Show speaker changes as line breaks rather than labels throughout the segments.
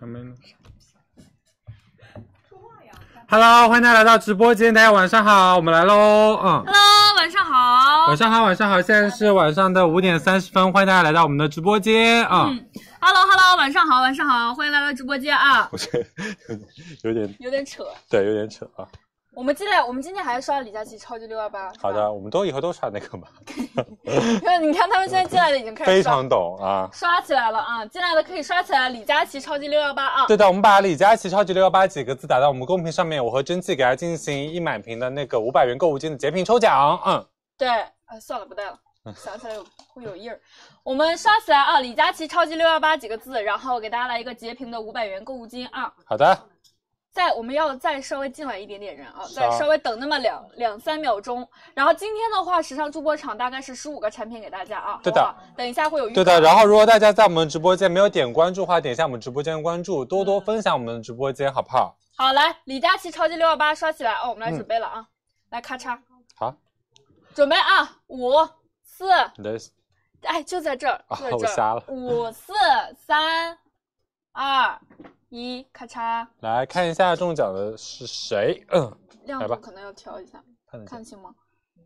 还没呢。Hello，欢迎大家来到直播间，大家晚上好，我们来喽，嗯，
Hello，晚上好。
晚上好，晚上好，现在是晚上的五点三十分，欢迎大家来到我们的直播间啊、
嗯 Hello Hello，晚上好，晚上好，欢迎来到直播间啊。
我觉得 有点
有点扯，
对，有点扯啊。
我们进来，我们今天还刷李佳琦超级六幺八。
好
嗯
的，我们都以后都刷那 个吧，
是吧，看你看他们现在进来的已经开
非
始刷
常懂啊。
刷起来了啊，进来的可以刷起来。李佳琦超级六幺八啊，
对的，我们把李佳琦超级六幺八几个字打到我们公屏上面，我和蒸汽给他进行一满屏的那个五百元购物金的截屏抽奖。嗯，
对，呃，算了，不带了。想起来有会有印儿，我们刷起来啊！李佳琦超级六幺八几个字，然后给大家来一个截屏的五百元购物金啊！
好的，
再我们要再稍微进来一点点人啊，
是
再
啊
稍微等那么两两三秒钟。然后今天的话，时尚驻播场大概是十五个产品给大家啊。
对的
好不好，等一下会有预
对
告
嗯
的。然后如果大家在我们直播间没有点关注的话，点一下我们直播间关注，多多分享我们的直播间，好不好？
好，来李佳琦超级六幺八刷起来哦，我们来
嗯
准备了啊，来咔嚓，
好，
准备啊，五四，
你的
哎，就在这儿，
啊
就
我
在这
瞎
儿，
了
五四三二一，咔嚓，
来看一下中奖的是谁？嗯，
亮
来
度
吧
可能要调一下。
看得见
看得清吗？
嗯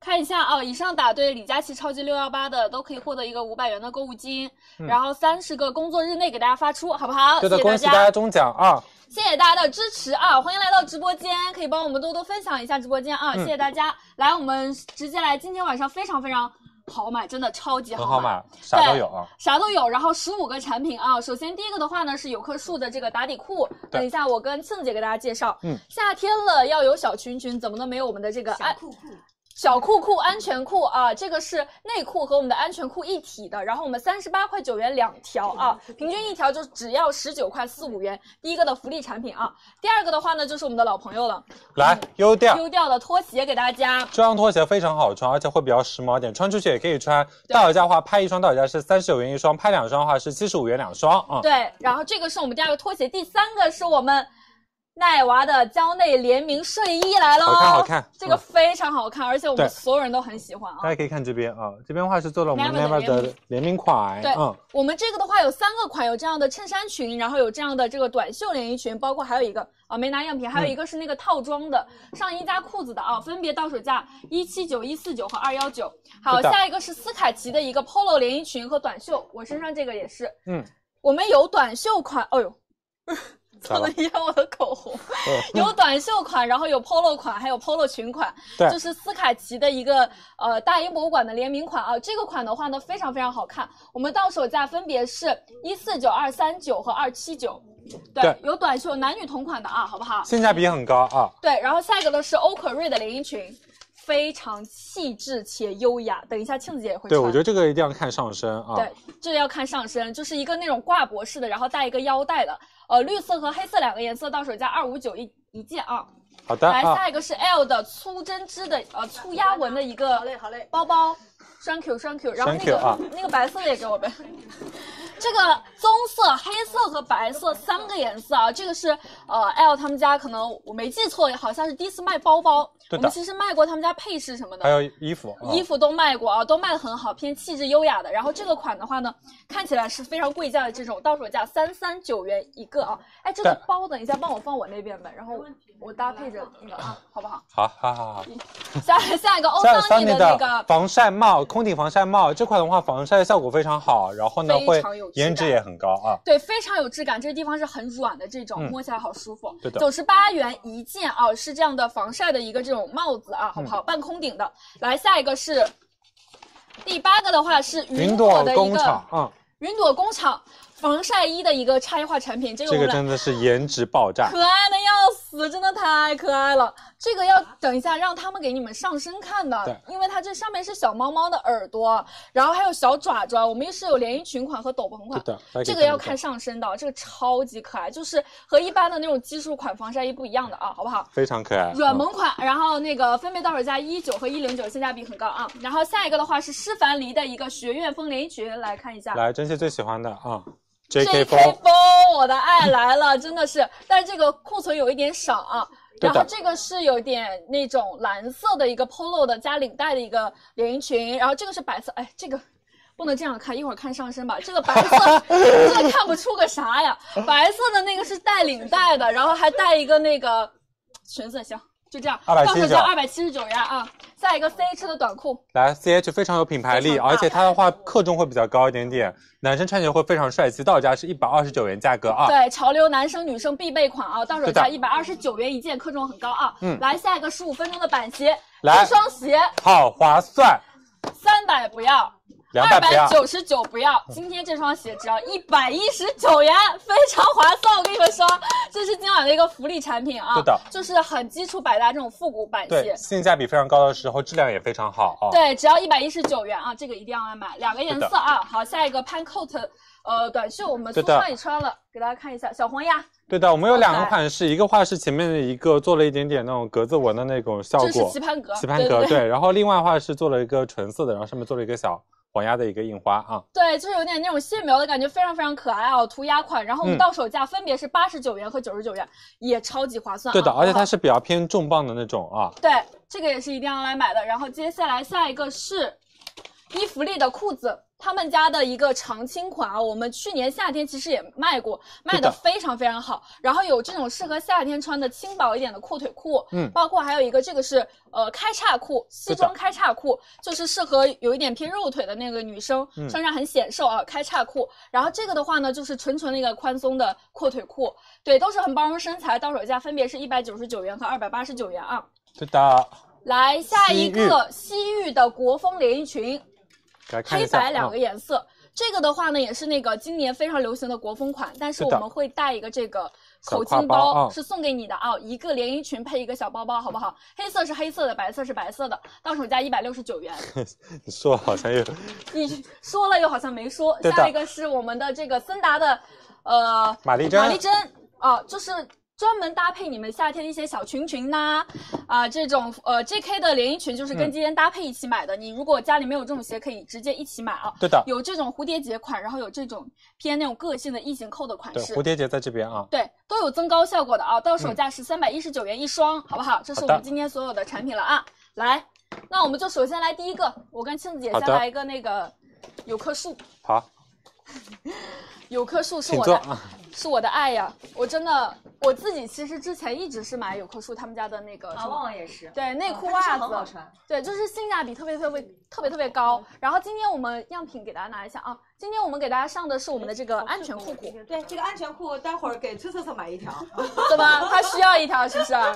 看一下啊、以上打对李佳琦超级六幺八的都可以获得一个五百元的购物金，
嗯
然后三十个工作日内给大家发出，好不好？
对
谢
的，
谢
恭
大
喜大家中奖啊！
谢谢大家的支持啊！欢迎来到直播间，可以帮我们多多分享一下直播间啊！
嗯
谢谢大家，来我们直接来，今天晚上非常非常好买，真的超级
很
好
好买，啥都有啊。
啥都有，然后十五个产品啊。首先第一个的话呢是有棵树的这个打底裤，
对
等一下我跟庆姐给大家介绍。
嗯，
夏天了要有小裙裙，怎么能没有我们的这个
啊
安裤裤？小裤裤、安全裤啊，这个是内裤和我们的安全裤一体的，然后我们三十八块九元两条啊，平均一条就只要十九块四五元。第一个的福利产品啊，第二个的话呢就是我们的老朋友了，
来，优调。
丢掉的拖鞋给大家，
这双拖鞋非常好穿，而且会比较时髦一点，穿出去也可以穿。到手价的话，拍一双到手价是三十九元一双，拍两双的话是七十五元两双啊。嗯
对，然后这个是我们第二个拖鞋，第三个是我们奈娃的蕉内联名睡衣来喽，
好看好看
这个
嗯
非常好看，而且我们
对
所有人都很喜欢
大
啊。
家可以看这边啊，这边的话是做了我们
Never
Never
的联名
的联名款，
对
嗯，
我们这个的话有三个款，有这样的衬衫裙，然后有这样的这个短袖连衣裙，包括还有一个啊没拿样品，还
嗯
有一个是那个套装的、上衣加裤子的啊，分别到手价一七九、一四九和二幺九。好，
是的
下一个是斯凯奇的一个 polo 连衣裙和短袖，我身上这个也是，
嗯，
我们有短袖款，哦呦。
咋
不
了
能淹我的口红。
嗯
有短袖款，然后有 polo 款，还有 polo 裙款，
对
就是斯凯奇的一个呃大英博物馆的联名款啊。这个款的话呢，非常非常好看，我们到手价分别是一四九、二三九和二七九，
对
有短袖，男女同款的啊，好不好？
性价比也很高啊。
对，然后下一个呢是欧可瑞的连衣裙，非常气质且优雅。等一下庆子姐也会穿。
对，我觉得这个一定要看上身啊。
对，这要看上身，就是一个那种挂脖式的，然后带一个腰带的，呃，绿色和黑色两个颜色，到手价二五九一一件啊。
好的
来，
啊，
下一个是 L 的粗针织的，呃，粗压纹的一个，好嘞好嘞，包包。双 Q 双 Q，然后那
Thank
个、
you 啊
那个白色的也给我呗。 这个棕色、黑色和白色三个颜色啊，这个是呃 L 他们家可能我没记错，好像是第一次卖包包。
对的
我们其实卖过他们家配饰什么的。
还有衣服，啊
衣服都卖过啊，都卖的很好，偏气质优雅的。然后这个款的话呢，看起来是非常贵价的这种，到手价三三九元一个啊。哎，这个
对
包等一下帮我放我那边呗，然后我搭配着那个啊，好不 好？
好好好好。
下下一个欧
下
桑尼
年
哦的那个，
防晒帽，空顶防晒帽这款的话，防晒效果非常好，然后呢
非
会
常有质感
颜值也很高啊。
对，非常有质感，这个地方是很软的这种，
嗯
摸起来好舒服。
对的
九十八元一件啊，是这样的防晒的一个这种帽子啊，好不好？
嗯
半空顶的。来，下一个是第八个的话是
云
云朵
朵
的一
工
个
厂，嗯，
云朵工厂防晒衣的一个差异化产品，这个
这
我
个
们
真的是颜值爆炸。
可爱的要死，真的太可爱了。这个要等一下让他们给你们上身看的，
对
因为它这上面是小猫猫的耳朵，然后还有小爪爪，我们是有连衣裙款和斗篷款
对。的，大家可以
这个要
一下
看上身的，这个超级可爱，就是和一般的那种基础款防晒衣不一样的啊，好不好？
非常可爱。
软
嗯
萌款，然后那个分别到手价一九和一零九，性价比很高啊。然后下一个的话是施凡黎的一个学院风连衣裙，来看一下。
来，珍惜最喜欢的啊
J.K.
，JK 风，
风，我的爱来了，真的是，但是这个库存有一点少啊。
对
然
的
后这个是有点那种蓝色的一个 polo 的加领带的一个连衣裙，然后这个是白色，哎，这个不能这样看，一会儿看上身吧。这个白 色真的看不出个啥呀，白色的那个是带领带的，然后还带一个那个裙子，行，就这样，到手
279
价二百七十九元啊。再一个 C H 的短裤，
来，CH 非常有品牌力，
非常大
而且它的话克重会比较高一点点，男生穿起来会非常帅气。到手价是一百二十九元价格啊。
对，潮流男生女生必备款啊，到手价
是
一百二十九元一件，克重很高啊。
嗯
来下一个十五分钟的板鞋，
来
这双鞋
好划算，
三百不要，
两
二
百不
百
要。
九十九不要，今天这双鞋只要一百一十九元，非常划算。我跟你们说，这是今晚的一个福利产品啊，
是的
就是很基础百搭这种复古版
对
鞋，。
性价比非常高的时候，质量也非常好啊。
对，只要一百一十九元啊，这个一定要来买，两个颜
是的
色啊。好，下一个 pan coat，呃，短袖我们
是
苏
的
畅也穿了，给大家看一下，小黄鸭，
对的，我们有两个
好
款式，一个话是前面的一个做了一点点那种格子纹的那种效
这是
果
棋，盘格，
棋盘
对
格
对对
然后另外的话是做了一个纯色的，然后上面做了一个小黄鸭的一个印花啊。
对，就是有点那种线描的感觉，非常非常可爱啊，涂鸦款。然后我们
嗯
到手价分别是八十九元和九十九元，也超级划算啊。
对的，而且
好不好
它是比较偏重磅的那种啊。
对，这个也是一定要来买的。然后接下来下一个是伊芙丽的裤子，他们家的一个长青款啊，我们去年夏天其实也卖过，卖的非常非常好。然后有这种适合夏天穿的轻薄一点的阔腿裤，
嗯
包括还有一个这个是呃开叉裤，西
是的
装开叉裤，就是适合有一点偏肉腿的那个女生，
嗯
穿上很显瘦啊，开叉裤。然后这个的话呢，就是纯纯的一个宽松的阔腿裤，对，都是很包容身材，到手价分别是一百九十九元和二百八十九元啊。
对的，
来下一个西域的国风连衣裙，
给大家看
黑
一下。
白两个
嗯
颜色。这个的话呢，也是那个今年非常流行的国风款，但是
是
我
的
们会带一个这个
小
口
挎
巾
包啊
是送给你的啊，一个连衣裙配一个小包包，好不 好？黑色是黑色的，白色是白色的，到手价一百六十九元。
你说好像有
你说了又好像没说。
对的
下一个是我们的这个森达的，呃，
玛丽珍
玛丽珍啊，就是专门搭配你们夏天的一些小裙裙呐、啊，这种呃 JK 的连衣裙就是跟
嗯
今天搭配一起买的。你如果家里没有这种鞋，可以直接一起买啊。
对的，
有这种蝴蝶结款，然后有这种偏那种个性的异形扣的款
对
式
蝴。蝶结在这边啊。
对，都有增高效果的啊，到手价是三百一十九元一双，好不好？这是我
好
们
的
今天所有的产品了啊。来，那我们就首先来第一个，我跟庆子姐
好
先
的
来一个那个有棵树，
好，
有棵树是
请
我
坐
的，
啊。
是我的爱呀！我真的我自己其实之前一直是买有棵树他们家的那个什
啊，
么
旺旺也是，
对内裤
但是
袜
很好嗯
子，
穿。
对，就是性价比特别特别特别特别高。然后今天我们样品给大家拿一下啊，今天我们给大家上的是我们的这个安全裤裤，
对，这个安全裤待会儿给崔策策买一 条，
怎么？它需要一条是不是？啊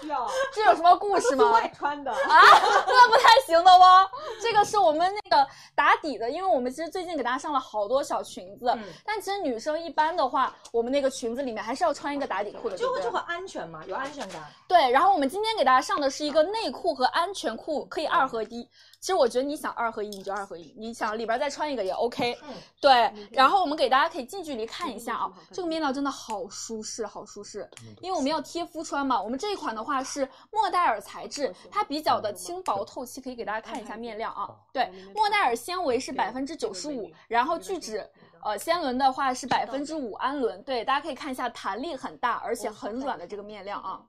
需要
这有什么故 事吗？
穿的。
啊，那不太行的哦。这个是我们那个打底的，因为我们其实最近给大家上了好多小裙子，
嗯
但其实女生一般的话，我们那个裙子里面还是要穿一个打底裤的，
就
对不
会
对
就会安全嘛，有安全感。
对，然后我们今天给大家上的是一个内裤和安全裤可以二合一。其实我觉得你想二合一你就二合一，你想里边再穿一个也 OK。
嗯
对，然后我们给大家可以近距离看一下啊
嗯好看，
这个面料真的好舒适，好舒适，因为我们要贴肤穿嘛。我们这一款的话是莫代尔材质，它比较的轻薄透气，可以给大家看一下面料啊。对，莫代尔纤维是百分之九十五，然后聚酯。呃，纤纶的话是百分之五氨纶，对，大家可以看一下，弹力很大，而且很软的这个面料啊。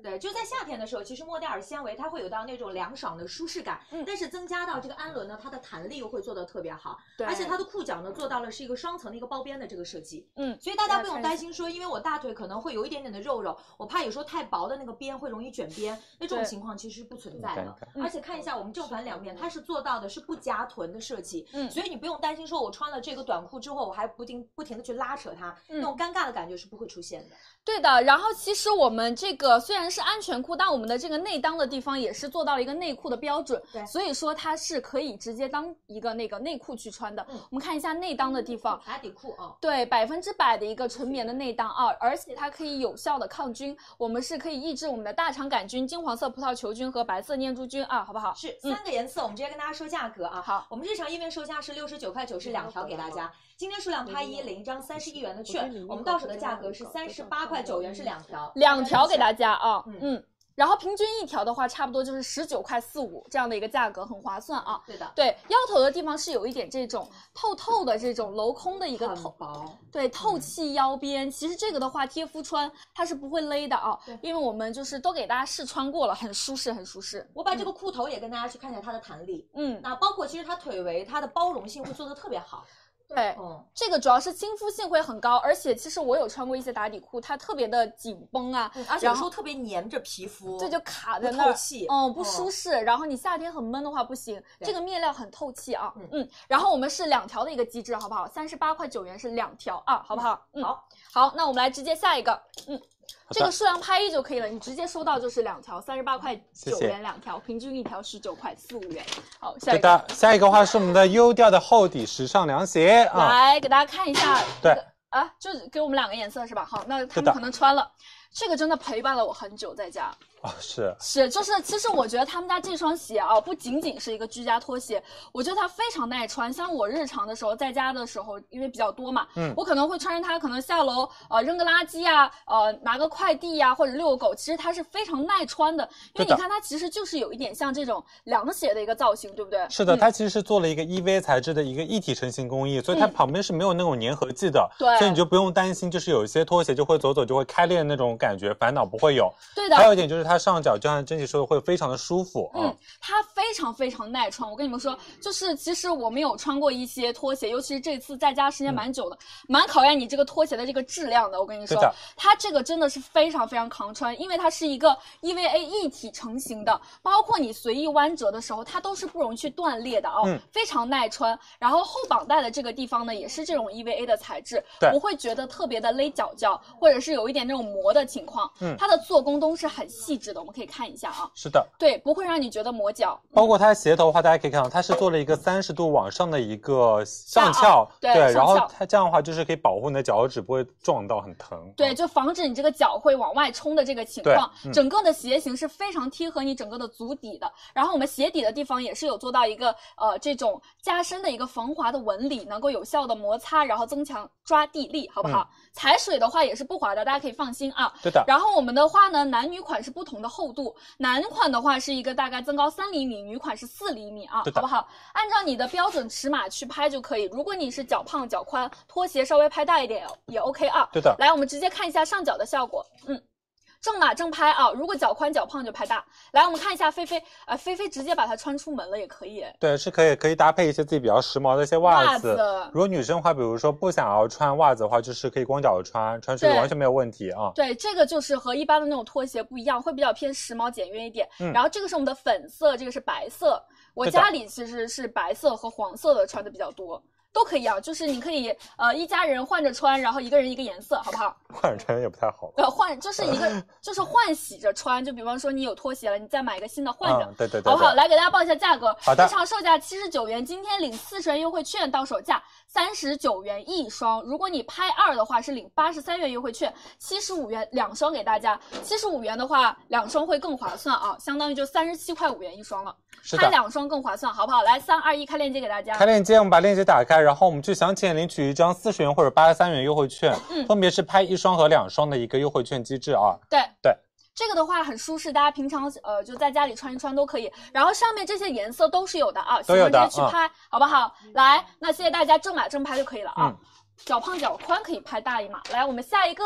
对，就在夏天的时候，其实莫代尔纤维它会有到那种凉爽的舒适感，
嗯
但是增加到这个氨纶呢，它的弹力又会做得特别好，
对
而且它的裤脚呢做到了是一个双层的一个包边的这个设计，
嗯
所以大家不
来看
用
一下
担心说，因为我大腿可能会有一点点的肉肉，我怕有时候太薄的那个边会容易卷边，那这种
对
情况其实不存在
对
的。
嗯
而且看一下我们正反两面，它是做到的是不夹臀的设计，
嗯
所以你不用担心说我穿了这个短裤之后，我还不停不停的去拉扯它，
嗯
那种尴尬的感觉是不会出现的。
对的，然后其实我们这个虽然是安全裤，但我们的这个内裆的地方也是做到了一个内裤的标准，
对
所以说它是可以直接当一个那个内裤去穿的。
嗯
我们看一下内裆的地方，
打底裤啊，
对，百分之百的一个纯棉的内裆啊，而且它可以有效的抗菌，我们是可以抑制我们的大肠杆菌、金黄色葡萄球菌和白色念珠菌啊，好不好？
是
嗯
三个颜色，我们直接跟大家说价格啊。
好，
我们日常页面售价是六十九块九，是两条给大家。今天数量拍一，领一张三十一元的券。我们到手的价格是三十八块九元，是两条。
两条给大家啊，
嗯
嗯，然后平均一条的话，差不多就是十九块四五这样的一个价格，很划算啊。
对的，
对，腰头的地方是有一点这种透透的这种镂空的一个
很
透，
薄，嗯
对，透气腰边。其实这个的话，贴肤穿它是不会勒的啊
对，
因为我们就是都给大家试穿过了，很舒适，很舒适。
我把这个裤头也跟大家去看一下它的弹力，
嗯，
那包括其实它腿围它的包容性会做的特别好，
对，
嗯，
这个主要是亲肤性会很高，而且其实我有穿过一些打底裤，它特别的紧绷啊，
而且
然
有
后
时候特别粘着皮肤，
这就卡
不
在那
透
儿。
气，
嗯，不舒适。然后你夏天很闷的话不行，
对
这个面料很透气啊。
嗯
嗯，然后我们是两条的一个机制，好不好？三十八块九元是两条啊，好不好？嗯，
好。
好，那我们来直接下一个，嗯，
的
这个数量拍一就可以了，你直接收到就是两条，三十八块
谢
九
谢
元两条，平均一条十九块四五元。好，下
对
一个
的，，下一个话是我们的优调的厚底时尚凉鞋啊，
来给大家看一下
对
啊，就给我们两个颜色是吧？好，那他
是
们
的
可能穿了，这个真的陪伴了我很久在家。
哦是，
是，就是其实我觉得他们家这双鞋啊，不仅仅是一个居家拖鞋，我觉得它非常耐穿。像我日常的时候，在家的时候，因为比较多嘛，
嗯
我可能会穿着它，可能下楼呃扔个垃圾呀、呃拿个快递呀、或者遛个狗，其实它是非常耐穿的。因为
对
你
的
看它其实就是有一点像这种凉鞋的一个造型，对不对？
是的，
嗯
它其实是做了一个 EVA 材质的一个一体成型工艺，所以它
嗯
旁边是没有那种粘合剂的，
对
所以你就不用担心，就是有一些拖鞋就会走走就会开裂那种感觉，烦恼不会有。
对
还有
的。
一点就是它上脚，就像珍姐说的，会非常的舒服啊。
嗯，它非常非常耐穿。我跟你们说，就是其实我们有穿过一些拖鞋，尤其是这次在家
嗯
时间蛮久的，蛮考验你这个拖鞋的这个质量的。我跟你
对
说，
的，
它这个真的是非常非常抗穿，因为它是一个 EVA 一体成型的，包括你随意弯折的时候，它都是不容易去断裂的哦，
嗯
非常耐穿。然后后绑带的这个地方呢，也是这种 EVA 的材质，
对
不会觉得特别的勒脚脚，或者是有一点那种磨的情况。
嗯
它的做工都是很细致的，我们可以看一下啊，
是的。
对，不会让你觉得磨脚。
包括它的鞋头的话，大家可以看到，它是做了一个三十度往上的一个上
翘
翘，
对上
然后
翘
它这样的话就是可以保护你的脚趾不会撞到很疼。嗯
对，，就防止你这个脚会往外冲的这个情况。
啊对嗯
整个的鞋型是非常贴合你整个的足底的，然后我们鞋底的地方也是有做到一个呃这种加深的一个防滑的纹理，能够有效的摩擦，然后增强抓地力，好不好？
嗯
踩水的话也是不滑的，大家可以放心啊。
对的，
然后我们的话呢，男女款是不同的厚度，男款的话是一个大概增高三厘米，女款是四厘米啊
对，
好
的
不好？按照你的标准尺码去拍就可以。如果你是脚胖脚宽，拖鞋稍微拍大一点也 OK 啊。
对的，
来，我们直接看一下上脚的效果。嗯，正码正拍啊，如果脚宽脚胖就拍大。来，我们看一下菲菲，呃，菲菲直接把它穿出门了也可以。
对，是可以可以搭配一些自己比较时髦的一些
袜
袜子。
子
如果女生的话，比如说不想要穿袜子的话，就是可以光脚穿，穿出去
对
完全没有问题啊。
对，这个就是和一般的那种拖鞋不一样，会比较偏时髦简约一点。
嗯
然后这个是我们的粉色，这个是白色。我
对的
家里其实是白色和黄色的穿的比较多，都可以啊，就是你可以呃一家人换着穿，然后一个人一个颜色，好不好？
换着穿也不太好。
呃，换就是一个就是换洗着穿，就比方说你有拖鞋了，你再买一个新的换着。
嗯，对对对对，
好不好？来给大家报一下价格，
好的
市场售价七十九元，今天领四十元优惠券，到手价三十九元一双。如果你拍二的话，是领八十三元优惠券，七十五元两双给大家。七十五元的话，两双会更划算啊，相当于就三十七块五元一双了，
是
拍
的。
两双更划算，好不好？来，三二一，开链接给大家。
开链接，我们把链接打开，然后我们去详情页领取一张四十元或者八十三元优惠券，
嗯
分别是拍一双和两双的一个优惠券机制啊。
对
对。
这个的话很舒适，大家平常呃就在家里穿一穿都可以。然后上面这些颜色都是有的啊，喜
都有
欢直
的
接去拍、好不好？来，那谢谢大家，正码正拍就可以了啊。
嗯
脚胖脚宽可以拍大一码。来，我们下一个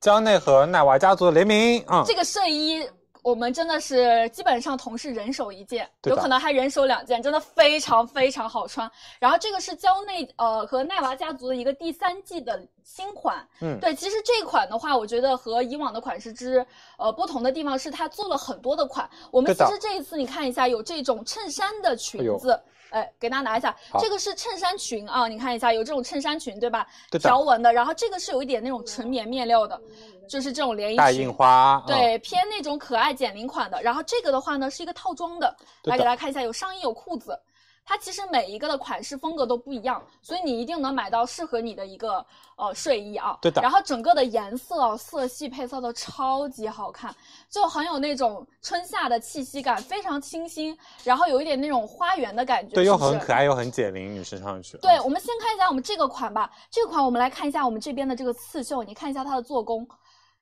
蕉内和奶娃家族的联名，嗯，
这个睡衣。我们真的是基本上同事人手一件，
对
有
的
可能还人手两件，真的非常非常好穿。然后这个是蕉内呃和奈娃家族的一个第三季的新款，
嗯
对，其实这款的话，我觉得和以往的款式之呃不同的地方是它做了很多的款。我们
对
其
的
实这一次你看一下，有这种衬衫的
哎
裙
呦
子，哎，给大家拿一下，
好
这个是衬衫裙啊，你看一下，有这种衬衫裙对吧？
对的
条纹的，然后这个是有一点那种纯棉面料的，就是这种连衣
大
裙
印。花，嗯，
对，偏那种可爱减龄款的。然后这个的话呢，是一个套装的，
对
来给
的
大家看一下，有上衣有裤子。它其实每一个的款式风格都不一样，所以你一定能买到适合你的一个呃睡衣啊。
对的
然后整个的颜色哦、色系配色都超级好看，就很有那种春夏的气息感，非常清新，然后有一点那种花园的感觉。
对，又
是不
很
是
可爱又很减龄，女生上去，啊
对，我们先看一下我们这个款吧。这个款我们来看一下我们这边的这个刺绣，你看一下它的做工，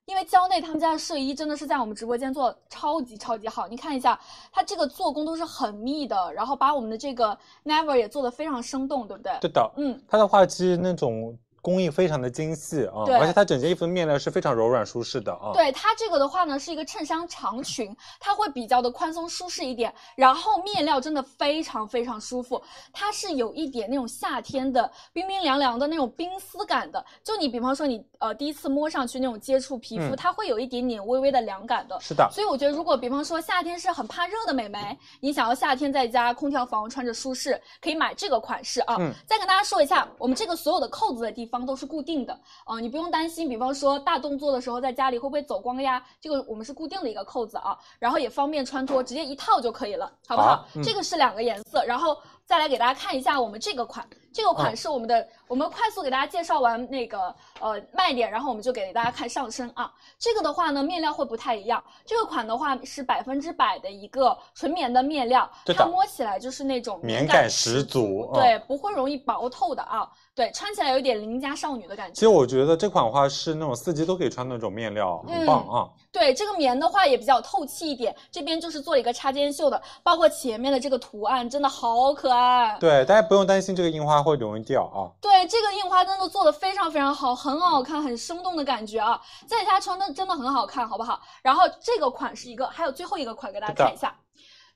因为蕉内他们家的睡衣真的是在我们直播间做的超级超级好，你看一下，它这个做工都是很密的，然后把我们的这个 Never 也做的非常生动，对不对？
对的，
嗯，
它的话其实那种工艺非常的精细啊，
对
而且它整件衣服的面料是非常柔软舒适的啊。
对它这个的话呢，是一个衬衫长裙，它会比较的宽松舒适一点，然后面料真的非常非常舒服，它是有一点那种夏天的冰冰凉凉的那种冰丝感的，就你比方说你呃第一次摸上去那种接触皮肤，
嗯
它会有一点点微微的凉感的。
是的，
所以我觉得，如果比方说夏天是很怕热的美眉，你想要夏天在家空调房穿着舒适，可以买这个款式啊。
嗯
再跟大家说一下，我们这个所有的扣子的地方都是固定的啊、你不用担心，比方说大动作的时候在家里会不会走光呀？这个我们是固定的一个扣子啊，然后也方便穿脱，直接一套就可以了，好不好？
好啊嗯
这个是两个颜色，然后再来给大家看一下我们这个款。这个
嗯
款是我们的，我们快速给大家介绍完那个呃卖点，然后我们就给大家看上身啊。这个的话呢，面料会不太一样。这个款的话是百分之百的一个纯棉的面料，
对的
它摸起来就是那种
棉
感
感十足啊
对，不会容易薄透的啊。对，穿起来有点邻家少女的感觉。
其实我觉得这款的话是那种四季都可以穿的那种面料，很棒
嗯
啊。
对，这个棉的话也比较透气一点，这边就是做了一个插肩袖的，包括前面的这个图案真的好可爱。
对，大家不用担心这个印花会容易掉啊。
对，这个印花真的做的非常非常好，很好看，很生动的感觉啊，在家穿的真的很好看，好不好？然后这个款是一个，还有最后一个款给大家
是的
看一下。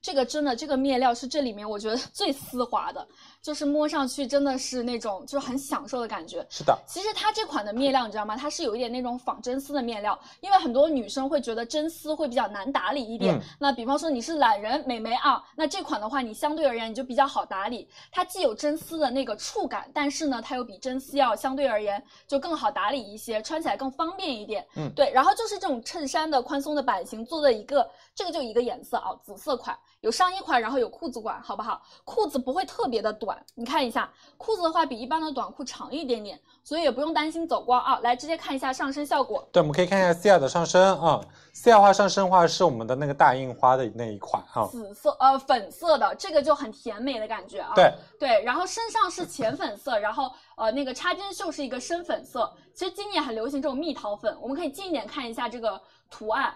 这个真的，这个面料是这里面我觉得最丝滑的，就是摸上去真的是那种就是很享受的感觉。
是的，
其实它这款的面料你知道吗？它是有一点那种仿真丝的面料，因为很多女生会觉得真丝会比较难打理一点。
嗯
那比方说你是懒人美眉啊，那这款的话你相对而言你就比较好打理，它既有真丝的那个触感，但是呢它又比真丝要相对而言就更好打理一些，穿起来更方便一点。
嗯
对。然后就是这种衬衫的宽松的版型做的一个，这个就一个颜色啊，紫色款，有上衣款，然后有裤子款，好不好？裤子不会特别的短，你看一下，裤子的话比一般的短裤长一点点，所以也不用担心走光啊。来，直接看一下上身效果。
对，我们可以看一下 Cia 的上身啊，Cia 的话上身的话是我们的那个大印花的那一款啊。
紫色呃粉色的这个就很甜美的感觉啊，
对，
对，然后身上是浅粉色，然后呃那个插肩袖是一个深粉色。其实今年很流行这种蜜桃粉，我们可以近一点看一下这个图案，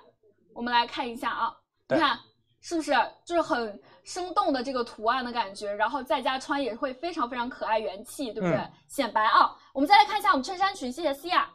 我们来看一下啊，你
对
看是不是就是很生动的这个图案的感觉，然后在家穿也会非常非常可爱元气，对不对？
嗯
显白啊，我们再来看一下我们衬衫裙，谢谢西亚。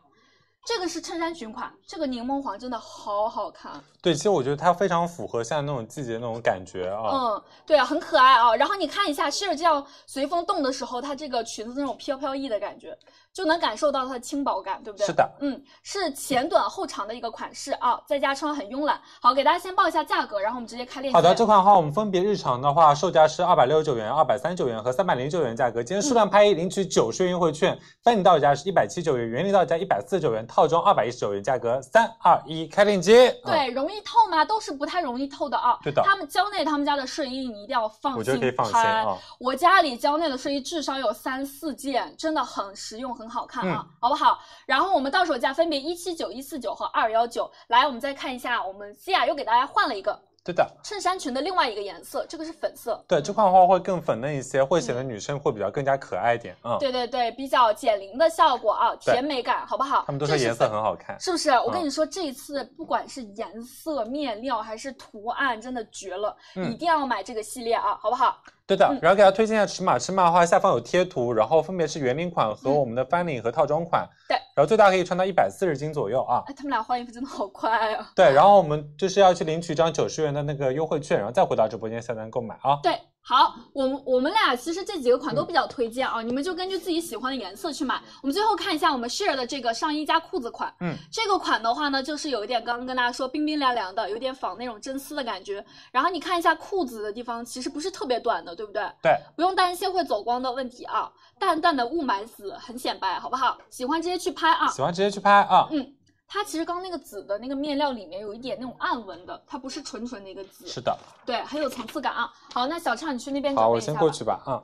这个是衬衫裙款，这个柠檬黄真的好好看，啊
对，其实我觉得它非常符合现在那种季节那种感觉啊。
嗯，对啊，很可爱啊。然后你看一下，是这样随风动的时候，它这个裙子那种飘飘逸的感觉，就能感受到它的轻薄感，对不对？
是的，
嗯，是前短后长的一个款式啊，在家穿很慵懒。好，给大家先报一下价格，然后我们直接开链接。
好的，这款的话我们分别日常的话售价是二百六十九元、二百三十九元和三百零九元价格。今天数
嗯
量拍一领取九十元优惠券，翻领到手价是一百七十九元，原领到手价一百四十九元，套装二百一十九元价格。三二一，开链接。啊，
对，容易透吗？都是不太容易透的啊。
对的
他们蕉内他们家的睡衣，你一定要放心
我觉得可以放心
拍
啊。
我家里蕉内的睡衣至少有三四件，真的很实用，很好看啊，
嗯
好不好？然后我们到手价分别一七九、一四九和二幺九。来，我们再看一下，我们西亚又给大家换了一个
对的。
衬衫裙的另外一个颜色，这个是粉色。
对，这款的话会更粉嫩一些，会显得女生会比较更加可爱一点。嗯，
嗯对对对，比较减龄的效果啊，
对
甜美感，好不好？
他们都说
这是
颜色很好看。嗯
是不是？我跟你说，这一次不管是颜色、面料还是图案，真的绝了！
嗯
一定要买这个系列啊，好不好？
对的
嗯，
然后给大家推荐一下尺码，尺码的话下方有贴图，然后分别是圆领款和
嗯
我们的翻领和套装款。
对
然后最大可以穿到一百四十斤左右啊。
哎，他们俩换衣服真的好快啊！
对，然后我们就是要去领取一张九十元的那个优惠券，然后再回到直播间下单购买啊。
对，好，我们我们俩其实这几个款
嗯
都比较推荐啊，你们就根据自己喜欢的颜色去买。我们最后看一下我们 share 的这个上衣加裤子款，
嗯，
这个款的话呢，就是有一点刚刚跟大家说冰冰凉凉的，有点仿那种真丝的感觉。然后你看一下裤子的地方，其实不是特别短的，对不对？
对，
不用担心会走光的问题啊，淡淡的雾霾紫很显白，好不好？喜欢直接去拍啊。
喜欢直接去拍啊。
嗯，它其实刚那个紫的那个面料里面有一点那种暗纹的，它不是纯纯的一个紫，
是的，
对，很有层次感啊。好，那小畅你去那边准
好，
备
我
一下
先
吧。
过去吧啊。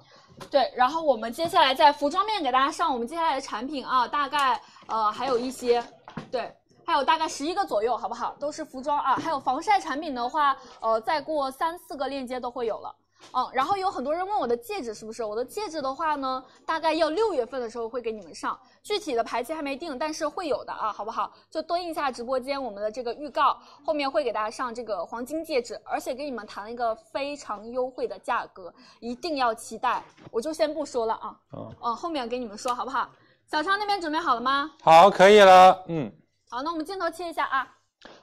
对，然后我们接下来在服装面给大家上我们接下来的产品啊，大概呃还有一些，对。还有大概十一个左右，好不好？都是服装啊。还有防晒产品的话，呃，再过三四个链接都会有了。嗯，然后有很多人问我的戒指是不是？我的戒指的话呢，大概要六月份的时候会给你们上，具体的排期还没定，但是会有的啊，好不好？就蹲一下直播间我们的这个预告，后面会给大家上这个黄金戒指，而且给你们谈了一个非常优惠的价格，一定要期待。我就先不说了啊，
嗯，
嗯，后面给你们说好不好？小昌那边准备好了吗？
好，可以了，嗯。
好，那我们镜头切一下啊。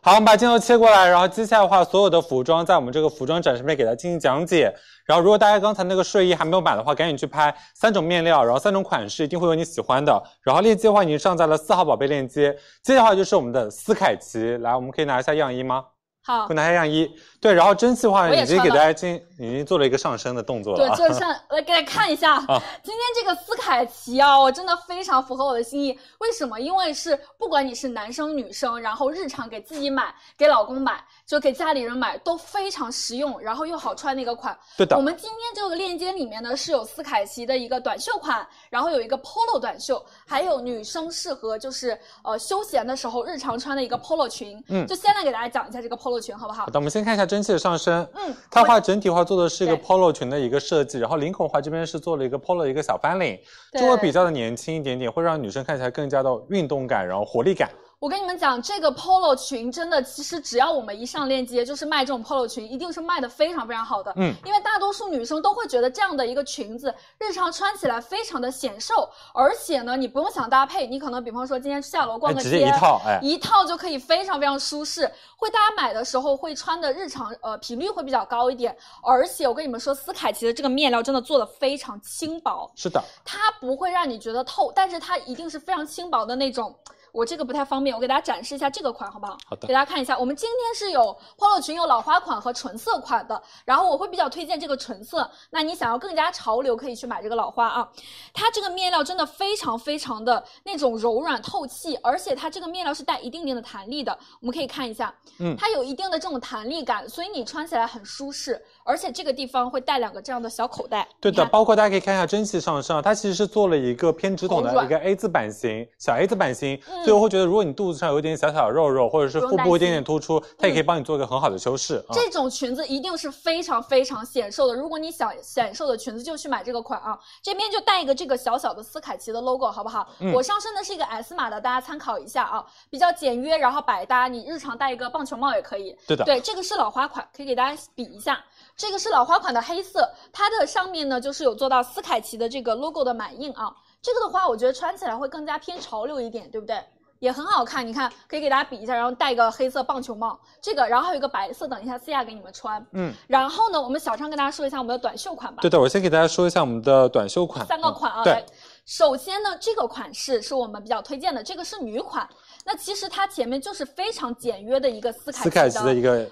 好，我们把镜头切过来，然后接下来的话，所有的服装在我们这个服装展示面给大家进行讲解。然后，如果大家刚才那个睡衣还没有买的话，赶紧去拍三种面料，然后三种款式，一定会有你喜欢的。然后链接的话，已经上在了四号宝贝链接。接下来的话就是我们的斯凯奇，来，我们可以拿一下样衣吗？
好
会，拿下样衣。对，然后蒸汽的话
我也
已经
穿
给
了
大家进，已经做了一个上升的动作了
对
啊。，
就是上来给大家看一下，
啊
今天这个斯凯奇啊，我真的非常符合我的心意。为什么？因为是不管你是男生女生，然后日常给自己买、给老公买、就给家里人买，都非常实用，然后又好穿的一个款。
对的
我们今天这个链接里面呢是有斯凯奇的一个短袖款，然后有一个 polo 短袖，还有女生适合就是呃休闲的时候日常穿的一个 polo 裙。
嗯
就先来给大家讲一下这个 polo 裙，好不好
好？的，我们先看一下蒸汽的上身。
嗯
它的话整体的话做的是一个
对
polo 裙的一个设计，然后领口的话这边是做了一个 polo 的一个小翻领，
对
就会比较的年轻一点点，会让女生看起来更加的运动感，然后活力感。
我跟你们讲，这个 polo 裙真的，其实只要我们一上链接，就是卖这种 polo 裙，一定是卖的非常非常好的。
嗯，
因为大多数女生都会觉得这样的一个裙子，日常穿起来非常的显瘦，而且呢，你不用想搭配，你可能比方说今天下楼逛
哎，
个
直
街，
接一套，哎，
一套就可以非常非常舒适，会大家买的时候会穿的日常呃频率会比较高一点，而且我跟你们说，斯凯奇的这个面料真的做的非常轻薄，
是的，
它不会让你觉得透，但是它一定是非常轻薄的那种。我这个不太方便，我给大家展示一下这个款好不好？
好的
给大家看一下，我们今天是有 polo 裙有老花款和纯色款的，然后我会比较推荐这个纯色。那你想要更加潮流，可以去买这个老花啊。它这个面料真的非常非常的那种柔软透气，而且它这个面料是带一定定的弹力的，我们可以看一下，
嗯
它有一定的这种弹力感，所以你穿起来很舒适，而且这个地方会带两个这样的小口袋。
对
你
的，
看
包括大家可以看一下蒸汽上身啊，它其实是做了一个偏直筒
好
的
软
一个 A 字版型，小 A 字版型，
嗯
所以我会觉得如果你肚子上有一点小小的肉肉，或者是
不用
腹
担
部有一点
心嗯
点突出，它也可以帮你做一个很好的修饰啊。
这种裙子一定是非常非常显瘦的。如果你想显瘦的裙子，就去买这个款啊。这边就带一个这个小小的斯凯奇的 logo，好不好？
嗯
我上身的是一个 S 码的，大家参考一下啊，比较简约，然后百搭，你日常戴一个棒球帽也可以。
对的，
对，这个是老花款，可以给大家比一下。这个是老花款的黑色，它的上面呢就是有做到斯凯奇的这个 logo 的满印啊。这个的话，我觉得穿起来会更加偏潮流一点，对不对？也很好看，你看，可以给大家比一下，然后戴个黑色棒球帽，这个，然后还有一个白色，等一下思雅给你们穿。
嗯，
然后呢，我们小畅跟大家说一下我们的短袖款吧。
对的，我先给大家说一下我们的短袖款，
三个
嗯
款啊。
对
来，首先呢，这个款式是我们比较推荐的，这个是女款。那其实它前面就是非常简约的一个斯凯
斯凯奇的一个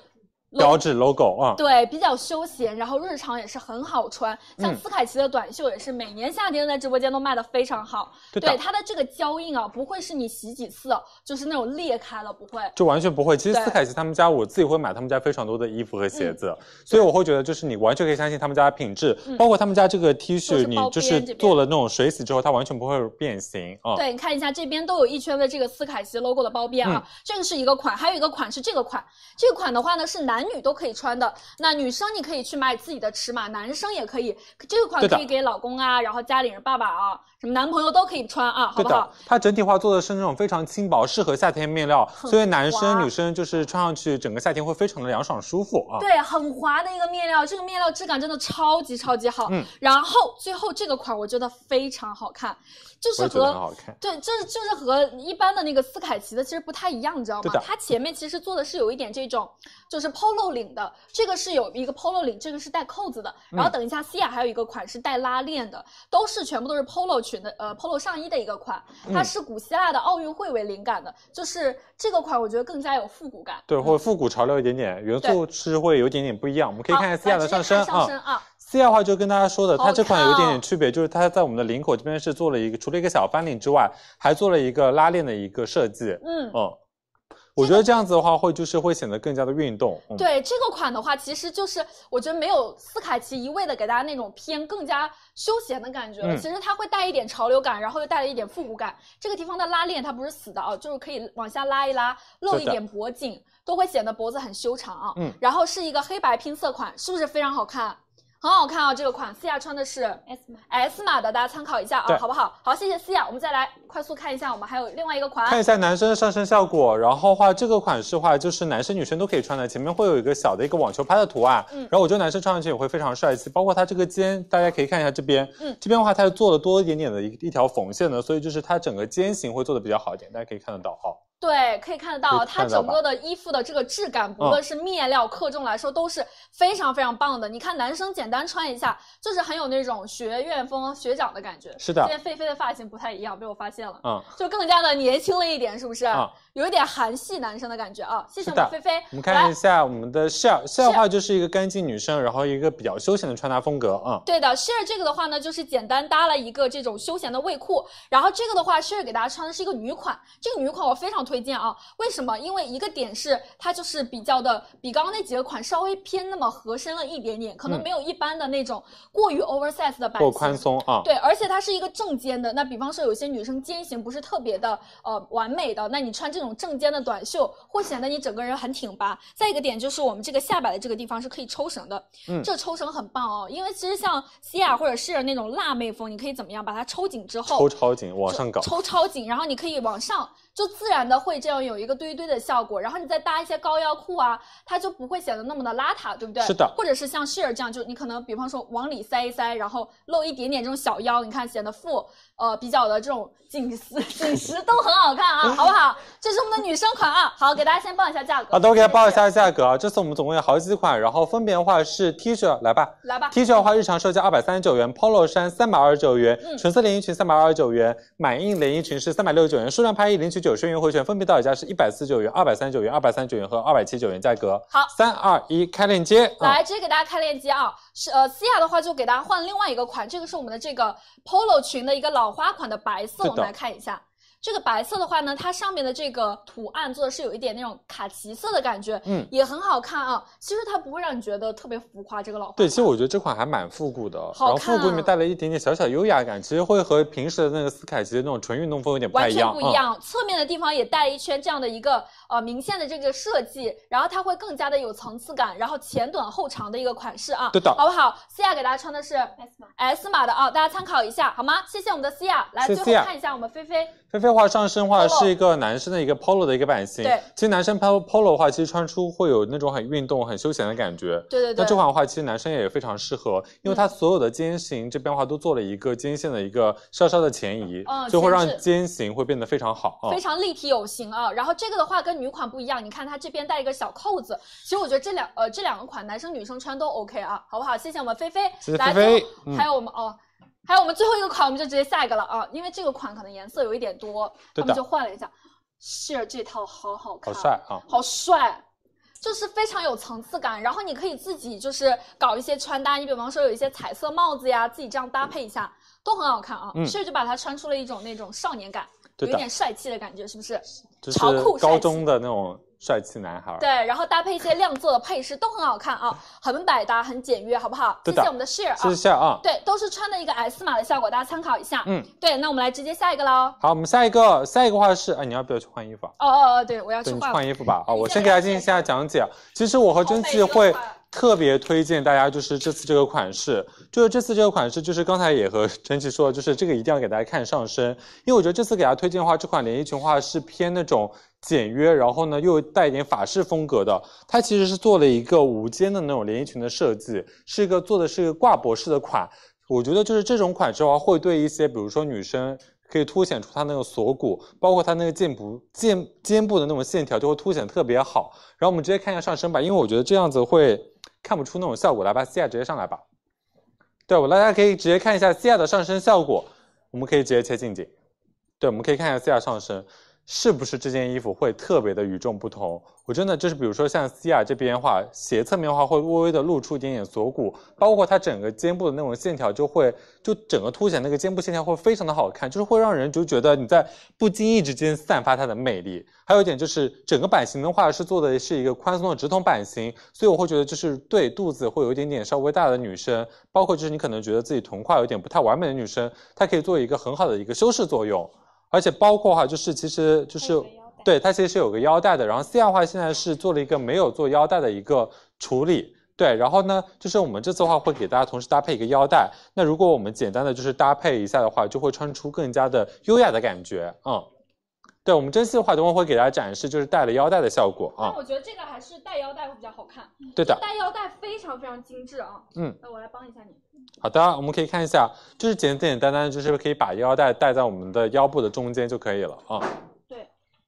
标志 logo 啊。
对，比较休闲，然后日常也是很好穿。像
嗯
斯凯奇的短袖也是每年夏天在直播间都卖的非常好。
对的
对它的这个胶印啊，不会是你洗几次就是那种裂开了，不会。
就完全不会。其实
对
斯凯奇他们家，我自己会买他们家非常多的衣服和鞋子，
嗯
所以我会觉得就是你完全可以相信他们家的品质，包括他们家这个 T
都
恤，
嗯是
你
包边
就是
这边
做了那种水洗之后，它完全不会变形啊。
对，你看一下这边都有一圈的这个斯凯奇 logo 的包边啊，
嗯
这个是一个款，还有一个款是这个款，这个款的话呢是男女都可以穿的，那女生你可以去买自己的尺码，男生也可以，这个款
对的
可以给老公啊，然后家里人、爸爸啊，什么男朋友都可以穿啊，好
对
不
的
好？，
它整体化做的是那种非常轻薄，适合夏天面料，所以男
滑
生女生就是穿上去整个夏天会非常的凉爽舒服啊。
对，很滑的一个面料，这个面料质感真的超级超级好。
嗯
然后最后这个款我觉得非常好看，就是
我也觉得
和
很好看。
对，这就是和一般的那个斯凯奇的其实不太一样，你知道
对
吗
的？
它前面其实做的是有一点这种，就是 polo 领的，这个是有一个 polo 领，这个是带扣子的。
嗯
然后等一下，西亚还有一个款是带拉链的，都是全部都是 polo 裙的，呃，polo 上衣的一个款，它
嗯
是古希腊的奥运会为灵感的，就是这个款我觉得更加有复古感。嗯
对，或者复古潮流一点点，元素是会有一点点不一样。我们可以
好
看一下西亚的
来直接看
上身啊，
上身啊，
C 的话就跟大家说的，
好哦
它这款有一点
看
点区别，就是它在我们的领口这边是做了一个，除了一个小翻领之外，还做了一个拉链的一个设计。
嗯。
嗯，我觉得这样子的话会就是会显得更加的运动。嗯、
对这个款的话，其实就是我觉得没有斯凯奇一味的给大家那种偏更加休闲的感觉了。
嗯
其实它会带一点潮流感，然后又带了一点复古感。这个地方的拉链它不是死的啊，就是可以往下拉一拉，露一
对的
点脖颈，都会显得脖子很修长啊。
嗯
然后是一个黑白拼色款，是不是非常好看？很好看啊，这个款。思雅穿的是
S 码
S 码的，大家参考一下啊
对，
好不好？好，谢谢思雅。我们再来快速看一下，我们还有另外一个款
看一下男生的上身效果，然后话这个款式话就是男生女生都可以穿的，前面会有一个小的一个网球拍的图案，
嗯
然后我觉得男生穿上去也会非常帅气，包括它这个肩，大家可以看一下这边，
嗯
这边的话它是做了多一点点的一一条缝线的，所以就是它整个肩型会做的比较好一点，大家可以看得到哦。
对，可以看得
可以
到
看
它
得到
整个的衣服的这个质感，不
嗯
论是面料、克重来说，都是非常非常棒的。你看男生简单穿一下，就是很有那种学院风、学长的感觉。
是的
今天菲菲的发型不太一样，被我发现了，
嗯，
就更加的年轻了一点，是不是？
嗯
有一点韩系男生的感觉啊。谢谢我
是
们
的
菲菲。
我们看
来
一下我们的 share share 的话就是一个干净女生，然后一个比较休闲的穿搭风格啊、嗯
对的，share 这个的话呢，就是简单搭了一个这种休闲的卫裤，然后这个的话，share 给大家穿的是一个女款，这个女款我非常推荐啊。为什么？因为一个点是它就是比较的比刚刚那几个款稍微偏那么合身了一点点，可能
嗯
没有一般的那种过于 oversize 的版
够
型。
宽松啊、
对，而且它是一个正肩的。那比方说，有些女生肩型不是特别的呃完美的，那你穿这种正肩的短袖，会显得你整个人很挺拔。再一个点就是我们这个下摆的这个地方是可以抽绳的，
嗯
这抽绳很棒哦，因为其实像西亚或者是那种辣妹风，你可以怎么样把它抽紧之后，
抽超紧往上搞，
抽超紧，然后你可以往上，就自然的会这样有一个堆堆的效果。然后你再搭一些高腰裤啊，它就不会显得那么的邋遢，对不对？
是的
或者是像 share 这样，就你可能比方说往里塞一塞，然后露一点点这种小腰，你看显得腹呃比较的这种紧实紧实都很好看啊，好不好？这是我们的女生款啊，好，给大家先报一下价格。
好啊的，我给大家报一
谢谢，
下价格啊，这次我们总共有好几款，然后分别的话是 T 恤，来吧。
来吧。
T 恤的话，日常售价二百三十九元，Polo 衫三百二十九元
嗯，
纯色连衣裙三百二十九元，满印连衣裙是三百六十九元，数量拍一领取九十元优惠券，分别到手价是一百四十九元、二百三十九元、二百三十九元和二百七十九元价格。
好
三二一，开链接。啊！
来，直接给大家开链接啊！是呃，思雅的话就给大家换另外一个款，这个是我们的这个 polo 裙的一个老花款的白色，
是的
我们来看一下。这个白色的话呢，它上面的这个图案做的是有一点那种卡其色的感觉，
嗯
也很好看啊。其实它不会让你觉得特别浮夸，这个老花
对，
款
其实我觉得这款还蛮复古的，然
好看啊
后复古里面带了一点点小小优雅感，其实会和平时的那个斯凯奇的那种纯运动风有点不太
完
一
全
样。嗯
不一样，侧面的地方也带一圈这样的一个呃明线的这个设计，然后它会更加的有层次感，然后前短后长的一个款式啊，
对的
好不好？思雅给大家穿的是
S 码
S 码的啊，大家参考一下好吗？谢谢我们的思雅，来
谢
最
谢
后看一下我们菲菲，
菲菲话上身话
Polo
是一个男生的一个 polo 的一个版型，
对
其实男生 polo polo 的话，其实穿出会有那种很运动、很休闲的感觉。
对对
那
对，嗯
这款的话，其实男生也非常适合，因为它所有的肩型这边的话都做了一个肩线的一个稍稍的前移，
嗯
就会让
前置
肩型会变得非常好啊。
非常立体有型啊。然后这个的话跟女款不一样，你看它这边带一个小扣子，其实我觉得这两呃这两个款男生女生穿都 OK 啊，好不好？谢谢我们菲菲，
谢谢
来最
菲菲
后
嗯
还有我们哦。还有我们最后一个款，我们就直接下一个了啊，因为这个款可能颜色有一点多，
对的
我们就换了一下。是这套好好
好
看，
帅啊！
好帅，就是非常有层次感。然后你可以自己就是搞一些穿搭，你比方说有一些彩色帽子呀，自己这样搭配一下，都很好看啊。
嗯
所以就把它穿出了一种那种少年感，有
对
一
的
点，帅气的感觉，是不是？
就是
潮酷帅气
高中的那种帅气男孩。
对，然后搭配一些亮色的配饰都很好看啊，很百搭，很简约，好不好？谢
对的
谢我们的 share
谢谢
啊，
夏啊。
对，都是穿的一个 S 码的效果，大家参考一下。
嗯，
对，那我们来直接下一个喽。
好，我们下一个，下一个话是，哎，你要不要去换衣服啊？
哦哦哦，对，我要去
对，你去
换了。
换衣服吧。啊，
你
我
先
先给
来
大家进行一下讲解。啊其实我
好
和蒸
美
汽
哦这个
会
款
特别推荐大家，就是这次这个款式，就是这次这个款式，就是刚才也和蒸汽说，就是这个一定要给大家看上身，因为我觉得这次给大家推荐的话，这款连衣裙的话是偏那种。简约，然后呢又带一点法式风格的，它其实是做了一个无肩的那种连衣裙的设计，是一个做的是一个挂脖式的款，我觉得就是这种款式的话，会对一些比如说女生。可以凸显出她那个锁骨，包括她那个肩部肩肩部的那种线条，就会凸显特别好。然后我们直接看一下上身吧，因为我觉得这样子会看不出那种效果来吧。西亚直接上来吧。对，我大家可以直接看一下西亚的上身效果，我们可以直接切近景。对，我们可以看一下西亚上身是不是这件衣服会特别的与众不同。我真的就是，比如说像西亚这边的话，斜侧面的话会微微的露出一点点锁骨，包括它整个肩部的那种线条就会，就整个凸显那个肩部线条会非常的好看，就是会让人就觉得你在不经意之间散发它的魅力。还有一点就是整个版型的话是做的是一个宽松的直筒版型，所以我会觉得就是对肚子会有一点点稍微大的女生，包括就是你可能觉得自己臀胯有点不太完美的女生，它可以做一个很好的一个修饰作用。而且包括哈，就是其实就是
还有个腰带
对它其实是有个腰带的。然后 C 亚的话现在是做了一个没有做腰带的一个处理，对，然后呢，就是我们这次的话会给大家同时搭配一个腰带。那如果我们简单的就是搭配一下的话，就会穿出更加的优雅的感觉，嗯。对，我们这次的话，等会会给大家展示就是带了腰带的效果啊
但、我觉得这个还是带腰带会比较好看，
对的，
带腰带非常非常精致啊。
嗯，
那我来帮一下你。
好的，我们可以看一下，就是简简单单，就是可以把腰带带在我们的腰部的中间就可以了啊、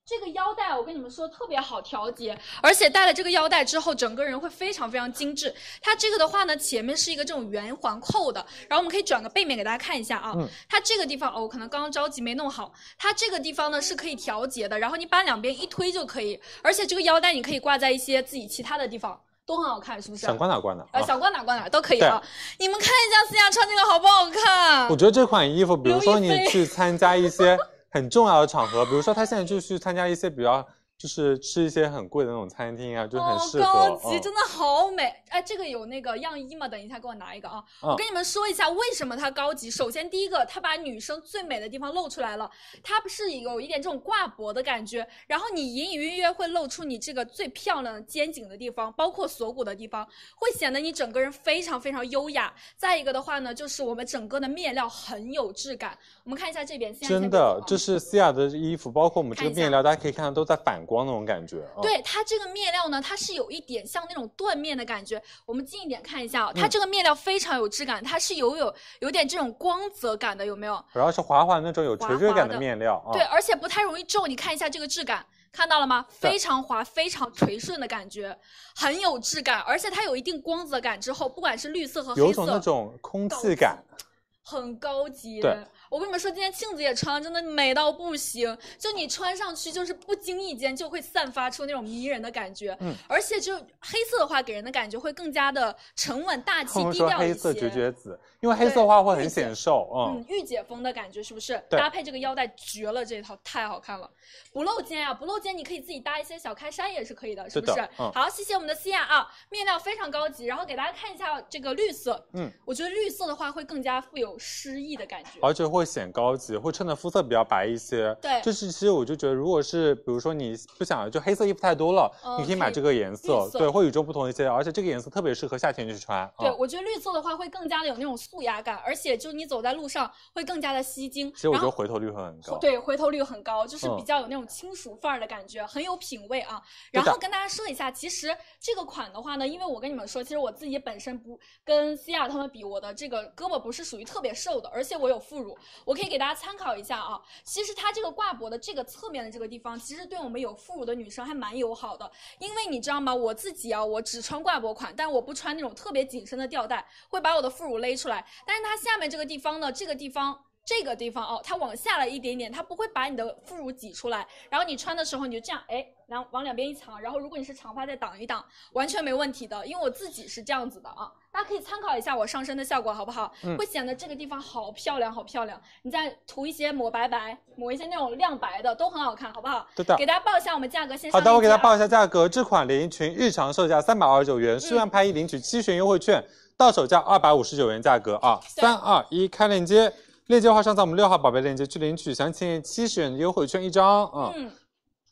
这个腰带我跟你们说特别好调节，而且戴了这个腰带之后，整个人会非常非常精致。它这个的话呢，前面是一个这种圆环扣的，然后我们可以转个背面给大家看一下啊。
嗯
它这个地方哦，我可能刚刚着急没弄好，它这个地方呢是可以调节的，然后你把两边一推就可以，而且这个腰带你可以挂在一些自己其他的地方，都很好看，是不是？
想挂哪挂哪
呃，
啊。
想挂哪挂哪都可以啊。你们看一下思雅穿这个好不好看？
我觉得这款衣服，比如说
刘亦菲
你去参加一些很重要的场合，比如说他现在就去参加一些比较，就是吃一些很贵的那种餐厅啊，就很
哦，
适合。
高级，
嗯
真的好美！哎，这个有那个样衣吗？等一下给我拿一个啊！
嗯
我跟你们说一下为什么它高级。首先第一个，它把女生最美的地方露出来了，它不是有一点这种挂脖的感觉，然后你隐隐约约会露出你这个最漂亮的肩颈的地方，包括锁骨的地方，会显得你整个人非常非常优雅。再一个的话呢，就是我们整个的面料很有质感。我们看一下这边，啊现在
真
先
的
给，我
这是西亚的衣服，包括我们这个
看一下
面料，大家可以看到都在反光那种感觉啊。嗯，
对它这个面料呢，它是有一点像那种缎面的感觉。我们近一点看一下啊、
嗯
它这个面料非常有质感，它是有有有点这种光泽感的，有没有？
主要是滑滑那种有垂
滑
坠
滑
感
的
的面料啊。
对，而且不太容易皱。你看一下这个质感，看到了吗？
对
非常滑，非常垂顺的感觉，很有质感，而且它有一定光泽感。之后，不管是绿色和
有
黑
一种那
色，
种空
高
气感，
很高级。
对
我跟你们说，今天庆子也穿，真的美到不行。就你穿上去，就是不经意间就会散发出那种迷人的感觉。
嗯，
而且就黑色的话，给人的感觉会更加的沉稳大气
他，们
低
说
调一
黑
些。
色绝绝子，因为黑
对
色的话会
御
很
姐
显瘦，嗯
嗯，，御姐风的感觉是不是？
对
搭配这个腰带绝了，这一套太好看了，不露肩啊，不露肩，你可以自己搭一些小开衫也是可以的，是不是？
是的嗯
好，谢谢我们的西亚啊，面料非常高级，然后给大家看一下这个绿色，
嗯，
我觉得绿色的话会更加富有诗意的感觉。
而且会显高级，会衬的肤色比较白一些。
对
就是其实我就觉得，如果是比如说你不想就黑色衣服太多了，
嗯
你可以买
可以
这个颜色
绿，色
对，会与众不同一些，而且这个颜色特别适合夏天去穿。
对，
嗯
我觉得绿色的话会更加的有那种素雅感，而且就你走在路上会更加的吸睛。
其实我
然
觉
后
得回头率会很高。
对，回头率很高，就是
嗯
比较有那种轻熟范儿的感觉，很有品味啊。
对
然
的
后跟大家说一下，其实这个款的话呢，因为我跟你们说，其实我自己本身不跟西亚他们比，我的这个胳膊不是属于特别瘦的，而且我有副乳，我可以给大家参考一下啊。其实它这个挂脖的这个侧面的这个地方，其实对我们有副乳的女生还蛮友好的，因为你知道吗？我自己啊，我只穿挂脖款，但我不穿那种特别紧身的吊带，会把我的副乳勒出来。但是它下面这个地方呢，这个地方。这个地方哦，它往下了一点点，它不会把你的副乳挤出来。然后你穿的时候，你就这样，哎，然后往两边一藏。然后如果你是长发，再挡一挡，完全没问题的。因为我自己是这样子的啊，大家可以参考一下我上身的效果，好不好？
嗯
会显得这个地方好漂亮，好漂亮。你再涂一些抹白白，抹一些那种亮白的，都很好看，好不好？
对的
给。大家报一下我们价格，线上
好的，我
链
给
接
大
啊
家报一下价格，这款连衣裙日常售价三百二十九元，
嗯
数量拍一领取七元优惠券，到手价二百五十九元价格啊！
对
三二一，开链接，链接的话上在我们六号宝贝链接去领取，详情七十元的优惠券一张，嗯，
嗯，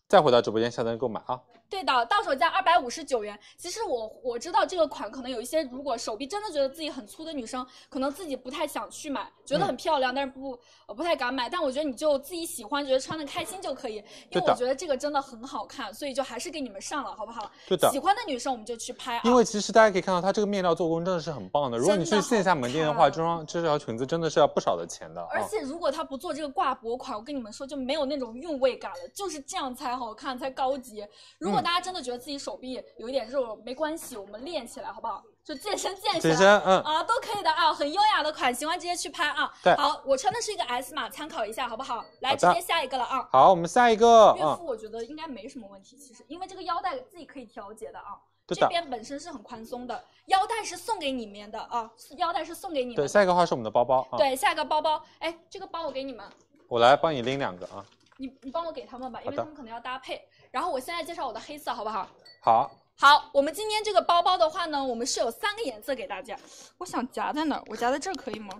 再回到直播间下单购买啊。
对的，到手价二百五十九元。其实我我知道这个款可能有一些，如果手臂真的觉得自己很粗的女生，可能自己不太想去买，觉
嗯
得很漂亮，但是不呃不太敢买。但我觉得你就自己喜欢，觉得穿的开心就可以。因
对
为
的
我觉得这个真的很好看，所以就还是给你们上了，好不好？
对的
喜欢的女生我们就去拍啊。
因为其实大家可以看到，它这个面料做工真的是很棒的。如果你
真
去
的
线下门店的话，
好看
这双这条裙子真的是要不少的钱的
而
啊！
且如果他不做这个挂脖款，我跟你们说就没有那种韵味感了，就是这样才好看，才高级。如果
嗯
大家真的觉得自己手臂有一点肉，没关系，我们练起来好不好？就健身健起
健
来。
身， 嗯，
啊，都可以的啊，很优雅的款，喜欢直接去拍啊。
对
好，我穿的是一个 S 码，参考一下好不好？来，
好
直
的
接下一个了啊。
好，我们下一个，
孕
嗯，
妇我觉得应该没什么问题，其实因为这个腰带自己可以调节的啊，
对
这
的，
边本身是很宽松的，腰带是送给你们的啊，腰带是送给你们
对，
的。
下一个的话是我们的包包啊，
对，下一个包包，哎，这个包我给你们，
我来帮你拎两个啊。
你你帮我给他们吧，因
好
为
的
他们可能要搭配。然后我现在介绍我的黑色，好不好？
好，
好，我们今天这个包包的话呢，我们是有三个颜色给大家。我想夹在哪儿？我夹在这儿可以吗？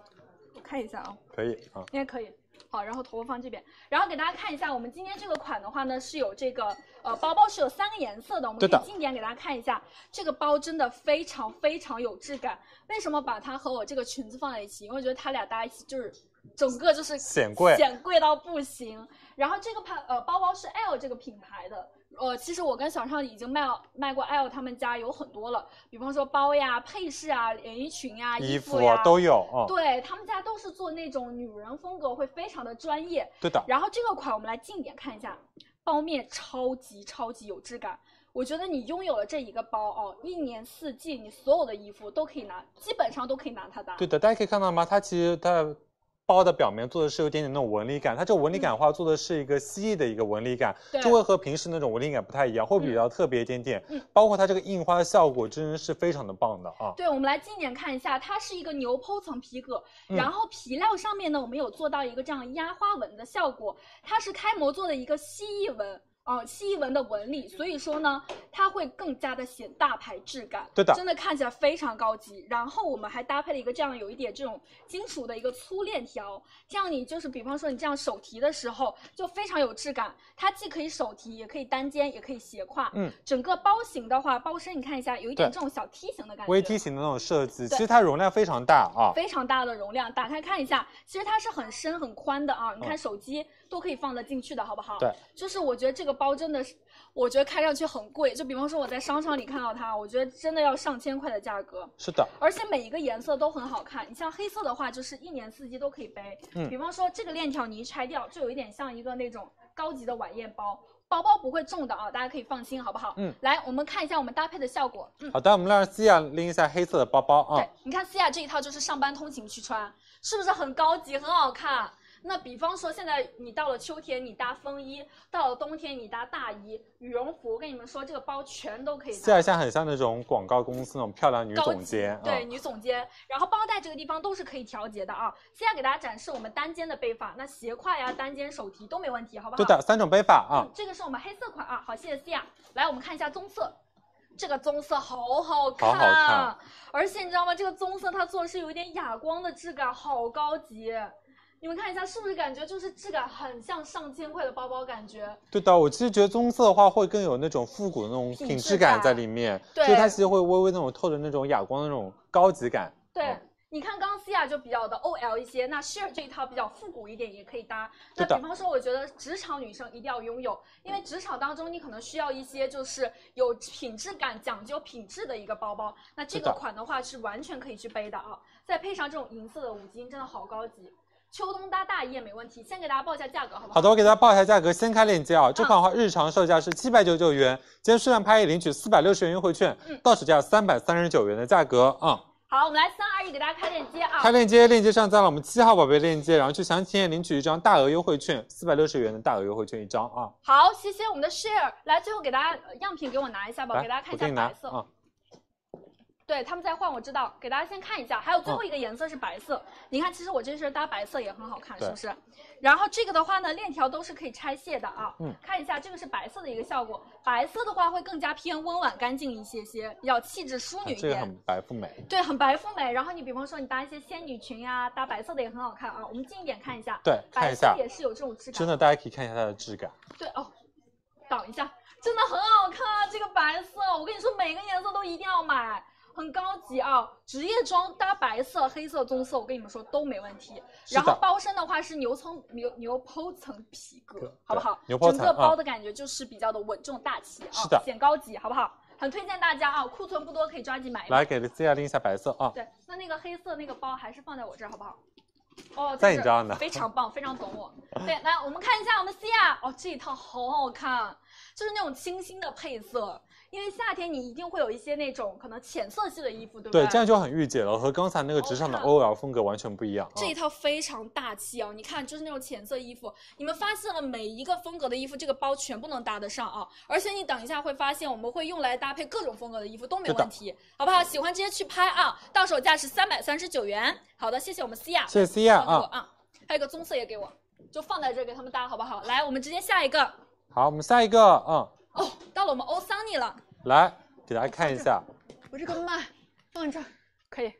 我看一下啊，
可以啊，
应该可以。好，然后头发放这边，然后给大家看一下，我们今天这个款的话呢，是有这个呃包包是有三个颜色的，我们可
对的
以近点给大家看一下，这个包真的非常非常有质感。为什么把它和我这个裙子放在一起？因为我觉得它俩搭一起就是整个就是
显贵
显贵到不行。然后这个牌呃包包是 L 这个品牌的，呃，其实我跟小畅已经卖了卖过 L 他们家有很多了，比方说包呀、配饰啊、连衣裙呀、
衣
服
服
呀
都有，嗯，
对他们家都是做那种女人风格，会非常的专业。
对的，
然后这个款我们来近一点看一下，包面超级超级有质感。我觉得你拥有了这一个包哦，一年四季你所有的衣服都可以拿，基本上都可以拿它搭。
对的，大家可以看到吗？它其实它包的表面做的是有一点点那种纹理感，它这个纹理感的话做的是一个蜥蜴的一个纹理感，
嗯对
就会和平时那种纹理感不太一样，会比较特别一点点。
嗯嗯
包括它这个印花效果真的是非常的棒的啊。
对，我们来近点看一下，它是一个牛剖层皮革，
嗯
然后皮料上面呢，我们有做到一个这样压花纹的效果，它是开模做的一个蜥蜴纹。啊、蜥蜴纹的纹理，所以说呢，它会更加的显大牌质感，
对的
真的看起来非常高级。然后我们还搭配了一个这样有一点这种金属的一个粗链条，这样你就是比方说你这样手提的时候就非常有质感，它既可以手提，也可以单肩，也可以斜挎。
嗯，
整个包型的话，包身你看一下，有一点
对
这种小梯形的感觉，
微梯形的那种设计，
对
其实它容量非常大啊。
非常大的容量，打开看一下，其实它是很深很宽的啊，你看手机都可以放得进去的，好不好？
嗯对，
就是我觉得这个包真的是，我觉得看上去很贵，就比方说我在商场里看到它，我觉得真的要上千块的价格。
是的，
而且每一个颜色都很好看，你像黑色的话，就是一年四季都可以背。
嗯
比方说这个链条你一拆掉，就有一点像一个那种高级的晚宴包，包包不会重的啊，大家可以放心，好不好？
嗯，
来我们看一下我们搭配的效果。嗯，
好的，我们让西亚拎一下黑色的包包啊
对。，你看思雅这一套就是上班通勤去穿，是不是很高级、很好看？那比方说，现在你到了秋天，你搭风衣；到了冬天，你搭大衣、羽绒服。我跟你们说，这个包全都可以
西
搭
亚。像很像那种广告公司那种漂亮女
高
总
级
监，
对
嗯，
女总监，然后包带这个地方都是可以调节的啊。现在给大家展示我们单肩的背法，那斜挎呀、单肩、手提都没问题，好不好？
对的，三种背法啊
嗯，。这个是我们黑色款啊，好，谢谢 C 亚。来，我们看一下棕色，这个棕色好好看，
好好看
而且你知道吗？这个棕色它做的是有一点哑光的质感，好高级。你们看一下，是不是感觉就是质感很像上千块的包包感觉？
对的，我其实觉得棕色的话会更有那种复古的那种
品
品
质
质感
感
在里面，
对
就是它其实会微微那种透着那种哑光的那种高级感。
对。
嗯
你看，刚刚 C 亚就比较的 OL 一些，那 Share 这一套比较复古一点，也可以搭。那
对的
比方说，我觉得职场女生一定要拥有，因为职场当中你可能需要一些就是有品质感、讲究品质的一个包包。那这
是
个
的
款的话是完全可以去背的啊，再配上这种银色的五金，真的好高级。秋冬搭大衣也没问题，先给大家报一下价格，好不好？
好的，我给大家报一下价格，先开链
嗯
接啊。这款的话日常售价是七百九十九元，今天数量拍一领取四百六十元优惠券
嗯，
到手价三百三十九元的价格啊、
好，我们来三二一给大家开链接啊
开。链接，链接上载了我们七号宝贝链接，然后去详情页领取一张大额优惠券，四百六十元的大额优惠券一张啊。
好，谢谢我们的 Share。来，最后给大家呃样品给我拿一下吧，我
来，
给大家看
我
一下
给你拿
白色。
啊、
对他们在换，我知道，给大家先看一下。还有最后
嗯
一个颜色是白色，你看，其实我这身搭白色也很好看，
对
是不是？然后这个的话呢，链条都是可以拆卸的啊。
嗯
看一下这个是白色的一个效果，白色的话会更加偏温婉干净一些些，比较气质淑女一
啊这个
点。
很白富美。
对，很白富美。然后你比方说你搭一些仙女裙呀、搭白色的也很好看啊。我们近一点看一下，
对，看
白
一
色
下，
也是有这种质感。
真的大家可以看一下它的质感。
对哦，挡一下，真的很好看啊！这个白色，我跟你说，每个颜色都一定要买，很高级啊！职业装搭白色、黑色、棕色，我跟你们说都没问题。
是的
然后包身的话是牛层牛牛剖层皮
对
革，好不好？
牛剖层嗯
整个包的感觉就是比较的稳重大气啊，
是的
显高级，好不好？很推荐大家啊，库存不多可以抓紧买一买。
来，给 C 亚拎一下白色啊。
对，那那个黑色那个包还是放在我这儿好不好？哦，
在
是
你这儿呢
非 常棒，非常懂我。对，来我们看一下我们 C 亚，哦，这一套好好看，就是那种清新的配色，因为夏天你一定会有一些那种可能浅色系的衣服，对不
对，
对
这样就很御姐了，和刚才那个职场的
好看
OL 风格完全不一样啊。
这一套非常大气啊！你看，就是那种浅色衣服，你们发现了每一个风格的衣服，这个包全部能搭得上啊！而且你等一下会发现，我们会用来搭配各种风格的衣服都没
对的
问题，好不好？喜欢直接去拍啊！到手价是三百三十九元。好的，谢谢我们 C 亚，
谢谢 C 亚
啊
啊。
啊！还有一个棕色也给我，就放在这儿给他们搭好不好？来，我们直接下一个
好，我们下一个，嗯，
哦，到了我们欧桑尼了，
来给大家看一下，啊
我这个麦放这儿可以。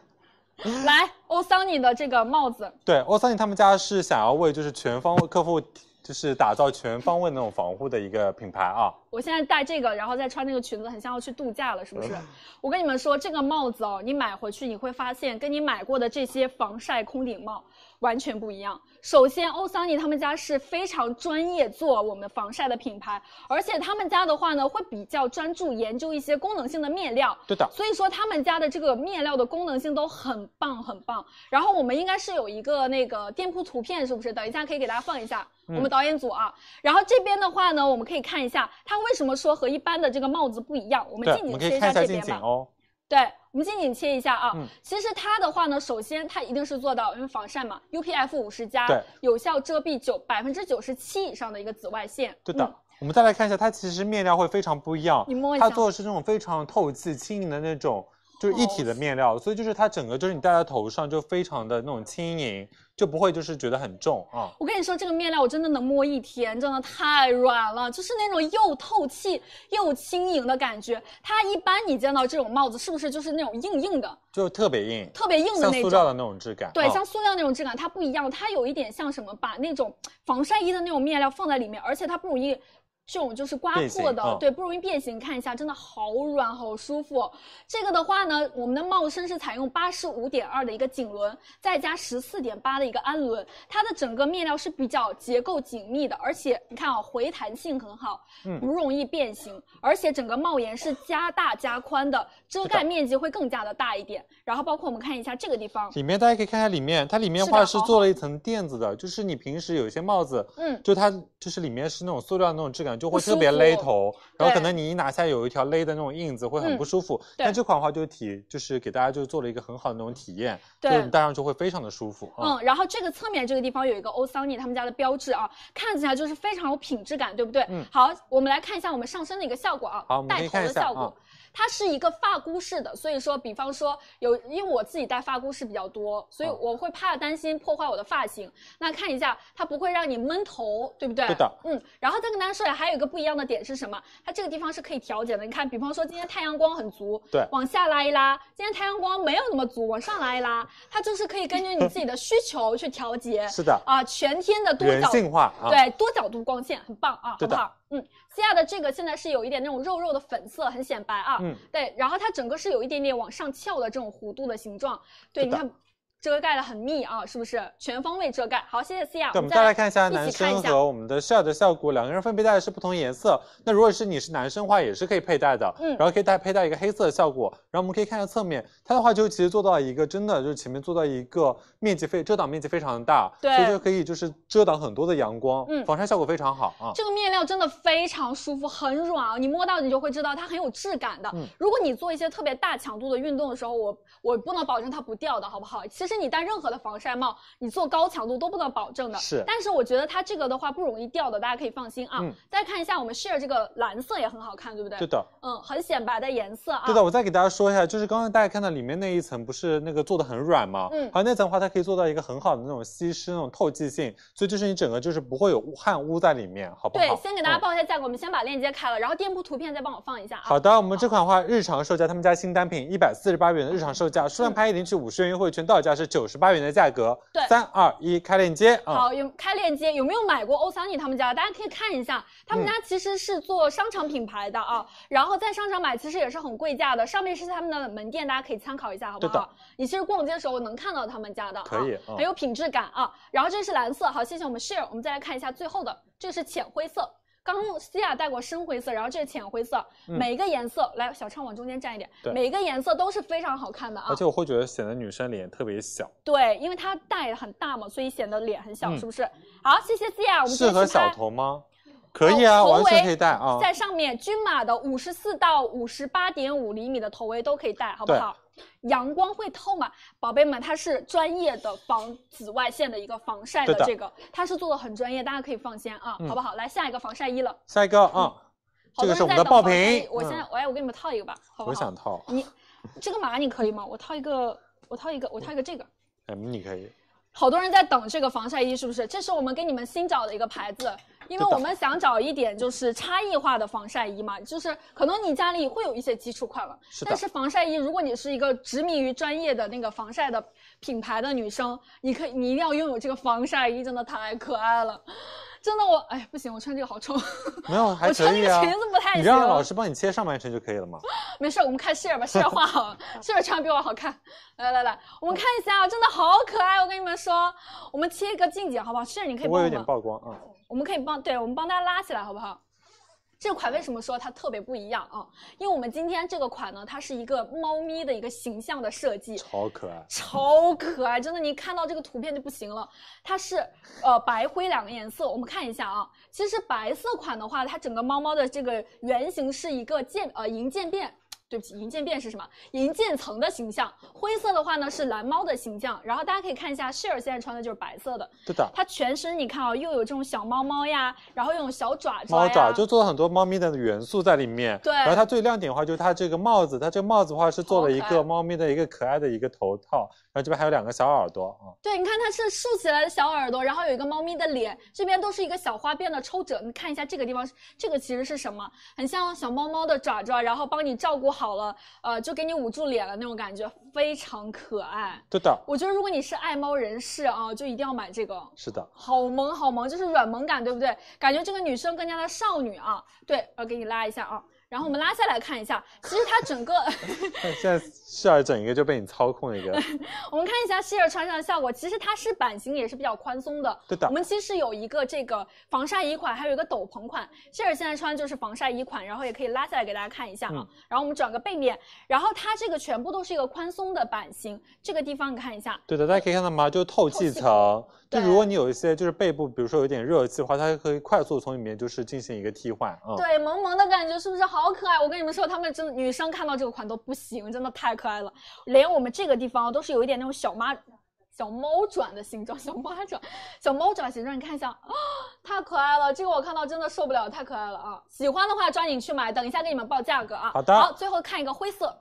来，欧桑尼的这个帽子，
对，欧桑尼他们家是想要为就是全方位客户，就是打造全方位那种防护的一个品牌啊。
我现在戴这个，然后再穿那个裙子，很像要去度假了，是不是？我跟你们说，这个帽子哦，你买回去你会发现，跟你买过的这些防晒空顶帽完全不一样。首先，欧桑尼他们家是非常专业做我们防晒的品牌，而且他们家的话呢，会比较专注研究一些功能性的面料。
对的，
所以说他们家的这个面料的功能性都很棒很棒。然后我们应该是有一个那个店铺图片，是不是？等一下可以给大家放一下，
嗯
我们导演组啊。然后这边的话呢，我们可以看一下它为什么说和一般的这个帽子不一样。我们
对，
近景
我们可
切
以
一
看
下这
一下近
边
景
吧。
哦。
对，我们近景切一下啊。
嗯
其实它的话呢，首先它一定是做到因为防晒嘛，UPF 五十加
对，
有效遮蔽九百分之九十七以上的一个紫外线。
对的，
嗯
我们再来看一下，它其实面料会非常不一样。
你摸一下
它做的是那种非常透气、轻盈的那种，就是一体
哦
的面料，所以就是它整个就是你戴在头上就非常的那种轻盈，就不会就是觉得很重啊。
我跟你说，这个面料我真的能摸一天，真的太软了，就是那种又透气又轻盈的感觉。它一般你见到这种帽子，是不是就是那种硬硬的，
就特别硬，
特别硬的
像
那种
塑料？的那种质感。
对，
啊
像塑料那种质感，它不一样，它有一点像什么，把那种防晒衣的那种面料放在里面，而且它不容易。这种就是刮
变
破
形
的，
嗯
对，不容易变形。看一下，真的好软，好舒服。这个的话呢，我们的帽身是采用八十五点二的一个颈轮，再加十四点八的一个氨轮，它的整个面料是比较结构紧密的，而且你看啊、回弹性很好，
嗯
不容易变形，而且整个帽檐是加大加宽的，遮
是的
盖面积会更加的大一点。然后包括我们看一下这个地方，
里面大家可以看一下里面，它里面
是的哦
话是
好
做了一层垫子的，就是你平时有一些帽子，
嗯，
就它就是里面是那种塑料的那种质感，就会
不舒
特别
服
勒头，然后可
对
能你一拿下有一条勒的那种印子，会很
嗯
不舒服。
对
但这款的话就体就是给大家就做了一个很好的那种体验，就是
对
你戴上去会非常的舒服。啊。
嗯，然后这个侧面这个地方有一个欧桑尼他们家的标志啊，看起来就是非常有品质感，对不对？
嗯
好，我们来看一下我们上身的一个效果啊，
好我们可
带
以
头
看一
的
下
效果。
啊
它是一个发箍式的，所以说，比方说有，因为我自己戴发箍式比较多，所以
嗯
我会怕担心破坏我的发型。那看一下，它不会让你闷头，对不对？
对的。
嗯，然后再跟大家说一下，还有一个不一样的点是什么？它这个地方是可以调节的。你看，比方说今天太阳光很足，
对
往下拉一拉；今天太阳光没有那么足，往上拉一拉。它就是可以根据你自己的需求去调节
是的，
啊，全天的多
人
角
性化啊。
对，多角度光线很棒啊，好
对
不
的
好？嗯，西亚的这个现在是有一点那种肉肉的粉色，很显白啊。
嗯，
对，然后它整个是有一点点往上翘的这种弧度的形状。对，
是
你
的
看遮盖的很密啊，是不是？全方位遮盖。好，谢谢西亚。
对，我们
再
再来看一下
一
男
起看一
生
下
和我们的 s h 的效果，两个人分别戴的是不同颜色。那如果是你是男生的话，也是可以佩戴的，
嗯
然后可以戴佩戴一个黑色的效果。然后我们可以看一下侧面，它的话就其实做到一个真的就是前面做到一个面积非遮挡面积非常大，
对
所以就可以就是遮挡很多的阳光，
嗯
防晒效果非常好啊。
这个面料真的非常舒服，很软啊，你摸到你就会知道它很有质感的。
嗯
如果你做一些特别大强度的运动的时候，我我不能保证它不掉的，好不好？其实你戴任何的防晒帽，你做高强度都不能保证的。
是
但是我觉得它这个的话不容易掉的，大家可以放心啊。
嗯
再看一下我们 share 这个蓝色也很好看，对不对？
对的，
嗯，很显白的颜色啊。
对的，我再给大家说一下，就是刚刚大家看到里面那一层不是那个做的很软嘛，
嗯
还有那层的话，它可以做到一个很好的那种吸湿、那种透气性，所以就是你整个就是不会有汗污在里面，好不好？
对，先给大家
嗯
报一下价格，我们先把链接开了，然后店铺图片再帮我放一下啊。
好的，我们这款的话日常售价，他们家新单品一百四十八元的日常售
嗯
价，数量拍一领取五十元优惠券，到手价是九十八元的价格。
对
三二一，开链接啊！
好，有开链接，有没有买过欧桑尼他们家？大家可以看一下，他
嗯
们家其实是做商场品牌的啊，然后在商场买其实也是很贵价的。上面是他们的门店，大家可以参考一下，好不
对的
好？你其实逛街的时候能看到他们家的啊，
可以嗯
很有品质感啊。然后这是蓝色，好，谢谢我们 share，我们再来看一下最后的，这个是浅灰色。刚刚西亚带过深灰色，然后这是浅灰色，
嗯
每一个颜色，来小畅往中间站一点，
对
每一个颜色都是非常好看的啊。
而且我会觉得显得女生脸特别小，
对，因为它戴很大嘛，所以显得脸很小，
嗯
是不是？好，谢谢季啊亚，我们
适合
继续
小
看哦
头吗？可以啊，
头
完
围
全可以戴啊。
在上面，均码的五十四到五十八点五厘米的头围都可以戴，好不好？阳光会透嘛，宝贝们，它是专业的防紫外线的一个防晒的
对的
这个，它是做的很专业，大家可以放心啊，
嗯
好不好？来下一个防晒衣了，
下一个啊，
嗯好多
这个
人
是我们
在
的
等
爆
防晒衣
品。
我现在
嗯，
哎，我给你们套一个吧，好不好？
我想套，
你这个马你可以吗？我套一个，我套一个，我套一个这个。
嗯，你可以。
好多人在等这个防晒衣，是不是？这是我们给你们新找的一个牌子，因为我们想找一点就是差异化的防晒衣嘛，就是可能你家里会有一些基础款了，
是的
但，是防晒衣，如果你是一个执迷于专业的那个防晒的品牌的女生，你可以你一定要拥有这个防晒衣，真的太可爱了。真的我哎不行，我穿这个好丑，
没有还
我穿
可
那
以
个
啊
裙。子不太
你
行。
让老师帮你切上半身就可以了嘛。
没事，我们看 share 吧，share 画好 了，share 穿比我好看。来来来，我们看一下，啊真的好可爱。我跟你们说，我们切一个近哎景好不好？share 你可以帮
我
我
有点
们，
曝光啊，
我们可以帮，对我们帮大家拉起来好不好？这款为什么说它特别不一样啊？因为我们今天这个款呢，它是一个猫咪的一个形象的设计，
超可爱。
超可爱，真的，你看到这个图片就不行了。它是呃白灰两个颜色，我们看一下啊。其实白色款的话，它整个猫猫的这个原型是一个渐呃银渐变。对不起，银渐变是什么？银渐层的形象。灰色的话呢是蓝猫的形象，然后大家可以看一下 s h e r 现在穿的就是白色的，
对的，
它全身你看啊、又有这种小猫猫呀，然后又有小爪爪呀，
猫爪就做了很多猫咪的元素在里面。
对
然后它最亮点的话就是它这个帽子，它这个帽子的话是做了一
好可爱
个猫咪的一个可爱的一个头套，然后这边还有两个小耳朵啊。
对，你看它是竖起来的小耳朵，然后有一个猫咪的脸，这边都是一个小花边的抽褶。你看一下这个地方，这个其实是什么？很像小猫猫的爪爪，然后帮你照顾好了，呃，就给你捂住脸了那种感觉，非常可爱。
对的，
我觉得如果你是爱猫人士啊，就一定要买这个，
是的，
好萌好萌，就是软萌感，对不对？感觉这个女生更加的少女啊。对，我给你拉一下啊，然后我们拉下来看一下，其实它整个。
但现在试儿整一个就被你操控了一个。
我们看一下希尔穿上的效果，其实它是版型也是比较宽松的。
对的
我们其实有一个这个防晒衣款，还有一个斗篷款。希尔现在穿就是防晒衣款，然后也可以拉下来给大家看一下啊。
嗯
然后我们转个背面，然后它这个全部都是一个宽松的版型，这个地方你看一下，
对的，大家可以看到吗？就是透气层。就
对
如果你有一些就是背部，比如说有点热气的话，它可以快速从里面就是进行一个替换啊。
对，萌萌的感觉是不是好可爱？我跟你们说，他们真的女生看到这个款都不行，真的太可爱了。连我们这个地方都是有一点那种小妈、小猫爪的形状，小猫爪、小猫爪形状，你看一下啊，太可爱了！这个我看到真的受不了，太可爱了啊！喜欢的话抓紧去买，等一下给你们报价格啊。
好的
好，最后看一个灰色。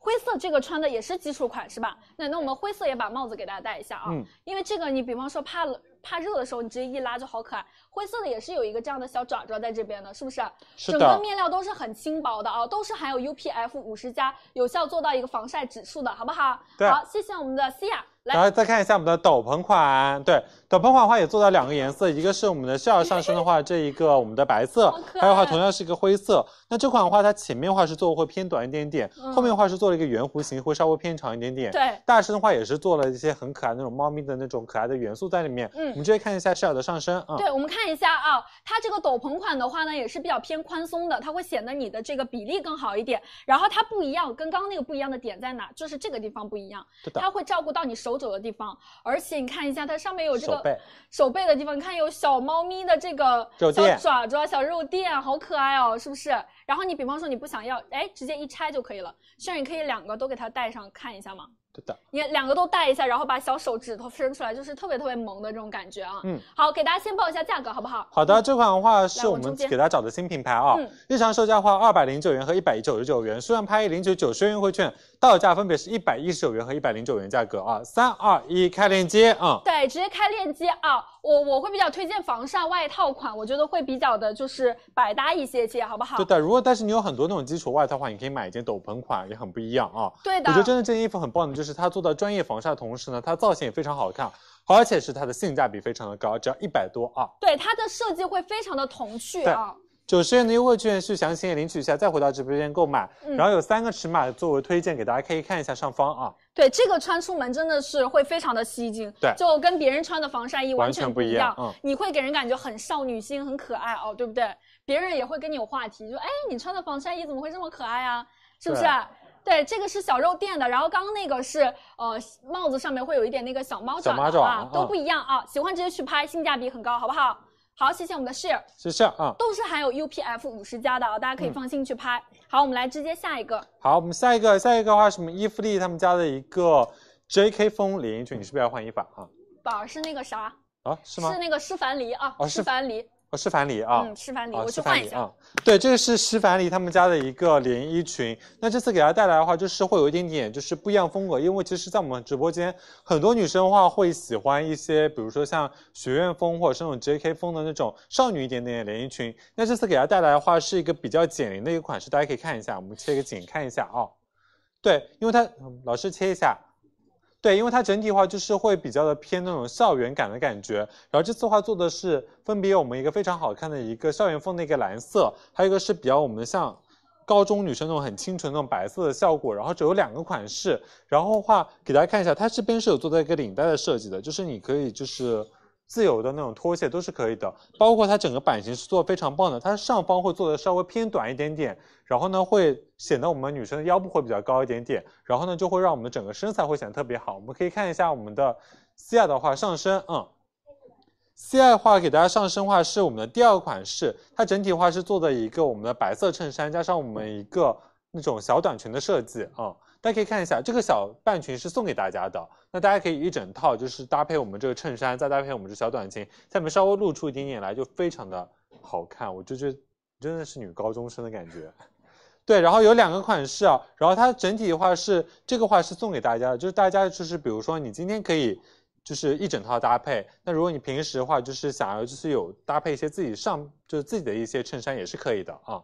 灰色这个穿的也是基础款是吧？那那我们灰色也把帽子给大家戴一下啊。
嗯，
因为这个你比方说怕冷怕热的时候，你直接一拉就好可爱。灰色的也是有一个这样的小爪爪在这边的，是不是？啊
是
整个
的，
面料都是很轻薄的啊，都是含有 UPF 五十加，有效做到一个防晒指数的，好不好？
对
好，谢谢我们的西亚。
然
来，
后再看一下我们的斗篷款，对，斗篷款的话也做到两个颜色，一个是我们的笑上身的话，这一个我们的白色
好，可爱
还有的话同样是一个灰色。那这款的话，它前面的话是做会偏短一点点，
嗯
后面的话是做了一个圆弧形，会稍微偏长一点点。
对，
大身的话也是做了一些很可爱的那种猫咪的那种可爱的元素在里面。
嗯
我们直接看一下笑的上身啊，
对，我们看一下啊，它这个斗篷款的话呢，也是比较偏宽松的，它会显得你的这个比例更好一点。然后它不一样，跟刚刚那个不一样的点在哪？就是这个地方不一样，
对的，
它会照顾到你手肘的地方，而且你看一下，它上面有这
手
个
背。
手背的地方，你看有小猫咪的这个
肉
小
垫
爪爪、小肉垫，好可爱哦，是不是？然后你比方说你不想要，哎，直接一拆就可以了。甚至你可以两个都给它戴上看一下嘛，
对的，
你两个都戴一下，然后把小手指头伸出来，就是特别特别萌的这种感觉啊。
嗯，
好，给大家先报一下价格好不好？
好的，这款的话
嗯
是
来我
我们
中间
给大家找的新品牌啊，
嗯
日常售价的话二百零九元和一百九十九元，数量拍一零九九十元优惠券，到价分别是一百一十九元和一百零九元价格啊。三二一，开链接啊！
对，直接开链接啊！我我会比较推荐防晒外套款，我觉得会比较的就是百搭一些些，好不好？
对的，如果但是你有很多那种基础外套的话，你可以买一件斗篷款，也很不一样啊。
对的，
我觉得真的这件衣服很棒的，就是它做到专业防晒的同时呢，它造型也非常好看，而且是它的性价比非常的高，只要一百多啊。
对它的设计会非常的童趣
对
啊。
九十元的优惠券去详情页领取一下，再回到直播间购买。
嗯
然后有三个尺码作为推荐给大家，可以看一下上方啊。
对，这个穿出门真的是会非常的吸睛，
对
就跟别人穿的防晒衣
完
全
全
不
不
一
一样嗯
你会给人感觉很少女心，很可爱哦，对不对？别人也会跟你有话题，就哎，你穿的防晒衣怎么会这么可爱啊？是不是？对，这个是小肉垫的，然后刚刚那个是呃帽子上面会有一点那个小猫爪
小猫
的啊
爪，
都
嗯
不一样啊。喜欢直接去拍，性价比很高，好不好？好，谢谢我们的 share，
是这样啊。
都是含有 UPF 五十加的啊，大家可以
嗯
放心去拍。好，我们来直接下一个，
好，我们下一个，下一个的话是我们伊芙丽他们家的一个 JK 风连衣裙，你是不是要换衣法啊？
宝儿是那个啥，
啊，是吗？
那个施凡黎啊，
哦
施
施
凡黎，
哦，是凡里啊。
嗯，施凡里，
啊，
我去
施凡
换
里
一下。
啊、对，这个是施凡里他们家的一个连衣裙。那这次给大家带来的话，就是会有一点点就是不一样风格，因为其实，在我们直播间，很多女生的话会喜欢一些，比如说像学院风或者是那种 JK 风的那种少女一点点的连衣裙。那这次给大家带来的话，是一个比较减龄的一个款式，大家可以看一下，我们切一个景看一下啊、对，因为它嗯老师切一下。对，因为它整体的话就是会比较的偏那种校园感的感觉，然后这次的话做的是分别有我们一个非常好看的一个校园风的一个蓝色，还有一个是比较我们像高中女生那种很清纯那种白色的效果，然后只有两个款式，然后的话给大家看一下，它这边是有做到一个领带的设计的，就是你可以就是自由的那种脱卸都是可以的，包括它整个版型是做的非常棒的，它上方会做的稍微偏短一点点，然后呢，会显得我们女生的腰部会比较高一点点，然后呢，就会让我们的整个身材会显得特别好。我们可以看一下我们的西亚的话上身，嗯，西亚的话给大家上身的话是我们的第二款式，它整体的话是做的一个我们的白色衬衫加上我们一个那种小短裙的设计，嗯，大家可以看一下这个小半裙是送给大家的，那大家可以一整套就是搭配我们这个衬衫，再搭配我们这小短裙，下面稍微露出一点点来就非常的好看，我就觉得真的是女高中生的感觉。对，然后有两个款式啊，然后它整体的话是这个话是送给大家的，就是大家就是比如说你今天可以就是一整套搭配，那如果你平时的话就是想要就是有搭配一些自己上就是自己的一些衬衫也是可以的啊。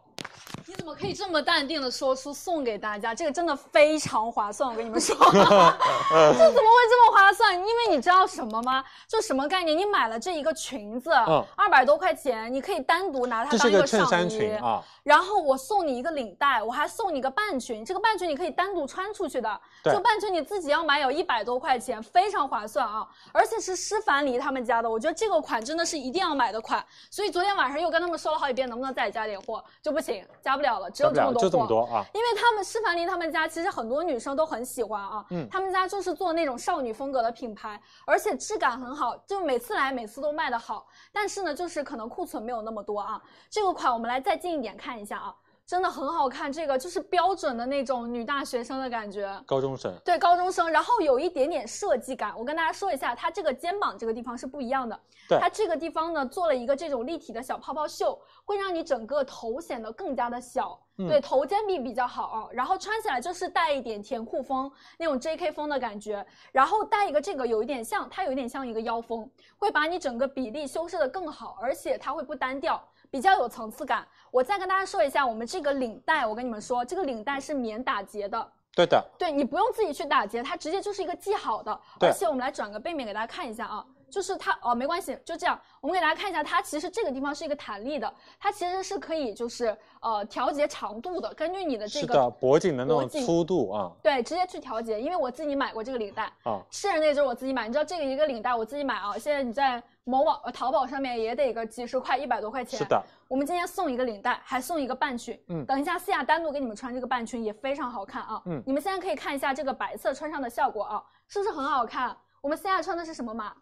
你怎么可以这么淡定的说出送给大家？这个真的非常划算，我跟你们 说，这 怎么会这么划算？因为你知道什么吗？就什么概念？你买了这一个裙子，
嗯
二百、多块钱，你可以单独拿它
这
当
是
一
个衬
上
衫
衣
裙，啊，
然后我送你一个领带，我还送你一个半裙，这个半裙你可以单独穿出去的。
对
就半裙你自己要买有一百多块钱，非常划算啊！而且是施凡黎他们家的，我觉得这个款真的是一定要买的款。所以昨天晚上又跟他们说了好几遍，能不能再加点货，就不行，加不了了，只
大
有
不
这么
了
多货。
就这么多啊。
因为他们施凡黎他们家其实很多女生都很喜欢啊，
嗯
他们家就是做那种少女风格的品牌，而且质感很好，就每次来每次都卖的好。但是呢，就是可能库存没有那么多啊。这个款我们来再近一点看一下啊，真的很好看，这个就是标准的那种女大学生的感觉。
高中生，
对高中生，然后有一点点设计感。我跟大家说一下，它这个肩膀这个地方是不一样的。
对
它这个地方呢做了一个这种立体的小泡泡袖，会让你整个头显得更加的小。
嗯
对，头肩比比较好啊，然后穿起来就是带一点甜酷风那种 J K 风的感觉，然后带一个这个有一点像，它有一点像一个腰封，会把你整个比例修饰的更好，而且它会不单调，比较有层次感。我再跟大家说一下，我们这个领带，我跟你们说，这个领带是免打结的，
对的，
对你不用自己去打结，它直接就是一个系好的。
对
而且我们来转个背面给大家看一下啊，就是它哦，没关系，就这样。我们给大家看一下，它其实这个地方是一个弹力的，它其实是可以就是呃调节长度的，根据你呃的这
是
个
的，脖颈的那
脖
种
颈
粗度啊
对直接去调节。因为我自己买过这个领带，
啊，
是那就是我自己买，你知道这个一个领带我自己买啊，现在你在某网呃淘宝上面也得个几十块、一百多块钱。
是的，
我们今天送一个领带，还送一个半裙。
嗯
等一下，西亚单独给你们穿这个半裙也非常好看啊。
嗯
你们现在可以看一下这个白色穿上的效果啊，是不是很好看？我们西亚穿的是什么码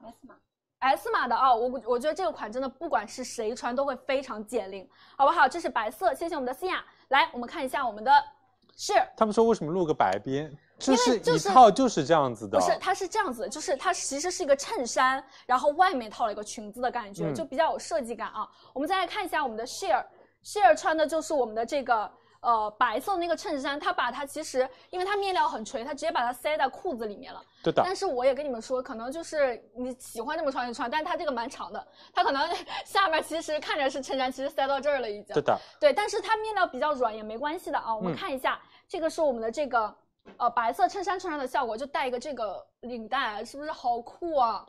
？S 码的啊，我估我觉得这个款真的不管是谁穿都会非常减龄，好不好？这是白色，谢谢我们的西亚。来，我们看一下我们的，是
他们说为什么露个白边，就
为
是
就
一
是
套就是这样子的，啊
不是，它是这样子的，就是它其实是一个衬衫，然后外面套了一个裙子的感觉，
嗯
就比较有设计感啊。我们再来看一下我们的 share，share 穿的就是我们的这个。呃，白色那个衬衫，它把它其实，因为它面料很垂，它直接把它塞在裤子里面了。
对的，
但是我也跟你们说，可能就是你喜欢这么穿就穿，但是它这个蛮长的，它可能 下面其实看着是衬衫，其实塞到这儿了已经
对。的，
对，但是它面料比较软也没关系的啊。我们
嗯
看一下，这个是我们的这个呃白色衬衫穿上的效果，就带一个这个领带，是不是好酷啊？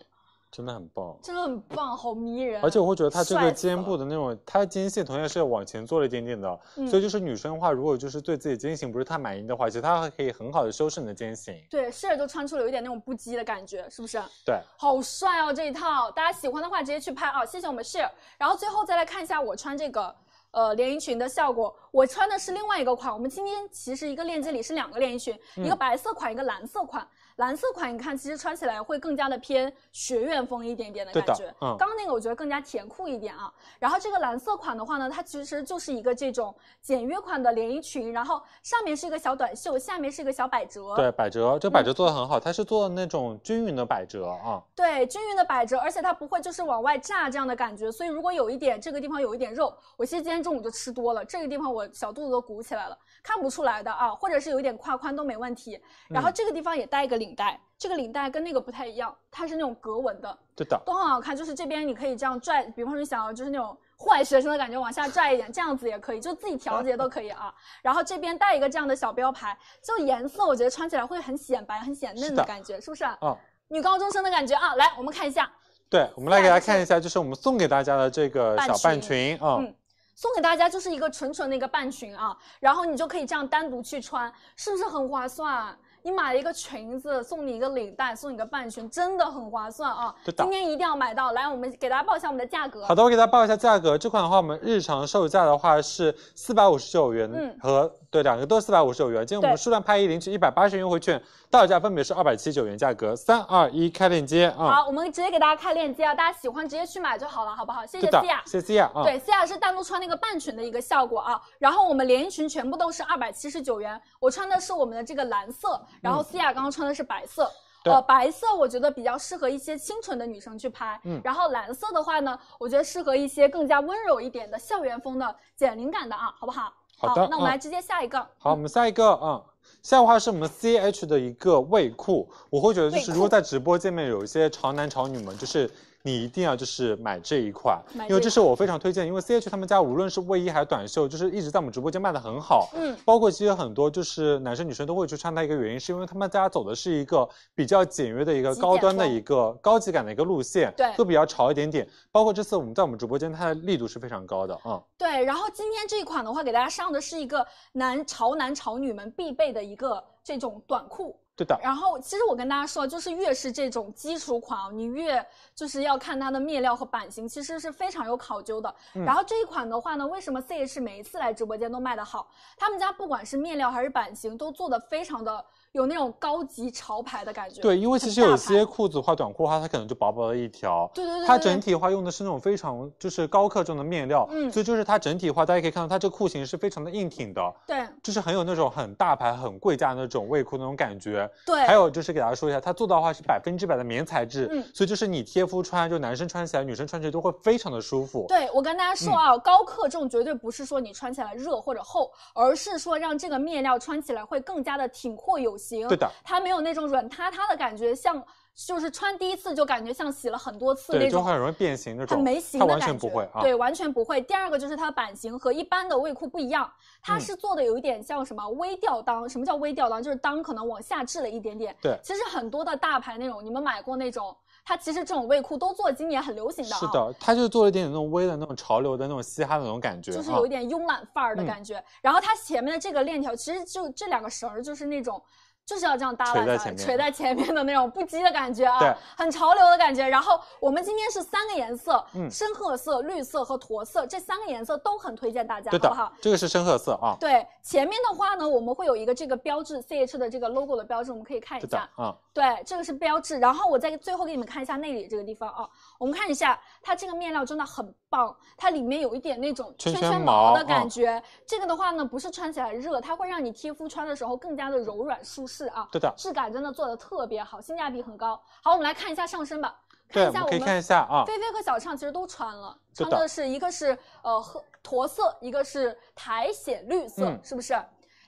真的很棒。
真的很棒，好迷人。
而且我会觉得它这个
帅死了
肩部的那种，它肩线同样是往前做了一点点的，
嗯
所以就是女生的话，如果就是对自己肩型不是太满意的话，其实它还可以很好的修饰你的肩型。
对，是就穿出了有一点那种不羁的感觉，是不是？
对，
好帅哦这一套，大家喜欢的话直接去拍啊！谢谢我们 share。然后最后再来看一下我穿这个呃连衣裙的效果，我
嗯
穿的是另外一个款。我们今天其实一个链接里是两个连衣裙，一个白色款，一个蓝色款。蓝色款你看其实穿起来会更加的偏学院风一点点的感
对
觉
的。嗯
刚刚那个我觉得更加甜酷一点啊。然后这个蓝色款的话呢，它其实就是一个这种简约款的连衣裙，然后上面是一个小短袖，下面是一个小百褶。
对，百褶，这个百
嗯
褶做的很好，它是做的那种均匀的百褶啊。
对，均匀的摆着，而且它不会就是往外炸这样的感觉。所以如果有一点这个地方有一点肉，我其实今天中午就吃多了，这个地方我小肚子都鼓起来了，看不出来的啊，或者是有一点胯宽都没问题。然
嗯
后这个地方也带一个领带，这个领带跟那个不太一样，它是那种格纹的，
对的，
都很好看。就是这边你可以这样拽，比方说你想要就是那种坏学生的感觉，往下拽一点，这样子也可以，就自己调节都可以啊。然后这边带一个这样的小标牌，就颜色我觉得穿起来会很显白、很显嫩
是
的
的
感觉，是不是啊？
嗯
女高中生的感觉啊，来，我们看一下，
对，我们来给大
再来就是
家看一下，就是我们送给大家的这个
半
小半
裙
裙啊。
嗯送给大家就是一个纯纯的一个半裙啊，然后你就可以这样单独去穿，是不是很划算？啊你买一个裙子，送你一个领带，送你个半裙，真的很划算啊！
对的
今天一定要买到，来，我们给大家报一下我们的价格。
好的，我给大家报一下价格。这款的话，我们日常售价的话是四百五十九元
嗯
和、对，两个都是四百五十九元。今天我
对
们数量拍一领取一百八十元优惠券，到手价分别是二百七十九元，价格三二一开链接啊。
好，我们直接给大家开链接啊，大家喜欢直接去买就好了，好不好？谢谢
对的
西亚，。
谢谢啊。
对，西亚是单独穿那个半裙的一个效果啊。然后我们连衣裙全部都是二百七十九元，我穿的是我们的这个蓝色，然后西亚刚刚穿的是白色。
嗯对
呃，白色我觉得比较适合一些清纯的女生去拍，
嗯
然后蓝色的话呢，我觉得适合一些更加温柔一点的校园风的减龄感的啊，好不好？
好的
那我们
嗯
来直接下一个。
好，我们下一个啊、嗯下一个话是我们 C H 的一个卫裤，我会觉得就
卫裤
是如果在直播间面有一些潮男潮女们，就是你一定要就是买这一款
买，
因为
这一
这是我非常推荐，因为 C H 他们家无论是卫衣还是短袖，就是一直在我们直播间卖的很好，
嗯，
包括其实很多就是男生女生都会去穿它一个原因，是因为他们家走的是一个比较简约的一个
极简
高端的
风
一个高级感的一个路线，
对
会比较潮一点点。包括这次我们在我们直播间，它的力度是非常高的啊、嗯
对，然后今天这一款的话，给大家上的是一个男潮男潮女们必备的一个这种短裤。
对的，
然后，其实我跟大家说，就是越是这种基础款啊，你越就是要看它的面料和版型，其实是非常有考究的。
嗯
然后这一款的话呢，为什么 CH 每一次来直播间都卖得好？他们家不管是面料还是版型，都做的非常的有那种高级潮牌的感觉。
对，因为其
很
实
大
有
牌
些裤子的话，短裤的话，它可能就薄薄的一条。
对对对，
它
对
整
对
体的话用的是那种非常就是高克重的面料，
嗯
所以就是它整体的话，大家可以看到它这个裤型是非常的硬挺的，
对
就是很有那种很大牌、很贵价的那种卫裤那种感觉。
对，
还有就是给大家说一下，它做到的话是百分之百的棉材质，
哎嗯
所以就是你贴肤穿，就男生穿起来、女生穿起来都会非常的舒服。
对我跟大家说
嗯
啊，高克重绝对不是说你穿起来热或者厚，而是说让这个面料穿起来会更加的挺阔有型。
对的，
它没有那种软塌塌的感觉，像就是穿第一次就感觉像洗了很多次
对，
那
就
种。
很容易变形那种，
很没型
它
的
完
感觉，
全不会啊。
对，完全不会。第二个就是它的版型和一般的卫裤不一样，它
嗯
是做的有一点像什么微吊裆。什么叫微吊裆？就是裆可能往下置了一点点。
对
其实很多的大牌那种，你们买过那种，它其实这种卫裤都做今年很流行的啊。
是的，它就做了一点点那种微的那种潮流的那种嘻哈的那种感觉，
就是
啊
有一点慵懒范儿的
嗯
感觉。然后它前面的这个链条，其实就这两个绳儿，就是那种。就是要这样耷拉
垂
下来，
在前面
垂在前面的那种不羁的感觉
对
啊，很潮流的感觉。然后我们今天是三个颜色，
嗯
深褐色、绿色和驼色，这三个颜色都很推荐大家，
对
好不好
的？，这个是深褐色啊，
对，前面的话呢，我们会有一个这个标志，CH 的这个 logo 的标志，我们可以看
对
一
的
下
啊。。
对，这个是标志。然后我再最后给你们看一下内里这个地方啊，我们看一下它这个面料真的很棒，它里面有一点那种
圈
圈
圈
毛
毛
的感
嗯
觉。这个的话呢，不是穿起来热，它会让你贴肤穿的时候更加的柔软舒适啊，
对的，
质感真的做的特别好，性价比很高。好，我们来看一下上身吧，
对，
看一下我
我们可以
们
看一下啊，
菲菲和小畅其实都穿了，
对
穿
的
的是一个是呃褐驼色，一个是苔藓绿色，
嗯
是不是？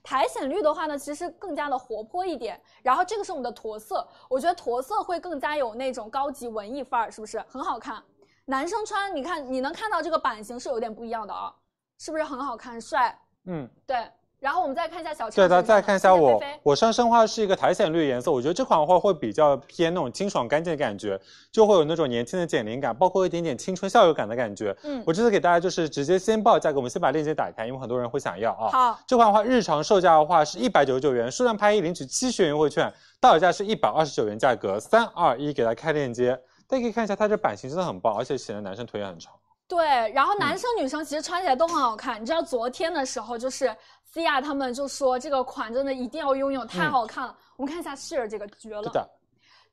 苔藓绿的话呢，其实更加的活泼一点。然后这个是我们的驼色，我觉得驼色会更加有那种高级文艺范儿，是不是？很好看。男生穿，你看你能看到这个版型是有点不一样的啊，是不是很好看帅？
嗯，
对。然后我们再看一下小畅
对，
身上的，
大家再看一下我
菲菲，
我上身的话是一个苔藓绿的颜色，我觉得这款的话会比较偏那种清爽干净的感觉，就会有那种年轻的减龄感，包括一点点青春校友感的感觉。
嗯，
我这次给大家就是直接先报价格，我们先把链接打开，因为很多人会想要啊。
好，
这款的话，日常售价的话是一百九十九元，数量拍一领取七十元优惠券，到手价是一百二十九元，价格三二一，给大家开链接。大家可以看一下，它这版型真的很棒，而且显得男生腿也很长。
对，然后男生女生其实穿起来都很好看。你知道昨天的时候，就是思雅他们就说这个款真的一定要拥有，太好看了。我们看一下 Sheer 这个绝了，
是的，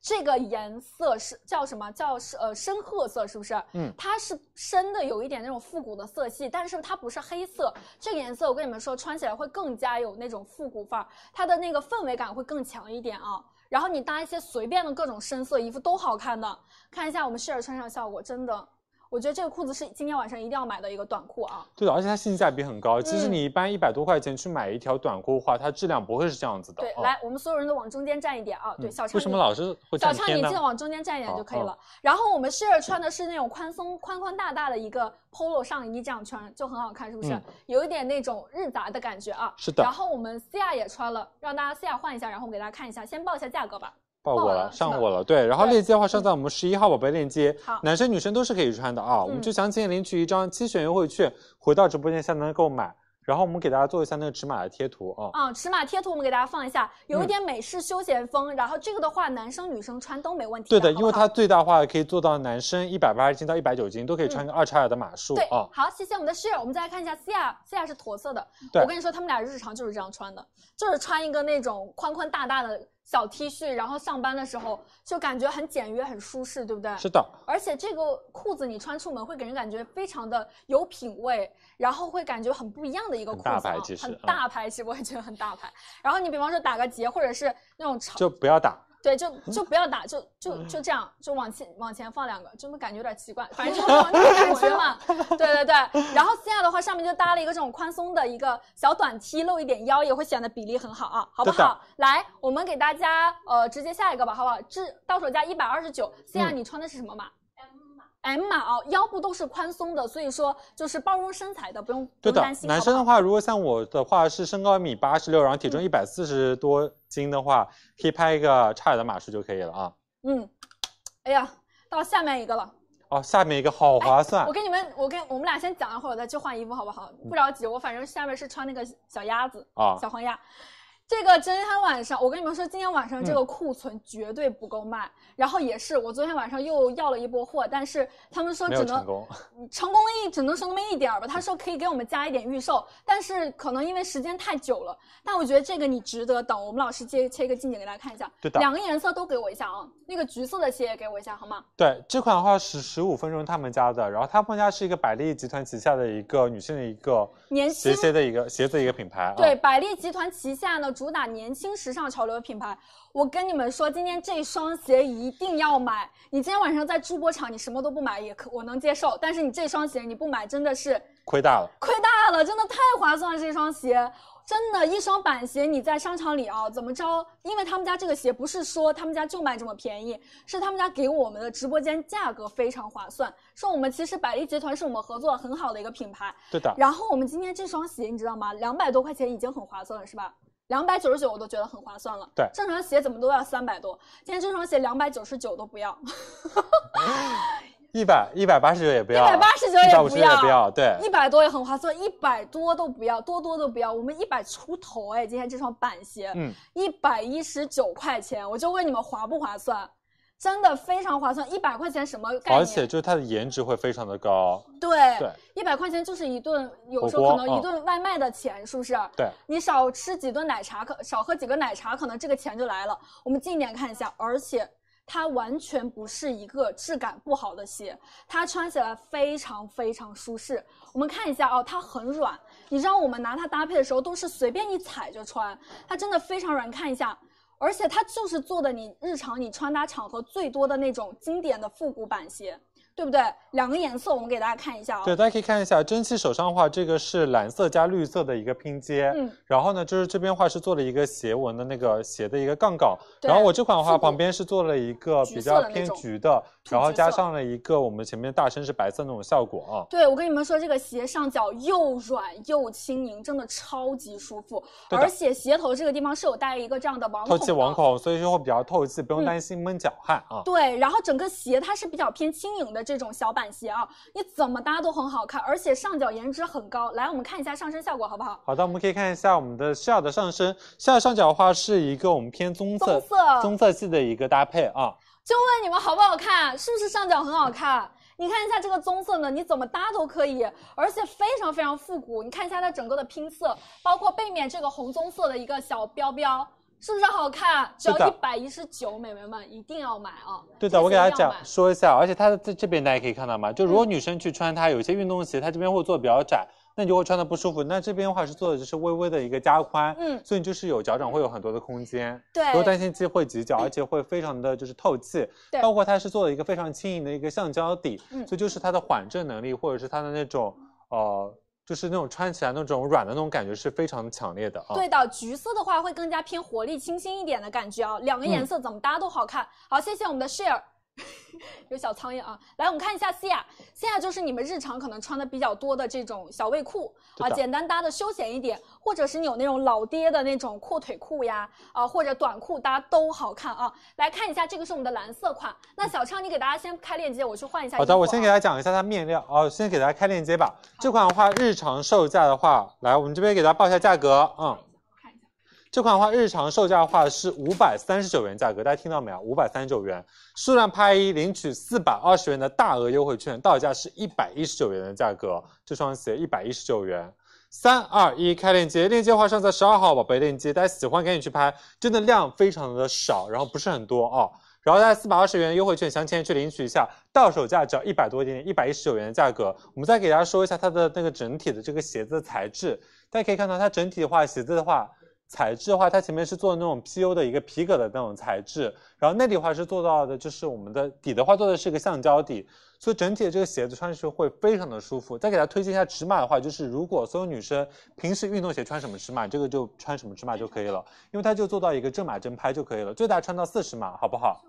这个颜色是叫什么？叫是呃深褐色是不是？
嗯
它是深的，有一点那种复古的色系，但是它不是黑色。这个颜色我跟你们说，穿起来会更加有那种复古范儿，它的那个氛围感会更强一点啊。然后你搭一些随便的各种深色衣服都好看的。看一下我们 Sheer 穿上效果，真的，我觉得这个裤子是今天晚上一定要买的一个短裤啊。
对的，而且它性价比很高。其实
嗯
你一般一百多块钱去买一条短裤的话，它质量不会是这样子的。
对，
哦
来，我们所有人都往中间站一点啊。对，
嗯
小畅
为什么老是会
小
占
畅，
偏
你
呢
记？得往中间站一点就可以
哦
了。然后我们 Sheer 穿的是那种宽松、宽宽大大的一个 polo 上衣，这样穿就很好看，是不是？
嗯
有一点那种日杂的感觉啊。
是的
然后我们西亚也穿了，让大家西亚换一下，然后我给大家看一下，先报一下价格吧。
爆
爆
过
了
了，
是
上
吧
过了。对，然后
对嗯
链接的话上在我们十一号宝贝链接
好，
男生女生都是可以穿的啊。我们
嗯
就详情页领取一张七选优惠券，回到直播间下单购买。然后我们给大家做一下那个尺码的贴图啊。
啊、尺码贴图我们给大家放一下，有一
嗯
点美式休闲风。然后这个的话，男生女生穿都没问题
对的，
好不
因为
好
它最大化可以做到男生一百八十斤到一百九斤都可以穿个二叉 L 的码数
对，
啊。
好，谢谢我们的室友。我们再来看一下西亚，西亚是驼色的。
对
我跟你说，他们俩日常就是这样穿的，就是穿一个那种宽宽大大的小 T 恤，然后上班的时候就感觉很简约、很舒适，对不对？
是的，
而且这个裤子你穿出门会给人感觉非常的有品味，然后会感觉很不一样的一个裤
很
子、啊，
大牌其实
很
啊
大牌，其实我也觉得很大牌。然后你比方说打个结，或者是那种长，
就不要打。
对，就就不要打，就就
嗯
就这样，就往前往前放两个，这么感觉有点奇怪，反正就是往那个感觉嘛。对对对，然后西亚的话上面就搭了一个这种宽松的一个小短 T，露一点腰也会显得比例很好啊，好不
对的
好？来，我们给大家呃直接下一个吧，好不好？这到手价一百二十九，西
嗯
亚你穿的是什么码？M 码啊，腰部都是宽松的，所以说就是包容身材的，不用不
对
用
的
担，心。
男
好不
生
好
的话，如果像我的话是身高一米八十六，然后体
嗯
重一百四十多斤的话，可以拍一个叉 L 的码数就可以了啊。
嗯，哎呀，到下面一个了。
哦，下面一个好划算
哎我，跟你们，我跟我们俩先讲一会儿，我再去换衣服，好不好？
嗯
不着急，我反正下面是穿那个小鸭子
啊
小黄鸭。这个今天晚上，我跟你们说，今天晚上
嗯
这个库存绝对不够卖。然后也是，我昨天晚上又要了一波货，但是他们说
没
只
有
能
成功。
成功了一只能成功一点儿吧。他说可以给我们加一点预售，但是可能因为时间太久了。但我觉得这个你值得等。我们老师切切一个近景给大家看一下，
对的
两个颜色都给我一下啊，那个橘色的切也给我一下好吗？
对，这款的话是十五分钟他们家的，然后他们家是一个百丽集团旗下的一个女性的一个
年轻
鞋鞋的一个鞋子的一个品牌啊。
对，，百丽集团旗下呢主打年轻时尚潮流品牌。我跟你们说，今天这双鞋一定要买。你今天晚上在珠播场，你什么都不买也可我能接受，但是你这双鞋你不买真的是
亏大了。
亏大了，真的太划算了这双鞋。真的，一双板鞋你在商场里啊，怎么着？因为他们家这个鞋不是说他们家就卖这么便宜，是他们家给我们的直播间价格非常划算。说我们其实百丽集团是我们合作很好的一个品牌，
对的，
然后我们今天这双鞋，你知道吗？两百多块钱已经很划算了，是吧？两百九十九我都觉得很划算了。
对
正常鞋怎么都要三百多，今天这双鞋两百九十九都不要，
一百一百八十九也不
一
要，
百八十九
159
也
也
不要，
不要。对，
一百多也很划算，一百多都不要，多多都不要，我们一百出头哎，今天这双板鞋，
嗯，
一百一十九块钱，我就问你们划不划算？真的非常划算，一百块钱什么概念？
而且就是它的颜值会非常的高。对
对，一百块钱就是一顿，有时候可
火锅
能一
嗯
顿外卖的钱，是不是？
对，
你少吃几顿奶茶，可少喝几个奶茶，可能这个钱就来了。我们近一点看一下，而且它完全不是一个质感不好的鞋，它穿起来非常非常舒适。我们看一下哦，它很软，你知道我们拿它搭配的时候都是随便一踩就穿，它真的非常软。看一下。而且它就是做的你日常你穿搭场合最多的那种经典的复古板鞋，对不对？两个颜色我们给大家看一下啊、
对，大家可以看一下蒸汽手上的话，这个是蓝色加绿色的一个拼接，
嗯
然后呢，就是这边的话是做了一个斜纹的那个斜的一个杠杠，
对
然后我这款的
复
话
古
旁边是做了一个
橘
比
色的
较
那
偏
种
橘的，
土
然后
橘
加
色
上了一个我们前面大身是白色那种效果啊。
对，我跟你们说，这个鞋上脚又软又轻盈，真的超级舒服。
对的
而且鞋头这个地方是有带一个这样的网
透
孔，
气网。孔，所以说会比较透气，不用
嗯
担心闷脚汗啊。
对，然后整个鞋它是比较偏轻盈的这种小板鞋啊，你怎么搭都很好看，而且上脚颜值很高。来，我们看一下上身效果好不好？
好的，我们可以看一下我们的 Shell 的上身，Shell 上脚的话是一个我们偏棕色、
棕色
棕色系的一个搭配啊。
就问你们好不好看，是不是上脚很好看？你看一下这个棕色呢，你怎么搭都可以，而且非常非常复古。你看一下它整个的拼色，包括背面这个红棕色的一个小标标。是不是好看？只要
是的
一百一十九，美眉们一定要买啊！
对
这
的，
次
我给大
一
家
定要
讲
买
说一下，而且它的这这边大家可以看到嘛，就
嗯
如果女生去穿它，有些运动鞋它这边会做比较窄，那你就会穿的不舒服。那这边的话是做的就是微微的一个加宽，
嗯
所以你就是有脚掌会有很多的空间，
对
不用担心机会挤脚，而且会非常的就是透气，
对
包括它是做了一个非常轻盈的一个橡胶底，
嗯
所以就是它的缓震能力或者是它的那种呃，就是那种穿起来那种软的那种感觉是非常强烈的啊。
对的，橘色的话会更加偏活力清新一点的感觉啊，
嗯
两个颜色怎么搭都好看。好，谢谢我们的 share。有小苍蝇啊！来，我们看一下 Cia，Cia 就是你们日常可能穿的比较多的这种小卫裤
对
啊，
的
简单搭的休闲一点，或者是你有那种老爹的那种阔腿裤呀，啊或者短裤搭都好看啊。来看一下，这个是我们的蓝色款。那小畅，你给大家先开链接，我去换一下衣服啊。
嗯好的，我先给大家讲一下它面料哦，先给大家开链接吧。这款的话，日常售价的话，来，我们这边给大家报一下价格，嗯，这款的话，日常售价的话是五百三十九元价格，大家听到没有？五百三十九元，数量拍一领取四百二十元的大额优惠券，到手价是一百一十九元的价格，这双鞋一百一十九元。三二一，开链接，链接的话上在十二号宝贝链接，大家喜欢赶紧去拍，真的量非常的少，然后不是很多啊、然后大家四百二十元优惠券，详情去领取一下，到手价只要一百多一点点，一百一十九元的价格。我们再给大家说一下它的那个整体的这个鞋子的材质，大家可以看到它整体的话，鞋子的话。材质的话，它前面是做的那种 PU 的一个皮革的那种材质，然后内里的话是做到的，就是我们的底的话做的是一个橡胶底，所以整体的这个鞋子穿上去会非常的舒服。再给大家推荐一下尺码的话，就是如果所有女生平时运动鞋穿什么尺码，这个就穿什么尺码就可以了，因为它就做到一个正码正拍就可以了，最大穿到四十码，好不好？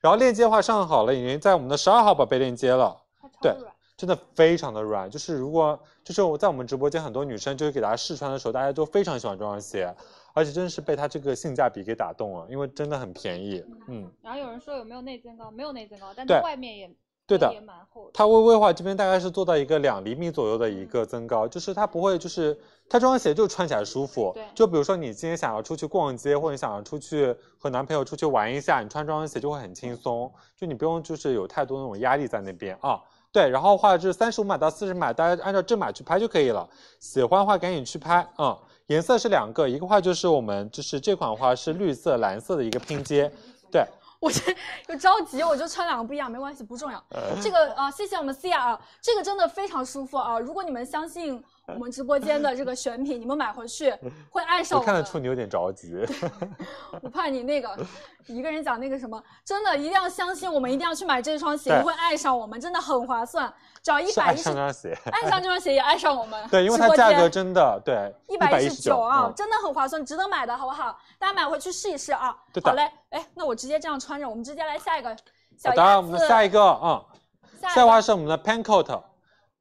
然后链接的话上好了，已经在我们的十二号宝贝链接了。对真的非常的软，就是如果就是我在我们直播间很多女生就是给大家试穿的时候，大家都非常喜欢这双鞋，而且真是被它这个性价比给打动了，因为真的很便宜。嗯，
然后有人说有没有内增高？没有内增高，但
对
它外面也
对的
也蛮厚的。
它微微的话这边大概是做到一个两厘米左右的一个增高，就是它不会就是它这双鞋就穿起来舒服
对。
就比如说你今天想要出去逛街，或者你想要出去和男朋友出去玩一下，你穿这双鞋就会很轻松，就你不用就是有太多那种压力在那边啊。对，然后的话就是三十五码到四十码，大家按照正码去拍就可以了。喜欢的话赶紧去拍，嗯。颜色是两个，一个话就是我们就是这款的话是绿色、蓝色的一个拼接，对，
我这就着急，我就穿两个不一样，没关系，不重要。
呃
这个啊、谢谢我们 C 啊，这个真的非常舒服啊！如果你们相信我们直播间的这个选品，你们买回去会爱上
我
我
看
们
得出你有点着急。
我怕你那个一个人讲那个什么，真的一定要相信我们，一定要去买这双鞋，
对
你会爱上我们，真的很划算，只要一
是
百
爱
一十
上这，双鞋，
爱上这双鞋也爱上我们。
对，因为它价格真的对
一百一十九啊，
嗯
真的很划算，值得买的好不好？大家买回去试一试啊。
对的
好嘞，哎，那我直接这样穿着，我们直接来下一个小
好
鸭
的，我们
子
的下一个，嗯，
下一
下一
个
个话是我们的 Pancoat。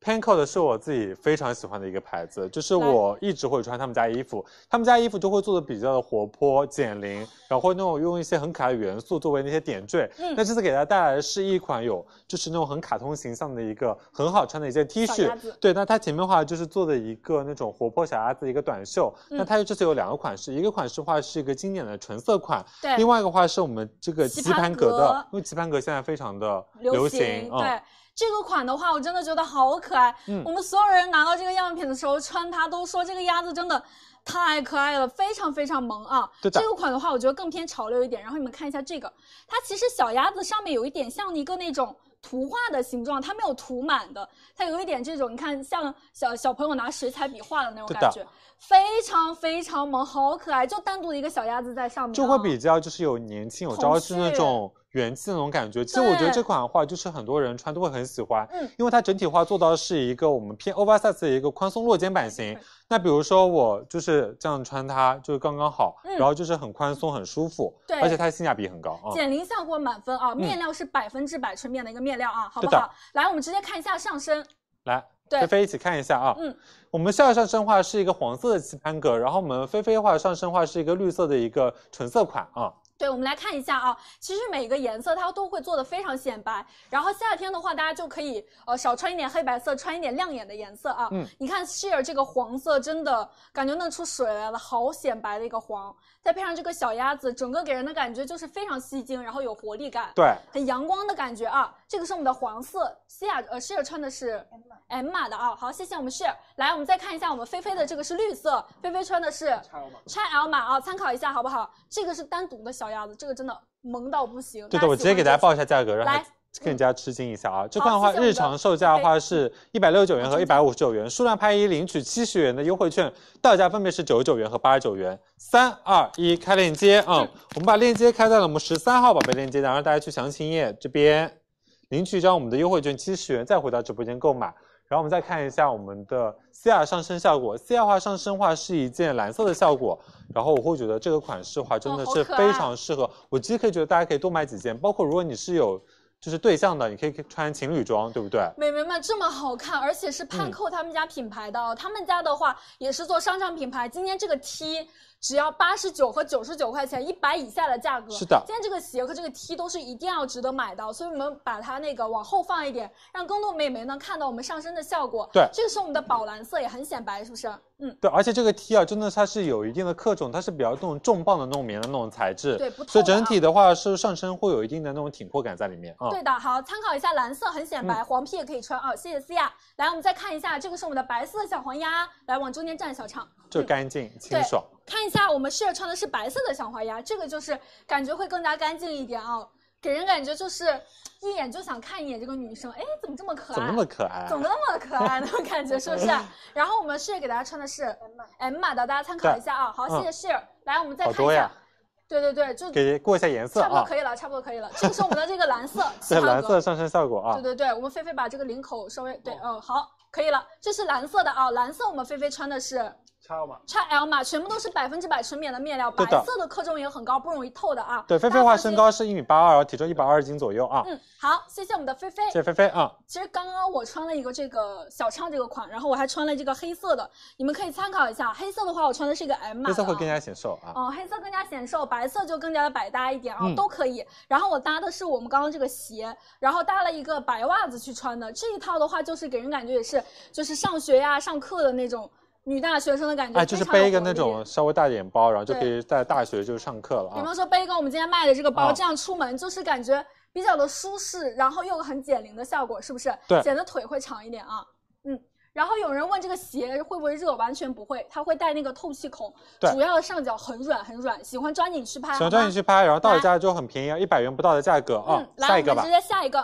Pancoat 是我自己非常喜欢的一个牌子，就是我一直会穿他们家衣服，他们家衣服就会做的比较的活泼、减龄，然后会那种用一些很可爱的元素作为那些点缀。
嗯
那这次给大家带来的是一款有就是那种很卡通形象的一个很好穿的一件 T
小
恤
鸭子，
对，那它前面的话就是做的一个那种活泼小鸭子的一个短袖，那
嗯
它这次有两个款式，一个款式的话是一个经典的纯色款，
对
另外一个话是我们这个
棋
棋
盘
盘格
格
的，因为棋盘格现在非常的
流
行，嗯
对。这个款的话，我真的觉得好可爱。
嗯
我们所有人拿到这个样品的时候穿它，都说这个鸭子真的太可爱了，非常非常萌啊。
对的
这个款的话，我觉得更偏潮流一点。然后你们看一下这个，它其实小鸭子上面有一点像一个那种图画的形状，它没有涂满的，它有一点这种你看像小小朋友拿水彩笔画的那种
对的
感觉，非常非常萌，好可爱。就单独的一个小鸭子在上面啊、
就会比较就是有年轻有
童
朝气那
趣
种元气那种感觉。其实我觉得
对
这款的话，就是很多人穿都会很喜欢，
嗯
因为它整体的话做到是一个我们偏 oversize 的一个宽松落肩版型
对。
那比如说我就是这样穿它，就是刚刚好，
嗯
然后就是很宽松很舒服，
对
而且它的性价比很高啊。
减龄效果满分啊，面料是百分之百纯棉的一个面料啊，好不
嗯对的
好？来，我们直接看一下上身，
来，
对
菲菲一起看一下啊。
嗯，
我们下上身的话是一个黄色的棋盘格，然后我们菲菲的话上身的话是一个绿色的一个纯色款啊。
对，我们来看一下啊，其实每个颜色它都会做的非常显白，然后夏天的话，大家就可以呃少穿一点黑白色，穿一点亮眼的颜色啊。
嗯，
你看 sheer 这个黄色真的感觉弄出水来了，好显白的一个黄，再配上这个小鸭子，整个给人的感觉就是非常吸睛，然后有活力感，
对，
很阳光的感觉啊。这个是我们的黄色，西亚呃 share 穿的是 M 码的啊。好，谢谢我们 share。来，我们再看一下我们菲菲的这个是绿色，菲菲穿的是 XL 码啊，参考一下好不好？这个是单独的小鸭子，这个真的萌到不行。
对
大
的，
家
我
喜
直接
欢
给大家
就行
报一下价格，让
来嗯
他。更加吃惊一下啊！这
好
款的话，
谢谢我们
日
的
常售价的话是一百六十九元和一百五十九元，数量拍一领取七十元的优惠券，到手价分别是九十九元和八十九元。三二一，开链接啊！我们把链接开在了我们十三号宝贝链接栏，让大家去详情页这边领取一张我们的优惠券七十元，再回到直播间购买。然后我们再看一下我们的 C R 上身效果，C R 化上身化是一件蓝色的效果，然后我会觉得这个款式的话真的
哦好
是
可爱
非常适合，我其实可以觉得大家可以多买几件，包括如果你是有就是对象的，你可以穿情侣装，对不对？
美眉们这么好看，而且是
嗯
潘蔻他们家品牌的哦。他们家的话也是做商场品牌。今天这个 T 只要八十九和九十九块钱，一百以下的价格。
是的
今天这个鞋和这个 T 都是一定要值得买的哦，所以我们把它那个往后放一点，让更多美眉能看到我们上身的效果。
对
这个是我们的宝蓝色，也很显白，是不是？嗯，
对，而且这个 T 啊，真的它是有一定的克重，它是比较那种重磅的那种棉的那种材质，
对不透的啊
所以整体的话是上身会有一定的那种挺阔感在里面啊。
对的。好，参考一下蓝色很显
嗯
白，黄皮也可以穿啊、谢谢思雅。来，我们再看一下，这个是我们的白色小黄鸭，来往中间站，小畅。
就干净清
对
爽。
看一下我们 share 穿的是白色的小花鸭，这个就是感觉会更加干净一点啊、给人感觉就是一眼就想看一眼这个女生，哎，怎么这么可爱？
怎么那么可爱啊？嗯
怎么那么可爱那种感觉，是不是？啊然后我们 share 给大家穿的是 M 码的，大家参考一下啊。好，谢谢 share。来，我们再
嗯好
看
多
一
呀
下，，对对对，就
给过一下颜色
差不多
啊。
可以了，差不多可以了。这个是我们的这个蓝色，气
对
泡
蓝
格
色上身效果啊，哦
对对对，我们菲菲把这个领口稍微对，嗯，好，可以了。这是蓝色的啊，蓝色我们菲菲穿的是
XL 码，
XL 码，全部都是百分之百纯棉的面料，
对
白
的
色的克重也很高，不容易透的啊。
对，菲
大
菲
家
话
放
身
心。
高是一米八二，体重一百二十斤左右啊。
嗯，好，谢谢我们的菲菲。
谢谢菲菲啊，
其实刚刚我穿了一个这个小畅这个款，然后我还穿了这个黑色的，你们可以参考一下。黑色的话，我穿的是一个 M 码的
黑
啊，
色会更加显瘦啊。
哦，黑色更加显瘦，白色就更加的百搭一点啊、
嗯
都可以。然后我搭的是我们刚刚这个鞋，然后搭了一个白袜子去穿的。这一套的话，就是给人感觉也是，就是上学呀、上课的那种女大学生的感觉，
哎，就是
非常有
背一个
活
那
力
种稍微大一点包，然后就
对
可以在大学就上课了
比
啊。
方说背一个我们今天卖的这个包，
啊
这样出门就是感觉比较的舒适，然后又有很减龄的效果，是不是？
对
显得腿会长一点啊。嗯，然后有人问这个鞋会不会热，完全不会，它会带那个透气孔，
对
主要的上脚很软很软，喜欢抓紧去拍，
喜欢
好吗
抓紧去拍，然后到手价就很便宜啊，一百元不到的价格啊
嗯。，
下
来，
一
我们
个吧
直，接下一个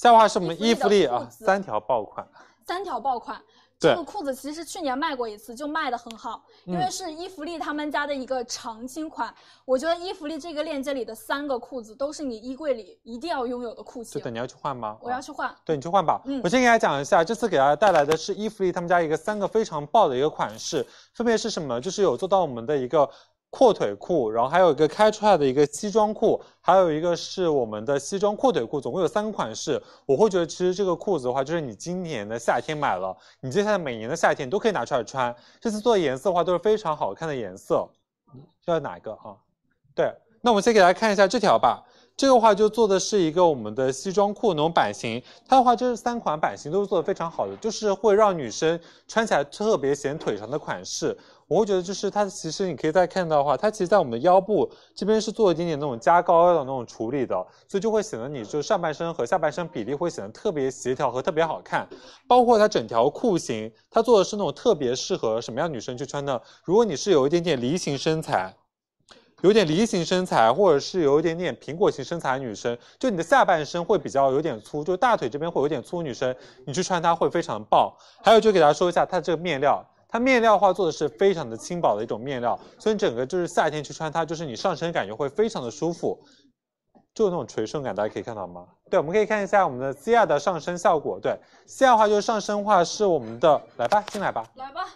下一个话是我们
伊
伊
芙
芙
丽
丽
的
啊
裤，子
三条爆款，
三条爆款。
对嗯
这个裤子其实去年卖过一次，就卖的很好，因为是伊芙丽他们家的一个常青款。我觉得伊芙丽这个链接里的三个裤子都是你衣柜里一定要拥有的裤
对
型
的，。你要去换吗？
我要去换，
对，你去换吧。
嗯
我先给大家讲一下，这次给大家带来的是伊芙丽他们家一个三个非常爆的一个款式，分别是什么？就是有做到我们的一个阔腿裤，然后还有一个开出来的一个西装裤，还有一个是我们的西装阔腿裤，总共有三个款式。我会觉得其实这个裤子的话，就是你今年的夏天买了，你接下来每年的夏天你都可以拿出来穿。这次做的颜色的话都是非常好看的颜色，这要哪一个啊？对，那我们先给大家看一下这条吧。这个话就做的是一个我们的西装裤那种版型，它的话这是三款版型都是做的非常好的，就是会让女生穿起来特别显腿长的款式。我会觉得就是它其实你可以再看到的话，它其实在我们的腰部这边是做一点点那种加高的那种处理的，所以就会显得你就上半身和下半身比例会显得特别协调和特别好看。包括它整条裤型，它做的是那种特别适合什么样女生去穿的。如果你是有一点点梨形身材，有点梨形身材，或者是有一点点苹果型身材的女生，就你的下半身会比较有点粗，就大腿这边会有点粗，女生你去穿它会非常爆。还有就给大家说一下它这个面料。它面料的话做的是非常的轻薄的一种面料，所以你整个就是夏天去穿它，就是你上身感觉会非常的舒服，就有那种垂顺感，大家可以看到吗？对，我们可以看一下我们的 C R 的上身效果。对，C R 的话就是上身的话是我们的，来吧，进来吧。
来吧，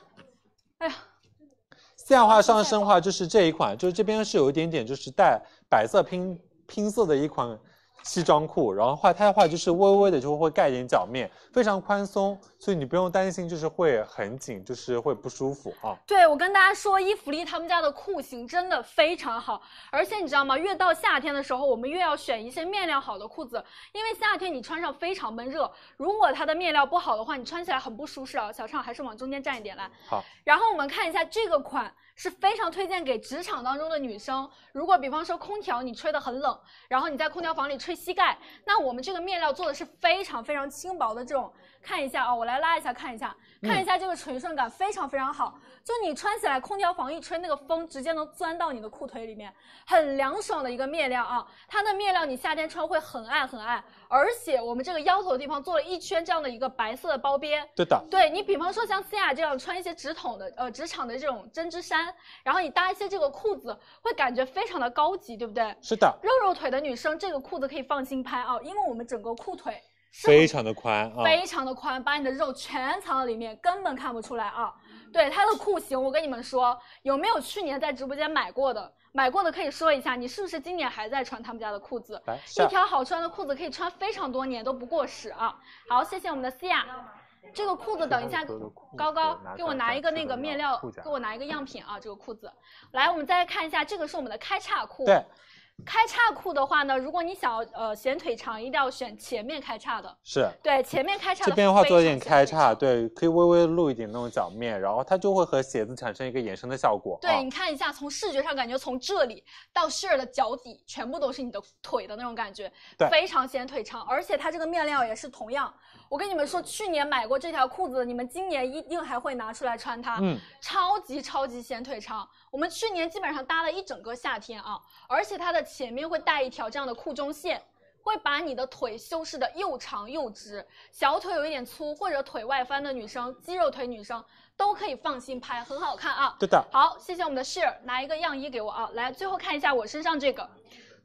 这样的话，上身的话就是这一款，就是这边是有一点点就是带白色拼拼色的一款西装裤，然后的话它的话就是微微的就会盖一点脚面，非常宽松，所以你不用担心就是会很紧，就是会不舒服啊。
对，我跟大家说，伊芙丽他们家的裤型真的非常好，而且你知道吗？越到夏天的时候，我们越要选一些面料好的裤子，因为夏天你穿上非常闷热。如果它的面料不好的话，你穿起来很不舒适啊。小畅还是往中间站一点来。
好，
然后我们看一下这个款是非常推荐给职场当中的女生。如果比方说空调你吹得很冷，然后你在空调房里吹睡膝盖。那我们这个面料做的是非常非常轻薄的这种，看一下啊、我来拉一下看一下，看一下这个垂顺感非常非常好，就你穿起来空调房一吹，那个风直接能钻到你的裤腿里面，很凉爽的一个面料啊。它的面料你夏天穿会很暗很暗，而且我们这个腰头的地方做了一圈这样的一个白色的包边，
对的，
对你，比方说像思雅这样穿一些直筒的，呃，职场的这种针织衫，然后你搭一些这个裤子，会感觉非常的高级，对不对？
是的，
肉肉腿的女生，这个裤子可以放心拍啊，因为我们整个裤腿是
非常的宽啊，
非常的宽，把你的肉全藏在里面，根本看不出来啊。对它的裤型，我跟你们说，有没有去年在直播间买过的？买过的可以说一下，你是不是今年还在穿他们家的裤子？
来
一
下
条好穿的裤子可以穿非常多年都不过时啊！好，谢谢我们的思雅。这个裤子等一下，高高给我拿一个那个面料，给我拿一个样品啊！这个裤子，来，我们再看一下，这个是我们的开叉裤。
对，
开叉裤的话呢，如果你想要呃显腿长，一定要选前面开叉的。
是。
对，前面开叉的
这边的话
非
做一
常
点
显
开
腿
叉，
长。
对，可以微微露一点那种脚面，然后它就会和鞋子产生一个延伸的效果。
对，
啊
你看一下，从视觉上感觉从这里到 s h i 的脚底，全部都是你的腿的那种感觉，
对
非常显腿长。而且它这个面料也是同样，我跟你们说，去年买过这条裤子，你们今年一定还会拿出来穿它，
嗯，
超级超级显腿长。我们去年基本上搭了一整个夏天啊，而且它的前面会带一条这样的裤中线。会把你的腿修饰的又长又直，小腿有一点粗或者腿外翻的女生、肌肉腿女生都可以放心拍，很好看啊。
对的。
好，谢谢我们的 share，拿一个样衣给我啊！来，最后看一下我身上这个，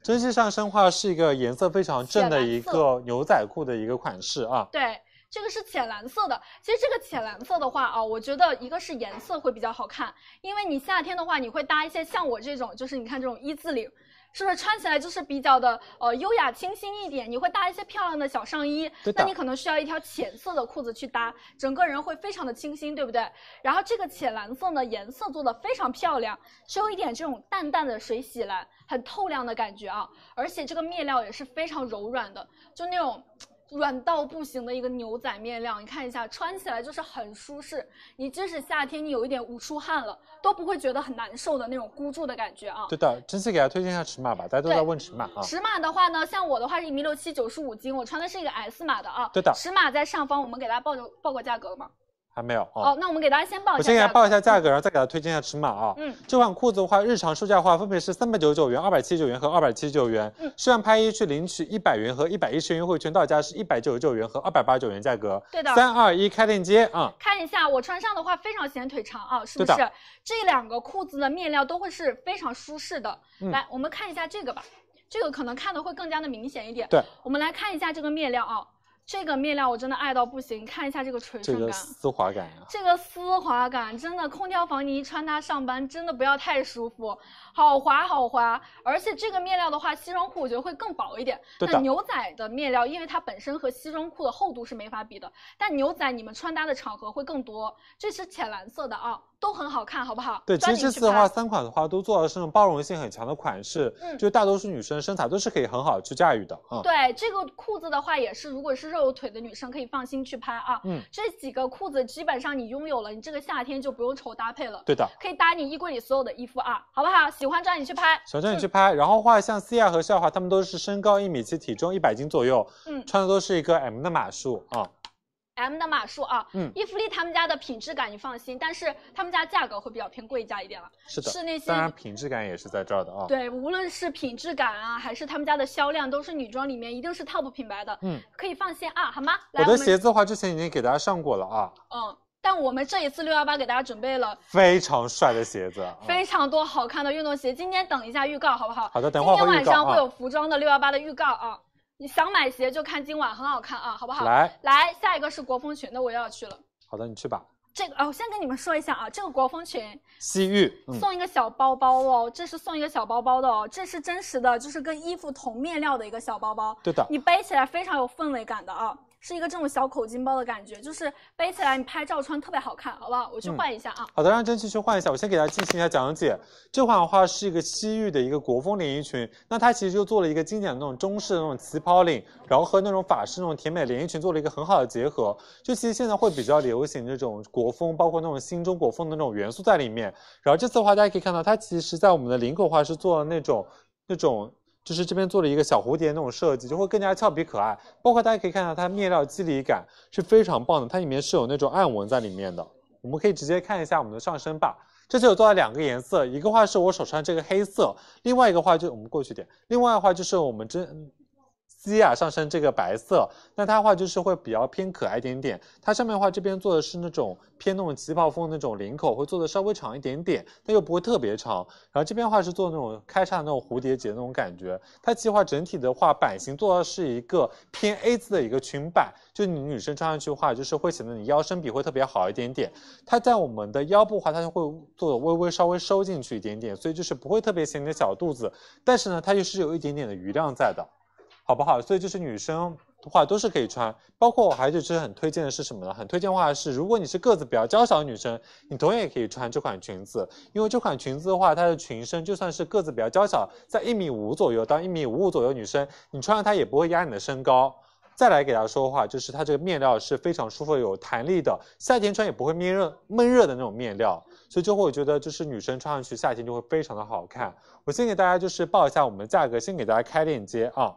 真系上身的话是一个颜色非常正的
浅蓝
一
色
个牛仔裤的一个款式啊，
对，这个是浅蓝色的。其实这个浅蓝色的话啊，我觉得一个是颜色会比较好看，因为你夏天的话，你会搭一些像我这种，就是你看这种一字领。是不是穿起来就是比较的呃优雅清新一点？你会搭一些漂亮的小上衣
对，
那
的
你可能需要一条浅色的裤子去搭，整个人会非常的清新，对不对？然后这个浅蓝色呢，颜色做的非常漂亮，是有一点这种淡淡的水洗蓝，很透亮的感觉啊。而且这个面料也是非常柔软的，就那种嘖软到不行的一个牛仔面料，你看一下，穿起来就是很舒适。你即使夏天你有一点无出汗了，都不会觉得很难受的那种箍住的感觉啊。
对的。真系给大家推荐一下尺码吧，大家都
对
在问尺码啊，
尺码的话呢，像我的话是一米六七，九十五斤，我穿的是一个 S 码的啊。
对的
尺码在上方，我们给大家报就报过价格了吗？
还没有啊。
哦，那我们给大家先报
我
一
先
下价格。
给大家报一下价格，然后再给大家推荐一下尺码啊。
嗯，
这款裤子的话，日常售价的话分别是三百九十九元、二百七十九元和二百七十九元。
嗯
数量拍一去领取一百元和一百一十元优惠券，到家是一百九十九元和二百八十九元价格。
对的
三二一，开链接啊！
看一下，我穿上的话非常显腿长啊，是不
对
是？这两个裤子的面料都会是非常舒适的。
嗯
来，我们看一下这个吧，这个可能看的会更加的明显一点。
对，
我们来看一下这个面料啊，这个面料我真的爱到不行，看一下这个垂
这
顺
个
感。
丝滑感啊，
这个丝滑感真的，空调房你一穿它上班，真的不要太舒服，好滑好滑。而且这个面料的话，西装裤我觉得会更薄一点。
对的
那牛仔的面料，因为它本身和西装裤的厚度是没法比的，但牛仔你们穿搭的场合会更多。这是浅蓝色的啊，都很好看，好不好？
对，其
抓
实
紧
这
去
次的
拍，
话，三款的话都做到是那种包容性很强的款式，
嗯
就大多数女生身材都是可以很好去驾驭的啊。
对这个裤子的话，也是如果是肉腿的女生可以放心去拍啊。
嗯，
这几个裤子基本上你拥有了，你这个夏天就不用愁搭配了。
对的。
可以搭你衣柜里所有的衣服啊，好不好？喜欢抓紧去拍。
小郑，你去拍，然后话像思雅和笑华，她们都是身高一米七，体重一百斤左右，
嗯
穿的都是一个 M 的码数啊，
M 的码数啊，
嗯
伊芙丽他们家的品质感你放心，但是他们家价格会比较偏贵价一点了。
是的，
是那些
当然品质感也是在这儿的啊。
对，无论是品质感啊，还是他们家的销量，都是女装里面一定是 top 品牌的，
嗯，
可以放心啊，好吗？来，
我
我
的
们
鞋子的话，之前已经给大家上过了啊，
嗯，但我们这一次六幺八给大家准备了
非常帅的鞋子啊。
非常多好看的运动鞋，今天等一下预告好不好？
好的等会
今
儿
天
会
晚
预告啊
上会有服装的六幺八的预告啊，你想买鞋就看今晚，很好看啊，好不好？
来，
来，下一个是国风裙，那我又要去了。
好的，你去吧。
这个啊、我先跟你们说一下啊，这个国风裙
西域，嗯，
送一个小包包哦，这是送一个小包包的哦，这是真实的，就是跟衣服同面料的一个小包包，
对的，
你背起来非常有氛围感的啊，是一个这种小口巾包的感觉，就是背起来你拍照穿特别好看，好不好？我去
嗯
换一下啊，
好的，让蒸汽去换一下。我先给大家进行一下讲解。这款的话是一个西域的一个国风连衣裙，那它其实就做了一个经典的那种中式的那种旗袍领，然后和那种法式那种甜美连衣裙做了一个很好的结合。就其实现在会比较流行这种国风，包括那种新中国风的那种元素在里面。然后这次的话，大家可以看到，它其实在我们的领口的话是做了那种那种就是这边做了一个小蝴蝶那种设计，就会更加俏皮可爱。包括大家可以看到它面料肌理感是非常棒的，它里面是有那种暗纹在里面的。我们可以直接看一下我们的上身吧。这次有做到两个颜色，一个话是我手上这个黑色，另外一个话就我们过去点，另外的话就是我们真西亚上身这个白色，那它的话就是会比较偏可爱一点点。它上面的话这边做的是那种偏那种旗袍风那种领口，会做的稍微长一点点，但又不会特别长。然后这边的话是做那种开叉的那种蝴蝶结那种感觉。它其实话整体的话版型做到是一个偏 A 字的一个裙摆，就你女生穿上去的话，就是会显得你腰身比会特别好一点点。它在我们的腰部的话，它就会做的微微稍微收进去一点点，所以就是不会特别显你的小肚子，但是呢，它又是有一点点的余量在的，好不好？所以就是女生的话都是可以穿，包括我还就是很推荐的是什么呢？很推荐的话是，如果你是个子比较娇小的女生，你同样也可以穿这款裙子，因为这款裙子的话，它的裙身就算是个子比较娇小，在一米五左右到一米五五左右女生，你穿上它也不会压你的身高。再来给大家说的话，就是它这个面料是非常舒服、有弹力的，夏天穿也不会闷热、闷热的那种面料，所以就会觉得就是女生穿上去夏天就会非常的好看。我先给大家就是报一下我们的价格，先给大家开链接啊。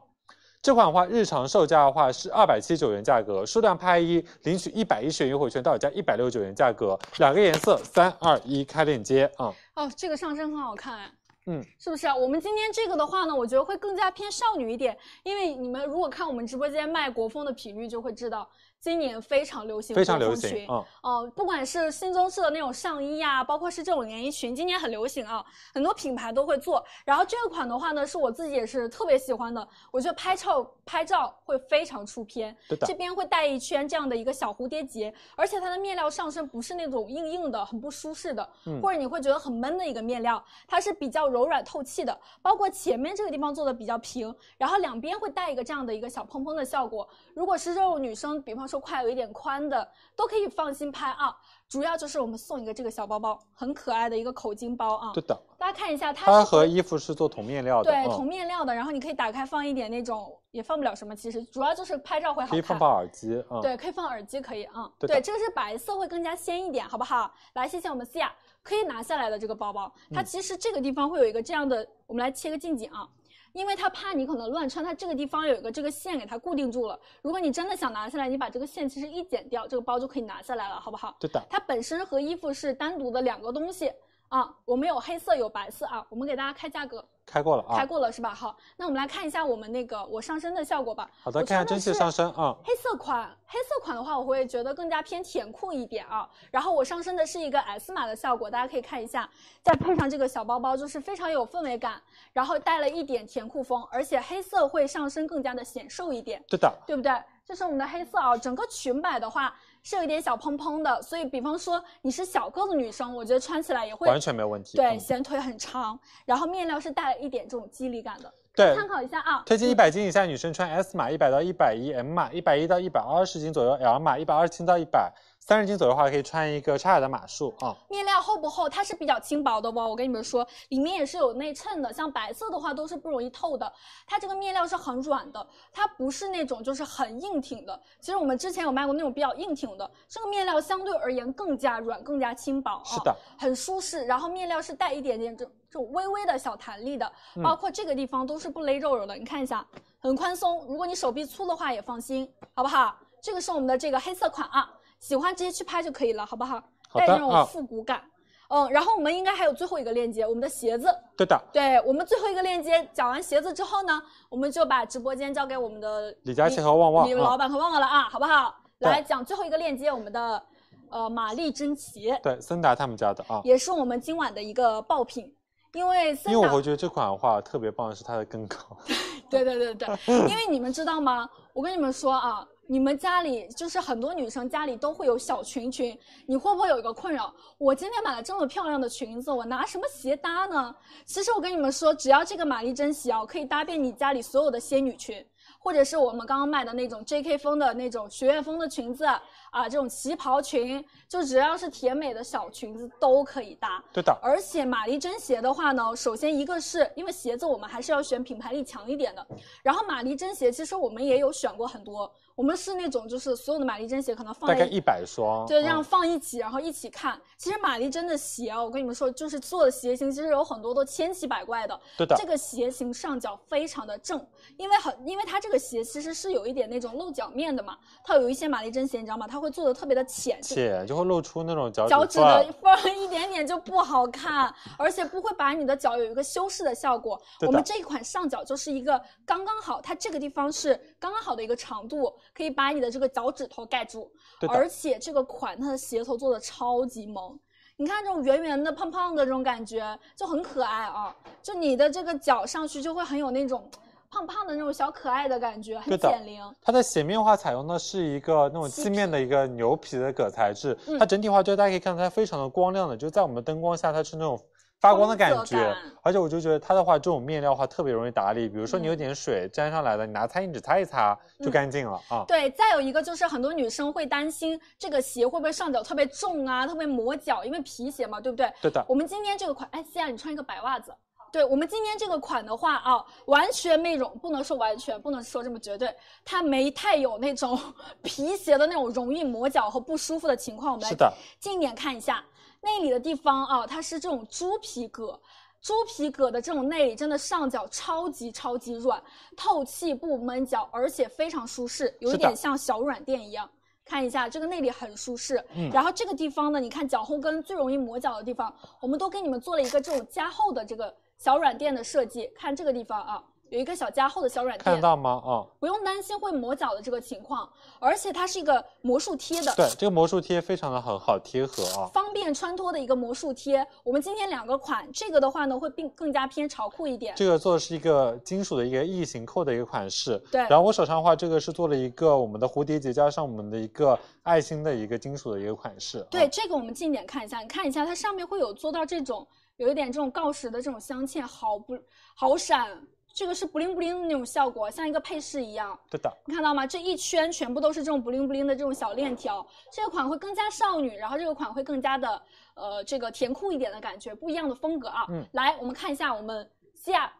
这款的话，日常售价的话是二百七十九元价格，数量拍一，领取一百一十元优惠券，到手价一百六十九元价格，两个颜色，三二一，开链接啊、
哦，这个上身很好看。啊
嗯，
是不是啊？我们今天这个的话呢，我觉得会更加偏少女一点，因为你们如果看我们直播间卖国风的频率，就会知道今年非常流行
非常
国
流
风
行
裙
啊、
哦，不管是新中式的那种上衣啊，包括是这种连衣裙，今年很流行啊，很多品牌都会做。然后这个款的话呢，是我自己也是特别喜欢的，我觉得拍照拍照会非常出片，
对的
这边会带一圈这样的一个小蝴蝶结，而且它的面料上身不是那种硬硬的、很不舒适的，
嗯
或者你会觉得很闷的一个面料，它是比较柔软透气的，包括前面这个地方做的比较平，然后两边会带一个这样的一个小蓬蓬的效果。如果是肉女生，比方说胯有一点宽的，都可以放心拍啊。主要就是我们送一个这个小包包，很可爱的一个口巾包啊。
对的，
大家看一下，它
它
是
和衣服是做同面料的，
对
嗯
同面料的，然后你可以打开放一点那种，也放不了什么，其实主要就是拍照会好
可以
看。
放放耳机啊、嗯
对，可以放耳机，可以啊、嗯。
对的
这个是白色，会更加鲜一点，好不好？来，谢谢我们思雅，可以拿下来的这个包包，它
嗯
其实这个地方会有一个这样的，我们来切个近景啊，因为它怕你可能乱穿，它这个地方有一个这个线给它固定住了。如果你真的想拿下来，你把这个线其实一剪掉，这个包就可以拿下来了，好不好？
对的，
它本身和衣服是单独的两个东西啊，我们有黑色有白色啊，我们给大家开价格，
开过了啊。
开过了是吧？好，那我们来看一下我们那个我上身的效果吧。
好的，
我
看一下
穿的
真实
是
上身啊、
黑色款，黑色款的话，我会觉得更加偏甜酷一点啊。然后我上身的是一个 S 码的效果，大家可以看一下，再配上这个小包包，就是非常有氛围感，然后带了一点甜酷风，而且黑色会上身更加的显瘦一点，
对的，
对不对？这是我们的黑色啊，整个裙摆的话是有一点小蓬蓬的，所以比方说你是小个子女生，我觉得穿起来也会
完全没有问题。
对
嗯
显腿很长，然后面料是带了一点这种肌理感的，
对
参考一下啊。
推荐一百斤以下女生穿 S 码，一百到一百一 M 码，一百一到一百二十斤左右 L 码，一百二十斤到一百三十斤左右的话，可以穿一个叉 S 的码数啊、
面料厚不厚？它是比较轻薄的哦，我跟你们说，里面也是有内衬的。像白色的话都是不容易透的，它这个面料是很软的，它不是那种就是很硬挺的。其实我们之前有卖过那种比较硬挺的，这个面料相对而言更加软，更加轻薄啊，
是的，
很舒适。然后面料是带一点点这这种微微的小弹力的，
嗯
包括这个地方都是不勒肉肉的，你看一下，很宽松。如果你手臂粗的话也放心，好不好？这个是我们的这个黑色款啊，喜欢直接去拍就可以了，好不好？
好
带
的
着那种
啊
复古感。嗯，然后我们应该还有最后一个链接，我们的鞋子。
对的，
对我们最后一个链接讲完鞋子之后呢，我们就把直播间交给我们的
李佳琦和旺旺
你
啊
们老板和旺旺了啊，好不好？
对
来讲最后一个链接，我们的呃玛丽珍奇
对，森达他们家的啊。
也是我们今晚的一个爆品，因为森
因为
达
我会觉得这款的话特别棒，是它的跟高，
对对对对，因为你们知道吗？我跟你们说啊，你们家里就是很多女生家里都会有小裙裙，你会不会有一个困扰？我今天买了这么漂亮的裙子，我拿什么鞋搭呢？其实我跟你们说，只要这个玛丽珍鞋啊，可以搭配你家里所有的仙女裙。或者是我们刚刚卖的那种 J.K. 风的那种学院风的裙子啊，啊，这种旗袍裙，就只要是甜美的小裙子都可以搭。
对的，
而且玛丽珍鞋的话呢，首先一个是因为鞋子我们还是要选品牌力强一点的，然后玛丽珍鞋其实我们也有选过很多，我们是那种就是所有的玛丽珍鞋可能放
大概
在
一百双，
对，这样
嗯
放一起，然后一起看。其实玛丽珍的鞋啊，我跟你们说，就是做的鞋型，其实有很多都千奇百怪的。
对的
这，个鞋型上脚非常的正，因为很，因为它这个鞋其实是有一点那种露脚面的嘛，它有一些玛丽珍鞋，你知道吗？它会做的特别的浅，这个
且就会露出那种脚
脚趾
趾缝
的缝儿一点点就不好看，而且不会把你的脚有一个修饰的效果。
对的
我们这一款上脚就是一个刚刚好，它这个地方是刚刚好的一个长度，可以把你的这个脚趾头盖住。
对的
而且这个款它的鞋头做的超级萌。你看这种圆圆的、胖胖的这种感觉就很可爱啊！就你的这个脚上去就会很有那种胖胖的那种小可爱的感觉，很
对的
减龄。
它的鞋面话采用的是一个那种
漆
漆面的一个牛皮的革材质，
嗯
它整体话就大家可以看到它非常的光亮的，就在我们的灯光下它是那种发光的感
光
觉，
泽感
而且我就觉得它的话这种面料的话特别容易打理，比如说你
嗯
有点水沾上来的，你拿餐巾纸擦一擦就
嗯
干净了啊。
对，再有一个就是很多女生会担心这个鞋会不会上脚特别重啊，特别磨脚，因为皮鞋嘛，对不对？
对的，
我们今天这个款，哎，西亚，你穿一个白袜子。对我们今天这个款的话啊，完全那种不能说完全，不能说这么绝对，它没太有那种 皮鞋的那种容易磨脚和不舒服的情况。我们
是
来
的，
近一点看一下内里的地方啊，它是这种猪皮革，猪皮革的这种内里真的上脚超级超级软，透气不闷脚，而且非常舒适，有一
是的
点像小软垫一样。看一下这个内里很舒适，
嗯
然后这个地方呢，你看脚后跟最容易磨脚的地方，我们都给你们做了一个这种加厚的这个小软垫的设计。看这个地方啊，有一个小加厚的小软
看得
垫，
到吗？啊、
不用担心会磨脚的这个情况，而且它是一个魔术贴的，
对，这个魔术贴非常的很好贴合啊。
方便穿脱的一个魔术贴。我们今天两个款，这个的话呢会并更加偏潮酷一点。
这个做的是一个金属的一个异形扣的一个款式，
对
然后啊我手上的话，这个是做了一个我们的蝴蝶结加上我们的一个爱心的一个金属的一个款式。
对，
啊，
这个我们近点看一下，你看一下它上面会有做到这种有一点这种锆石的这种镶嵌，好不好闪？这个是布灵布灵的那种效果，像一个配饰一样。
对的，
你看到吗？这一圈全部都是这种 bling bling 的这种小链条，这个款会更加少女，然后这个款会更加的呃这个甜酷一点的感觉，不一样的风格啊。
嗯
来，我们看一下我们西亚，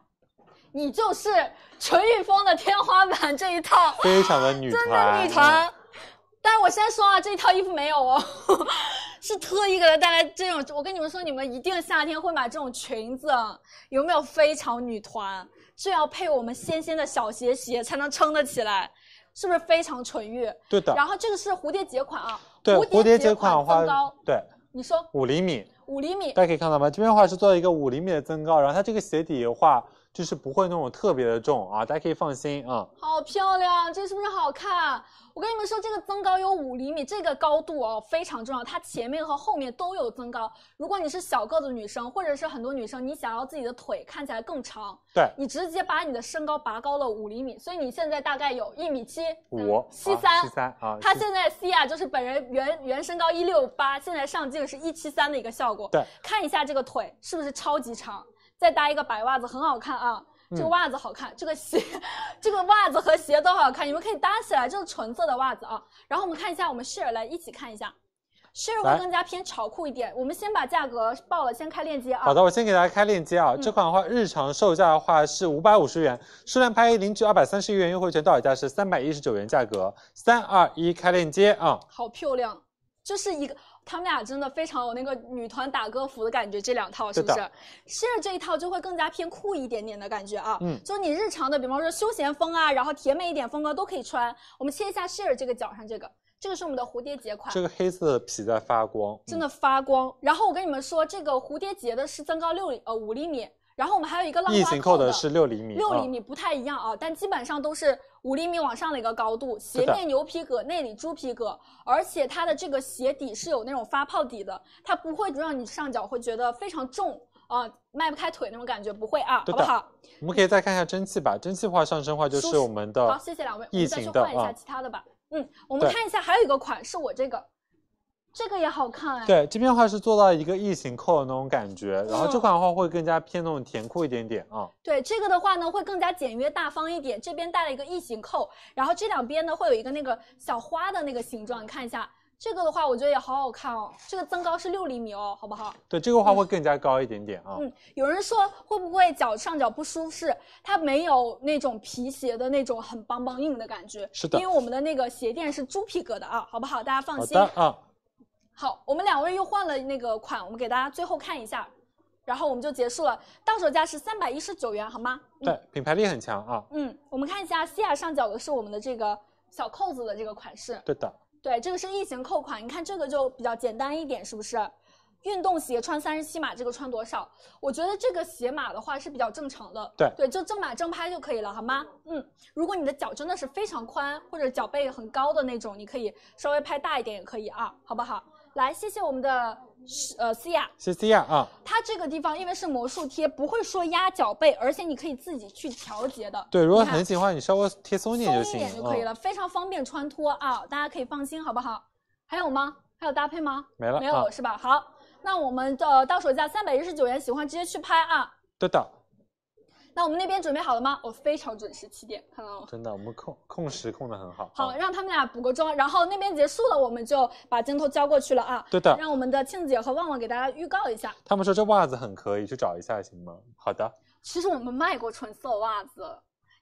你就是陈玉峰的天花板这一套，
非常的女团，
真的女团。但我先说啊，这一套衣服没有哦， 是特意给它带来这种。我跟你们说，你们一定夏天会买这种裙子，有没有？非常女团，就要配我们仙仙的小鞋鞋才能撑得起来，是不是非常纯欲？
对的，
然后这个是蝴蝶结款啊，
对
蝴
蝶
结
结款的
增
话
高，，
对
你说
五厘米，
五厘米
大，家可以看到吗？这边的话是做了一个五厘米的增高，然后它这个鞋底的话就是不会那种特别的重啊，大家可以放心啊。
好漂亮，这是不是好看？我跟你们说，这个增高有五厘米，这个高度哦非常重要，它前面和后面都有增高。如果你是小个子女生，或者是很多女生，你想要自己的腿看起来更长，
对，
你直接把你的身高拔高了五厘米，所以你现在大概有一米七嗯
五
七
啊
三
七。三啊，
他
七
现在 C 啊，就是本人原原身高一六八，现在上镜是一七三的一个效果。
对，
看一下这个腿是不是超级长，再搭一个白袜子，很好看啊。这个
嗯
袜子好看，这个鞋， 这个袜子和鞋都好看，你们可以搭起来，就是纯色的袜子啊。然后我们看一下我们 share 来一起看一下，share 会
来
更加偏潮酷一点。我们先把价格报了，先开链接啊。嗯
好的，我先给大家开链接啊。这款的话，日常售价的话是五百五十元，数量拍一领取二百三十一元优惠券，到手价是三百一十九元价格。三二一，开链接啊！
好漂亮，就是一个，他们俩真的非常有那个女团打歌服的感觉。这两套是不
对
是？是这一套就会更加偏酷一点点的感觉啊。
嗯
就你日常的，比方说休闲风啊，然后甜美一点风格都可以穿。我们切一下 share 这个脚上这个，这个是我们的蝴蝶结款。
这个黑色的皮在发光，
啊真
嗯
的发光。然后我跟你们说，这个蝴蝶结的是增高六厘呃五厘米，然后我们还有一个浪
异
花
形扣
的
的是六厘米，
六厘
啊
米不太一样啊，但基本上都是五厘米往上的一个高度，鞋
的
面牛皮革，内里猪皮革，而且它的这个鞋底是有那种发泡底的，它不会让你上脚会觉得非常重啊、迈不开腿那种感觉，不会啊，好
对
不
的
好？
我们可以再看一下蒸汽吧，蒸汽的话上升的话就
舒
是
适
我们的，
好，谢谢两位，我
呃异
们再去
形的
换一下
啊。
其他的吧。嗯，我们
对
看一下还有一个款是我这个，这个也好看哎。
对，这边的话是做到一个异形扣的那种感觉，然后这
嗯
款的话会更加偏那种甜酷一点点啊。
对这个的话呢，会更加简约大方一点。这边带了一个异形扣，然后这两边呢会有一个那个小花的那个形状，你看一下，这个的话，我觉得也好好看哦。这个增高是六厘米哦，好不好？
对，这个话会更加高一点点啊。
嗯有人说会不会脚上脚不舒适？它没有那种皮鞋的那种很梆梆硬的感觉。
是的
因为我们的那个鞋垫是猪皮革的啊，好不好？大家放
好
心
的。啊，
好，我们两位又换了那个款，我们给大家最后看一下，然后我们就结束了。到手价是三百一十九元，好吗？嗯
对，品牌力很强啊。
嗯，我们看一下西亚上脚的是我们的这个小扣子的这个款式，
对的，
对，这个是异形扣款，你看这个就比较简单一点，是不是？运动鞋穿三十七码，这个穿多少？我觉得这个鞋码的话是比较正常的，
对
对，就正码正拍就可以了，好吗？嗯，如果你的脚真的是非常宽或者脚背很高的那种，你可以稍微拍大一点也可以啊，好不好？来，谢谢我们的呃西亚，
谢谢亚啊，
它这个地方因为是魔术贴，不会说压脚背，而且你可以自己去调节的。
对，如果
你看
很喜欢，你稍微贴松一点就
松
行嗯哦
一点就可以了，非常方便穿脱啊，大家可以放心，好不好？还有吗？还有搭配吗？
没了
没有、
啊
是吧？好，那我们的呃到手价三百一十九元，喜欢直接去拍啊。
对的，
那我们那边准备好了吗？我非常准时，七点，看到了吗？
真的，我们控控时控的很好。
好，
啊，
让他们俩补个妆，然后那边结束了，我们就把镜头交过去了啊。
对的，
让我们的庆姐和旺旺给大家预告一下，
他们说这袜子很可以，去找一下行吗？好的，
其实我们卖过纯色袜子，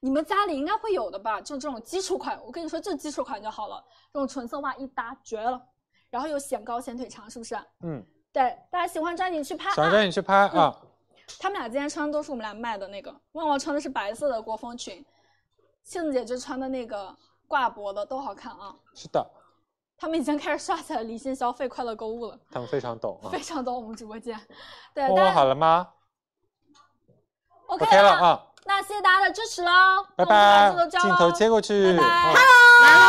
你们家里应该会有的吧？就这种基础款，我跟你说，就基础款就好了。这种纯色袜一搭绝了，然后又显高显腿长，是不是？
嗯，
对，大家喜欢抓紧去拍
想
啊！
让你去拍啊，
他们俩今天穿的都是我们俩卖的那个，旺旺穿的是白色的国风裙，杏子姐就穿的那个挂脖的，都好看啊！
是的，
他们已经开始刷起了理性消费、快乐购物了，
他们非常懂啊
非。常懂我们直播间。对，
问
大
问
家
好了吗
OK
？OK 了啊，
那谢谢大家的支持喽，
拜
那
拜
我们把镜头，交
镜
喽
头切过去。
拜拜
嗯
来喽，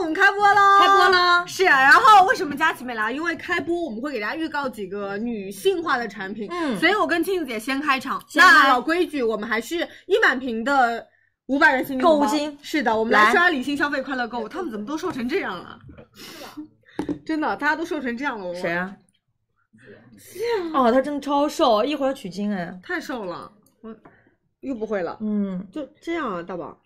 我们哦开播喽！
开播。了，
是，啊然后为什么佳琪没来？因为开播我们会给大家预告几个女性化的产品，
嗯
所以我跟庆子姐先开场。
先开
那老规矩，我们还是一满屏的五百元现金红包
购物金
是的，我们来
来
刷理性消费，快乐购物。他们怎么都瘦成这样了？ 真的，大家都瘦成这样了。我
谁？啊？哦，他真的超瘦，一会儿要取经哎。
太瘦了，我又不会了，
嗯，
就这样啊，大宝。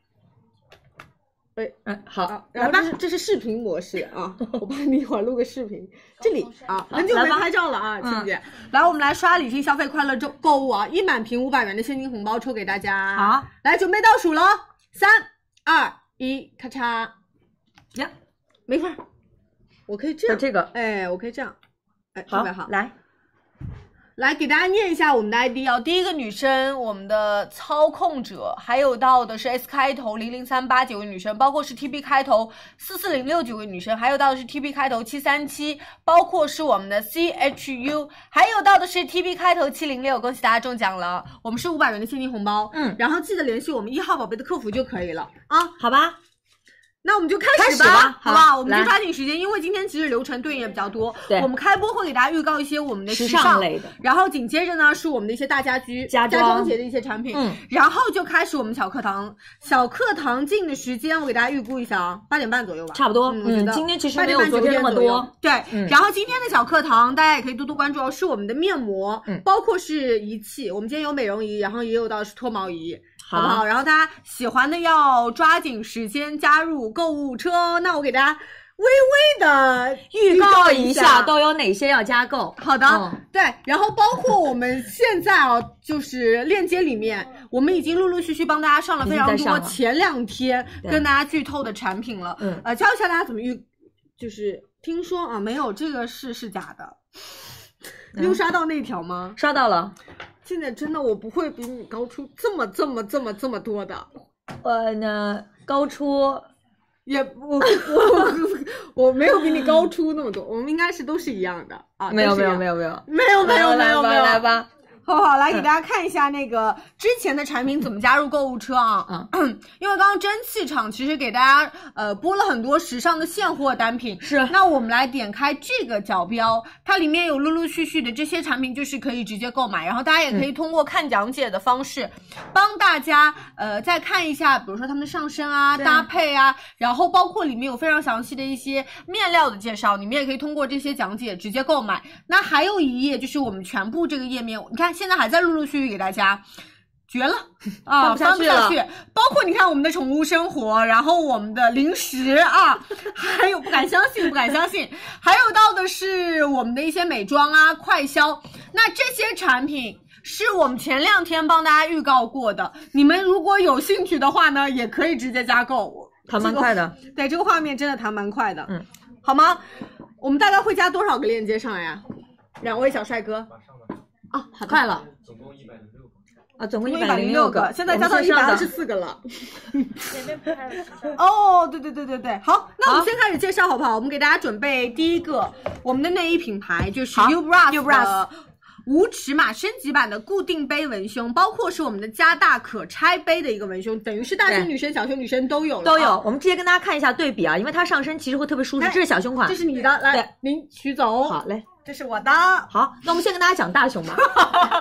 哎，
啊
好，，
然后这
来吧
是这是视频模式 啊，我帮你一会儿录个视频。这里啊，
好
很久没
来吧
拍照了啊，
嗯
倩姐。来，我们来刷理性消费快乐购购物啊，一满屏五百元的现金红包抽给大家。，
好，
来准备倒数喽，三二一，咔嚓！
呀，
没法儿，我可以这
就
样，
这个，
哎，我可以这样，哎，特
好
别好。，
来，
来给大家念一下我们的 ID 哦。
第
第一个女生，我们的操控者，还有到的是 S 开头零零三八九个女生，包括是 TB 开头四四零六九个女生，还有到的是 TB 开头七三七，包括是我们的 CHU，还有到的是 TB 开头七零六。恭喜大家中奖了，我们是五百元的现金红包，
嗯
然后记得联系我们一号宝贝的客服就可以了啊。
好吧，
那我们就开
开
始
始
吧，
吧
好不好？
好
我们就
来
抓紧时间，因为今天其实流程对应也比较多。
对
我们开播会给大家预告一些我们的
时
尚
尚类的
然后紧接着呢是我们的一些大家居、
家
装
装
节的一些产品，
嗯，
然后就开始我们小课堂。小课堂进的时间我给大家预估一下啊，八点半左右吧，
差不多
嗯，我觉
嗯
得，
今天其实
8
没
点
有
半
昨天那么
9点左右
多，
对，
嗯
然后今天的小课堂大家也可以多多关注哦，是我们的面膜，
嗯
包括是仪器，我们今天有美容仪，然后也有到是脱毛仪，好不好？
好，
然后大家喜欢的要抓紧时间加入购物车哦。那我给大家微微的
预告一
下
下都有哪些要加购。
好的，
嗯
对，然后包括我们现在啊，就是链接里 面，我们已经陆陆续续帮大家上了非常
已经在
多
上了
前两天
对
跟大家剧透的产品了。
嗯，
呃，教一下大家怎么预，就是听说啊，没有这个是是假的。你有
嗯
刷到那条吗？
刷到了，
现在真的我不会比你高出这么这么这么这么多的。
呃，那高出
也我我我没有比你高出那么多，我们应该是都是一样的啊。
没有没有没
有
有没有，
没有没有没
来
有
吧
没有
来，吧，
好不好？来给大家看一下那个之前的产品怎么加入购物车啊。嗯， 因为刚刚蒸汽厂其实给大家呃播了很多时尚的现货单品，
是
那我们来点开这个角标，它里面有陆陆续续的这些产品，就是可以直接购买，然后大家也
嗯
可以通过看讲解的方式，帮大家呃再看一下，比如说他们的上身啊、
对
搭配啊，然后包括里面有非常详细的一些面料的介绍，你们也可以通过这些讲解直接购买。那还有一页就是我们全部这个页面，你看现在还在陆陆续续给大家。绝 了啊，
放不下
翻不
去
下
了
去。包括你看我们的宠物生活，然后我们的零食啊， 还有不敢相信，不敢相信，还有到的是我们的一些美妆啊、快消，那这些产品。是我们前两天帮大家预告过的，你们如果有兴趣的话呢，也可以直接加购。
弹蛮快的，
对，这个画面真的弹蛮快的，
嗯，
好吗？我们大概会加多少个链接上呀？两位小帅哥，啊，好的
快了。啊，总共一
一
百
百
零
零
六
六
个，
现在加到一百二十
是
四个了。哦，对对对对对，好，那我们先开始介绍好不好？我们给大家准备第一个，我们的内衣品牌就是 U Bras 的无尺码升级版的固定杯文胸，包括是我们的加大可拆杯的一个文胸，等于是大
对
胸女生、小胸女生都有了，
都有。。我们直接跟大家看一下对比啊，因为它上身其实会特别舒适，
来
这是小胸款
这。是你的，来
对，
您取走。
好，嘞，
这是我的。
好，那我们先跟大家讲 大胸吧，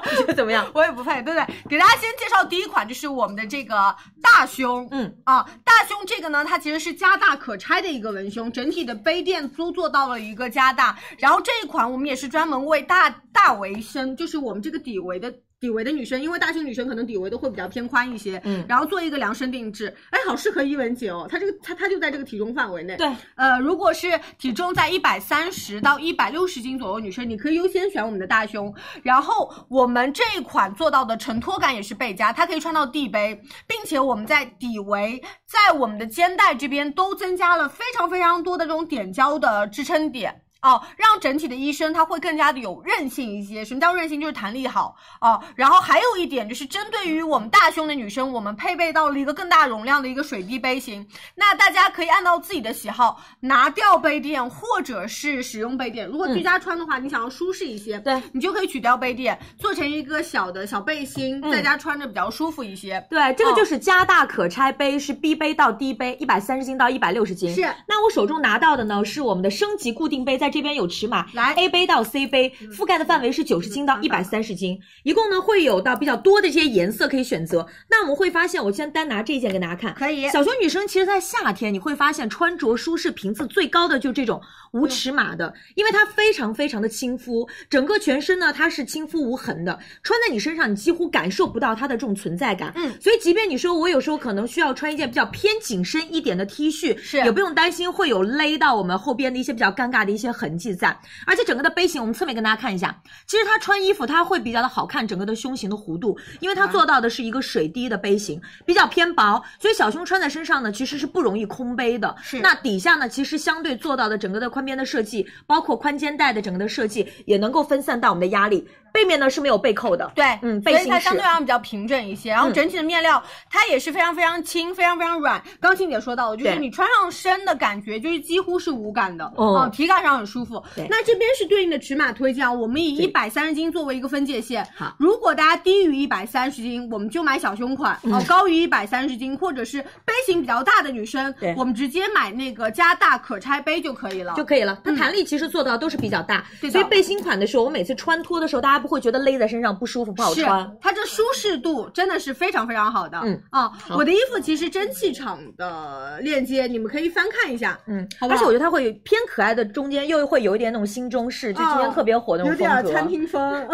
你觉得怎么样？
我也不配，对不对？给大家先介绍第一款，就是我们的这个大胸，
嗯
啊，大胸这个呢，它其实是加大可拆的一个文胸，整体的杯垫都做到了一个加大。然后这一款我们也是专门为大大围身，就是我们这个底围的。底围的女生，因为大胸女生可能底围都会比较偏宽一些，
嗯
然后做一个量身定制，哎，好适合伊文姐哦，她这个她她就在这个体重范围内，
对，
呃，如果是体重在一百三十到一百六十斤左右的女生，你可以优先选我们的大胸。然后我们这一款做到的承托感也是倍加，它可以穿到地杯，并且我们在底围、在我们的肩带这边都增加了非常非常多的这种点胶的支撑点。哦，让整体的衣身它会更加的有韧性一些。什么叫韧性？就是弹力好哦。然后还有一点就是，针对于我们大胸的女生，我们配备到了一个更大容量的一个水滴杯型，那大家可以按照自己的喜好拿掉杯垫，或者是使用杯垫。如果居家穿的话，你想要舒适一些，
嗯对
你就可以取掉杯垫，做成一个小的小背心，
嗯
在家穿着比较舒服一些。
对，这个
哦
就是加大可拆杯，是 B 杯到 D 杯，一百三十斤到一百六十斤。
是
那我手中拿到的呢，是我们的升级固定杯，在这边有尺码，
来
A 杯到 C 杯，覆盖的范围是九十斤到一百三十斤，一共呢会有到比较多的这些颜色可以选择。那我们会发现，我先单拿这一件给大家看，
可以
小胸女生其实，在夏天你会发现穿着舒适频次最高的就是这种无尺码的，因为它非常非常的亲肤，整个全身呢它是亲肤无痕的，穿在你身上你几乎感受不到它的这种存在感。
嗯
所以即便你说我有时候可能需要穿一件比较偏紧身一点的 T 恤，
是
也不用担心会有勒到我们后边的一些比较尴尬的一些痕迹在。而且整个的杯型，我们侧面跟大家看一下，其实它穿衣服它会比较的好看，整个的胸型的弧度，因为它
啊
做到的是一个水滴的杯型，比较偏薄，所以小胸穿在身上呢，其实是不容易空杯的。
是
那底下呢，其实相对做到的整个的宽边的设计，包括宽肩带的整个的设计，也能够分散到我们的压力。背面呢是没有背扣的，
对，
嗯
所以
背心
它
是
相对而言比较平整一些，然后
嗯
整体的面料它也是非常非常轻，非常非常软。刚青姐说到的，就是
对
你穿上身的感觉就是几乎是无感的，
哦
嗯体感上很舒服
对。
那这边是对应的尺码推荐啊，我们以一
对
百三十斤作为一个分界线。
好
如果大家低于一百三十斤，我们就买小胸款；
嗯
哦、高于一百三十斤或者是杯型比较大的女生
对，
我们直接买那个加大可拆杯就可以了。
就可以了。它弹力其实做到都是比较大，
嗯对的
所以背心款的时候，我每次穿脱的时候，大家不会觉得勒在身上不舒服不好
是
穿。
它这舒适度真的是非常非常好的。
嗯
啊，我的衣服其实蒸汽厂的链接你们可以翻看一下，
嗯，
好不
而
好
且我觉得它会有偏可爱的，中间又会有一点那种新中式，就今天
哦
特别火的那
有
种风格。
点餐厅风。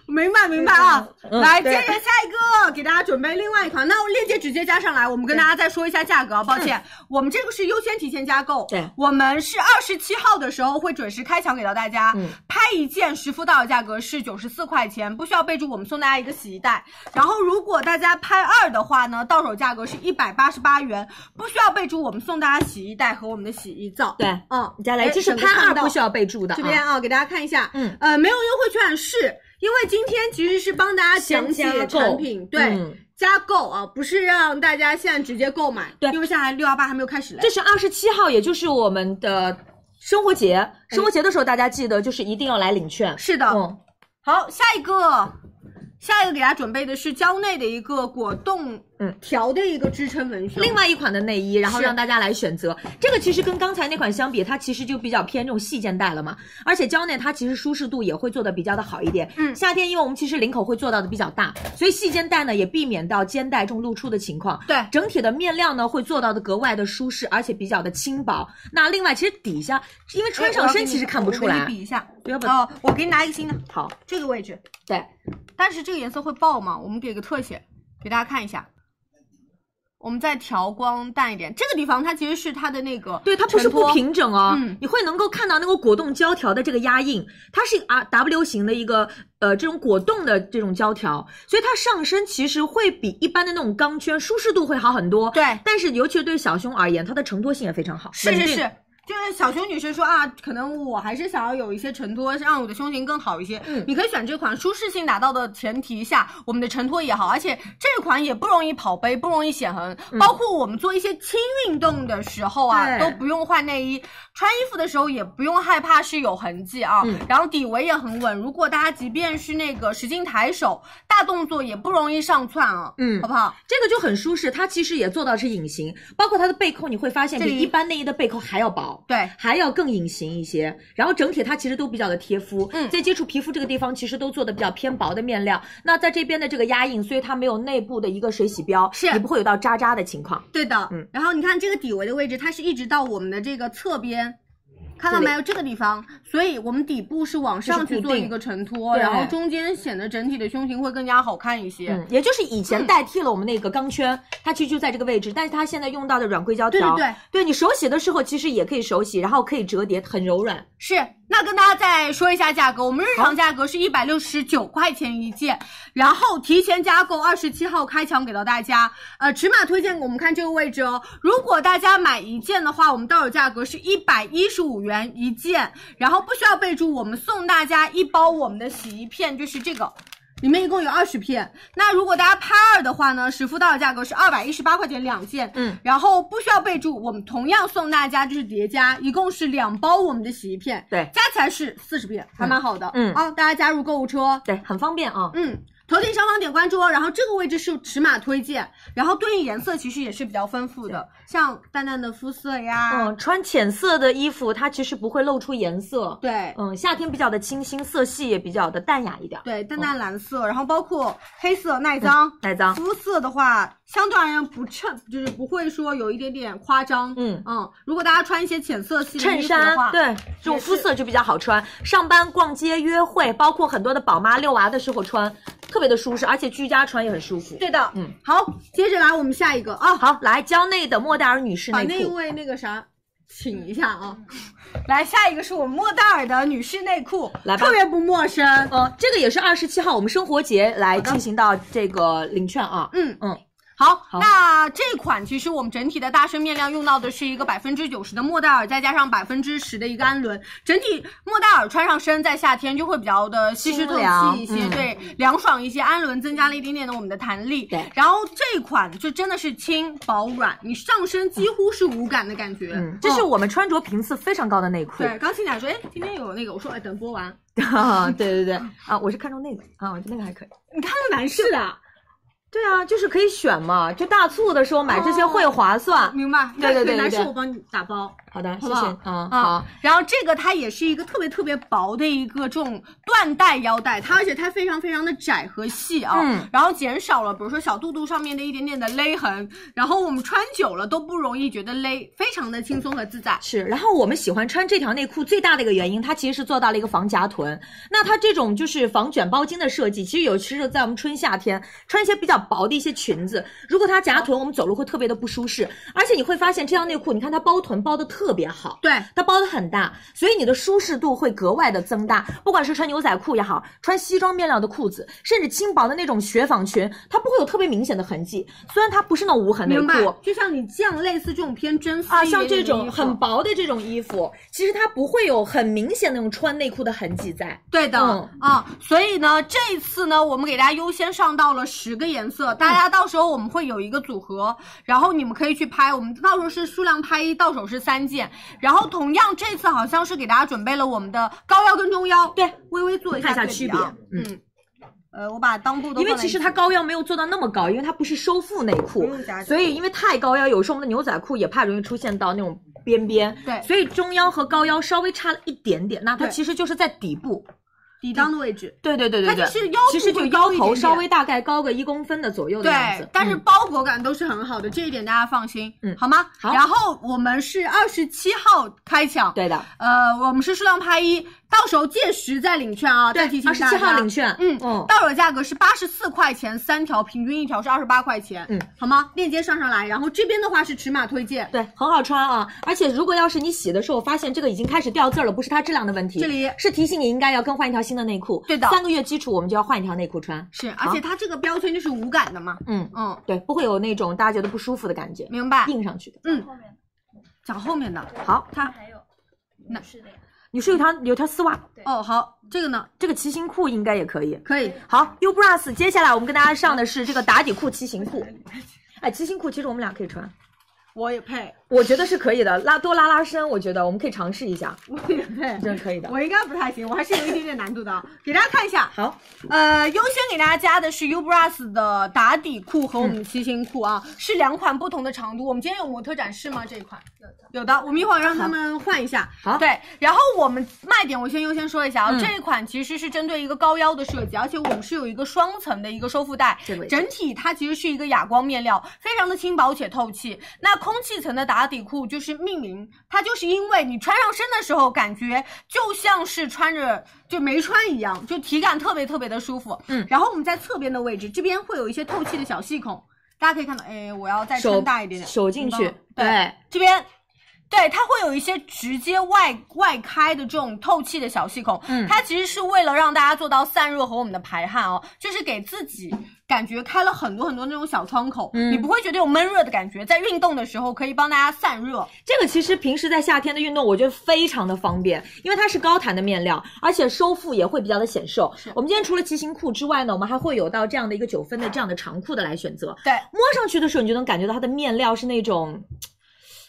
明白明白啊，
嗯
来接
对
着下一个，给大家准备另外一款，那我链接直接加上来，我们跟大家再说一下价格啊，抱歉，我们这个是优先提前加购，
嗯对
我们是二十七号的时候会准时开抢给到大家
嗯，
拍一件实付到手价格是九十四块钱，不需要备注，我们送大家一个洗衣袋，然后如果大家拍二的话呢，到手价格是一百八十八元，不需要备注，我们送大家洗衣袋和我们的洗衣皂，
对
嗯，
你再来，
哎
这是
整个
拍二
看到
不需要备注的啊。
这边啊，给大家看一下，
嗯，
呃，没有优惠券是因为今天其实是帮大家讲解
先加购
产品，对，
嗯
加购啊，不是让大家现在直接购买，
对
因为现在还六幺八还没有开始嘞，
这是二十七号，也就是我们的生活节。生活节的时候，大家记得就是一定要来领券。
嗯是的，
嗯，
好，下一个，下一个给大家准备的是蕉内的一个果冻
嗯
条的一个支撑文胸，
另外一款的内衣，然后
是
让大家来选择。这个其实跟刚才那款相比，它其实就比较偏这种细肩带了嘛，而且蕉内它其实舒适度也会做的比较的好一点。
嗯
夏天因为我们其实领口会做到的比较大，所以细肩带呢也避免到肩带这种露出的情况。
对
整体的面料呢会做到的格外的舒适，而且比较的轻薄。那另外其实底下，因为穿上身其实看不出
我给
来
你，比一下，
不要把
哦，我给你拿一个新的，
好
这个位置。
对，
但是这个颜色会爆吗？我们给个特写给大家看一下。我们再调光淡一点，这个地方它其实是它的那个，
对，它不是不，平整哦，
嗯
你会能够看到那个果冻胶条的这个压印，它是啊 W 型的一个呃这种果冻的这种胶条，所以它上身其实会比一般的那种钢圈舒适度会好很多。
对
但是尤其是对于小胸而言，它的承托性也非常好，
是
稳
是
定
是。就是小熊女生说啊，可能我还是想要有一些承托，让我的胸型更好一些。
嗯
你可以选这款，舒适性达到的前提下，我们的承托也好，而且这款也不容易跑杯，不容易显痕，
嗯
包括我们做一些轻运动的时候啊，
对
都不用换内衣，穿衣服的时候也不用害怕是有痕迹啊。
嗯
然后底围也很稳，如果大家即便是那个使劲抬手，大动作也不容易上窜啊，
嗯
好不好？
这个就很舒适，它其实也做到是隐形，包括它的背扣，你会发现
这
比
里
一般内衣的背扣还要薄。
对。
还要更隐形一些，然后整体它其实都比较的贴肤，
嗯
在接触皮肤这个地方其实都做的比较偏薄的面料。那在这边的这个压印，所以它没有内部的一个水洗标，
是
也不会有到渣渣的情况。
对的，
嗯
然后你看这个底围的位置，它是一直到我们的这个侧边。看到没有这个地方，所以我们底部是往上去做一个承托，
这是固定
然后
对
中间显得整体的胸型会更加好看一些。
嗯，也就是以前代替了我们那个钢圈，它其实就在这个位置，但是它现在用到的软硅胶
对对
条，
对，
对你手洗的时候其实也可以手洗，然后可以折叠，很柔软。
是，那跟大家再说一下价格，我们日常价格是一百六十九块钱一件，然后提前加购二十七号开抢给到大家。呃，尺码推荐我们看这个位置哦。如果大家买一件的话，我们到手价格是一百一十五元一件，然后不需要备注，我们送大家一包我们的洗衣片，就是这个。里面一共有二十片，那如果大家拍二的话呢，实付到手价格是二百一十八块钱两件，
嗯，
然后不需要备注，我们同样送大家就是叠加，一共是两包我们的洗衣片，
对
加起来是四十片，还蛮好的，
嗯
啊，大家加入购物车，
对，很方便啊。
嗯，头顶上方点关注哦，然后这个位置是尺码推荐，然后对应颜色其实也是比较丰富的，像淡淡的肤色呀，
嗯，穿浅色的衣服，它其实不会露出颜色。
对。
嗯，夏天比较的清新，色系也比较的淡雅一点。
对，淡淡蓝色，然后包括黑色耐脏，
嗯耐脏
肤色的话，相对而言不衬，就是不会说有一点点夸张。
嗯
嗯，如果大家穿一些浅色系的
衬
衣服的
衫
话，
对这种肤色就比较好穿，上班、逛街、约会，包括很多的宝妈遛娃的时候穿，特别的舒适，而且居家穿也很舒服。
对的，
嗯，
好，接着来我们下一个啊，
好，来娇内的莫代尔女士
把
内
那
裤，
位那个啥，请一下啊。来，下一个是我们莫代尔的女士内裤，
嗯来吧
特别不陌生。
呃，这个也是二十七号我们生活节来进行到这个领券啊。
嗯
嗯。
好，
好
那这款其实我们整体的大身面料用到的是一个百分之九十的莫代尔，再加上百分之十的一个氨纶，整体莫代尔穿上身在夏天就会比较的吸湿透气一
清
些，
凉嗯
对，凉爽一些，氨纶增加了一点点的我们的弹力。
对
然后这款就真的是轻薄软，你上身几乎是无感的感觉。
嗯，这是
嗯
我们穿着频次非常高的内裤。
对，刚进来说，哎，今天有那个，我说，哎，等播完，
啊， 对对对， 啊，我是看中那个啊，我觉得那个还可以。
你看着男士的，
对啊，就是可以选嘛，就大促的时候买这些会划算。
明白？
对对对对
男士
对
我帮你打包。
好的，谢
哦好不
谢
好
啊，
啊
好，，
然后这个它也是一个特别特别薄的一个这种缎带腰带，它而且它非常非常的窄和细啊，
嗯
然后减少了比如说小肚肚上面的一点点的勒痕，然后我们穿久了都不容易觉得勒，非常的轻松和自在。
是，然后我们喜欢穿这条内裤最大的一个原因，它其实是做到了一个防夹臀。那它这种就是防卷包巾的设计，其实尤其是在我们春夏天穿一些比较薄的一些裙子，如果它夹臀，我们走路会特别的不舒适。而且你会发现这条内裤，你看它包臀包的特别好，
对，
它包的很大，所以你的舒适度会格外的增大。不管是穿牛仔裤也好，穿西装面料的裤子，甚至轻薄的那种雪纺裙，它不会有特别明显的痕迹。虽然它不是那种无痕内
明白
裤，，
就像你这样类似这种偏真丝
啊，
一
像
点点
这
的
种
衣服
很薄的这种衣服，其实它不会有很明显的那种穿内裤的痕迹在。
对的，
嗯
啊，所以呢，这一次呢，我们给大家优先上到了十个颜
嗯
色，大家到时候我们会有一个组合，然后你们可以去拍，我们到时候是数量拍一，到手是三件，然后同样这次好像是给大家准备了我们的高腰跟中腰，
对，
微微做一下
看一
对
下
比
区别
啊，嗯，呃，我把裆部都
因为
放在
其实
一起
它高腰没有做到那么高，因为它不是收腹内裤
不用夹，紧
所以因为太高腰，有时候我们的牛仔裤也怕容易出现到那种边边。
对
所以中腰和高腰稍微差了一点点，那它
对
其实就是在底部。
底裆的位置，
对对对
它
对对，
就是腰
其实
部
就
会
腰
高一
头
点
稍
点
微大概高个一公分的左右的样
对
子。，
嗯但是
嗯
包裹感都是很好的，这一点大家放心，
嗯
好吗？
好
然后我们是二十七号开抢，
对的，
呃，我们是数量拍一，到时候届时再领券啊，再提醒
二十七号领
券。
券，
嗯
嗯，
到手价格是八十四块钱三条，平均一条是二十八块钱，
嗯，
好吗？链接上上来，然后这边的话是尺码推荐，
对，很好穿啊。而且如果要是你洗的时候发现这个已经开始掉字儿了，不是它质量的问题，
这里
是提醒你应该要更换一条新的内裤。
对的
三个月基础我们就要换一条内裤穿。
是，而且它这个标签就是无感的嘛，
嗯，
嗯，
对，不会有那种大家觉得不舒服的感觉，
明白。
印上去的。
嗯，
后面
讲后面的，
好，
它
还有
那
女士的呀，
女士有条有条丝袜，
哦好，这个呢
这个骑行裤应该也可以。
可以，
好，U Bras，接下来我们跟大家上的是这个打底裤、骑行裤。哎，骑行裤其实我们俩可以穿，
我也配，
我觉得是可以的，拉多拉拉伸，我觉得我们可以尝试一下，
我也配，
真的可以的。
嗯我应该不太行，我还是有一点点难度 的啊，给大家看一下。
好，
呃，优先给大家加的是 U Bras 的打底裤和我们的骑行裤啊，是两款不同的长度。我们今天有模特展示吗？这一款有的，有的。我们一会儿让他们换一下。
好
对。然后我们卖点，我先优先说一下啊，
嗯
这一款其实是针对一个高腰的设计，而且我们是有一个双层的一个收腹带
这个也，是
整体它其实是一个哑光面料，非常的轻薄且透气。那空气层的打底裤就是命名，它就是因为你穿上身的时候，感觉就像是穿着就没穿一样，就体感特别特别的舒服。
嗯
然后我们在侧边的位置，这边会有一些透气的小细孔，大家可以看到，哎，我要再
手
撑大一点点，
手进去
明白吗，对，这边。对，它会有一些直接外外开的这种透气的小细孔，
嗯
它其实是为了让大家做到散热和我们的排汗哦，就是给自己感觉开了很多很多那种小窗口，
嗯
你不会觉得有闷热的感觉，在运动的时候可以帮大家散热，
这个其实平时在夏天的运动，我觉得非常的方便，因为它是高弹的面料，而且收腹也会比较的显瘦。我们今天除了骑行裤之外呢，我们还会有到这样的一个九分的这样的长裤的来选择。
对，
摸上去的时候，你就能感觉到它的面料是那种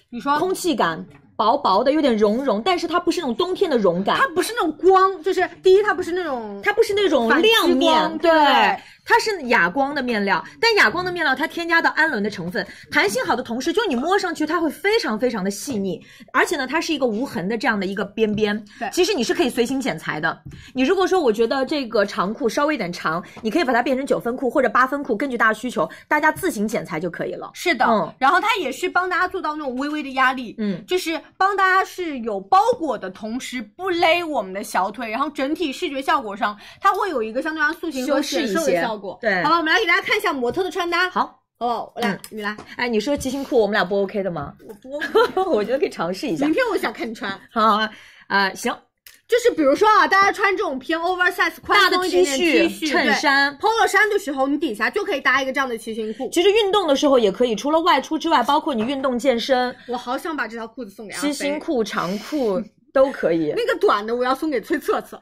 你说
空气感薄薄的，有点绒绒，但是它不是那种冬天的绒感，
它不是那种光，就是第一它不是那种
它不是那种
反激
亮面，
光对
它是哑光的面料，但哑光的面料它添加到氨纶的成分，弹性好的同时，就你摸上去它会非常非常的细腻，而且呢，它是一个无痕的这样的一个边边，
对
其实你是可以随心剪裁的。你如果说我觉得这个长裤稍微有点长，你可以把它变成九分裤或者八分裤，根据大家需求，大家自行剪裁就可以了。
是的，
嗯
然后它也是帮大家做到那种微微的压力，
嗯
就是帮大家是有包裹的同时不勒我们的小腿，然后整体视觉效果上它会有一个相对来说塑形和
修饰
显
一
瘦
些
的效果。
对
好吧，我们来给大家看一下模特的穿搭。
好，
哦，我来
嗯，
你来，
哎，你说骑行裤我们俩不 OK 的吗？
我嗯播。
我觉得可以尝试一下
明。天我想看你穿，
好啊，啊行，
就是比如说啊，大家穿这种偏 oversize 宽
大的
松一
T
点点
恤、
T 恤
衬、衫
对。polo 衫的时候，你底下就可以搭一个这样的骑行裤。
其实运动的时候也可以，除了外出之外，包括你运动健身、
我好想把这条裤子送给阿
骑行
飞，
裤、长裤都 可以，
那个短的我要送给崔策策。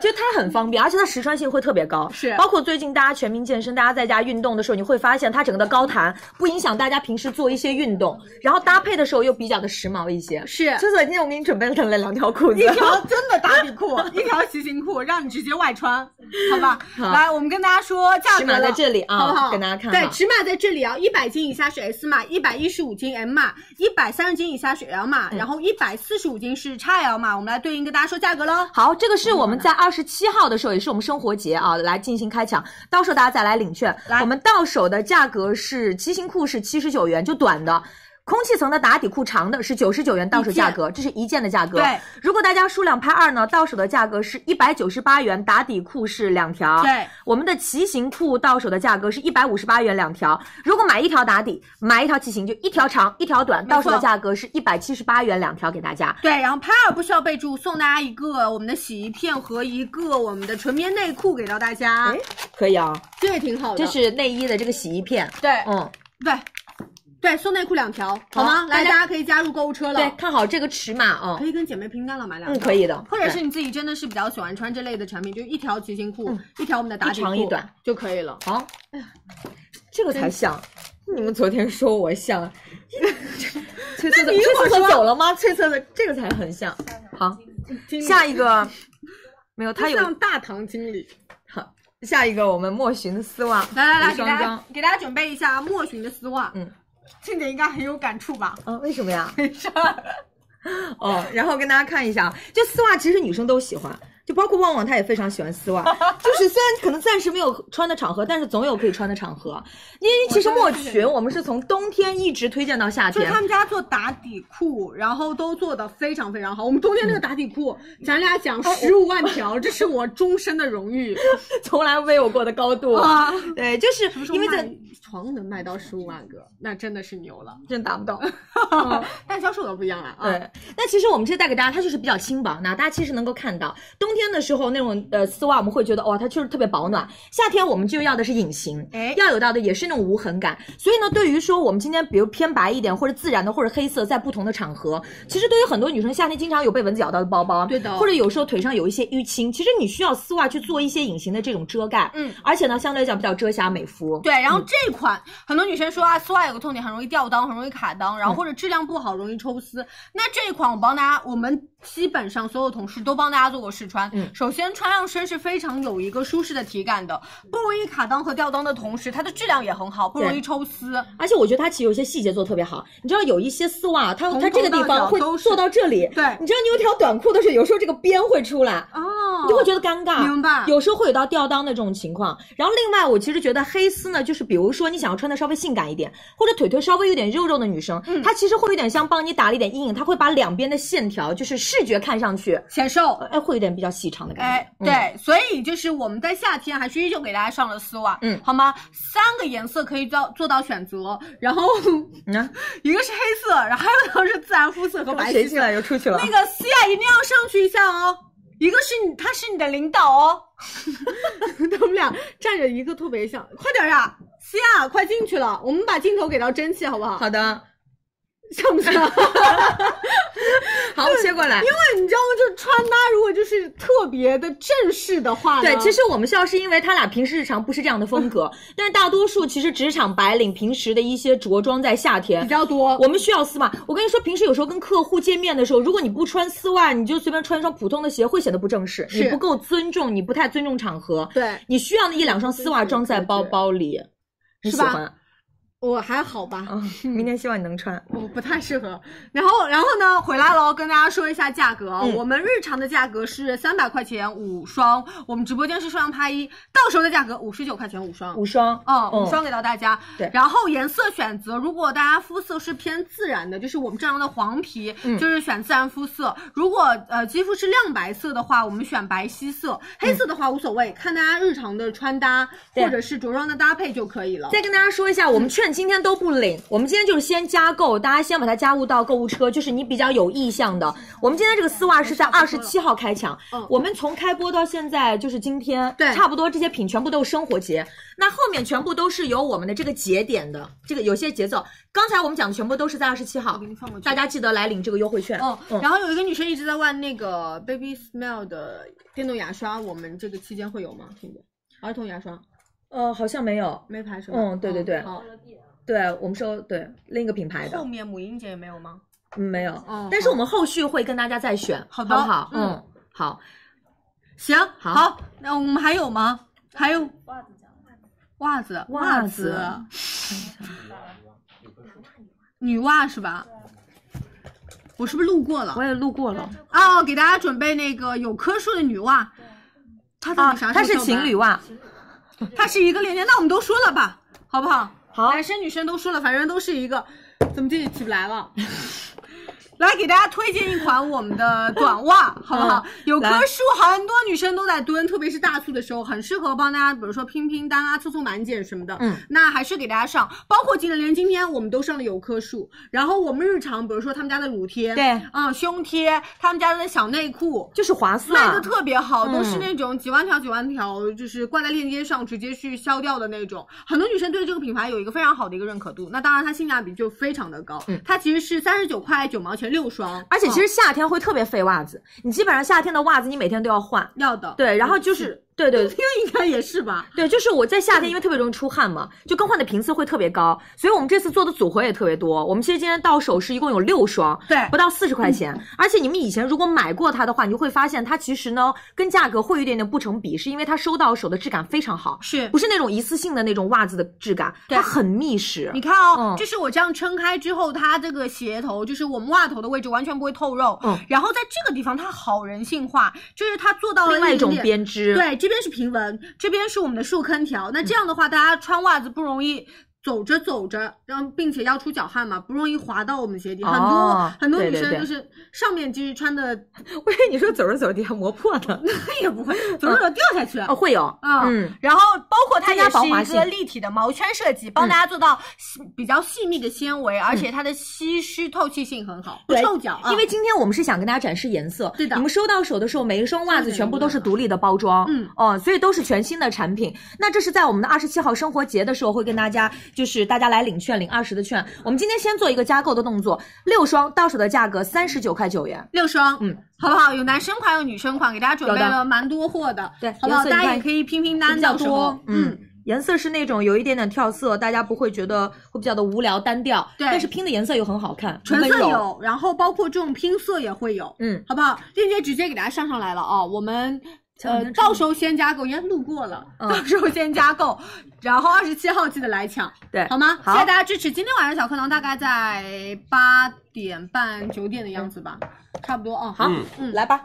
就它很方便，而且它实穿性会特别高。
是
包括最近大家全民健身，大家在家运动的时候，你会发现它整个的高弹不影响大家平时做一些运动，然后搭配的时候又比较的时髦一些。
是
崔总，今天我给你准备了两条裤子
一，条真的打底裤，一条骑行裤，让你直接外穿，好吧？
好
来，我们跟大家说价
尺
格
码在
了。
这里
好不
啊，
好？
给大家看
对，
啊。
尺码在这里啊，一百斤以下是 S 码，一百一十五斤 M 码，一百三十斤以下是 L 码，
嗯
然后一百四十五斤是 XL 码。我们来对应跟大家说价格喽。
好，这个是我们在二十七号的时候，也是我们生活节啊，来进行开抢，到时候大家再来领券。
来
我们到手的价格是骑行裤是七十九元，就短的。空气层的打底裤长的是九十九元到手价格，这是一件的价格。
对，
如果大家数量拍二呢，到手的价格是一百九十八元，打底裤是两条。
对，
我们的骑行裤到手的价格是一百五十八元两条。如果买一条打底，买一条骑行就一条长一条短，
没错
到手的价格是一百七十八元两条给大家。
对，然后拍二不需要备注，送大家一个我们的洗衣片和一个我们的纯棉内裤给到大家
哎，，可以啊，
这也挺好的。
这是内衣的这个洗衣片。
对
嗯，
对对，送内裤两条，好吗？
好
来，
大家
大家可以加入购物车
对
了，，
看好这个尺码啊
可，以跟姐妹拼单了，买两
嗯，
条。
可以的，
或者是你自己真的是比较喜欢穿这类的产品，就一条骑行裤，
嗯
一条我们的打底
一
裤，
长一短
就可以了。
对好，哎呀这个才像。你们昨天说我 像，翠翠的
一
翠
会儿
翠的
说
走了吗？翠翠的这个才很像。好，下一个没有，它
它
有
像大堂经理，
好下一个我们莫寻的丝袜，
来来来，
无
给
双
大
装
家。给大家准备一下啊莫寻的丝袜，
嗯，
这点应该很有感触吧？
啊，为什 么呀？
没事儿，
哦，然后跟大家看一下，啊，就丝袜其实女生都喜欢，就包括旺旺他也非常喜欢丝袜，就是虽然可能暂时没有穿的场合，但是总有可以穿的场合。因为其实墨裙我们是从冬天一直推荐到夏
就
天
他，们家做打底裤，然后都做的非常非常好。我们冬天那
嗯
个打底裤，咱俩
哦
讲十五万条，这是我终身的荣 誉
从来没有过的高度。
啊！
对，就是因为这
这床能卖到十五万个，那真的是牛 了。
真达不到。
嗯但销售额不一样了啊。
对，那其实我们这次带给大家，它就是比较轻薄，那大家其实能够看到，冬天的时候那种呃丝袜，我们会觉得哇，它确实特别保暖。夏天我们就要的是隐形，
哎
要有到的也是那种无痕感。所以呢，对于说我们今天比如偏白一点，或者自然的，或者黑色，在不同的场合，其实对于很多女生夏天经常有被蚊子咬到的包包，啊
对的
或者有时候腿上有一些淤青，其实你需要丝袜去做一些隐形的这种遮盖，
嗯，
而且呢，相对来讲比较遮瑕美肤。
对，然后这款、很多女生说啊，丝袜有个痛点，很容易掉裆，很容易卡裆，然后或者质量不好，容易抽丝。那这一款我帮大家，我们基本上所有同事都帮大家做过试穿。
嗯
首先穿上身是非常有一个舒适的体感的，不容易卡裆和掉裆的同时，它的质量也很好，不容易
对
抽丝。
而且我觉得它其实有一些细节做得特别好，你知道有一些丝袜，它
从
它这个
头
地
到脚
方会
都是
做到这里，
对
你知道你有条短裤的时候，有时候这个边会出来，
哦
你就会觉得尴尬，
明白
啊
有时候会有到吊裆的这种情况。然后另外，我其实觉得黑丝呢，就是比如说你想要穿的稍微性感一点，或者腿腿稍微有点肉肉的女生，
嗯
嗯
它其实会有点像帮你打了一点阴影，它会把两边的线条就是视觉看上去，
显瘦。
哎，会有点比较细长的感
哎
觉。，嗯，
对，所以就是我们在夏天还是依旧给大家上了丝袜，
嗯
好吗？三个颜色可以到做到选择，然后
你看，
一个是黑色，然后还有一个是自然肤色和白皙
啊谁进
色。
来又出去了
那。个思雅一定要上去一下哦，一个是你，他是你的领导哦。 他们俩站着一个特别像，快点儿啊！思雅，快进去了，我们把镜头给到蒸汽好不好？
好的，
像不像？ 因
好，我们切过来。
为你知道吗？就是穿搭，如果就是特别的正式的话呢，
对，其实我们笑是因为他俩平时日常不是这样的风格，但是大多数其实职场白领平时的一些着装在夏
比
天。
较多。
我们需要丝袜。我跟你说，平时有时候跟客户见面的时候，如果你不穿丝袜，你就随便穿一双普通的鞋，会显得不正式，
是
你不够尊重，你不太尊重场合。
对
你需要那一两双丝袜装在包包里，你喜欢？
我还好吧，
啊，明天希望你能穿。
我不太适合。然后，然后呢，回来喽，跟大家说一下价格啊。
嗯
我们日常的价格是三百块钱五双，我们直播间是数量拍一，到时候的价格五十九块钱五双。
五双，
哦，
嗯
五双给到大家。
对
然后颜色选择，如果大家肤色是偏自然的，就是我们正常的黄皮，
嗯
就是选自然肤色；如果呃肌肤是亮白色的话，我们选白皙色；黑色的话无所谓，看大家日常的穿搭
嗯对
或者是着装的搭配就可以了。
再跟大家说一下，我们券今天都不领，我们今天就是先加购，大家先把它加入到购物车，就是你比较有意向的。我们今天这个丝袜是在二十七号开抢
嗯，
我们从开播到现在就是今天，
对
差不多这些品全部都是生活节，那后面全部都是有我们的这个节点的这个有些节奏。刚才我们讲的全部都是在二十七
我
号
给，你放过去。
大家记得来领这个优惠券。
哦，
嗯
然后有一个女生一直在问那个 Baby Smell 的电动牙刷，我们这个期间会有吗？婷姐，儿童牙刷
呃，好像没有，
没牌是吗？
嗯，对对对，
好，
对我们说对另一个品牌的
后面母婴节没有吗？
嗯没有
嗯，
但是我们后续会跟大家再选，
好
好
的
不好？
嗯
嗯，好。
行，
好
那我们还有吗？还有袜子，
袜
袜
子
子，女袜是吧？我是不是路过了
我？也路过了
哦，给大家准备那个有棵树的女袜，它到
啊，
底啥时候
它是
上
情
班
侣袜，
它是一个链接，那我们都说了吧，好不好？
好
男生女生都说了，反正都是一个，怎么这也起不来了？ 来给大家推荐一款我们的短 袜，好不好？有棵
嗯来
树，很多女生都在蹲，特别是大促的时候，很适合帮大家，比如说拼拼单啊、凑凑满减什么的。
嗯，
那还是给大家上，包括今天连今天我们都上了有棵树，然后我们日常比如说他们家的乳贴，
对，
嗯，胸贴，他们家的小内裤，
就是划
卖
算
的。特别好，
嗯
都是那种几万条几万条，就是挂在链接上直接去销掉的那种。很多女生对这个品牌有一个非常好的一个认可度，那当然它性价比就非常的高。
嗯
它其实是三十九块九毛钱六双，
而且其
嗯
实夏天会特别费袜子，你基本上夏天的袜子你每天都要换。
哦要的
哦对，然后就是嗯对对
这个应该也是吧？
对，就是我在夏天，因为特别容易出汗嘛，就更换的频次会特别高，所以我们这次做的组合也特别多。我们其实今天到手是一共有六双，
对
不到四十块钱。而且你们以前如果买过它的话，你就会发现它其实呢跟价格会有一点点不成比，是因为它收到手的质感非常好，
是
不是那种一次性的那种袜子的质感，
对
它很密实
你。看哦，
嗯
就是我这样撑开之后，它这个鞋头就是我们袜头的位置完全不会透肉。
嗯
然后在这个地方它好人性化，就是它做到了
另外一种
点
编织，
对，这边是平纹，这边是我们的束坑条。那这样的话，大家穿袜子不容易。走着走着，然后并且要出脚汗嘛，不容易滑到我们鞋底。很多、
哦
很多
对
女
对
生
对
就是上面就是穿的，
我以为你说走着走着还磨破呢。
那也不 会走着走着掉下去。
哦，会有，
啊
嗯，
然后包括它
增
也
加
是
防滑
一个
性
立体的毛圈设计，
嗯
帮大家做到细比较细密的纤维，而且它的吸湿透气性很好，不
对
臭脚啊。
因为今天我们是想跟大家展示颜色，
对的
你们收到手的时候，每一双袜子全部都是独立的包装，
嗯，
哦、所以都是全新的产品。那这是在我们的二十七号生活节的时候，会跟大家就是大家来领券，领二十的券。我们今天先做一个加购的动作，六双到手的价格三十九块九元，
六双，
嗯，
好不好？有男生款，有女生款，给大家准备
有的
了蛮多货的，
对
好不好？
颜色你
大家
看
也可以拼拼单，
比较
到时候
多，嗯。颜色是那种有一点点跳色，大家不会觉得会比较的无聊单调，
对
但是拼的颜色又很好看，
纯
很
色
温柔，
有，然后包括这种拼色也会有，
嗯，
好不好？链接直接给大家上上来了啊、我们。
前两
呃，
天吃
到时候先加购，应该路过了，
嗯
到时候先加购，然后二十七号记得来抢，
对
好吗？
好
谢谢大家支持。今天晚上小课堂大概在八点半九点的样子吧，差不多哦。好，
嗯
嗯，
来吧，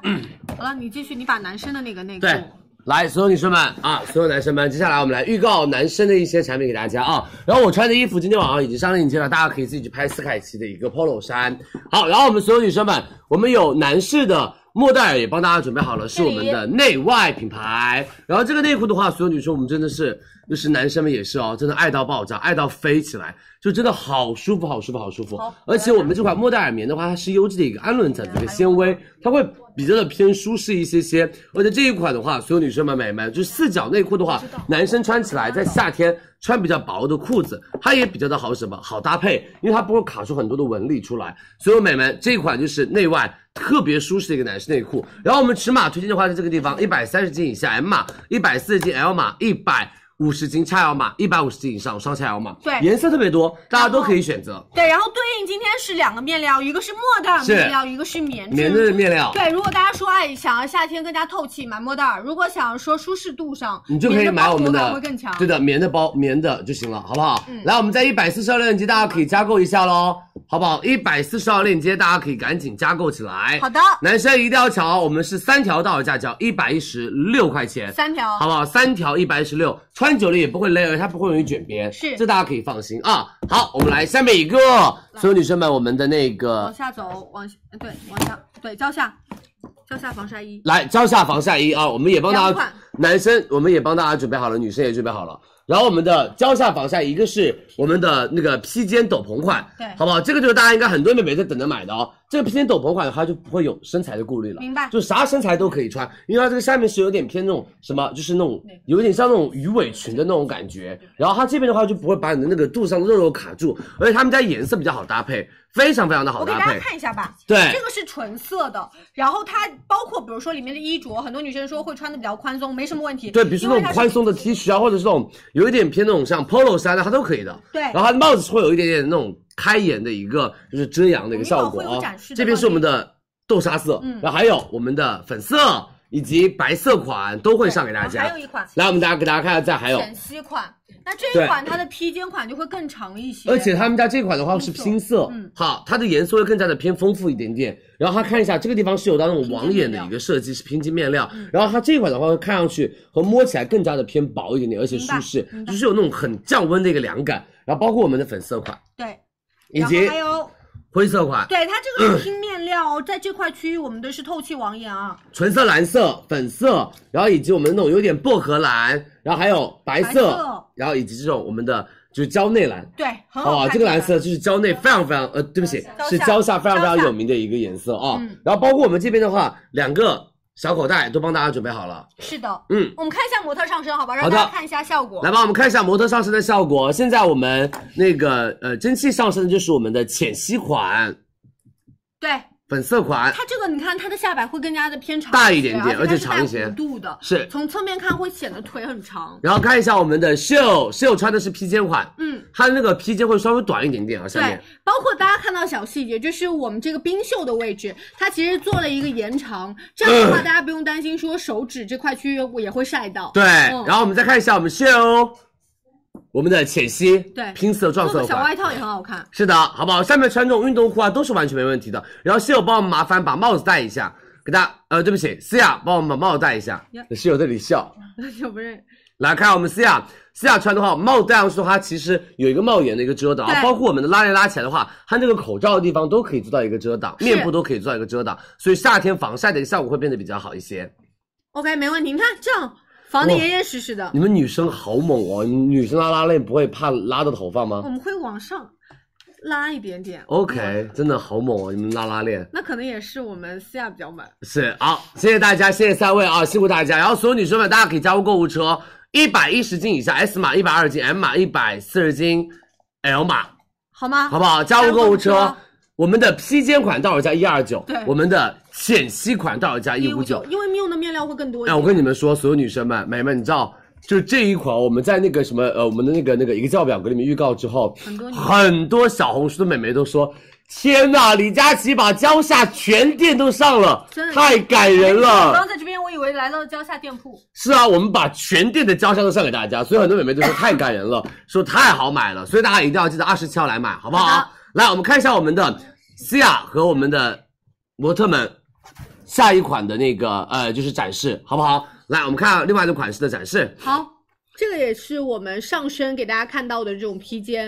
好了，你继续，你把男生的那个那个
对来，所有女生们啊，所有男生们，接下来我们来预告男生的一些产品给大家啊。然后我穿的衣服今天晚上已经上链接了，大家可以自己去拍斯凯奇的一个 polo 衫。好，然后我们所有女生们，我们有男士的。莫代尔也帮大家准备好了，是我们的内外品牌。然后这个内裤的话，所有女生我们真的是，就是男生们也是哦，真的爱到爆炸，爱到飞起来，就真的好舒服，好舒服，好舒服。而且我们这款莫代尔棉的话，它是优质的一个氨纶材质的一个纤维，它会比较的偏舒适一些些。而且这一款的话，所有女生们、美眉们，就四角内裤的话，男生穿起来在夏天穿比较薄的裤子，它也比较的好什么好搭配，因为它不会卡出很多的纹理出来。所有美们，这一款就是内外。特别舒适的一个男士内裤，然后我们尺码推荐的话，在这个地方，一百三十斤以下 M 码，一百四十斤 L 码，一百五十斤 XL 码，一百五十斤以上双 XL 码，
对哦
颜色特别多，大家都可以选择。
对，然后对应今天是两个面料，一个是莫代尔
是
面料，一个是棉质
棉的面料，
对，如果大家说哎想要夏天更加透气，买莫代尔；如果想要说舒适度上，
你就可以买我们
棉的包裹感
的
会更强。嗯
对的，棉的包棉的就行了，好不好？来，我们在一百四十二链接，大家可以加购一下喽，好不好？一百四十二链接，大家可以赶紧加购起来。
好的，
男生一定要抢哦，我们是三条到手价，只要一百一十六块钱。
三条
好不好？三条一百一十六，穿久了也不会勒，而且它不会容易卷边，
是
这大家可以放心啊。好，我们来下面一个，所有女生们，我们的那个
往下走，往下对，往下对，交下，交下防晒衣。
来蕉下防晒衣啊，我们也帮大
两
家
款，
男生我们也帮大家准备好了，女生也准备好了。然后我们的蕉下防晒，一个是我们的那个披肩斗篷款，
对
好不好？这个就是大家应该很多妹妹在等着买的哦。这个披肩斗篷款的话，就不会有身材的顾虑了，
明白
就啥身材都可以穿，因为它这个下面是有点偏那种什么，就是那种有点像那种鱼尾裙的那种感觉。然后它这边的话就不会把你的那个肚上的肉肉卡住，而且他们家颜色比较好搭配，非常非常的好
我给
搭
大家。
配
看一下吧，
对
这个是纯色的，然后它包括比如说里面的衣着，很多女生说会穿的比较宽松，没什么问题。
对，比如说那
因为它
种
是
宽松的 T 恤啊，或者是那种有一点偏那种像 polo 衫啊，它都可以的。
对
然后它的帽子是会有一点点那种开眼的一个，就是遮阳的一个效果
我们一会儿会有
啊
展示。的
这边是我们的豆沙色，
嗯
然后还有我们的粉色以及白色款都会上给大
然后
家
还。有一款
来，我们大家给大家看一下，再还有，
浅吸款，那这
对
一款它的披肩款就会更长一些，
而且他们家这款的话是
拼
拼色，
嗯
好，它的颜色会更加的偏丰富一点点。然后它看一下这个地方是有到那种网眼的一个设计，是拼接面料。
嗯
然后它这款的话，看上去和摸起来更加的偏薄一点点，而且舒适，就是有那种很降温的一个凉感。然后包括我们的粉色款
对，
以
然后
及
还有
灰色款，
对，它这个是拼面料哦，在这块区域我们的是透气网眼啊，
纯色蓝色、粉色，然后以及我们那种有点薄荷蓝，然后还有白
白
色，
色
然后以及这种我们的就是蕉内蓝。
对，很好
哦，
看。
这个蓝色就是蕉内非常非常呃，对不起，是蕉下非常非常有名的一个颜色啊、
嗯
然后包括我们这边的话，两个小口袋都帮大家准备好了。
是的，
嗯，
我们看一下模特上身，好吧，让
好的
大家看一下效果。
来吧，我们看一下模特上身的效果。现在我们那个呃蒸汽上身的就是我们的浅吸款，
对，
粉色款，
它这个你看它的下摆会更加的偏长
大一点点
而
而且长一些
它是带弧度的，
是
从侧面看会显得腿很长。
然后看一下我们的秀，秀穿的是披肩款，
嗯，
它的那个披肩会稍微短一点点啊，下
对
面，
包括大家看到小细节，就是我们这个冰袖的位置，它其实做了一个延长，这样的话大家不用担心说手指这块区域也会晒到。
嗯对，然后我们再看一下我们秀，我们的浅溪，
对
拼色撞
做
色
个小外
款。
套也很好看。
是的，好不好？下面穿这种运动裤啊，都是完全没问题的。然后室友帮我们麻烦把帽子戴一下，给大家，呃，对不起，思雅帮我们把帽子戴一下。室友在这里笑，
我不认，
来看我们思雅，思雅穿的话，帽子戴上去的话，它其实有一个帽檐的一个遮挡啊，
对
包括我们的拉链拉起来的话，它那个口罩的地方都可以做到一个遮挡，
是
面部都可以做到一个遮挡，所以夏天防晒的一个效果会变得比较好一些。
OK，没问题。你看这样防的严严实实的
你，们女生好猛哦，女生拉拉链不会怕拉到头发
我
吗
们会往上拉一点点。
哦？OK，真的好猛哦，你们拉拉链。
那可能也是我们私下比较满。
是，好，谢谢大家，谢谢三位啊，辛苦大家。然后所有女生们，大家可以加入购物车，一百一十斤以下，S 码一百二十斤，M 码一百四十斤，L 码，
好吗？
好不好？加入购物
加入购物
车
车。
我们的披肩款到手价一二九
对，
我们的浅膝款到手价一五九
159。因为 Miu 的面料会更多一
哎，
点。
我跟你们说，所有女生们、美们，你知道，就这一款，我们在那个什么呃，我们的那个那个一个教表格里面预告之后，
很多女生
很多小红书的美眉都说：“天呐，李佳琦把蕉下全店都上了
真，的
太感人
我刚
了。
在这边，我以为来到了蕉下店 铺。”
是啊，我们把全店的蕉下都上给大家，所以很多美眉都说太感人了，说太好买了，所以大家一定要记得二十七号来买，好不好？
好的
来，我们看一下我们的西亚和我们的模特们下一款的那个呃，就是展示，好不好？来，我们看另外一个款式的展示，
好，这个也是我们上身给大家看到的这种披肩，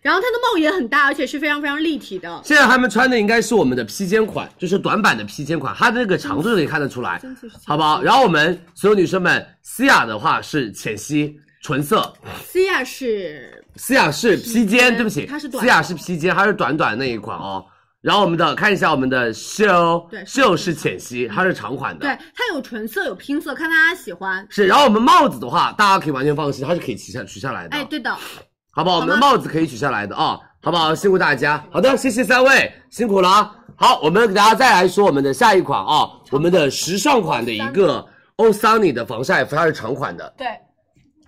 然后它的帽檐很大，而且是非常非常立体的。
现在他们穿的应该是我们的披肩款，就是短版的披肩款，它的那个长度就可以看得出来，好不好？然后我们所有女生们，西亚的话是浅膝纯色，
西亚啊是
西亚是披
披
肩，
肩
对不起，
它是短
西亚是披肩，它是短短那一款哦。然后我们的看一下我们的袖
对，
袖是浅膝，它是长款的
对，，它有纯色有拼色，看大家喜欢。
是。然后我们帽子的话，大家可以完全放心，它是可以取下取下来的，哦
哎，对的，
好不好？我们的帽子可以取下来的啊、好不好？辛苦大家。好的，谢谢三位，辛苦了啊。好，我们给大家再来说我们的下一款啊、我们的时尚款的一个 o s a n i 的防晒服，它是长款的，
对，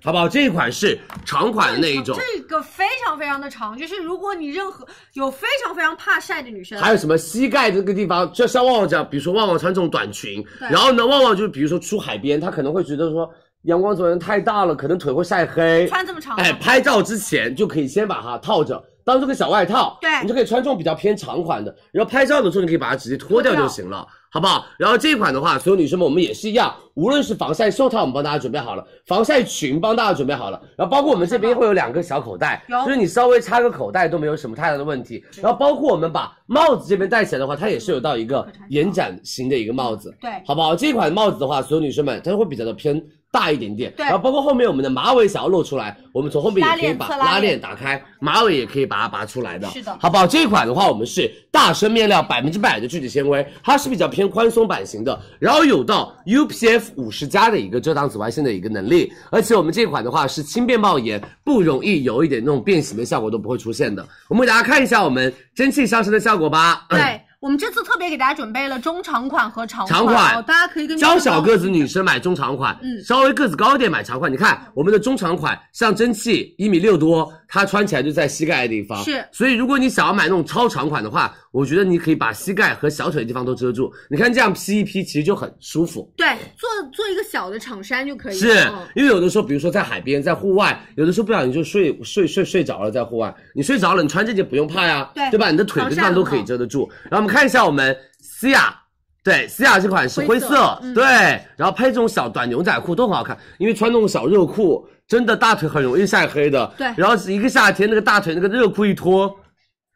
好不好？这一款是长款的那一种。
这个非常非常的长，就是如果你任何有非常非常怕晒的女生，
还有什么膝盖这个地方，就像旺旺这样，比如说旺旺穿这种短裙，
对
然后呢，旺旺就是比如说出海边，她可能会觉得说阳光昨天太大了，可能腿会晒黑。
穿这么长的，
哎，拍照之前就可以先把它套着，当做个小外套，
对
你就可以穿这种比较偏长款的。然后拍照的时候，你可以把它直接脱掉就行了，好不好？然后这款的话，所有女生们我们也是一样，无论是防晒袖套，我们帮大家准备好了，防晒裙帮大家准备好了，然后包括我们这边会有两个小口袋，
有
就是你稍微插个口袋都没有什么太大的问题。然后包括我们把帽子这边戴起来的话，它也是有到一个延展型的一个帽子，
对
好不好？这款帽子的话，所有女生们它会比较的偏大一点点，
对
然后包括后面我们的马尾想要露出来，我们从后面也可以把
拉链侧拉链
拉链打开，马尾也可以把它拔出来的，
是的
好不好？这款的话，我们是大身面料，百分之百的聚酯纤维，它是比较偏宽松版型的，然后有到 UPF 五十加的一个遮挡紫外线的一个能力，而且我们这款的话是轻便帽檐，不容易有一点那种变形的效果都不会出现的。我们给大家看一下我们蒸汽上身的效果吧。
对。我们这次特别给大家准备了中长款和长
嗯长款
哦，大家可以跟
娇小个子女生买中长款，
嗯
稍微个子高一点买长款。你看我们的中长款，像蒸汽一米六多，它穿起来就在膝盖的地方。
是
所以如果你想要买那种超长款的话，我觉得你可以把膝盖和小腿的地方都遮住。你看这样披一披，其实就很舒服。
对，做做一个小的长衫就可以了。
是
嗯
因为有的时候，比如说在海边、在户外，有的时候不小心就睡睡睡睡着了，在户外，你睡着了，你穿这件不用怕呀，
对
吧？你的腿的地方都可以遮得住。然后我们看一下我们西亚，对，西亚这款是灰
灰色嗯
对，然后配这种小短牛仔裤都很好看，因为穿那种小热裤，真的大腿很容易晒黑的。
对
然后一个夏天那个大腿那个热裤一脱，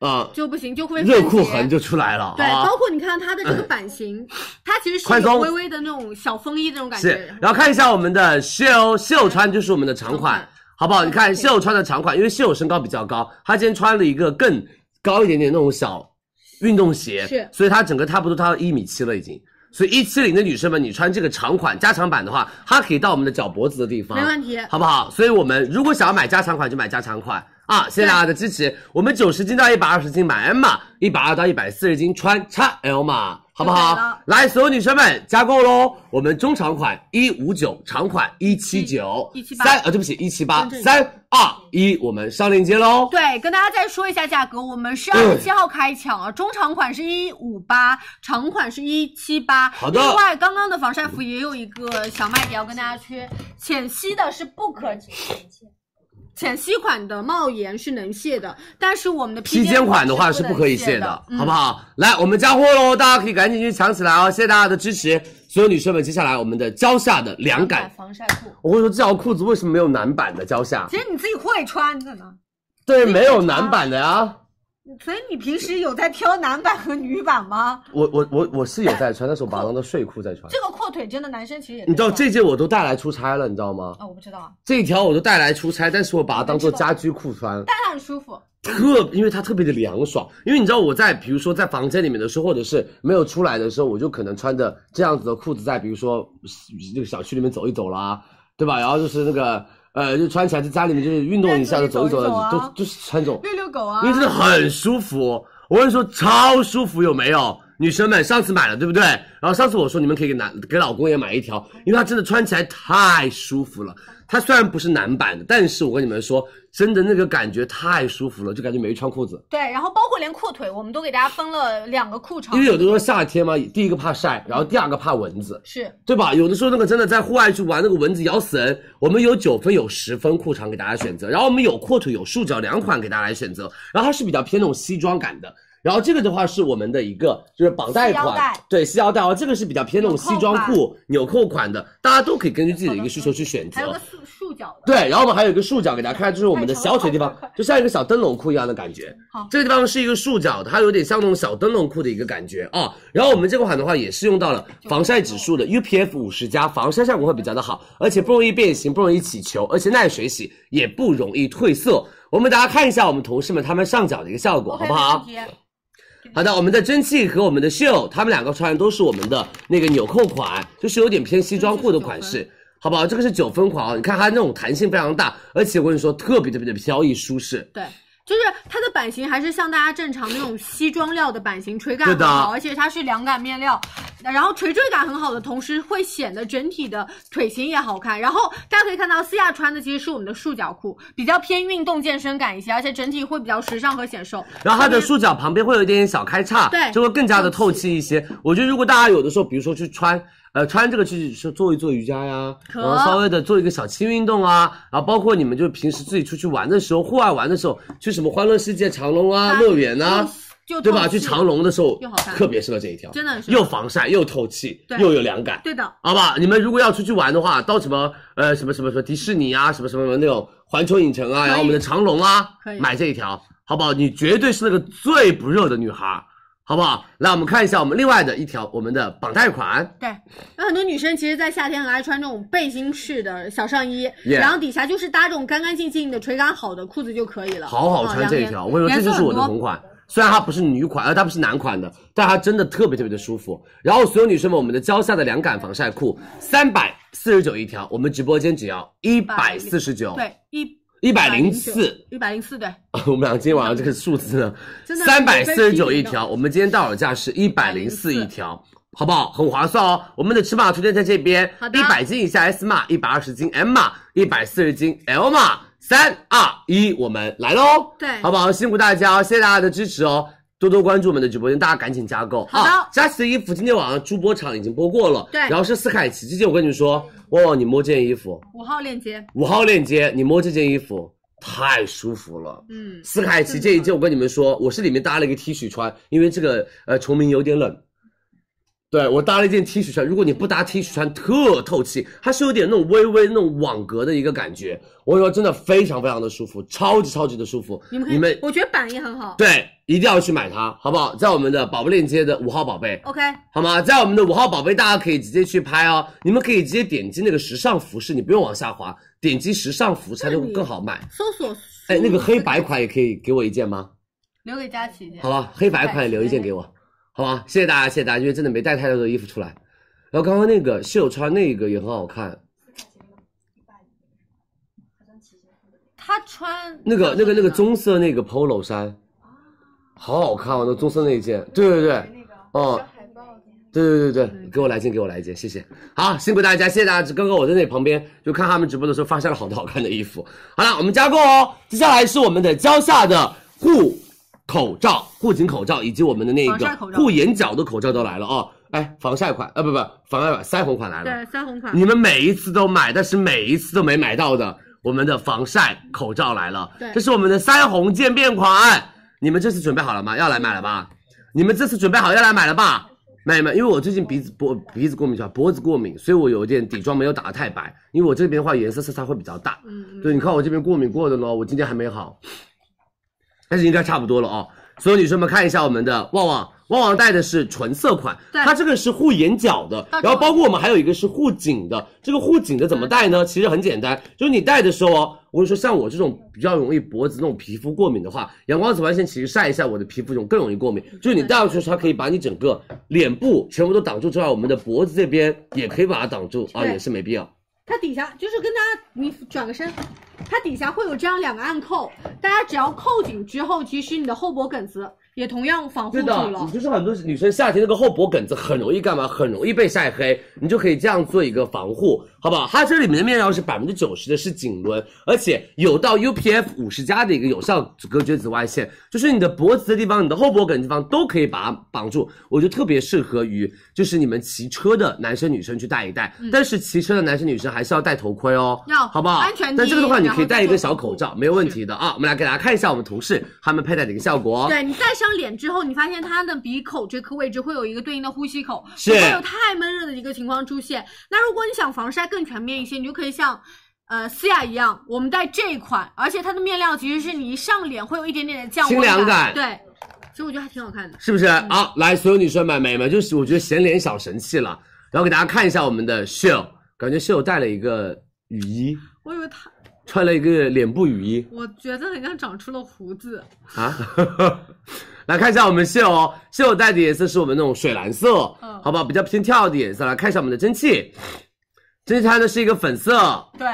啊、
就不行，就会
热
分
裤
解
痕就出来了。
对，
好吧
包括你看它的这个版型，它其实
啊嗯宽
是
松
有微微的那种小风衣那种感
是
觉，。嗯
然后看一下我们的秀秀穿就是我们的长
长
款
款，
好不好？你看秀穿的长款，因为秀身高比较高，她今天穿了一个更高一点点那种小运动鞋，
是
所以她整个差不多她要一米七了已经。所以一七零的女生们，你穿这个长款加长版的话，它可以到我们的脚脖子的地方，
没问题
好不好？所以我们如果想要买加长款就买加长款啊！谢谢大家的支持。我们九十斤到一百二十斤买 M 码，一百二到一百四十斤穿 XL 码，好不
就买
好
了？
来，所有女生们加购喽！我们中长款一五九，长款一七九，
178
三呃，对不起，一七八，三二一，我们上链接喽。
对，跟大家再说一下价格，我们是二十七号开抢啊，中长款是一五八，长款是一七八。
好的
另外，刚刚的防晒服也有一个小卖点要跟大家说，浅吸的是不可。
浅吸款的帽檐是能卸的，但是我们的
披肩款的话是不可以卸
卸
的，
的
嗯
嗯
好不好？来，我们加货喽，大家可以赶紧去抢起来哦！谢谢大家的支持，所有女生们，接下来我们的蕉下的凉感，
防晒裤，
我跟你说这条裤子为什么没有男版的蕉下？
其实你自己会穿的呢，
对，没有男版的呀。
所以你平时有在挑男版和女版吗？
我我我我是有在穿，但是我把它当做睡裤在 穿。
这个阔腿真的男生其实也
你知道
可以
这件我都带来出差了，你知道吗
穿？啊、我不知道啊，
这条我都带来出差，但是我把它当做家居裤穿，
但它很舒服，
特因为它特别的凉爽。因为你知道我在比如说在房间里面的时候，或者是没有出来的时候，我就可能穿着这样子的裤子在比如说那个小区里面走一走啦，对吧？然后就是那个呃，就穿起来在家里面就是运动一下，就走一走，
走一走啊
都就是穿这种。
遛遛狗啊
因为，真的很舒服，我跟你说超舒服，有没有？女生们，上次买了对不对？然后上次我说你们可以给男给老公也买一条，因为它真的穿起来太舒服了。它虽然不是男版的，但是我跟你们说，真的那个感觉太舒服了，就感觉没穿裤子。
对，然后包括连阔腿，我们都给大家分了两个裤长
因为，有的时候夏天嘛，第一个怕晒，然后第二个怕蚊子，
是
对吧？有的时候那个真的在户外去玩，那个蚊子咬死人。我们有九分，有十分裤长给大家选择，然后我们有阔腿，有束脚两款给大家来选择。然后它是比较偏那种西装感的。然后这个的话是我们的一个就是绑
系
带款，
腰带
对系腰带哦，这个是比较偏那种西装裤纽扣款的，大家都可以根据自己的一个需求去选择。
还有个束束脚的，
对，然后我们还有一个束脚给大家看，就是我们的小腿地方，就像一个小灯笼裤一样的感觉。
好
这个地方是一个束脚，它有点像那种小灯笼裤的一个感觉啊。然后我们这款的话也是用到了防晒指数的 UPF 五十加，防晒效果会比较的好，而且不容易变形，不容易起球，而且耐水洗，也不容易褪色。我们大家看一下我们同事们他们上脚的一个效果，好
OK，
不好？
没问题
好的，我们的蒸汽和我们的秀，他们两个穿的都是我们的那个纽扣款，就是有点偏西装裤的款式，好不好？这个是九分款啊，你看它那种弹性非常大，而且我跟你说特别特别的飘逸舒适。
对，就是它的版型还是像大家正常那种西装料的版型，垂感
对
很
的
好，而且它是凉感面料，然后垂坠感很好的同时，会显得整体的腿型也好看。然后大家可以看到，思雅穿的其实是我们的束脚裤，比较偏运动健身感一些，而且整体会比较时尚和显瘦。
然后它的束脚旁边会有一点点小开叉，
对
就会更加的透气一些。我觉得如果大家有的时候，比如说去穿，呃，穿这个去说做一做瑜伽呀，
可
然后稍微的做一个小轻运动啊，然后包括你们就平时自己出去玩的时候，户外玩的时候，去什么欢乐世界、长隆啊、乐园啊，
就
对吧？
透气
去长隆的时候
又好看
特别适合这一条，
真的很适合
又防晒又透气，
对
又有凉感，
对的，
好吧？你们如果要出去玩的话，到什么呃什么什么什么迪士尼啊，什么什么什么那种环球影城啊，然后我们的长隆啊
可以，
买这一条，好不好？你绝对是那个最不热的女孩，好不好？来，我们看一下我们另外的一条我们的绑带款，
对，有很多女生其实，在夏天很爱穿这种背心式的小上衣
Yeah
然后底下就是搭这种干干净净的垂感好的裤子就可以了。
好好
啊
穿这一
两边
条，我跟你说，这
颜色
就是我的
很多
红款。虽然它不是女款，呃，它不是男款的，但它真的特别特别的舒服。然后所有女生们，我们的蕉下的凉感防晒裤，三百四十九一条，我们直播间只要一百四十九，
对，一
一百零四，
一百零四对。
我们俩今天晚上这个数字呢，
真的
三百四十九一
真的
条，我们今天到手价是一百零四一条。好不好？很划算哦！我们的尺码推荐在这边，
好的
一百斤以下 S 码，一百二十斤 M 码，一百四十斤 L 码。三二一，我们来喽！
对
好不好？辛苦大家哦，谢谢大家的支持哦，多多关注我们的直播间，大家赶紧加购。
好的
啊佳琦的衣服今天晚上助播场已经播过了，
对
然后是斯凯奇，之前我跟你说，旺旺你摸这件衣服，
五号链接，
五号链接，你摸这件衣服太舒服了。嗯，斯凯奇这一件，我跟你们说，我是里面搭了一个 T 恤穿，因为这个呃崇明有点冷。对我搭了一件 T 恤穿，如果你不搭 T 恤穿，特透气，它是有点那种微微那种网格的一个感觉。我跟你说，真的非常非常的舒服，超级超级的舒服。
你们可以，我觉得版也很好。
对一定要去买它，好不好？在我们的宝贝链接的五号宝贝，
OK，
好吗？在我们的五号宝贝，大家可以直接去拍哦。你们可以直接点击那个时尚服饰，你不用往下滑，点击时尚服饰它就会更好买。
搜索
哎，那个黑白款也可以给我一件吗？
留给佳琪姐
好。吧，黑白款也留一件给我，好吧？谢谢大家，谢谢大家，因为真的没带太多的衣服出来。然后刚刚那个室友穿那个也很好看，
她穿
那个那个那个棕色那个 polo 衫，好好看哦，那棕色那一件，对对对，哦、对对对
嗯
对，给我来一件，给我来一件，谢谢。好，辛苦大家，谢谢大家。刚刚我在那旁边就看他们直播的时候，发现了好多好看的衣服。好了，我们加购哦。接下来是我们的蕉下的护口罩、护颈口罩，以及我们的那
防
个
晒口罩
护眼角的口罩都来了哦。哎，防晒款，呃，不不，防晒款、腮红款来了。
对，腮红款。
你们每一次都买，但是每一次都没买到的，我们的防晒口罩来了。
对
这是我们的腮红渐变款。你们这次准备好了吗？要来买了吧？你们这次准备好要来买了吧？妹妹，因为我最近鼻子脖鼻子过敏，是吧？脖子过敏，所以我有点底妆没有打得太白，因为我这边的话颜色色差会比较大。对，你看我这边过敏过的呢，我今天还没好，但是应该差不多了哦。所有女生们看一下我们的旺旺，旺旺带的是纯色款，
对
它这个是护眼角的，然后包括我们还有一个是护颈的。这个护颈的怎么戴呢？其实很简单，就是你戴的时候哦，我跟你说，像我这种比较容易脖子那种皮肤过敏的话，阳光紫外线其实晒一晒我的皮肤容更容易过敏。就是你戴上去的时候，它可以把你整个脸部全部都挡住之外，我们的脖子这边也可以把它挡住啊，
对
也是没必要。
它底下就是跟大家，你转个身，它底下会有这样两个暗扣，大家只要扣紧之后，其实你的后脖梗子也同样防护
对
住
的，
了
你。就是很多女生夏天那个后脖梗子很容易干嘛？很容易被晒黑，你就可以这样做一个防护，好不好？它这里面的面料是百分之九十的是颈纶，而且有到 UPF 五十加的一个有效隔绝紫外线，就是你的脖子的地方、你的后脖梗的地方都可以把它绑住。我觉得特别适合于就是你们骑车的男生女生去戴一戴，
嗯
但是骑车的男生女生还是要戴头盔哦，
要
好不好？
安全第一
但这个的话，你
然
可
后
以戴一个
再做
小
防护
口罩，没有问题的啊。我们来给大家看一下我们同事他们佩戴的一个效果哦。
对你戴上脸之后，你发现它的鼻口这个位置会有一个对应的呼吸口，
是
不会有太闷热的一个情况出现。那如果你想防晒更全面一些，你就可以像。呃，思雅一样，我们戴这一款，而且它的面料其实是你一上脸会有一点点的降温
清凉感
对，其实我觉得还挺好看的。
是不是？好，来，所有女生们、美们，就是我觉得显脸小神器了。然后给大家看一下我们的秀，感觉秀带了一个雨衣，
我以为它，
穿了一个脸部雨衣
我觉得很像长出了胡子，
啊。 来看一下我们秀哦，秀带的颜色是我们那种水蓝色，
嗯
好不好？比较偏跳的颜色。来看一下我们的蒸汽，蒸汽它呢是一个粉色，
对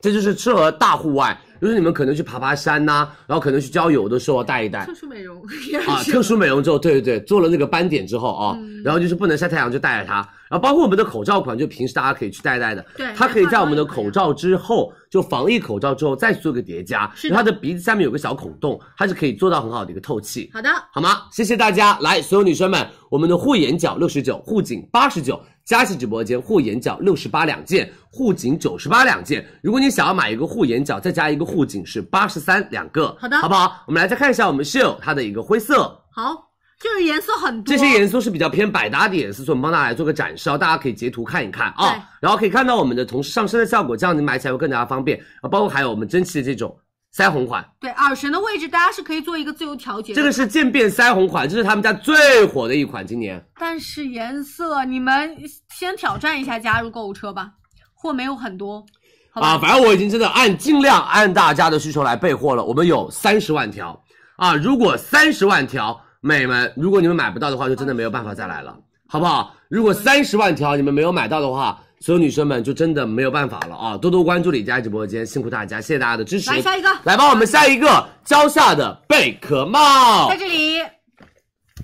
这就是适合大户外，就是你们可能去爬爬山呐、然后可能去郊游的时候带一带。
特殊美容也
啊，
是嗯
特殊美容之后，对对对，做了那个斑点之后啊，然后就是不能晒太阳就戴着它，然后包括我们的口罩款，就平时大家可以去戴戴的，
对
它可以在我们的
化妆也可以
口罩之后，就防疫口罩之后再做个叠加，
是
因
的
为它的鼻子下面有个小孔洞，它是可以做到很好的一个透气。
好的，
好吗？谢谢大家，来，所有女生们，我们的护眼角六十九，护颈八十九，佳琦直播间护眼角六十八两件，护颈九十八两件。如果你想要买一个护眼角，再加一个护颈是八十三两个，
好的
好不好？我们来再看一下我们秀它的一个灰色，
好，就是颜色很多，
这些颜色是比较偏百搭的颜色，所以我们帮大家来做个展示啊，大家可以截图看一看
对
啊，然后可以看到我们的同时上身的效果，这样你买起来会更加方便啊，包括还有我们蒸汽的这种腮红款，
对耳神的位置，大家是可以做一个自由调节的。
这个是渐变腮红款，这是他们家最火的一款，今年
但是颜色，你们先挑战一下加入购物车吧，货没有很多，好吧？
啊，反正我已经真的按尽量按大家的需求来备货了，我们有三十万条啊，如果三十万条，美们，如果你们买不到的话，就真的没有办法再来了，好不好？如果三十万条你们没有买到的话。所有女生们就真的没有办法了啊！多多关注李佳琦直播间，辛苦大家，谢谢大家的支持。
来下一个
来吧，我们下一个蕉下的贝壳帽
在，这里，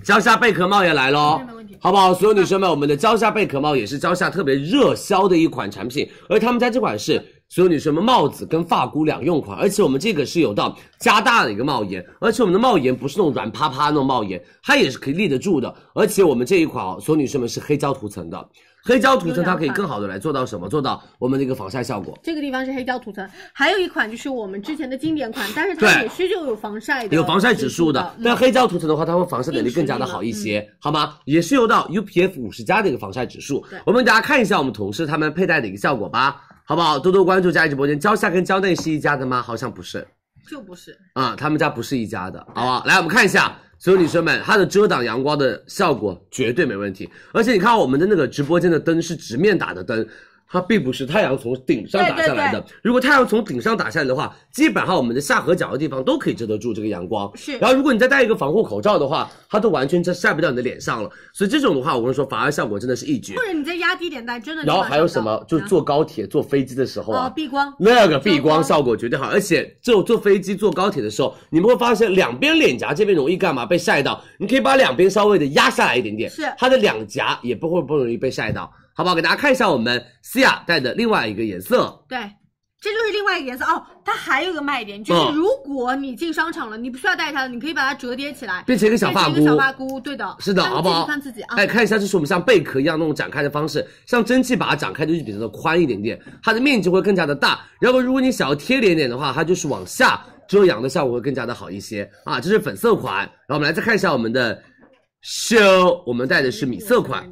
蕉下贝壳帽也来喽
这没问题，
好不好？所有女生们，我们的蕉下贝壳帽也是蕉下特别热销的一款产品，而他们家这款是所有女生们帽子跟发箍两用款，而且我们这个是有到加大的一个帽檐，而且我们的帽檐不是那种软趴趴那种帽檐，它也是可以立得住的，而且我们这一款哦，所有女生们是黑胶涂层的，黑胶涂层它可以更好的来做到什么？做到我们的一个防晒效果。
这个地方是黑胶涂层，还有一款就是我们之前的经典款，但是它
对
也是就有防晒的，
有防晒指数的，
嗯
但黑胶涂层的话，它会防晒能力更加的好一些，好吗？也是用到 UPF 五十加的一个防晒指数
对。
我们给大家看一下我们同事他们佩戴的一个效果吧，好不好？多多关注佳怡直播间，蕉下跟蕉内是一家的吗？好像不是
就不是
啊、他们家不是一家的，好不好？来，我们看一下。所有女生们，它的遮挡阳光的效果绝对没问题，而且你看我们的那个直播间的灯是直面打的灯，它并不是太阳从顶上打下来的。如果太阳从顶上打下来的话，基本上我们的下颌角的地方都可以遮得住这个阳光。
是
然后如果你再戴一个防护口罩的话，它都完全遮晒不到你的脸上了。所以这种的话，我跟你说，防晒效果真的是一绝
或。者你再压低点戴，真的。
然后还有什么？就是坐高铁、坐飞机的时候
啊
啊，
嗯避光，
那个避光效果绝对好，而且只有坐飞机、坐高铁的时候，你们会发现两边脸颊这边容易干嘛被晒到，你可以把两边稍微的压下来一点点，
是
它的两颊也不会不容易被晒到，好不好？给大家看一下我们思雅带的另外一个颜色，
对。这就是另外一个颜色哦，它还有一个卖点，就
嗯
是如果你进商场了，你不需要戴它了，你可以把它折叠起来，
变成一个小发
变成一个小
箍
发箍，对的，
是的，
看
好不好？
自己看自己啊，
哎，看一下，就是我们像贝壳一样那种展开的方式，像蒸汽把它展开就是比较的宽一点点，它的面积会更加的大。然后如果你想要贴脸点的话，它就是往下遮阳的效果会更加的好一些啊。这是粉色款，然后我们来再看一下我们的修，我们带的是米色款，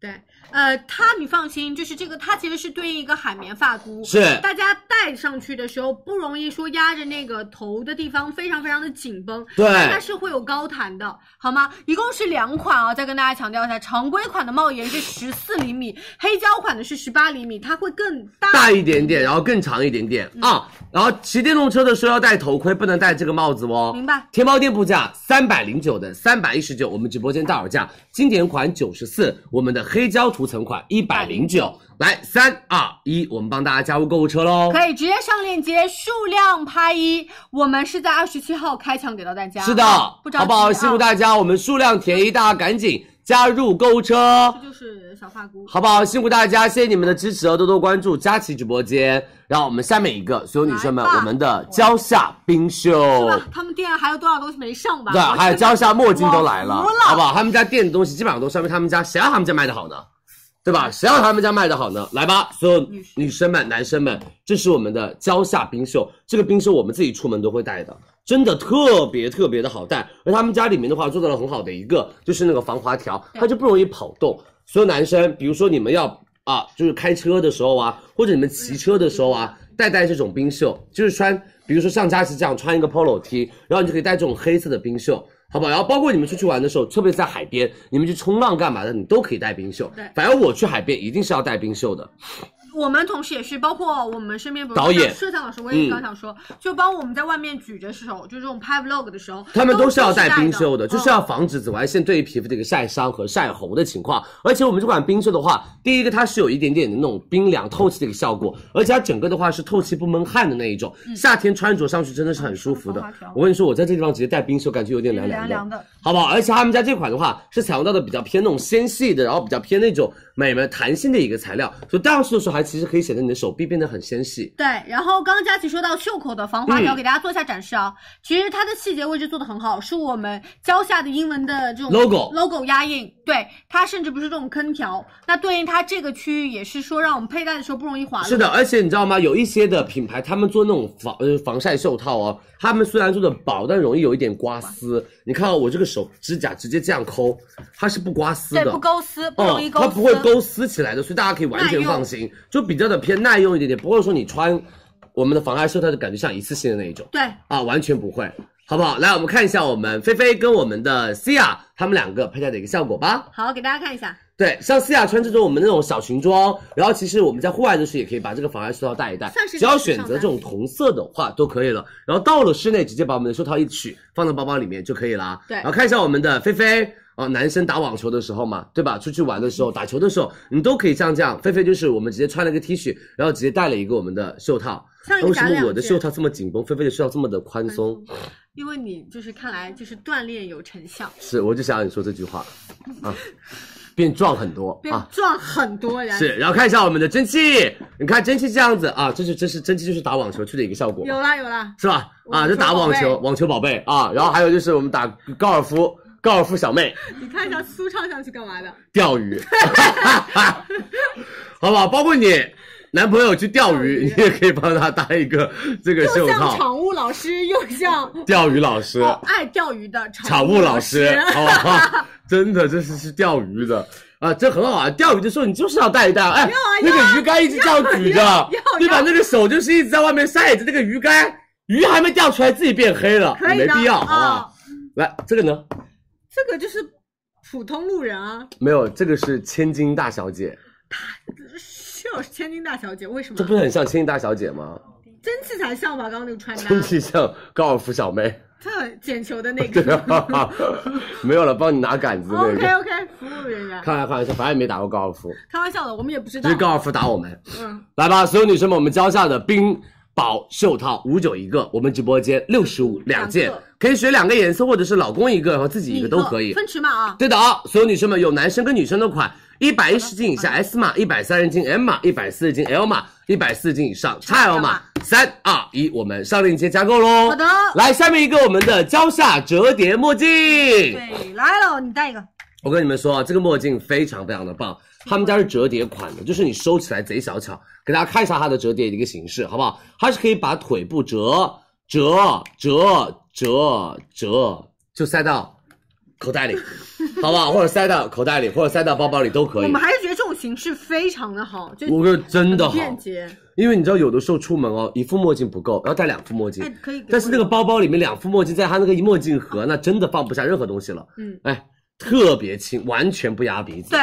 对，呃，它你放心，就是这个，它其实是对应一个海绵发箍，
是
大家戴上去的时候不容易说压着那个头的地方非常非常的紧绷，
对
但它是会有高弹的，好吗？一共是两款啊，再跟大家强调一下，常规款的帽檐是十四厘米，黑胶款的是十八厘米，它会更大。
大一点点，然后更长一点点啊。然后骑电动车的说要戴头盔，不能戴这个帽子哦。
明白？
天猫店铺价三百零九的三百一十九，我们直播间到手价经典款九十四，我们的黑胶涂层款一百零九。来，三二一，我们帮大家加入购物车喽。
可以直接上链接，数量拍一，我们是在二十七号开抢给到大家。
是的，
啊不着急、
好不好？辛苦
家。
大家，我们数量填一，大家赶紧加入购物车哦
这。就是小发箍。
好不好？辛苦大家，谢谢你们的支持哦，多多关注佳琪直播间。然后我们下面一个，所有女生们
来，吧
我们的蕉下冰袖，
是吧？他们店还有多少东西没上吧？
对，还有蕉下墨镜都来了，
我服了
好不好？他们家店的东西基本上都上面他们家，谁让他们家卖的好呢？对吧？谁让他们家卖的好呢？来吧，所有女生们、男生们，这是我们的蕉下冰袖，这个冰袖我们自己出门都会带的，真的特别特别的好带。而他们家里面的话做到了很好的一个，就是那个防滑条，它就不容易跑动。所有男生，比如说你们要啊，就是开车的时候啊，或者你们骑车的时候啊，带带这种冰袖，就是穿，比如说像佳琪这样穿一个 polo T，然后你就可以带这种黑色的冰袖，好不好？然后包括你们出去玩的时候，特别是在海边，你们去冲浪干嘛的，你都可以带冰袖
对。
反正我去海边一定是要带冰袖的。
我们同事也是，包括我们身边不是
导演嗯
摄像老师，我也刚想说，就包括我们在外面举着时候，就这种拍 vlog 的时候，
他们
都
都是要带冰袖的，
嗯
就是要防止紫外线对于皮肤的一个晒伤和晒红的情况。而且我们这款冰袖的话，第一个它是有一点点的那种冰凉透气的一个效果，而且它整个的话是透气不闷汗的那一种，夏天穿着上去真的是很舒服的
防滑条。
我跟你说，我在这地方直接带冰袖，感觉有点凉
凉
的，
凉的
好不好？而且他们家这款的话是采用到的比较偏那种纤细的，然后比较偏那种美们弹性的一个材料，所以戴上去的时候还其实可以显得你的手臂变得很纤细。
对，然后刚刚佳琪说到袖口的防滑条，
嗯
给大家做一下展示啊。其实它的细节位置做的很好，是我们蕉下的英文的这种
Logo
logo 压印。对，它甚至不是这种坑条，那对应它这个区域也是说让我们佩戴的时候不容易滑落。
是的，而且你知道吗？有一些的品牌，他们做那种防呃防晒袖套哦，他们虽然做的薄，但容易有一点刮丝。你看、哦、我这个手指甲直接这样抠，它是不刮丝的，
对，不勾丝，不
哦
容易，勾丝。
它不会勾丝起来的，所以大家可以完全
耐用
放心，就比较的偏耐用一点点，不会说你穿我们的防晒袖套就感觉像一次性的那一种。
对，
啊，完全不会，好不好？来，我们看一下我们菲菲跟我们的 Cia 他们两个佩戴的一个效果吧。
好，给大家看一下。
对，像思雅穿这种我们那种小裙装，然后其实我们在户外的时候也可以把这个防晒袖套戴一戴
算，是
只
一
要
个时
选
尚
择这种同色的话都可以了。然后到了室内，直接把我们的袖套一取，放到包包里面就可以了啊。
对
然后看一下我们的菲菲。哦，男生打网球的时候嘛，对吧？出去玩的
嗯
时候，打球的时候，你都可以像这样。菲菲就是我们直接穿了个 T 恤，然后直接戴了一个我们的袖套。
像一个
那为什
假
么
两
我的
件
袖套这么紧绷，菲菲的袖套这么的宽松？
因为你就是看来就是锻炼有成效，
是，我就想让你说这句话啊，变壮很多
变
啊。
壮很多人。
是，然后看一下我们的蒸汽，你看蒸汽这样子啊，这就这是蒸汽就是打网球去的一个效果嘛，
有啦有啦，
是吧？啊，
网
就
球
打
宝
网
贝
球，网球宝贝啊，然后还有就是我们打高尔夫，高尔夫小妹
你看一下苏畅上去干嘛的？
钓鱼，好不好？包括你男朋友去钓鱼，你也可以帮他搭一个这个袖
又像
套，
场务老师，又 像
钓鱼老师。
哦爱钓鱼的
啊 场
场
务
务
老
师
师，，好不好？ 真的，这是是钓鱼的啊，这很好啊。钓鱼的时候你就是要带一带，哎，那个鱼竿一直这样举着
啊要啊要，
对吧？
要
那个手就是一直在外面晒着，那个鱼竿鱼还没钓出来，自己变黑了，
可以
没
的
必要，好不
啊
好？来，这个呢？
这个就是普通路人啊，
没有，这个是千金大小姐，
是有千金大小姐，为什么
这？不是很像千金大小姐吗？
真气才像吧？刚刚那个穿搭，
真气像高尔夫小妹，
特捡球的那
对
个。
啊，没有了，帮你拿杆子那
OK
个。
OK，服务人员，
开玩笑，开玩笑，反正也没打过高尔夫，
开玩笑的，我们也不知
就
道
是。高尔夫打我们。
嗯，
来吧，所有女生们，我们教下的冰宝袖套五九一个，我们直播间六十五两件
两个，
可以选两个颜色，或者是老公一个，然后自己一个都可以。
分尺码啊，
对的啊，所有女生们有男生跟女生的款，一百一十斤以下 S 码，一百三十斤 M 码，一百四十斤 L 码，一百四十斤以上 XL 码。三二一，我们上链接加购喽。
好的
来下面一个我们的蕉下折叠墨镜。
对，来了，你戴一个，
我跟你们说啊，这个墨镜非常非常的棒，他们家是折叠款的，就是你收起来贼小巧。给大家看一下它的折叠的一个形式，好不好？它是可以把腿部折折折折折，就塞到口袋里，好不好？或者塞到口袋里，或者塞到包包里都可
我
以
们。还是觉得这种形式非常的好，就
我觉得真的
很
好，
便捷。
因为你知道有的时候出门哦，一副墨镜不够，要戴两副墨镜
哎。，可以给我。
但是那个包包里面两副墨镜，在它那个墨镜盒，那真的放不下任何东西了。
嗯，
哎，特别轻，完全不压鼻子。
对，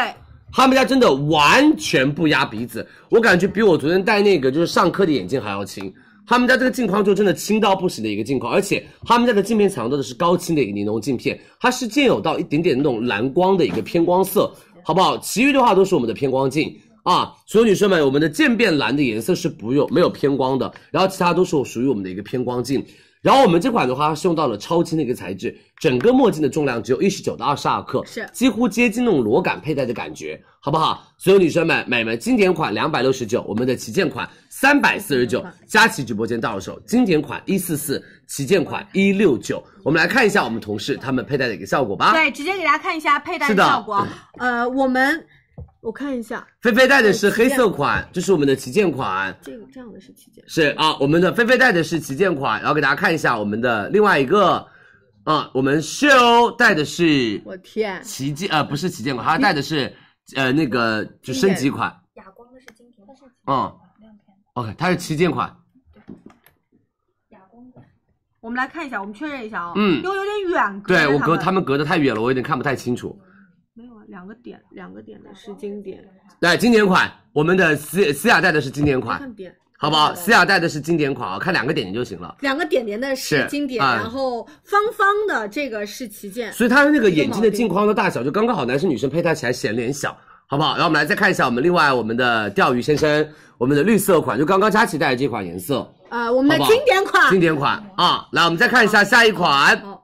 他们家真的完全不压鼻子，我感觉比我昨天戴那个就是上课的眼镜还要轻。他们家这个镜框就真的轻到不行的一个镜框，而且他们家的镜片采用到的是高清的一个尼龙镜片，它是兼有到一点点那种蓝光的一个偏光色，好不好？其余的话都是我们的偏光镜啊。所有女生们，我们的渐变蓝的颜色是不用没有偏光的，然后其他都是属于我们的一个偏光镜。然后我们这款的话，它是用到了超轻的一个材质，整个墨镜的重量只有一十九到二十二克，
是
几乎接近那种裸感佩戴的感觉，好不好？所有女生们、美们，经典款两百六十九，我们的旗舰款三百四十九，佳琦直播间到手，经典款一四四，旗舰款一六九。我们来看一下我们同事他们佩戴的一个效果吧。
对，直接给大家看一下佩戴
啊是
的
的
效果。
呃，我们我看一下，
菲菲戴的是黑色款，这是我们的旗舰款，
这个这样的是旗舰，
是啊，我们的菲菲戴的是旗舰款，然后给大家看一下我们的另外一个，啊，我们秀戴的是
我天，
旗舰呃不是旗舰款，它带的是呃那个就升级款。
哑光的是今天，但是
嗯，OK，它是旗舰款，
哑光的
我们来看一下，我们确认一下
啊
哦。
嗯
因为有点远，隔
对
着
我隔
们
他们隔得太远了，我有点看不太清楚。
没有啊，两个点，两个点的是经典，
来，经典款，我们的思思雅戴的是经典款
看，点，
好不好？思雅戴的是经典款啊，看两个点点就行了。
两个点点的是
是
经典，
啊
然后方方的这个是旗舰，
所以它的那个眼睛的镜框的大小就刚刚好，男生女生佩戴起来显脸小，好不好？然后我们来再看一下我们另外我们的钓鱼先生，我们的绿色款，就刚刚佳琦戴的这款颜色，
呃，我们的
好不好
经典款
经，典款啊。来，我们再看一下下一款，
哦，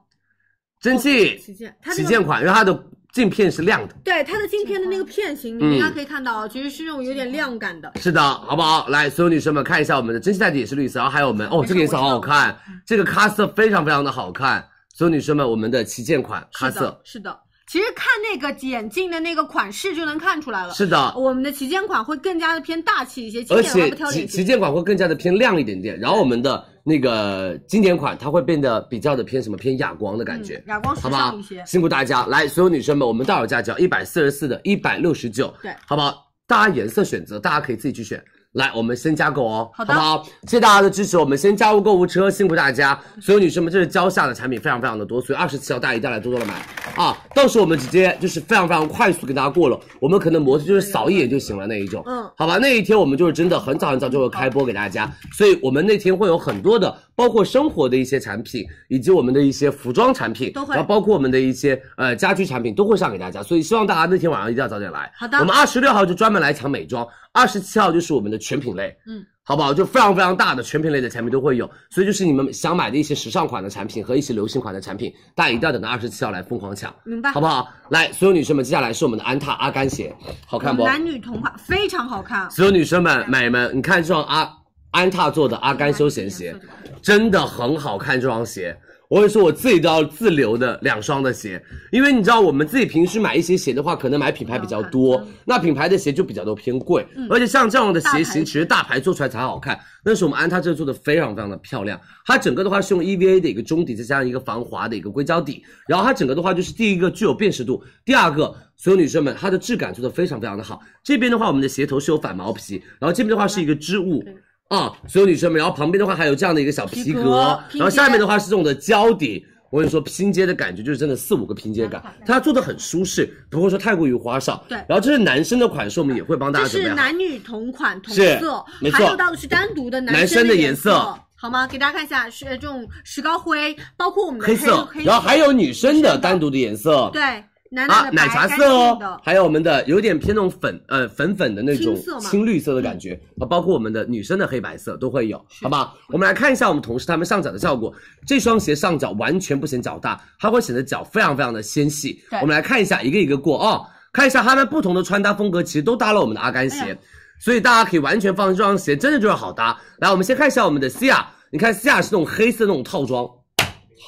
蒸汽
旗
旗
舰，它这个
舰款，因为它的镜片是亮的。
对它的镜片的那个片型，
嗯
你大家可以看到，哦其实是那种有点亮感的。
是的，好不好？来，所有女生们看一下我们的珍惜戴的也是绿色，然后还有我们哦，这个颜色好好看，
嗯
这个咖色非常非常的好看。所有女生们，我们的旗舰款咖
是
色
的，，是的。其实看那个眼镜的那个款式就能看出来了。
是的，
我们的旗舰款会更加的偏大气一些，经
而
典的话
且
不挑
旗
脸
旗
型。
舰款会更加的偏亮一点点，然后我们的那个经典款它会变得比较的偏什么偏哑光的感觉，
嗯哑光时
好不好
尚一些？。
辛苦大家，来，所有女生们，我们到手价只要一百四十四的，一百六十九，
对
好不好？大家颜色选择，大家可以自己去选。来，我们先加购哦，
好
好
的
不好？谢谢大家的支持，我们先加入购物车，辛苦大家。所有女生们，这是蕉下的产品，非常非常的多，所以二十七号大家一定要来多多的买啊！到时候我们直接就是非常非常快速给大家过了，我们可能模式就是扫一眼就行了那一种，
嗯
好吧，那一天我们就是真的很早很早就会开播给大家，所以我们那天会有很多的，包括生活的一些产品，以及我们的一些服装产品，
都会
然后包括我们的一些呃家居产品都会上给大家，所以希望大家那天晚上一定要早点来。
好的
我们二十六号就专门来抢美妆，二十七号就是我们的全品类，
嗯。
好不好？就非常非常大的全品类的产品都会有，所以就是你们想买的一些时尚款的产品和一些流行款的产品，大家一定要等到二十七号来疯狂抢，
明白
好不好？来，所有女生们，接下来是我们的安踏阿甘鞋，好看不？
男女同款非常好看，
所有女生们、美们，你看这双阿安踏做的阿甘休闲鞋，
嗯
真的很好看。这双鞋，我跟你说，我自己都要自留的两双的鞋，因为你知道我们自己平时买一些鞋的话，可能买品牌比较多，那品牌的鞋就比较都偏贵，而且像这样的鞋型，其实嗯大牌做出来才好看。但是我们安踏这个做的非常非常的漂亮，它整个的话是用 EVA 的一个中底，再加上一个防滑的一个硅胶底，然后它整个的话就是第一个具有辨识度，第二个所有女生们它的质感做的非常非常的好。这边的话，我们的鞋头是有反毛皮，然后这边的话是一个织物。啊，所有女生们，然后旁边的话还有这样的一个小皮
皮
革，
革拼
然后下
接
面的话是这种的胶底，我跟你说，拼接的感觉就是真的四五个拼接感，它做的很舒适，不会说太过于花哨。
对
然后这是男生的款式，我们也会帮大
这
家准备
是
好。
男女同款同
是
色
没，
还
错
有到的是单独的
男
生
生的
颜
颜色
好吗？给大家看一下，是这种石膏灰，包括我们的
黑
色
色，，然后还有女生的单独的颜色。
对男男
啊
的，白
奶茶
干
色
净的
哦，还有我们的有点偏那种粉，呃，粉粉的那种
青色嘛嗯
青绿色的感觉啊，包括我们的女生的黑白色都会有，好不好？我们来看一下我们同事他们上脚的效果，这双鞋上脚完全不显脚大，它会显得脚非常非常的纤细
对。
我们来看一下一个一个过哦，看一下他们不同的穿搭风格，其实都搭了我们的阿甘鞋，
哎
所以大家可以完全放心，这双鞋真的就是好搭。来，我们先看一下我们的西亚，你看西亚是那种黑色那种套装，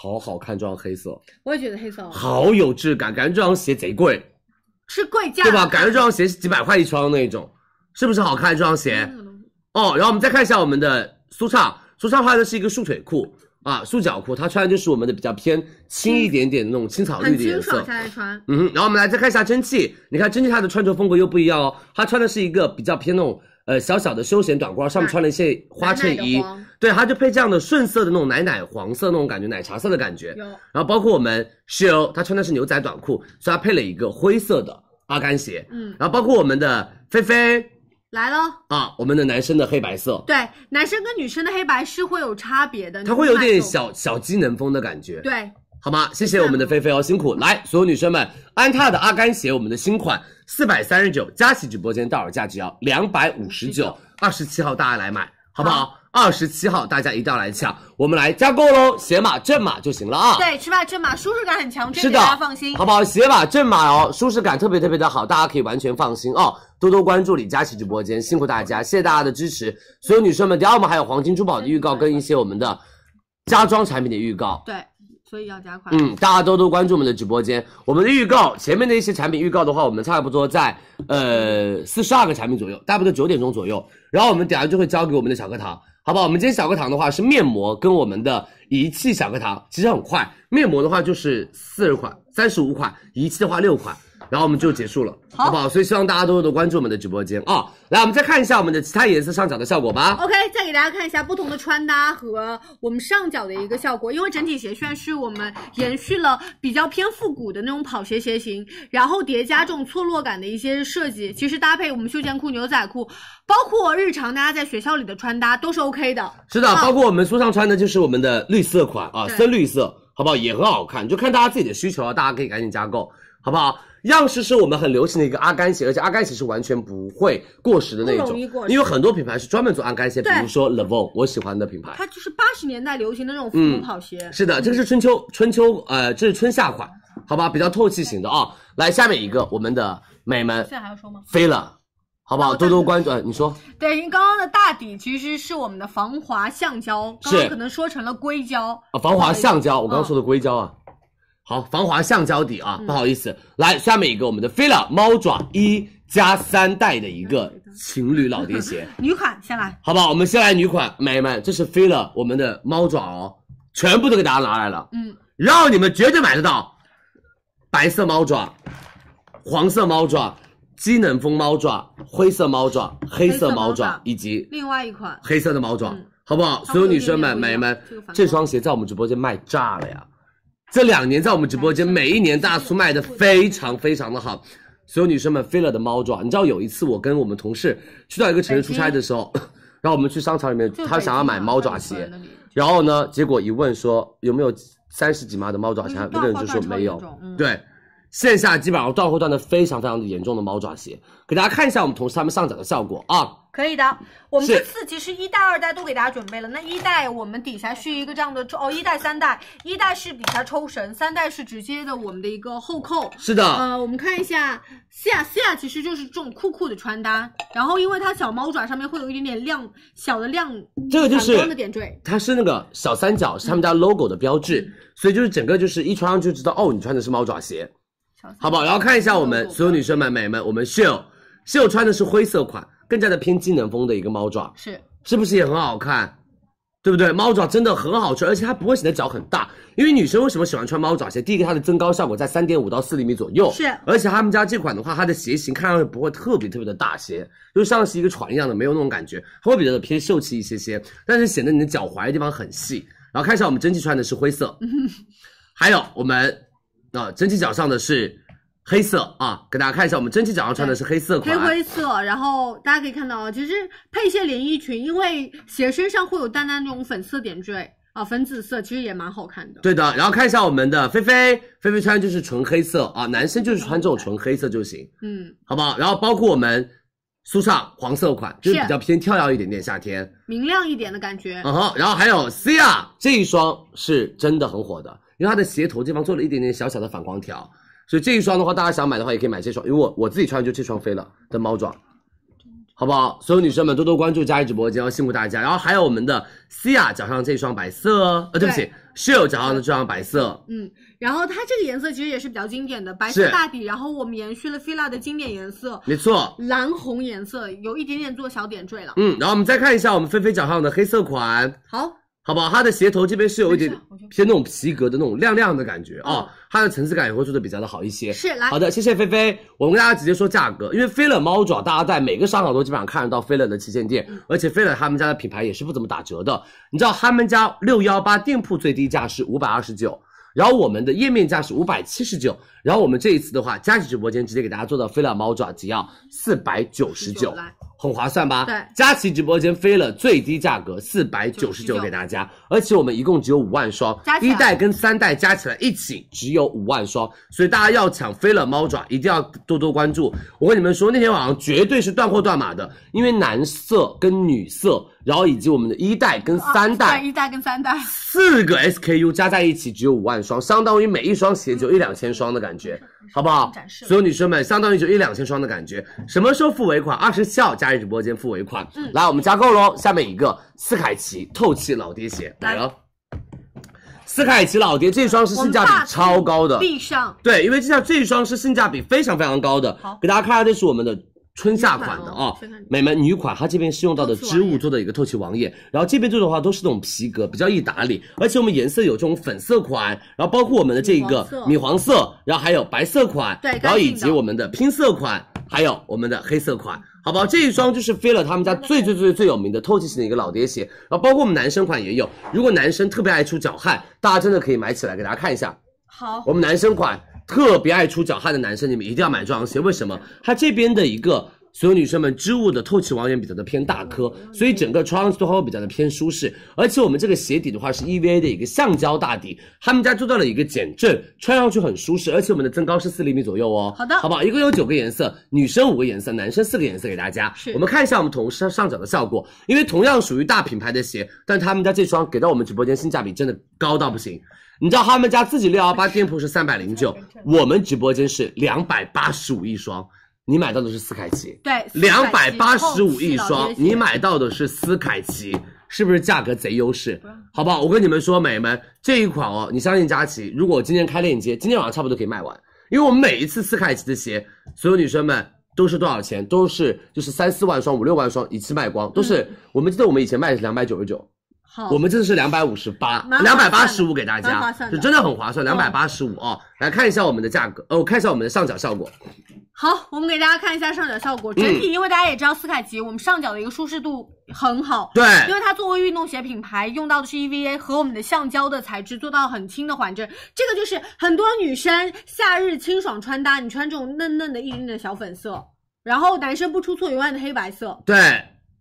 好好看这双黑色，
我也觉得黑色好
好有质感，感觉这双鞋贼贵。
是贵价
对吧？感觉这双鞋是几百块一双的那种，是不是好看？这双鞋
嗯
哦，然后我们再看一下我们的苏畅，苏畅穿的是一个束腿裤啊，束脚裤，它穿的就是我们的比较偏轻一点点的那种青草绿
很
的
清
颜色
爽，。下来穿。
嗯哼，然后我们来再看一下蒸汽，你看蒸汽它的穿着风格又不一样哦，它穿的是一个比较偏那种呃小小的休闲短裤，上面穿了一些花衬
奶奶
衣
啊的黄，
对，它就配这样的顺色的那种奶奶黄色那种感觉，奶茶色的感觉。
有
然后包括我们 s h l 她穿的是牛仔短裤，所以她配了一个灰色的阿甘鞋。
嗯，
然后包括我们的菲菲
来喽，
啊，我们的男生的黑白色，
对，男生跟女生的黑白是会有差别的，
它会有
你
点
买走
小小机能风的感觉。
对，
好吗？谢谢我们的菲菲哦，辛苦！来，所有女生们，安踏的阿甘鞋，我们的新款四百三十九，佳琦直播间到手价只要两百五十九，二十七号大家来买，好不好？二十七号大家一定要来抢，我们来加购喽，鞋码正码就行了啊。
对，是吧？这码舒适感很强，这
是
个
的，
大家放心。
好不好？鞋码正码哦，舒适感特别特别的好，大家可以完全放心哦。多多关注李佳琦直播间，辛苦大家，谢谢大家的支持。所有女生们，第二我们还有黄金珠宝的预告跟一些我们的家装产品的预告。
对，所以要加快。
嗯，大家多多关注我们的直播间。我们的预告前面的一些产品预告的话，我们差不多在呃四十二个产品左右，差不多九点钟左右。然后我们等下就会交给我们的小课堂，好不好？我们今天小课堂的话是面膜跟我们的仪器小课堂，其实很快。面膜的话就是四十款、三十五款，仪器的话六款，然后我们就结束了，好不好？所以希望大家多多关注我们的直播间啊、来，我们再看一下我们的其他颜色上脚的效果吧。
OK，再给大家看一下不同的穿搭和我们上脚的一个效果，因为整体鞋楦是我们延续了比较偏复古的那种跑鞋鞋型，然后叠加这种错落感的一些设计，其实搭配我们休闲裤、牛仔裤，包括日常大家在学校里的穿搭都 是 OK 的。
是的，
啊
包括我们书上穿的就是我们的绿色款啊，
对
深绿色，好不好？也很好看，就看大家自己的需求啊，大家可以赶紧加购，好不好？样式是我们很流行的一个阿甘鞋，而且阿甘鞋是完全不会过时的那
不
种
容易过，时
因为很多品牌是专门做阿甘鞋，比
对
如说 Levon，我喜欢的品牌。
它就是八十年代流行的那种复古
嗯
跑鞋，
是的，这个是春秋春秋呃，这是春夏款，好吧？比较透气型的啊。来，下面一个我们的美们
现在还要说吗？
飞了，好不好？多多关注，呃你说
对，因为刚刚的大底其实是我们的防滑橡胶，刚刚
是
可能说成了硅胶，
啊，防滑橡胶，
不好意思嗯
我刚刚说的硅胶啊。好，防滑橡胶底啊，不好意思，来下面一个我们的菲拉猫爪一加三代的一个
嗯
情侣老爹鞋，
女款先来。
好不好？我们先来女款，美眉们，这是菲拉我们的猫爪哦，全部都给大家拿来了，
嗯，
让你们绝对买得到，白色猫爪，黄色猫爪，机能风猫爪，灰色猫爪，黑色
黑色
猫
猫爪
爪以及
另外一款
黑色的猫爪
嗯，
好不好？
差不多
所有女生
有点
们、美
不一样
们
这个反，光
这双鞋在我们直播间卖炸了呀！这两年在我们直播间，每一年大苏卖的非常非常的好。所有女生们，飞了的猫爪，你知道有一次我跟我们同事去到一个城市出差的时候， 然后我们去商场里面，
就
他想要买猫爪
北
鞋
啊京，的
然后呢，结果一问说有没有三十几码的猫爪鞋，
嗯
那个人就说没
断货断得很严
有
重。嗯
对，线下基本上断货断的非常非常的严重的猫爪鞋，给大家看一下我们同事他们上脚的效果啊。
可以的，我们
是
这次其实一代、二代都给大家准备了。那一代我们底下是一个这样的抽哦，一代、三代，一代是底下抽绳，三代是直接的我们的一个后扣。
是的，
呃，我们看一下西亚，西亚其实就是这种酷酷的穿搭，然后因为它小猫爪上面会有一点点亮小的亮，
这个就是
反光的点缀，
它是那个小三角，是他们家 logo 的标志，所以就是整个就是一穿上就知道哦，你穿的是猫爪鞋，好不好？然后看一下我们所有女生们、美们，我们秀秀穿的是灰色款，更加的偏机能风的一个猫爪，
是
是不是也很好看？对不对？猫爪真的很好穿，而且它不会显得脚很大，因为女生为什么喜欢穿猫爪鞋？第一个，它的增高效果在三点五到四厘米左右，
是
而且他们家这款的话，它的鞋型看上去不会特别特别的大鞋，就像是一个船一样的，没有那种感觉，它会比较的偏秀 气一些些，但是显得你的脚踝的地方很细。然后看一下我们蒸汽穿的是灰色，还有我们啊、蒸汽脚上的是黑色啊，给大家看一下，我们蒸汽脚上穿的是黑色
黑
款，啊
灰色，然后大家可以看到啊，其实配一些连衣裙，因为鞋身上会有淡淡那种粉色点缀啊，粉紫色其实也蛮好看的。
对的。然后看一下我们的菲菲，菲菲穿就是纯黑色啊，男生就是穿这种纯黑色就行，
嗯，
好不好？然后包括我们苏尚黄色款，就是
是
比较偏跳跃一点点夏天，
明亮一点的感觉。
嗯哼，然后还有 Cia 这一双是真的很火的，因为它的鞋头这方做了一点点小小的反光条，所以这一双的话，大家想买的话也可以买这双，因为我我自己穿就这双飞了的猫爪，好不好？所有女生们多多关注佳怡直播间，哦，辛苦大家。然后还有我们的 Cia 脚上这双白色，呃，对不起
对
，Shill 脚上的这双白色，
嗯，然后它这个颜色其实也是比较经典的，白色
是
大底，然后我们延续了 fila 的经典颜色，
没错。
蓝红颜色有一点点做小点缀了。
嗯，然后我们再看一下我们菲菲脚上的黑色款，
好，
好不好？它的鞋头这边是有一点偏那种皮革的那种亮亮的感觉啊、哦它的层次感也会做的比较的好一些。
是来
好的，谢谢菲菲。我们跟大家直接说价格，因为菲冷猫爪大家在每个商场都基本上看得到菲冷的旗舰店，而且菲冷他们家的品牌也是不怎么打折的。你知道他们家六幺八店铺最低价是五百二十九。然后我们的页面价是五百七十九，然后我们这一次的话，佳琦直播间直接给大家做到菲乐猫爪只要四百九十九，
来
很划算吧？
对
佳琦直播间飞了最低价格四百九十九
99
给大家，而且我们一共只有五万双
加，起来
一代跟三代加起来一起只有五万双，所以大家要抢飞了猫爪一定要多多关注。我跟你们说，那天晚上绝对是断货断码的，因为男色跟女色，然后以及我们的一代跟三代，
啊哦对一代跟三代，
四个 SKU 加在一起只有五万双，相当于每一双鞋只有一两千双的感觉，好不好？所有女生们，相当于只有一两千双的感觉。什么时候付尾款？二十七号加入直播间付尾款。来，我们加购喽。下面一个斯凯奇透气老爹鞋来了。斯凯奇老爹这双是性价比超高的，
地上
对，因为这像这一双是性价比非常非常高的。给大家看一下，啊这是我们的春夏款的啊、
春夏款
美们女款，它这边是用到的
透气
织
网
物
页
做的一个透气网页，然后这边做的话都是那种皮革，比较易打理，而且我们颜色有这种粉色款，然后包括我们的这个米
米
黄色，然后还有白色款，
对
然后
干
以
净
及
的嗯
我们的拼色款，还有我们的黑色款。好不好？这一双就是飞了他们家最最最最有名的透气型的一个老爹鞋，然后包括我们男生款也有。如果男生特别爱出脚汗，大家真的可以买起来给大家看一下。
好，
我们男生款特别爱出脚汗的男生，你们一定要买这双鞋。为什么？它这边的一个所有女生们织物的透气网眼比较的偏大颗，
嗯
所以整个穿上去的话会比较的偏舒适。而且我们这个鞋底的话是 EVA 的一个橡胶大底，他们家做到了一个减震，穿上去很舒适。而且我们的增高是四厘米左右哦。
好的
好不好？一共有九个颜色，女生五个颜色，男生四个颜色给大家。
是
我们看一下我们同上上脚的效果，因为同样属于大品牌的鞋，但他们家这双给到我们直播间性价比真的高到不行。你知道他们家自己六幺 八店铺是三百零 九，我们直播间是两百八十五一双，你买到的是斯凯奇，
对，
两百八十五一
一
双，你买到的是斯凯奇，是不是价格贼优势？好不好？我跟你们说，美们，这一款哦，你相信佳琪，如果我今天开链接，今天晚上差不多可以卖完，因为我每一次斯凯奇的鞋，所有女生们。都是多少钱？都是就是三四万双、五六万双一次卖光，都是、我们记得我们以前卖的是两百九十九，
好，
我们这是两百五十八，
哦蛮
两百
划
八
算
十
的
五给大
蛮
家
划，算
就
的嗯
真的很划算，两百八十五啊！来看一下我们的价格，呃，我看一下我们的上脚效果，
好，我们给大家看一下上脚效果。整
嗯
体，因为大家也知道斯凯奇，我们上脚的一个舒适度很好。
对
因为它作为运动鞋品牌，用到的是 EVA 和我们的橡胶的材质，做到很轻的缓震。这个就是很多女生夏日清爽穿搭，你穿这种嫩嫩的、硬硬的小粉色，然后男生不出错，永远的黑白色，
对，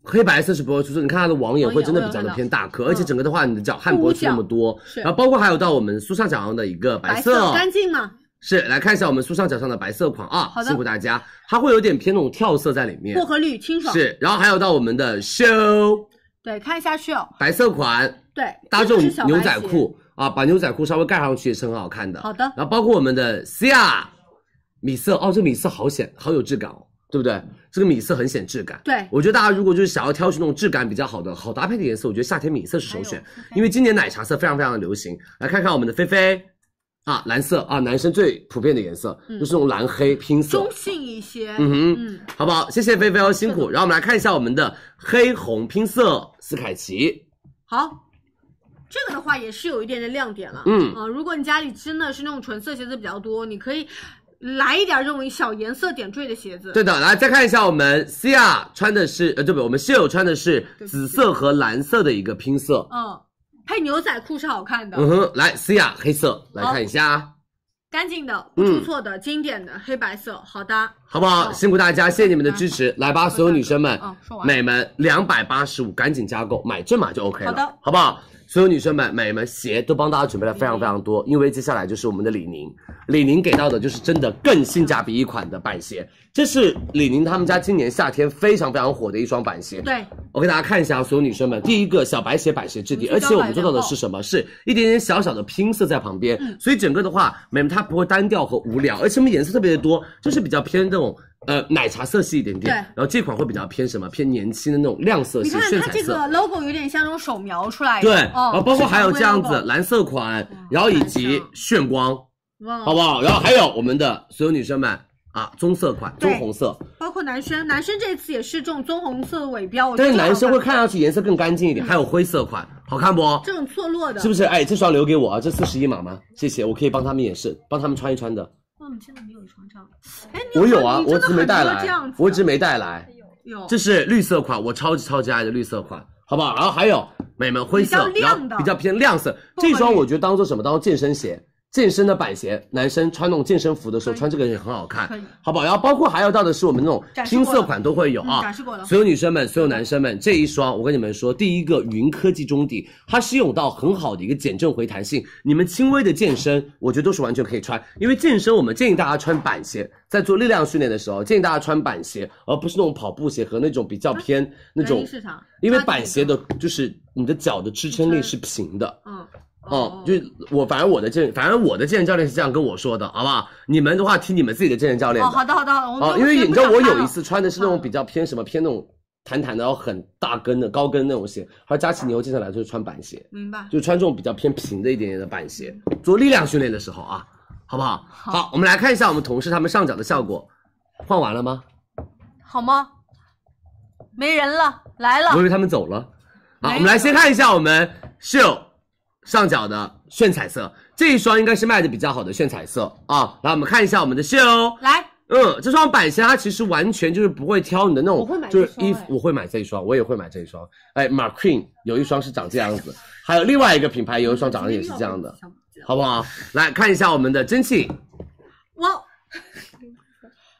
黑白色是不会出错，你看它的网眼会真的比较的偏大颗，
网眼我有看到嗯
而且整个的话，你的脚汗不会出那么多，
是
然后包括还有到我们苏上脚上的一个白色，
干净嘛？
是来看一下我们苏上脚上的白色款啊
好，的
辛苦大家，它会有点偏那种跳色在里面
薄，荷绿，清爽。
是，然后还有到我们的 show
对，看一下去哦。
白色款，
对，
搭
这
这
个是
种
小白
牛仔
鞋。
裤啊，把牛仔裤稍微盖上去也是很好看的。
好的
然后包括我们的 Cia 米色哦，这米色好显，好有质感哦，对不对？这个米色很显质感。
对
我觉得大家如果就是想要挑选那种质感比较好的、好搭配的颜色，我觉得夏天米色是首
哎
选，因为今年奶茶色非常非常的流行。来看看我们的菲菲。啊，蓝色啊，男生最普遍的颜色、就是那种蓝黑拼色，
中性一些，
嗯哼，
嗯
好不好？谢谢菲菲哦，辛苦。然后我们来看一下我们的黑红拼色斯凯奇，
好，这个的话也是有一点点亮点了。
嗯
啊，如果你家里真的是那种纯色鞋子比较多，你可以来一点这种小颜色点缀的鞋子。
对的，来再看一下我们 Cia 穿的是呃，对不对？我们室友穿的是紫色和蓝色的一个拼色，
嗯，配牛仔裤是好看的，
嗯哼，来思雅黑色来
好
看一下啊，
干净
嗯
的、不出错的、经典的黑白色，好搭。
好不好？
哦
辛苦大家，谢谢你们的支持，来吧，所有女生们
嗯，说完了
美们两百八十五，赶紧加购，买正码就 OK 了，
好的，
不好？所有女生们，美们鞋都帮大家准备了非常非常多，因为接下来就是我们的李宁，李宁给到的就是真的更性价比一款的板鞋，这是李宁他们家今年夏天非常非常火的一双板鞋，
对，
我给大家看一下，所有女生们，第一个小白鞋、板鞋质地，而且我们做到的是什么？是一点点小小的拼色在旁边，
嗯
所以整个的话，美们它不会单调和无聊，而且我们颜色特别的多，就是比较偏那种呃奶茶色系一点点。
对
然后这款会比较偏什么？偏年轻的那种亮色
你
系、
看
炫
它
彩
这
色
个。logo 有点像那种手描出来的，
对，
哦
然后包括还有这样
是常规哦
子
logo
蓝色款，然后以及炫光，
哇
好不好？然后还有我们的所有女生们啊，棕色款、
对
棕红色，
包括男生，男生这次也是这种棕红色的尾标，我觉
但
得
是男生会
这个好
看啊上去颜色更干净一
嗯
点，还有灰色款，好看不？
看这种错落的，
是不是？哎，这双留给我啊，这四十一码吗？谢谢，我可以帮他们也是，帮他们穿一穿的。
嗯，真的没有床上。哎，你
我
有
有啊，
你
我
真的
只是没
很
带
多
来
这样，子啊哎
我只是没带来。
有
这是绿色款，我超级超级爱的绿色款，好不好？然后还有美们灰色，
比较
然
亮的
后比较偏亮色，
薄荷
这
绿
双我觉得当做什么？当做健身鞋。健身的板鞋，男生穿那种健身服的时候穿这个也很好看
可以，
好不好？然后包括还要到的是我们那种
展示
拼
过
色
了
款都会有啊，
嗯展示过了
所有女生们，所有男生们，这一双我跟你们说，第一个云科技中底，它是有到很好的一个减震回弹性，你们轻微的健身，我觉得都是完全可以穿，因为健身我们建议大家穿板鞋，在做力量训练的时候，建议大家穿板鞋，而不是那种跑步鞋和那种比较偏那
南
种
京市场，
因为板鞋的就是你的脚的支撑力是平的，
嗯，
哦，就是我反正我的健，反正我的健身教练是这样跟我说的，好不好？你们的话听你们自己的健身教练
哦，
的。
好的好的，我
哦，
们
因为你知道我有一
次
次穿的是那种比较偏什么偏那种弹弹的，然后很大跟的高跟那种鞋，而佳琪牛经常来就是穿板鞋，
明白，
就穿这种比较偏平的一点点的板鞋，做力量训练的时候啊，好不好？好，我们来看一下我们同事他们上脚的效果，换完了吗？
好吗？没人了，来了
我以，为他们走了。
没
好，
有
我们来先看一下我们秀上脚的炫彩色，这一双应该是卖的比较好的炫彩色啊。来，我们看一下我们的秀，
来，
嗯，这双板鞋它其实完全就是不会挑你的那
我会
种
买，
就
这
是衣
双
服
哎，
我会买这一双，我也会买这一双。哎，Marqueen 有一双是长这样子，还有另外一个品牌有一双长得也是这样的，好不好？来看一下我们的蒸汽，
哇，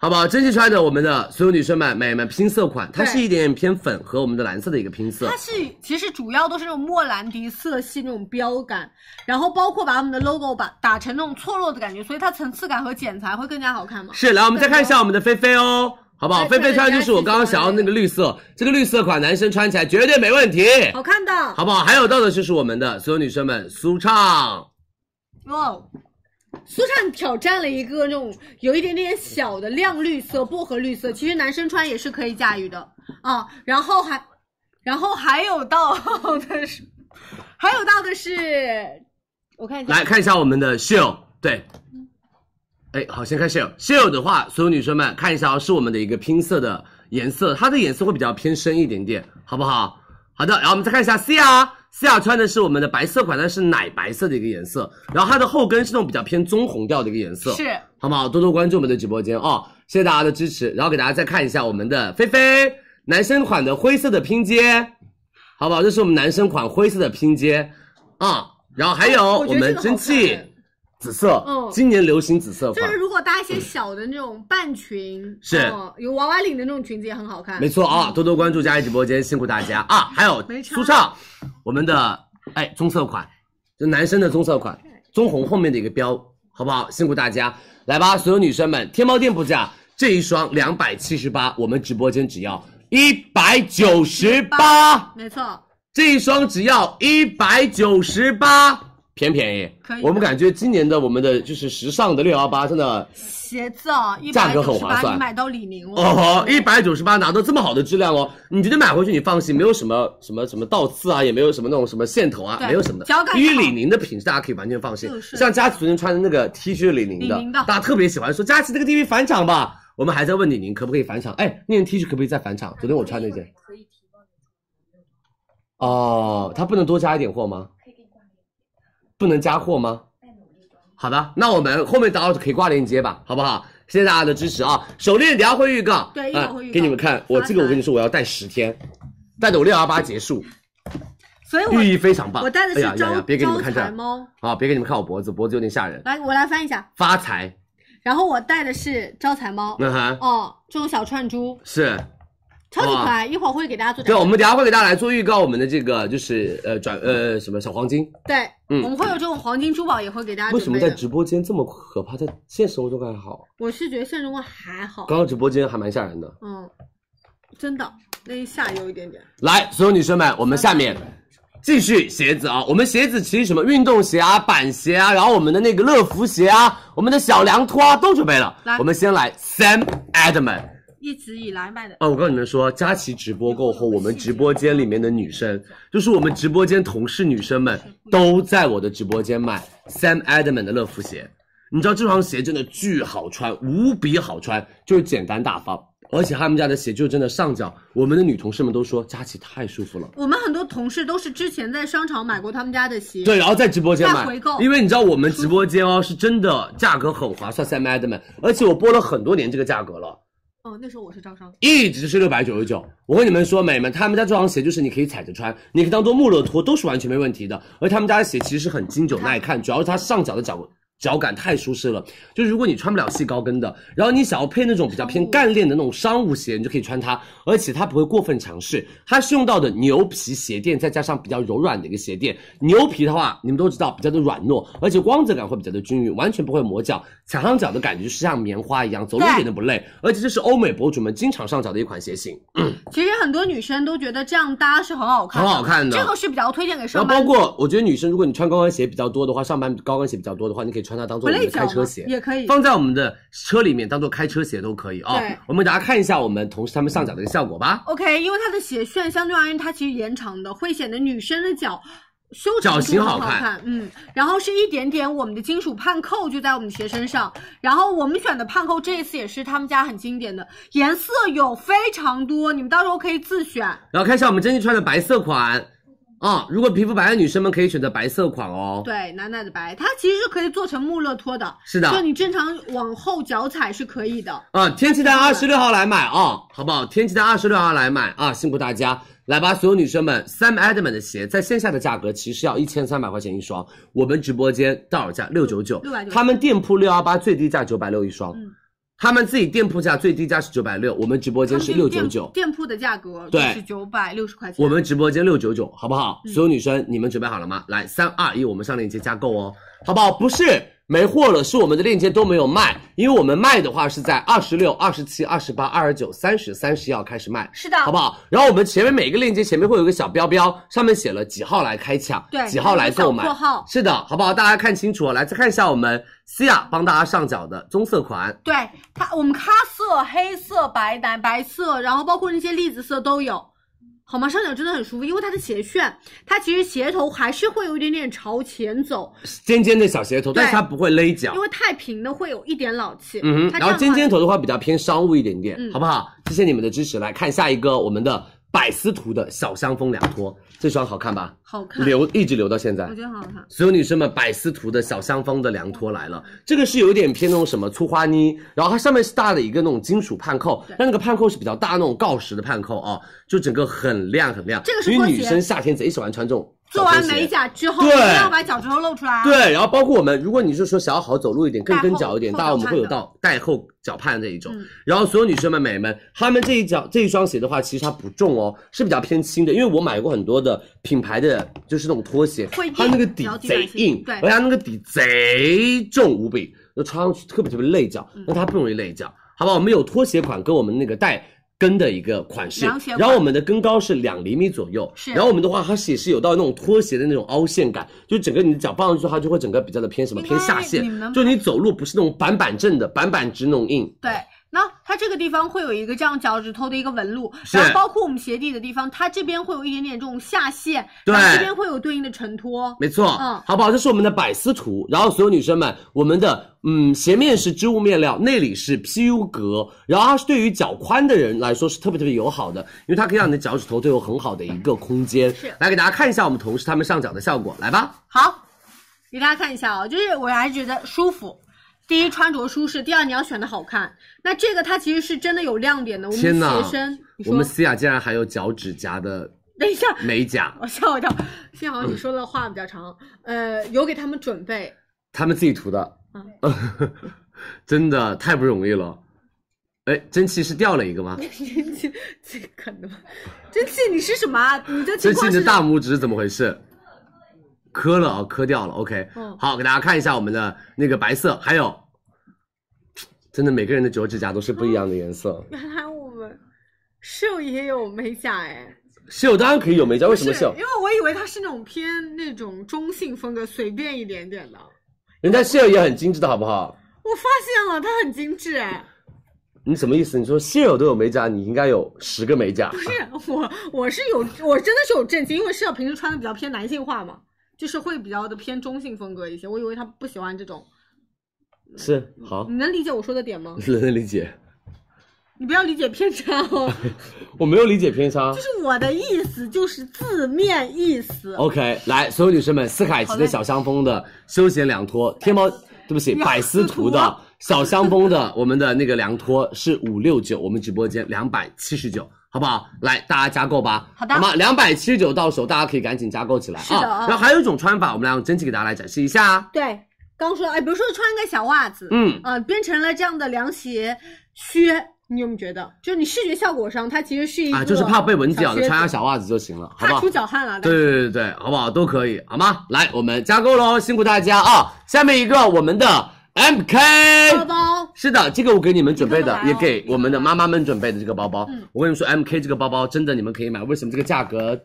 好不好？蒸汽穿的我们的所有女生们、美们拼色款，它
对
是一点点偏粉和我们的蓝色的一个拼色。
它是其实主要都是那种莫兰迪色系那种标杆，然后包括把我们的 logo 把打成那种错落的感觉，所以它层次感和剪裁会更加好看嘛。
是，来我们再看一下我们的菲菲哦，好不好？
对
菲菲穿的就是我刚刚想要那个绿色，这个绿色款男生穿起来绝对没问题，
好看的，
好不好？还有到的就是我们的所有女生们舒畅，
哇哦，苏畅挑战了一个那种有一点点小的亮绿色、薄荷绿色，其实男生穿也是可以驾驭的啊、然后还，然后还有到的是， 还有到的是，我看一下，
来看一下我们的秀，对。哎，好，先看秀。秀的话，所有女生们看一下哦，是我们的一个拼色的颜色，它的颜色会比较偏深一点点，好不好？好的，然后我们再看一下 C 啊，C 啊穿的是我们的白色款，但是奶白色的一个颜色，然后它的后跟是那种比较偏棕红调的一个颜色，
是
好不好？多多关注我们的直播间哦，谢谢大家的支持。然后给大家再看一下我们的菲菲男生款的灰色的拼接，好不好？这是我们男生款灰色的拼接啊、然后还有
我觉得这
我
个
们
好
蒸汽
看
紫色，
嗯
今年流行紫色
就
款
是，如果搭一些小的那种半裙，
是
嗯有娃娃领的那种裙子也很好看，
没错啊、多多关注佳怡直播间，辛苦大家啊！还有
没差
苏畅，我们的哎棕色款，就男生的棕色款，棕红后面的一个标，好不好？辛苦大家，来吧，所有女生们，天猫店铺价这一双两百七十八，我们直播间只要一百九十八，
没错，
这一双只要一百九十八，便便宜。
可以
我们感觉今年的我们的就是时尚的六幺八真的
鞋子啊、1一
价
百
格
九
很
十
划
八
算
你买到李宁哦，
哦，一百九十八拿到这么好的质量哦，你觉得买回去你放心，没有什么什么什么倒刺啊，也没有什么那种什么线头啊，
对
没有什么的
脚感。
因为
好
李宁的品质，大家可以完全放心。
就是
像佳琪昨天穿的那个 T 恤，李宁的，
李宁的
大家特别喜欢说佳琪这个 T 恤返场吧，我们还在问李宁可不可以返场，哎，那件 T 恤可不可以再返场？昨天我穿那件。哦，它不能多加一点货吗？不能加货吗？好的，那我们后面到时候可以挂链接吧，好不好？谢谢大家的支持啊！手链等一下会预告，
对
啊
一会儿会预告
给你们看。我这个我跟你说，我要戴十天，戴的我六幺八结束，
所以我
寓意非常棒。
我带的是
哎呀呀
招
呀别给你
招
们看这
财
儿
猫，
啊！别给你们看我脖子，脖子有点吓人。
来我来翻一下，
发财，
然后我带的是招财猫，
嗯哼，
哦，这种小串珠
是。
超级
哇
可爱，一会儿会给大家做
对，
展
我
示。
们等一下会给大家来做预告，我们的这个就是呃转呃什么小黄金。
对，
嗯
我们会有这种黄金珠宝，也会给大家
为
啊
什
准
么
备
在
的。
直播间这么可怕，在现实生活中还好？
我是觉得现实中国还好，
刚刚直播间还蛮吓人的。
嗯，真的那一下有一点点。
来，所有女生们，我们下面继续鞋子啊，我们鞋子其实什么运动鞋啊、板鞋啊，然后我们的那个乐福鞋啊、我们的小凉拖啊都准备了
来。
我们先来 Sam Adman。
一直以来卖的
啊，我告诉你们说，佳琦直播过后，我们直播间里面的女生，就是我们直播间同事女生们，都在我的直播间买 Sam Adman 的乐福鞋。你知道这双鞋真的巨好穿，无比好穿，就是简单大方，而且他们家的鞋就真的上脚，我们的女同事们都说佳琦太舒服了。
我们很多同事都是之前在商场买过他们家的鞋，
对，然后在直播间买
再回购，
因为你知道我们直播 间哦，是真的价格很划算，Sam Adman，而且我播了很多年这个价格了。
哦，那时候我是招商，
一直是六百九十九。我跟你们说，美们，他们家这双鞋就是你可以踩着穿，你可以当做穆勒拖，都是完全没问题的。而他们家的鞋其实是很经久耐看，主要是它上脚的脚脚感太舒适了。就是如果你穿不了细高跟的，然后你想要配那种比较偏干练的那种商务鞋，你就可以穿它，而且它不会过分强势。它是用到的牛皮鞋垫，再加上比较柔软的一个鞋垫。牛皮的话，你们都知道比较的软糯，而且光泽感会比较的均匀，完全不会磨脚，踩上脚的感觉是像棉花一样，走路一点都不累。而且这是欧美博主们经常上脚的一款鞋型，
其实很多女生都觉得这样搭是很好看，
很好看的
这个是比较推荐给
然
上
后
班
包
族。
括我觉得女生，如果你穿高跟鞋比较多的话，上班高跟鞋比较多的话，你可以穿它当
不
做我们
累
的
脚
开车
嘛
鞋。
也可以。
放在我们的车里面当做开车鞋都可以啊、
对
我们给大家看一下我们同事他们上脚的一个效果吧。
OK，因为它的鞋楦相对而言，它其实延长的，会显得女生的脚修长
脚
度
型
很
好
好
看
嗯，然后是一点点我们的金属盼扣就在我们鞋身上，然后我们选的盼扣这一次也是他们家很经典的，颜色有非常多，你们到时候可以自选。
然后看一下我们真迹穿的白色款啊、如果皮肤白的女生们可以选择白色款哦。
对，奶奶的白，它其实是可以做成穆勒托的，
是啊的
就你正常往后脚踩是可以的。
啊，天气蛋二十六号来买啊、好不好？天气蛋二十六号来买啊，辛苦大家。来吧，所有女生们，Sam Adman 的鞋在线下的价格其实要一千三百块钱一双，我们直播间到手价六九九，
699
他们店铺六幺八最低价九百六一双，
嗯
他们自己店铺价最低价是九百六，我们直播
他
间
们
是
这
六
个
九
店
九，
店铺的价格就
对
是九百六十块钱。
我们直播间六九九，好不好？
嗯
所有女生，你们准备好了吗？来，三二一，我们上链接加购哦，好不好？不是没货了，是我们的链接都没有卖，因为我们卖的话是在二十六、二十七、二十八、二十九、三十、三十要开始卖，
是的，
好不好？然后我们前面每一个链接前面会有一个小标标，上面写了几号来开抢，
对
几号来购买
有个小括号，
是的，好不好？大家看清楚哦，来再看一下我们西亚帮大家上脚的棕色款，
对它，我们咖色、黑色、白奶、白色，然后包括那些栗子色都有，好吗？上脚真的很舒服，因为它的鞋楦，它其实鞋头还是会有一点点朝前走，
尖尖的小鞋头，
对
但是它不会勒脚
因，为太平的会有一点老气。
嗯哼，
它
然后
这样的
尖
话
尖头的话比较偏商务一点点，
嗯
好不好？谢谢你们的支持，来看下一个我们的百思图的小香风凉拖，这双好看吧？
好看，
留一直留到现在
我。觉得很好看。
所有女生们，百思图的小香风的凉拖来了，这个是有点偏那种什么粗花呢，然后它上面是搭了一个那种金属盼扣，但那个盼扣是比较大那种锆石的盼扣啊，就整个很亮很亮。
这个是
因
拖
为
鞋
女生夏天贼喜欢穿这种
做
小拖
完
鞋。
美甲之后，一
对
定要把脚趾头露出来啊。
对，然后包括我们，如果你是说想要好走路一点，更跟脚一点，
带
大
后
家我们会有到带后脚盘这一
嗯
种。然后所有女生们、美们，她们这一脚这一双鞋的话，其实它不重哦，是比较偏轻的，因为我买过很多的品牌的，就是那种拖鞋
会硬，
它那个底
脚底板
贼
型
硬，
对
而且它那个底贼重无比，就穿上去特别特别累脚，
嗯
那它不容易累脚，好吧？我们有拖鞋款跟我们那个带。跟的一个款式
凉鞋，款
然后我们的跟高是两厘米左右，
是
然后我们的话，它是也是有到那种拖鞋的那种凹陷感，就整个你的脚放上去，它就会整个比较的偏什么
应
偏
该
下陷
你们，
就你走路不是那种板板正的板板直那种硬，
对，那它这个地方会有一个这样脚趾头的一个纹路，
是
然后包括我们鞋底的地方，它这边会有一点点这种下陷，
对
然后这边会有对应的承托。
没错，
嗯
好不好？这是我们的百思图，然后所有女生们，我们的嗯鞋面是织物面料，内里是 PU 革，然后它是对于脚宽的人来说是特别特别友好的，因为它可以让你的脚趾头都有很好的一个空间。
是
来给大家看一下我们同事他们上脚的效果，来吧。
好，给大家看一下啊、就是我还是觉得舒服。第一，穿着舒适；第二，你要选的好看。那这个它其实是真的有亮点的，我们
天哪
鞋身，你
我们
说
思雅竟然还有脚趾甲的
等一下，
美甲，
我吓我一跳。幸好你说的话比较长，呃，有给他们准备，
他们自己涂的，
嗯
真的太不容易了。哎，蒸汽是掉了一个 吗？
真气最坑的吗？真气你是什么啊？你的情
蒸汽
况
你的
是
大拇指怎么回事？磕了啊，磕掉了。OK，、
嗯
好，给大家看一下我们的那个白色，还有，真的每个人的脚趾甲都是不一样的颜色。
原来我们秀也有美甲哎，
秀当然可以有美甲，为什么
不是
秀
因？为我以为他是那种偏那种中性风格，随便一点点的。
人家秀也很精致的好不好？
我发现了，他很精致哎。
你什么意思？你说秀都有美甲，你应该有十个美甲。
不是 我，我是有，我真的是有震惊，因为是要平时穿的比较偏男性化嘛，就是会比较的偏中性风格一些。我以为他不喜欢这种，
是好，
你能理解我说的点吗？
能能理解。
你不要理解偏差哦，
我没有理解偏差
就。是我的意思就是字面意思。
OK，来，所有女生们，斯凯奇的小香风的休闲凉拖，天猫对 不起，百思图的
啊
小香风的，我们的那个凉拖是五六九，我们直播间两百七十九。好不好？来，大家加购吧。
好的
好吗？两百七十九到手，大家可以赶紧加购起来
是的啊
然后还有一种穿法，我们来用蒸汽给大家来展示一下啊。
对，刚说，哎，比如说穿一个小袜子，
嗯，
呃，变成了这样的凉鞋靴，你有没有觉得，就是你视觉效果上，它其实是一个
啊，就是怕被蚊子咬的，
小靴
穿下
子
小袜子就行了，好不
怕
好
出？脚汗了。
对对对对，好不好？都可以，好吗？来，我们加购喽，辛苦大家啊！下面一个我们的 MK
包包，
是的，这个我给你们准备的，
你
也
看看来哦
给我们的妈妈们准备的这个包包。我跟你们说，MK 这个包包真的你们可以买，为什么这个价格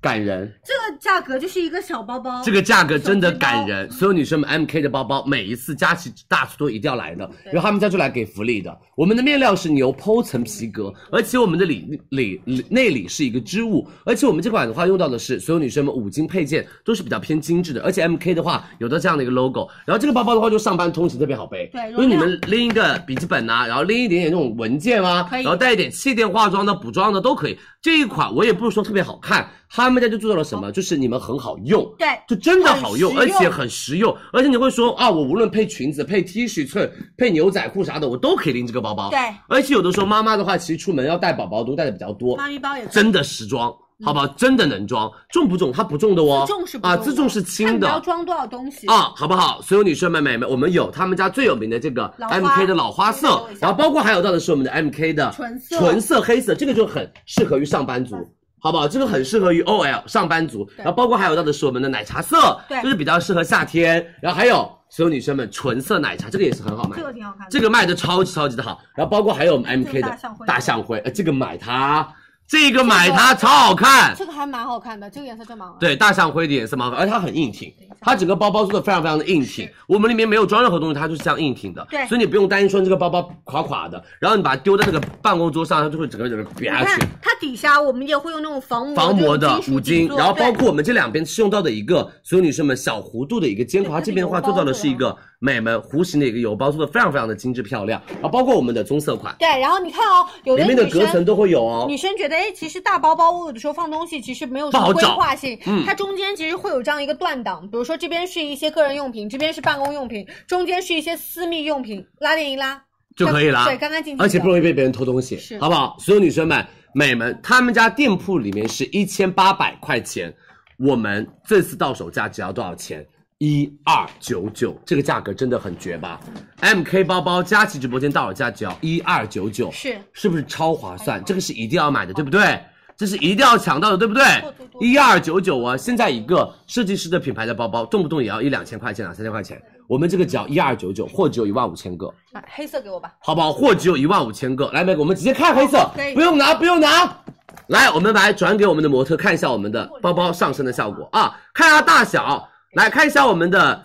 感人？
这个价格就是一个小包包，
这个价格真的感人，所有女生们 MK 的包包，每一次佳琦大促都一定要来的，然后他们家就来给福利的。我们的面料是牛剖层皮革，而且我们的里里里内里是一个织物，而且我们这款的话用到的是所有女生们五金配件都是比较偏精致的，而且 MK 的话有到这样的一个 logo，然后这个包包的话就上班通勤特别好背，
对
就是你们拎一个笔记本呐、然后拎一点点那种文件啊，
可以
然后带一点气垫、化妆的、补妆的都可以。这一款我也不是说特别好看，他们家就做到了什么，就是你们很好用。
对
就真的好用，
很
而
实用
且很实用，而且你会说啊，我无论配裙子、配 T 恤、衬、配牛仔裤啥的，我都可以拎这个包包。
对，
而且有的时候妈妈的话，其实出门要带宝宝都带的比较多，
妈咪包也可以
真的实装，好不好？真的能装，重不重？它不重的哦，
自重是不重
啊，
的
自重是
看
轻
你要
的。
装多少东西。
啊，好不好？所有女生们、美眉，我们有他们家最有名的这个
老花
MK 的老花
稍微等我一，
色
下
然后包括还有到的是我们的 MK 的
纯色
纯色黑色，这个就很适合于上班族。好不好？这个很适合于 OL 上班族，然后包括还有到的是我们的奶茶色，
对
就是比较适合夏天。然后还有所有女生们纯色奶茶，这个也是很好买的，
这个挺好看的
这个卖的超级超级的好。然后包括还有我们 MK
这个
的
大象灰
大象灰，呃，这个买它，这个买它超好看，
这个还蛮好看的，这个颜色真蛮好看。
对，大象灰的颜色蛮好看，而且它很硬挺，它整个包包做的非常非常的硬挺。我们里面没有装任何东西，它就是这样硬挺的。
对
所以你不用担心说这个包包垮垮的，然后你把它丢在那个办公桌上，它就会整个整个瘪
你
下
看
去。
它底下我们也会用那种防磨
防磨的五金，然后包
括
括我们这两边是用到的一个，所有女生们小弧度的一个肩口，它这边的话做到的是一个美们弧形的一个油包，做的非常非常的精致漂亮。然后包括我们的棕色款，
对，然后你看哦，有
里
的
面
女
的
生
隔层都会有哦
女。生觉得，哎，其实大包包我有的时候放东西其实没有什
不
么
好
规
找
划性，
嗯
它中间其实会有这样一个断档，比如说这边是一些个人用品，这边是办公用品，中间是一些私密用品，拉链一拉
就可以啦，
对，干干净净的，
而且不容易被别人偷东西，
是
好不好？所有女生们、美们，他们家店铺里面是一千八百块钱，我们这次到手价只要多少钱？一二九九，这个价格真的很绝吧？MK 包包，佳琦直播间到手价只要一二九九，
是哎
是不是超划算？这个是一定要买的，对不对？这是一定要抢到的，对不对？一二九九啊！现在一个设计师的品牌的包包，动不动也要一两千块钱、两三千块钱，我们这个只要一二九九，或只有一万五千个。
啊黑色给我吧，
好不好？货只有一万五千个，来，美，我们直接看黑色
可以，
不用拿，不用拿。来，我们来转给我们的模特看一下我们的包包上身的效果啊，看一下大小，来看一下我们的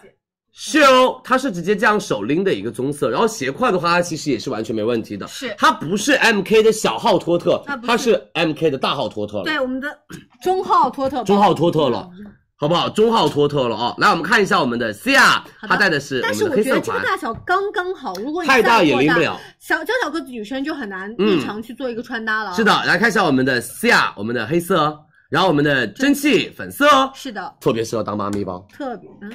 袖，它是直接这样手拎的一个棕色，然后斜挎的话，它其实也是完全没问题的，
是
它不是 M K 的小号托特
它，不是
它是 M K 的大号托特了，
对我们的中号托特包
中号托特了。好不好？中号托特了啊！来，我们看一下我们的 Cia，
的
它带的是
但
我
是
们
我
的黑
觉得
色
这个
款，
大小刚刚好，如果你
太
再过
大也拎不了。
小娇小个子女生就很难
嗯
日常去做一个穿搭了。
是，的，来看一下我们的 C R，我们的黑色，哦然后我们的蒸汽粉色，哦
是的，
特别适合当妈咪包，
特别嗯，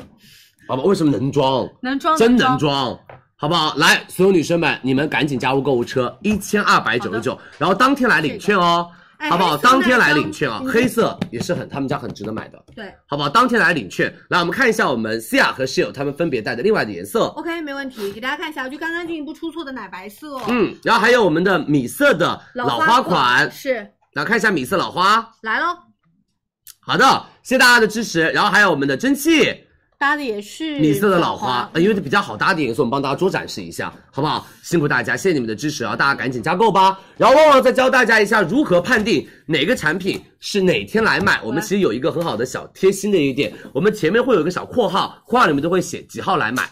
好吧？为什么能装？
能装
真能，装，好不好？来，所有女生们，你们赶紧加入购物车，一千二百九十九，然后当天来领券哦。
哎
好不
黑
好？
色
当天来
那张
领券啊，
嗯
黑色也是很他们家很值得买的，
对
好不好？当天来领券，来我们看一下我们西亚和室友他们分别带的另外的颜色，
，OK，没问题，给大家看一下，就干干净净不出错的奶白色，哦
嗯，然后还有我们的米色的老
花
花款，
是
来看一下米色老花，
来喽，
好的，谢谢大家的支持，然后还有我们的蒸汽。
搭的也是
米色的老花
花，，
呃因为这比较好搭的颜色，我们帮大家多展示一下，好不好？辛苦大家，谢谢你们的支持啊！大家赶紧加购吧。然后旺旺再教大家一下如何判定哪个产品是哪天来买。我们其实有一个很好的小贴心的一点，我们前面会有一个小括号，括号里面都会写几号来买。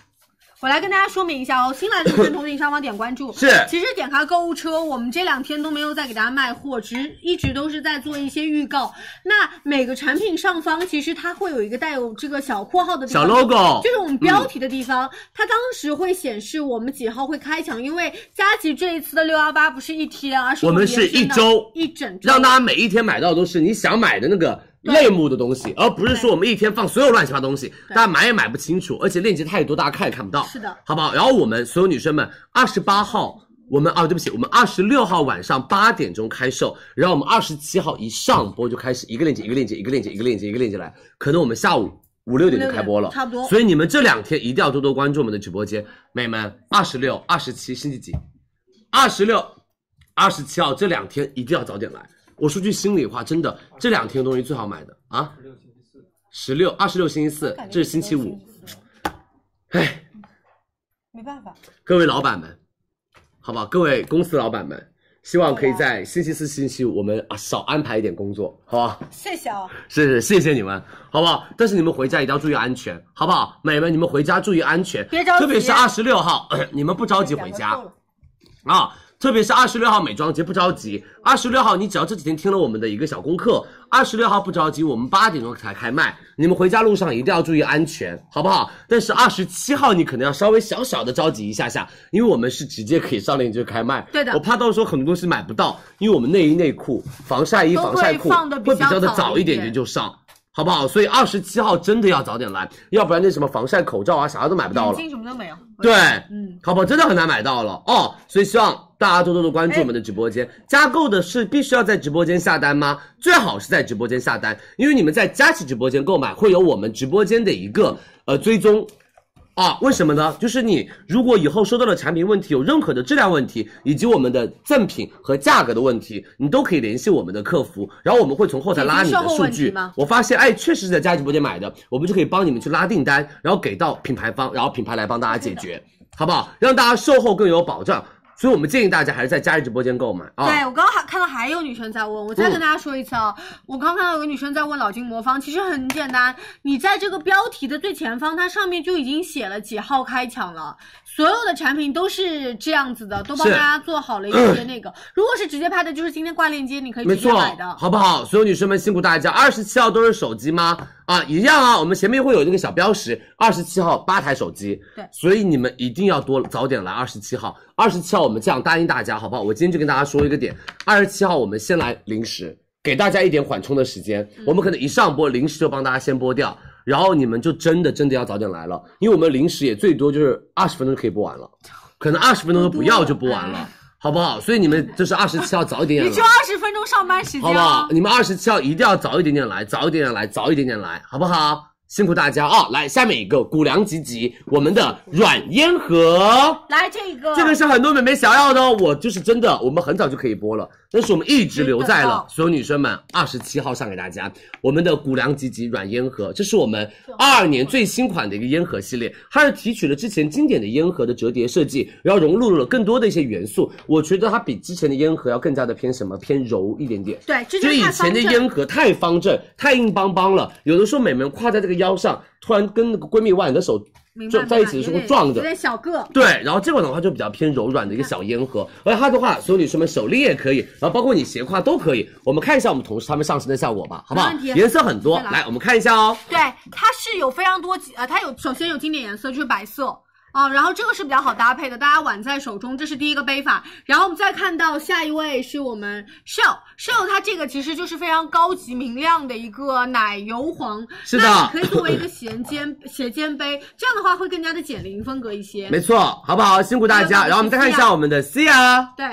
我来跟大家说明一下哦，新来的同学同学上方点关注。
是
其实点开购物车，我们这两天都没有在给大家卖货，只是一直都是在做一些预告。那每个产品上方其实它会有一个带有这个小括号的地方
小 logo
就是我们标题的地方，它当时会显示我们几号会开抢，因为佳琦这一次的六幺八不是一天，而是
我
延
们
伸
是一
到
周
一整周，
让大家每一天买到的都是你想买的那个类目的东西，而不是说我们一天放所有乱七八糟东西，大家买也买不清楚，而且链接太多，大家看也看不到，
是的，
好不好？然后我们所有女生们，二十八号。我们啊，对不起，我们二十六号晚上八点钟开售，然后我们二十七号一上播就开始一个链接一个链接一个链接一个链接一个链接来，可能我们下午五六点就开播了，
差不多
所以你们这两天一定要多多关注我们的直播间，美们，二十六、二十七星期几？二十六、二十七号这两天一定要早点来。我说句心里话，真的，这两天东西最好买的啊。十六、二十六星期四，这是星期五。哎，
没办法，
各位老板们，好不好？各位公司老板们，希望可以在星期四、星期五我们啊少安排一点工作，好吧？
谢谢啊。
是是，谢谢你们，好不好？但是你们回家一定要注意安全，好不好？美们，你们回家注意安全，
别着急
特别是二十六号， 你们不着急回家啊。特别是二十六号美妆节不着急，二十六号你只要这几天听了我们的一个小功课，二十六号不着急，我们八点钟才开卖，你们回家路上一定要注意安全，好不好？但是二十七号你可能要稍微小小的着急一下下，因为我们是直接可以上链接开卖，
对的
我怕到时候很多东西买不到，因为我们内衣内裤、防晒衣、
都
防晒
会
裤
放得比
会比
较
较的
早
早
一
一点
点
点就上，好不好？所以二十七号真的要早点来，要不然那什么防晒口罩啊啥都买不到
眼
了。
镜什么都没有。
对，
嗯，
好不好？真的很难买到了哦，所以希望大家多多的关注我们的直播间。加购的是必须要在直播间下单吗？最好是在直播间下单，因为你们在佳琦直播间购买会有我们直播间的一个呃追踪。啊，为什么呢？就是你如果以后收到了产品问题有任何的质量问题，以及我们的赠品和价格的问题，你都可以联系我们的客服，然后我们会从后台拉你
解决
的
售后
数
问题
据
吗。
我发现，哎，确实是在佳琦直播间买的，我们就可以帮你们去拉订单，然后给到品牌方，然后品牌来帮大家解决，好不好？让大家售后更有保障。所以我们建议大家还是在佳琦直播间购买啊。
对，我刚刚还看到还有女生在问，我再
嗯
跟大家说一次啊，我刚看到有个女生在问老金魔方，其实很简单，你在这个标题的最前方，它上面就已经写了几号开抢了，所有的产品都是这样子的，都帮
是
大家做好了一些那个。如果是直接拍的，就是今天挂链接，你可以
没
直接
错
买的，。
好不好？所有女生们辛苦大家，二十七号都是手机吗？啊，一样啊，我们前面会有这个小标识，二十七号八台手机。
对
所以你们一定要多早点来二十七号。二十七号我们这样答应大家，好不好？我今天就跟大家说一个点，二十七号我们先来零食，给大家一点缓冲的时间。
嗯
我们可能一上播零食就帮大家先播掉，然后你们就真的真的要早点来了，因为我们零食也最多就是二十分钟就可以 播完了，可能二十分钟都不要就播完了。好不好？所以你们就是二十七号早一点点来。
你只有二十分钟上班时间
好不
哦
好？。你们二十七号一定要早一点点来，早一点点来，早一点点来，好不好？辛苦大家啊！来，下面一个谷粮吉吉，我们的软烟盒，
来这个，
这个是很多美眉想要的哦。我就是真的，我们很早就可以播了，但是我们一直留
真
在
的
了
哦
所有女生们二十七号上给大家我们的谷粮吉吉软烟盒，这是我们二二年最新款的一个烟盒系列，它是提取了之前经典的烟盒的折叠设计，然后融入了更多的一些元素。我觉得它比之前的烟盒要更加的偏什么偏柔一点点。
对，这就
就
是
以
看
前
方
的
正
烟盒太方正、太硬邦邦了，有的时候美眉挎在这个腰上，突然跟那个闺蜜腕的手
明白
撞在一起的时候会撞
有
的。
点小个，
对，然后这款的话就比较偏柔软的一个小烟盒，而且它的话，所有女生们手拎也可以，然后包括你斜挎都可以。我们看一下我们同事他们上身的效果吧，好不好
没问？题
颜色很多，
再来
来我们看一下哦。
对，它是有非常多几呃，它有首先有经典颜色就是白色。啊，然后这个是比较好搭配的，大家挽在手中，这是第一个背法。然后我们再看到下一位是我们 shell shell，它这个其实就是非常高级明亮的一个奶油黄，
是的
那你可以作为一个斜肩 斜肩背，这样的话会更加的减龄风格一些。
没错，好不好？辛苦大
还有
家。
我们的
然后我们再看一
Sia
下我们的 C 啊，
对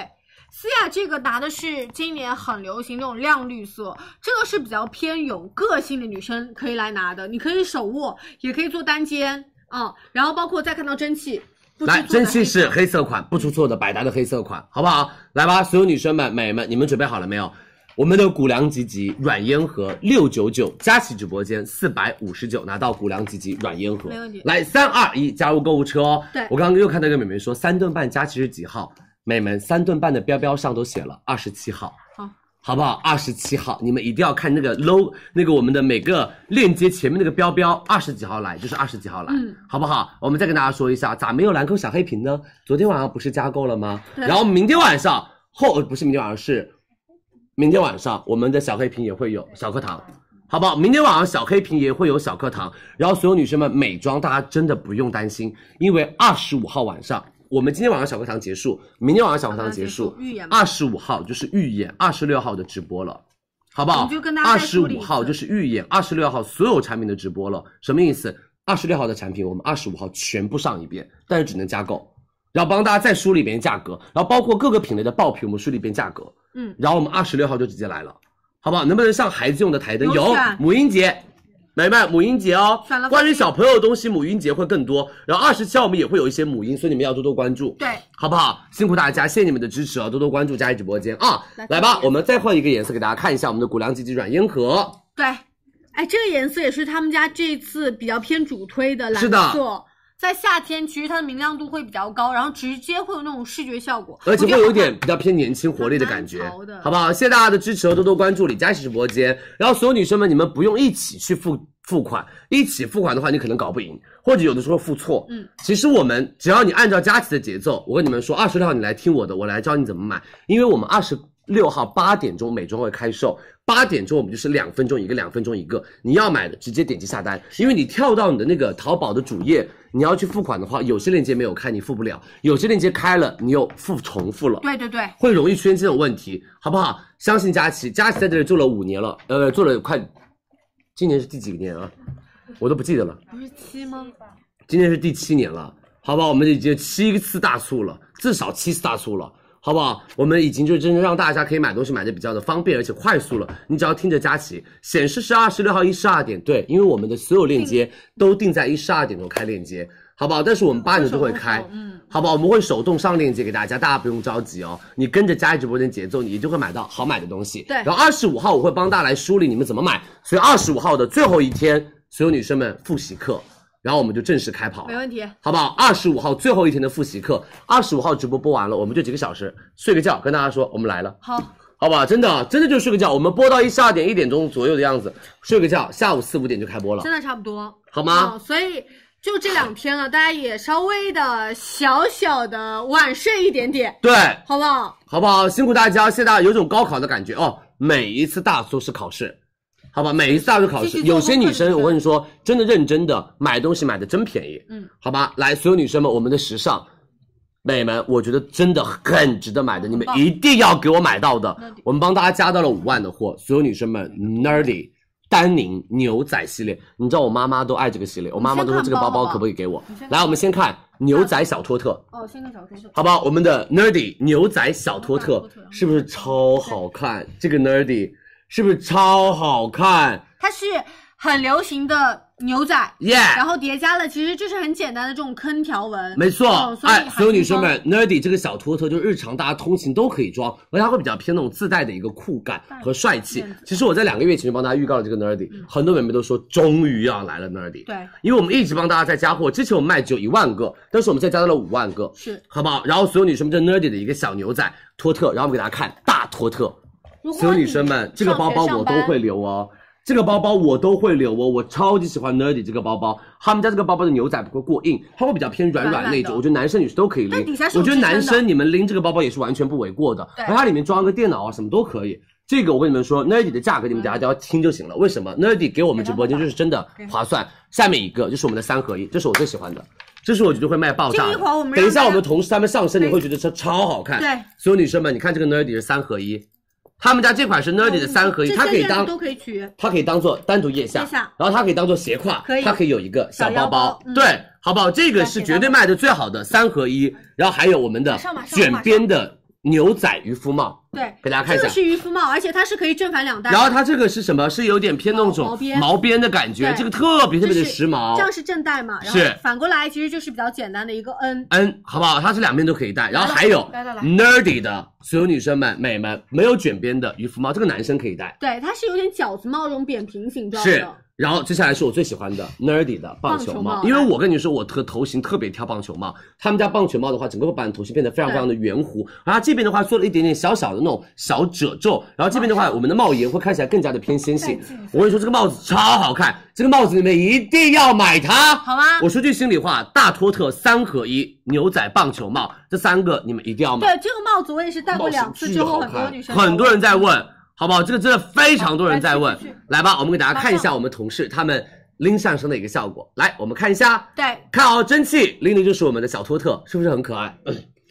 思雅这个拿的是今年很流行那种亮绿色，这个是比较偏有个性的女生可以来拿的，你可以手握，也可以做单肩啊、然后包括再看到蒸汽，不知
来，
做的
蒸汽是
黑色
黑色款，不出错的，百搭的黑色款，好不好？来吧，所有女生们、美们，你们准备好了没有？我们的谷粮吉吉软烟盒六九九，佳琦直播间四百五十九，拿到谷粮吉吉软烟盒，
没问题
来，三二一，加入购物车哦。
对
我刚刚又看到一个美眉说三顿半佳琦是几号？美们，三顿半的标标上都写了二十七号。
好
好不好？二十七号，你们一定要看那个 low 那个我们的每个链接前面那个标标，二十几号来就是二十几号来，
嗯
好不好？我们再跟大家说一下，咋没有兰蔻小黑瓶呢？昨天晚上不是加购了吗？
对
然后明天晚上后呃不是明天晚上是，明天晚上我们的小黑瓶也会有小课堂。好不好？明天晚上小黑瓶也会有小课堂，然后所有女生们美妆大家真的不用担心，因为二十五号晚上我们今天晚上小课堂结束，明天晚上小课堂结束，
预言吧
二十五号就是预演二十六号的直播了，好不
我
好
们就跟？大家
二
再
十
梳理一
五
次
号就是预演二十六号所有产品的直播了，什么意思？二十六号的产品我们二十五号全部上一遍，但是只能加购，然后帮大家再梳理一遍价格，然后包括各个品类的爆品我们梳理一遍价格，
嗯，
然后我们二十六号就直接来了，好不好？能不能上孩子用的台灯？
有
有
选
母婴节。美们，母婴节哦
选了，
关于小朋友的东西，母婴节会更多。然后二十七号我们也会有一些母婴，所以你们要多多关注。
对，
好不好？辛苦大家，谢谢你们的支持啊！多多关注佳怡直播间啊！来吧，我们再换一个颜色给大家看一下我们的谷粮吉吉软烟 盒，
对，哎，这个颜色也是他们家这次比较偏主推的蓝色。
是的
在夏天，其实它的明亮度会比较高，然后直接会有那种视觉效果，
而且会有一点
我觉得好看
比较偏年轻活力的感觉
蛮潮的，
好不好？谢谢大家的支持哦，多多关注李佳琦直播间。然后所有女生们，你们不用一起去付付款，一起付款的话，你可能搞不赢，或者有的时候付错。
嗯，
其实我们只要你按照佳琦的节奏，我跟你们说，二十六号你来听我的，我来教你怎么买，因为我们二十。六号八点钟美妆会开售，八点钟我们就是两分钟一个，两分钟一个。你要买的直接点击下单，因为你跳到你的那个淘宝的主页，你要去付款的话，有些链接没有开，你付不了；有些链接开了，你又付重复了。
对对对，
会容易出现这种问题，好不好？相信佳琪，佳琪在这里做了五年了，呃，做了快，今年是第几年啊？我都不记得了，
不是七吗？
今年是第七年了，好不好？我们已经七次大促了，至少七次大促了。好不好？我们已经就真正让大家可以买东西买的比较的方便，而且快速了。你只要听着佳琪，显示是二十六号一十二点，对，因为我们的所有链接都定在一十二点钟开链接，好不好？但是我们八点都会开，嗯，好不好？我们会手动上链接给大家，大家不用着急哦。你跟着佳怡直播间节奏，你一定会买到好买的东西。
对
然后二十五号我会帮大家来梳理你们怎么买，所以二十五号的最后一天，所有女生们复习课，然后我们就正式开跑了
没问题。
好不好？二十五号最后一天的复习课，二十五号直播播完了，我们就几个小时睡个觉，跟大家说我们来了，
好，
好不好？真的，啊真的就睡个觉。我们播到一十二点一点钟左右的样子，睡个觉，下午四五点就开播了
真，的差不多，
好吗
嗯？所以就这两天啊了，大家也稍微的小小的晚睡一点点，
对，
好不好？
好不好？辛苦大家，谢谢大家，有种高考的感觉哦。每一次大促是考试，好吧？每一次大促考
继
试，
续做
有些女生
功课
我跟你说，真的认真的买东西买的真便宜，
嗯，
好吧？来，所有女生们，我们的时尚。美们，我觉得真的很值得买的，你们一定要给我买到的。我们帮大家加到了五万的货，所有女生们，Nerdy 丹宁牛仔系列，你知道我妈妈都爱这个系列，我妈妈都说这个包包可不可以给我
先看包好不好你先？看
来，我们先看牛仔小托特，
哦，先看小说说，
好不好？我们的 Nerdy 牛仔小托特
牛仔小托特嗯
是不是超好看？这个 Nerdy 是不是超好看
它是很流行的牛仔，然
？Yeah，
后叠加了，其实就是很简单的这种坑条纹，
没错
哦。所以
哎，
还
所有
挺
女生
方
们，Nerdy 这个小托特就是日常大家通勤都可以装，而且它会比较偏那种自带的一个酷感和帅气
面子。嗯
其实我在两个月前就帮大家预告了这个 Nerdy，很多美眉都说终于要来了 Nerdy。
对，
因为我们一直帮大家在加货，之前我们卖只有一万个，但是我们现在加到了五万个，
是
好不好？然后所有女生们，这 Nerdy 的一个小牛仔托特，然后我们给大家看大托特，
如果
所有女生们
你，
这个包
上
包
学
我
上
都
班
会留哦，这个包包我都会留哦，我超级喜欢 Nerdy 这个包包。他们家这个包包的牛仔不会过硬，它会比较偏软软那
软软
种，
的
我觉得男生女生都可以
但
拎
底下。是
我
有
觉得
支撑的
男生你们拎这个包包也是完全不为过的，
对
然后它里面装个电脑啊什么都可以。这个我跟你们说，Nerdy 的价格你们
嗯
大家都要听就行了。为什么？Nerdy 给我们直播间就是真的划算。下面一个就是我们的三合一，这是我最喜欢的，这是我觉得会卖爆炸的。
这一会儿我们让
等一下
大家
我们同事他们上身，你会觉得这超好看。
对，
所有女生们，你看这个 Nerdy 是三合一，他们家这款是 Nerdy 的三合一，
哦这
它
三
可以
件
当
都可以取。
它可以当做单独腋下，
腋下
然后它可以当做斜挎，
可以
它可以有一个小包
小腰包嗯
对，好不好？这个是绝对卖的最好的三合一，然后还有我们的
马上马上
卷边的牛仔渔夫帽，
对，
给大家看一
这
下。
个是渔夫帽，而且它是可以正反两戴的。
然后它这个是什么？是有点偏那种
毛边
毛边的感觉，
对
这个特别特
这
别
是
的时髦
这。样是正戴嘛？然后
是
反过来其实就是比较简单的一个 N。
嗯，好不好？它是两边都可以戴，然后还有
来来来
nerdy 的，所有女生们、美们，没有卷边的渔夫帽，这个男生可以戴。
对，它是有点饺子帽这种扁平形状
是
的。，
然后接下来是我最喜欢的 nerdy 的棒球
棒球
帽，
帽
因为我跟你说，我的头型特别挑棒球帽。他们家棒球帽的话，整个会把你头型变得非常非常的圆弧，然后这边的话做了一点点小小的那种小褶皱，然后这边的话，我们的帽檐会看起来更加的偏纤细。我跟你说，这个帽子超好看，这个帽子你们一定要买它，
好吗
我说句心里话，大托特三合一牛仔棒球帽这三个你们一定要买。
对，这个帽子我也是戴过两次之后，很多女生
很多人在问，好不好？这个真的非常多人在问
好来哎继续继续。
来吧，我们给大家看一下我们同事他们拎上身的一个效果。来，我们看一下，
对，
看哦，蒸汽拎的就是我们的小托特，是不是很可爱？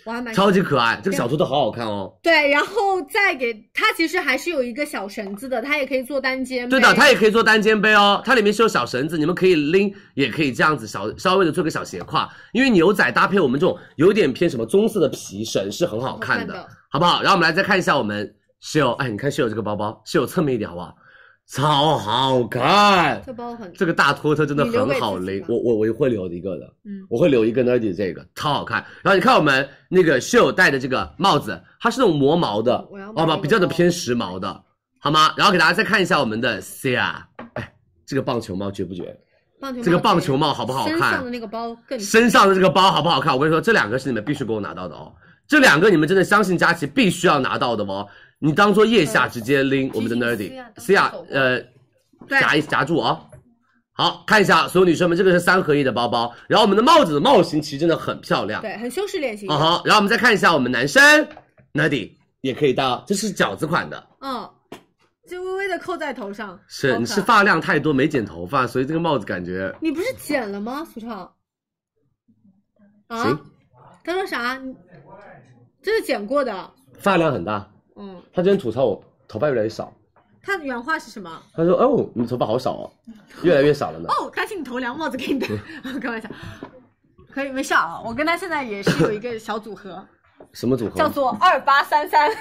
我还蛮
超级可爱，这个小托特好好看哦。
对，然后再给它其实还是有一个小绳子的，它也可以做单肩
对的，它也可以做单肩背哦，它里面是有小绳子，你们可以拎，也可以这样子小稍微的做个小斜挎，因为牛仔搭配我们这种有点偏什么棕色的皮绳是很好看的，
好看的
好不好？然后我们来再看一下我们室友，哎，你看室友这个包包，室友侧面一点好不好？超好看，
这包很
这个大托特真的
你留给
很好
自己
拎
吧，
我我我会留一个的，
嗯
我会留一个 nerdy 这个超好看。然后你看我们那个室友戴的这个帽子，它是那种磨毛的
我要，买
好吧，
这个
比较的偏时髦的，好吗？然后给大家再看一下我们的 C R，哎，这个棒球帽绝不绝？
棒球帽
这个棒球帽好不好
身上的
看？
那个包更
身上的这个包好不好看？我跟你说，这两个是你们必须给我拿到的哦，这两个你们真的相信佳琪必须要拿到的哦。你当做腋下直接
嗯
拎我们的 nerdy C R，呃，
对
夹一夹住啊、好看一下，所有女生们，这个是三合一的包包，然后我们的帽子的帽型其实真的很漂亮，
对，很修饰脸型
啊。哈，然后我们再看一下我们男生 Nerdy 也可以到，这是饺子款的，
嗯，就微微的扣在头上。
是
好
你
可
是
爱
发量太多没剪头发，所以这个帽子感觉
你不是剪了吗，苏畅？啊
行？
他说啥？你这是剪过的。
发量很大。
嗯，
他之前吐槽我头发越来越少，
他的原话是什么？
他说哦，你头发好 少哦，越来越少了呢。
哦，担心你头凉，帽子给你戴。 开玩笑，可以没事啊。我跟他现在也是有一个小组
哦
合，
什么组合？
叫做二八三三。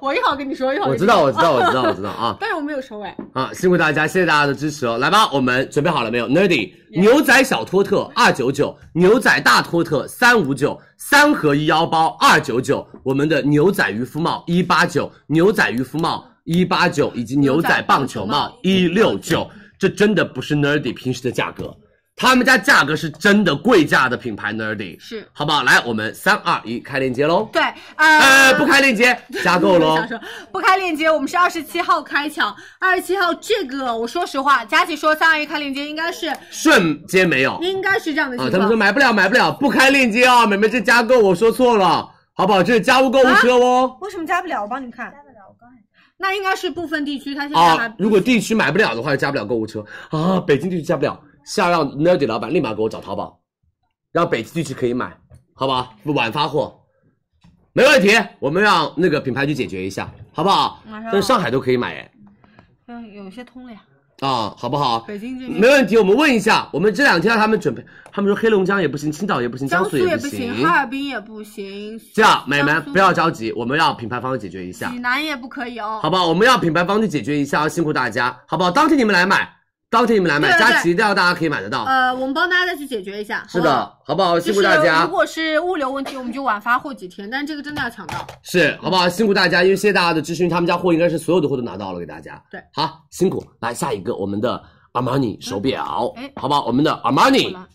我一会儿跟你说，一会儿
我
跟你
知
说
道，我知道，我知 道，我知道啊。
但是我没有收尾。
啊，辛苦大家，谢谢大家的支持哦。来吧，我们准备好了没有？Nerdy 牛仔小托特二九九，牛仔大托特三五九，三合一腰包二九九，我们的牛仔渔夫帽一八九，牛仔渔夫帽一八九，以及牛仔棒球帽一六九。这真的不是 Nerdy 平时的价格，他们家价格是真的贵价的品牌 Nerdy，
是
好不好？来，我们三二一，开链接喽！
对，
呃，
呃，
不开 链接，加购哦
我
喽
想！说不开链接，我们是二十七号开抢。二十七号这个，我说实话，佳琪说三二一开链接，应该是
瞬间没有，
应该是这样的情
啊，他们
况。
说买不了，买不了，不开链接啊，美美这加购我说错了，好不好？这是家务购物车哦。
为什么加不了？我帮你看。
那应该是部分地区，他现在还
啊，如果地区买不了的话，就加不了购物车啊。北京地区加不了，下让 Nerdy 老板立马给我找淘宝，让北京地区可以买，好不好？晚发货，没问题，我们让那个品牌去解决一下，好不好
马？上
但是上海都可以买哎，
嗯，有些通了呀。
啊，好不好？
北京这边
没问题，我们问一下，我们这两天让他们准备，他们说黑龙江也不行，青岛也不行，
江
苏
苏也
不
行，哈尔滨也不行，
这样，美们
江苏
不要着急，我们让品牌方解决一下
济，南也不可以哦。
好不好？我们让品牌方去解决一下，辛苦大家，好不好？当天你们来买，当天你们来买，
对对
佳琦一定要大家可以买得到，
呃，我们帮大家再去解决一下。
是
好不好。
的，好不好？
就
辛苦
是
大家
如，果是物流问题，我们就晚发货几天，但是这个真的要抢到。
是好不好？辛苦大家，因为谢谢大家的支持，因为他们家货应该是所有的货都拿到了，给大家。
对，
好，辛苦，来下一个我们的 Armani 手表
嗯哎，
好不好？我们的
好
Armani
了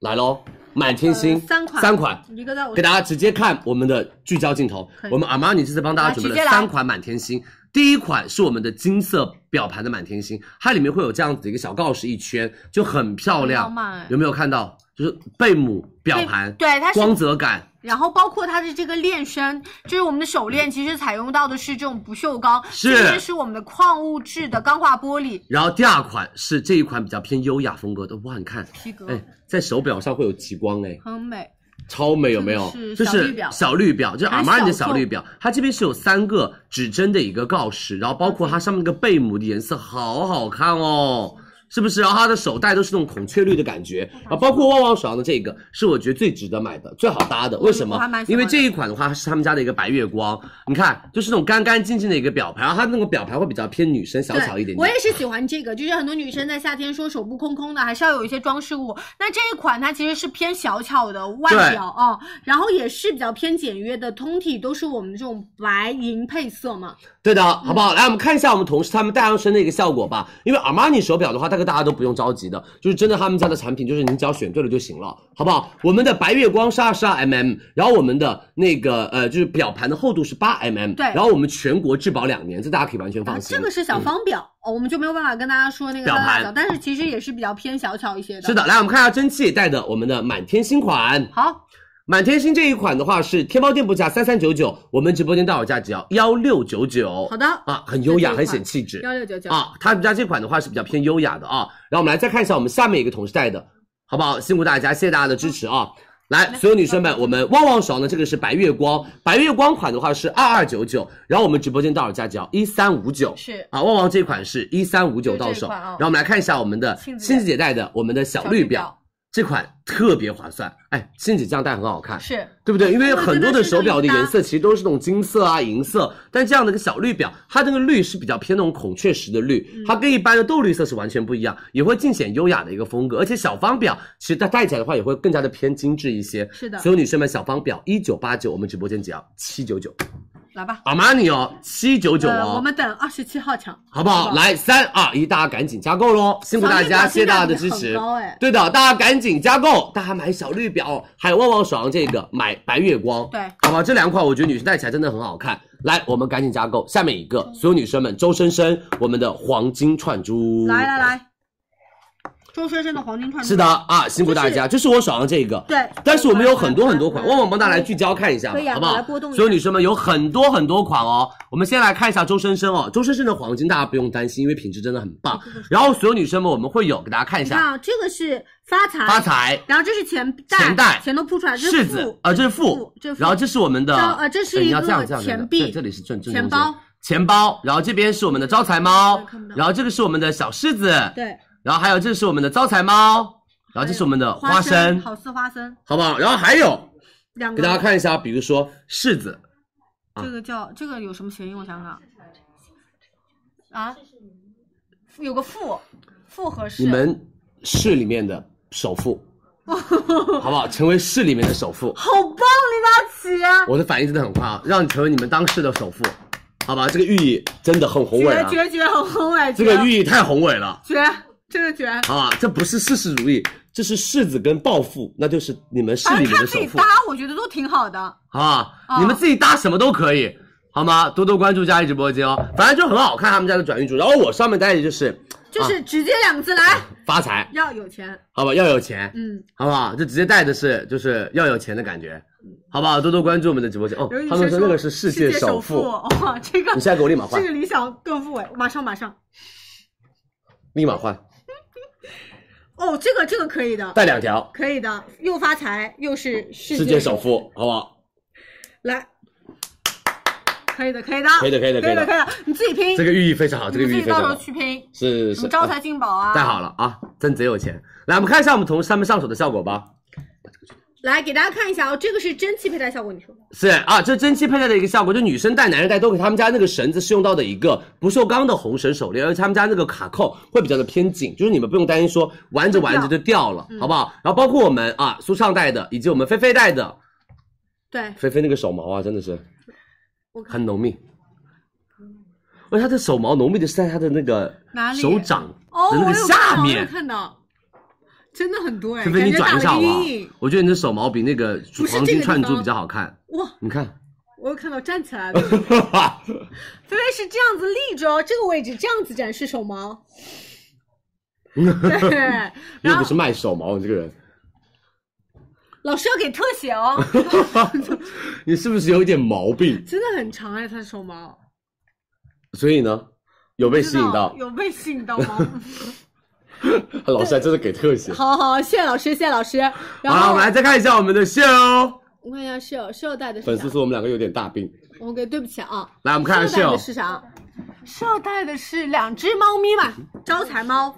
来喽，满天星
呃三款
三款。
一个在我
给大家直接看我们的聚焦镜头
哦可。以
我们阿玛尼这次帮大家准备
来直接
了
来
三款满天星，第一款是我们的金色表盘的满天星，它里面会有这样子的一个小锆石一圈，就很漂亮，
很浪漫哎
有没有看到？就是贝母表盘，
对对它是
光泽感，
然后包括它的这个链身，就是我们的手链，其实采用到的是这种不锈钢，
是
甚至是我们的矿物质的钢化玻璃
然后第二款是这一款比较偏优雅风格的，哇，你看，
皮革，
哎，在手表上会有极光，哎，
很美。
超美，有没有？
是
就
小
是
绿表
小绿表，就是阿玛尼的小
还是小
绿表，它这边是有三个指针的一个锆石，然后包括它上面那个贝母的颜色，好好看哦。是不是？然后它的手袋都是那种孔雀绿的感觉啊，包括旺旺手上的这个是我觉得最值得买的、最好搭的。为什么
我还蛮喜欢？的
因为这一款的话它是他们家的一个白月光，你看就是那种干干净净的一个表盘，然后它那个表盘会比较偏女生小巧一点点。
我也是喜欢这个，就是很多女生在夏天说手部空空的，还是要有一些装饰物。那这一款它其实是偏小巧的外表哦，然后也是比较偏简约的，通体都是我们这种白银配色嘛。
对的，好不好？来，我们看一下我们同事他们戴上身的一个效果吧。因为 Armani 手表的话，大概大家都不用着急的，就是真的他们家的产品，就是你只要选对了就行了，好不好？我们的白月光是二十二 mm，然后我们的那个呃就是表盘的厚度是八 mm，
对
然后我们全国质保两年，这大家可以完全放
啊
心。嗯
这个是小方表、哦，我们就没有办法跟大家说那个
表
大
盘
小，但是其实也是比较偏小巧一些的。
嗯是的，来我们看一下蒸汽戴的我们的满天星款，
好，
满天星这一款的话是天猫店铺价三三九九，我们直播间到手价只要幺六九九。
好的
啊，很优雅，
这
很
一款
显气质。
幺六九九。
啊，他们家这款的话是比较偏优雅的啊。然后我们来再看一下我们下面一个同事带的，好不好？辛苦大家，谢谢大家的支持啊！
嗯
来，所有女生们，我们旺旺手上的这个是白月光，白月光款的话是二二九九，然后我们直播间到手价只要一三五九，
是
啊，旺旺这款是一三五九到
就这一
手。
款啊
然后我们来看一下我们的
杏子姐
欣子姐带的我们的小
小
绿
绿
表
表，
这款特别划算，哎，欣姐这样戴很好看，
是
对不对？因为
我觉得
很多的
是
手表的
这么
颜
搭
色其实都是那种金色啊、银色，但这样的一个小绿表，它那个绿是比较偏那种孔雀石的绿，
嗯
它跟一般的豆绿色是完全不一样，也会尽显优雅的一个风格。而且小方表其实它戴起来的话，也会更加的偏精致一些。
是的
所有女生们，小方表一九八九，我们直播间只要七九九，
来吧，
阿玛尼哦，七九九
呃，我
哦，
们等二十七号抢，
好不好？来三二一，大家赶紧加购喽！辛苦大家，谢谢大家的支
很
持。
高哎，
对的，大家赶紧加购，大家买小绿表，哦还有旺旺手上这个买白月光，
对
好吧，这两款我觉得女生戴起来真的很好看。来，我们赶紧加购，下面一个，
嗯
所有女生们，周生生，我们的黄金串珠，
来来，来，周生生的黄金串珠
嗯是的，啊，辛苦大家，这是我手上这个，
对，
但是我们有很多很多款，旺旺帮大家来聚焦看一下嘛，
可以啊
好不好？
来波动一下
所有女生们有很多很多款哦。我们先来看一下周生生哦，周生生的黄金大家不用担心，因为品质真的很棒。然后所有女生们，我们会有给大家看一
你
下
看啊，这个是发财，
发，财。
然后这是钱袋，
钱袋
钱都铺出来，这
柿
是
子
富，
呃，这是富
富，这是富
然后这是我们的，
然后呃这是
哎
一
你要
个
这样这样
钱
的
币
对这里是正正
钱
中间
包，
钱包，然后这边是我们的招财猫，然后这个是我们的小狮子，
对，
然后还有这是我们的招财猫，然后这是我们的花生，
好似花生，嗯
好不好？然后还有
两
给
个，
大家看一下，比如说柿子，啊
这个叫这个有什么谐音？我想想啊，有个富，复合式，
你们市里面的首富， 好不好？成为市里面的首富，
好棒，李啊佳琦，
我的反应真的很快啊，让你成为你们当市的首富，好吧？这个寓意真的很宏伟啊，
绝绝绝，很宏伟，绝
这个寓意太宏伟了。
绝，真的绝，
啊，这不是事事如意，这是柿子跟暴富，那就是你们市
反
里
正啊
面
他
的
自
首
己
富
搭，我觉得都挺好的，
啊！
哦
你们自己搭什么都可以，好吗？多多关注佳怡直播间哦，反正就很好看他们家的转运珠。然后我上面戴的就是啊
就是直接两个字来，
发财，
要有钱，
好吧，要有钱，
嗯，
好不好？就直接戴的是就是要有钱的感觉，好不好？多多关注我们的直播间哦
有女。
他们
生
说那个是世界首
首
富，
哇，这个
你现在给我立马换
这，个理想更富伟，马上马上，
立马换，
哦，这个这个可以的，
戴两条，
可以的，又发财又是世
世界首，富，好不好？
来，可以的，可以的，
可以的可以
啊
的
可以的，
可以的
可以的，你自己拼，
这个寓意非常好，这个
你
寓
自
意
己
非
到
常
时候
好，
去拼，
是是
什
是
么，招财进宝啊，
戴好了啊，真贼有钱。来，我们看一下我们同事他们上手的效果吧。
来给大家看一下哦，这个是蒸汽佩戴效果，你说
是啊，这蒸汽佩戴的一个效果，就女生戴、男人戴都可以。他们家那个绳子是用到的一个不锈钢的红绳手链，而且他们家那个卡扣会比较的偏紧，就是你们不用担心说玩着玩着就掉了，
嗯
好不好？然后包括我们啊苏畅戴的，以及我们菲菲戴的，
对，
菲菲那个手毛啊，真的是
我看
很浓密，而且她的手毛浓密的是在她的那个
哪里
手掌
哦，
的
我
那个
有看
下
到，我有
面。
看到，真的很多哎，
菲
感
菲，你
觉打了
转一啊下好
个
不好
阴影，？
我觉得你的手毛比那个
不是
黄
这
金
个地
串珠
方
比较好看。
哇，
你看，
我有看到站起来 了。菲菲是这样子立着哦，这个位置这样子展示手 毛。对，
又
然
不
后
是卖手毛，你这个人，
老师要给特写哦，
你是不是有一点毛病？
真的很长哎，他的手毛
所以呢，有被吸引到
知道，有被吸引到吗？
老师还真的给特写。
好好，谢谢老师，谢谢老师。然
好了，我
后
们来再看一下我们的秀哦，
我看一下室友，室友带的是
粉
啥
丝？说我们两个有点大病。
我给对不起啊，
来，我们看一
室友带
下
的
秀，
是啥？室友带的是两只猫咪嘛，招财猫。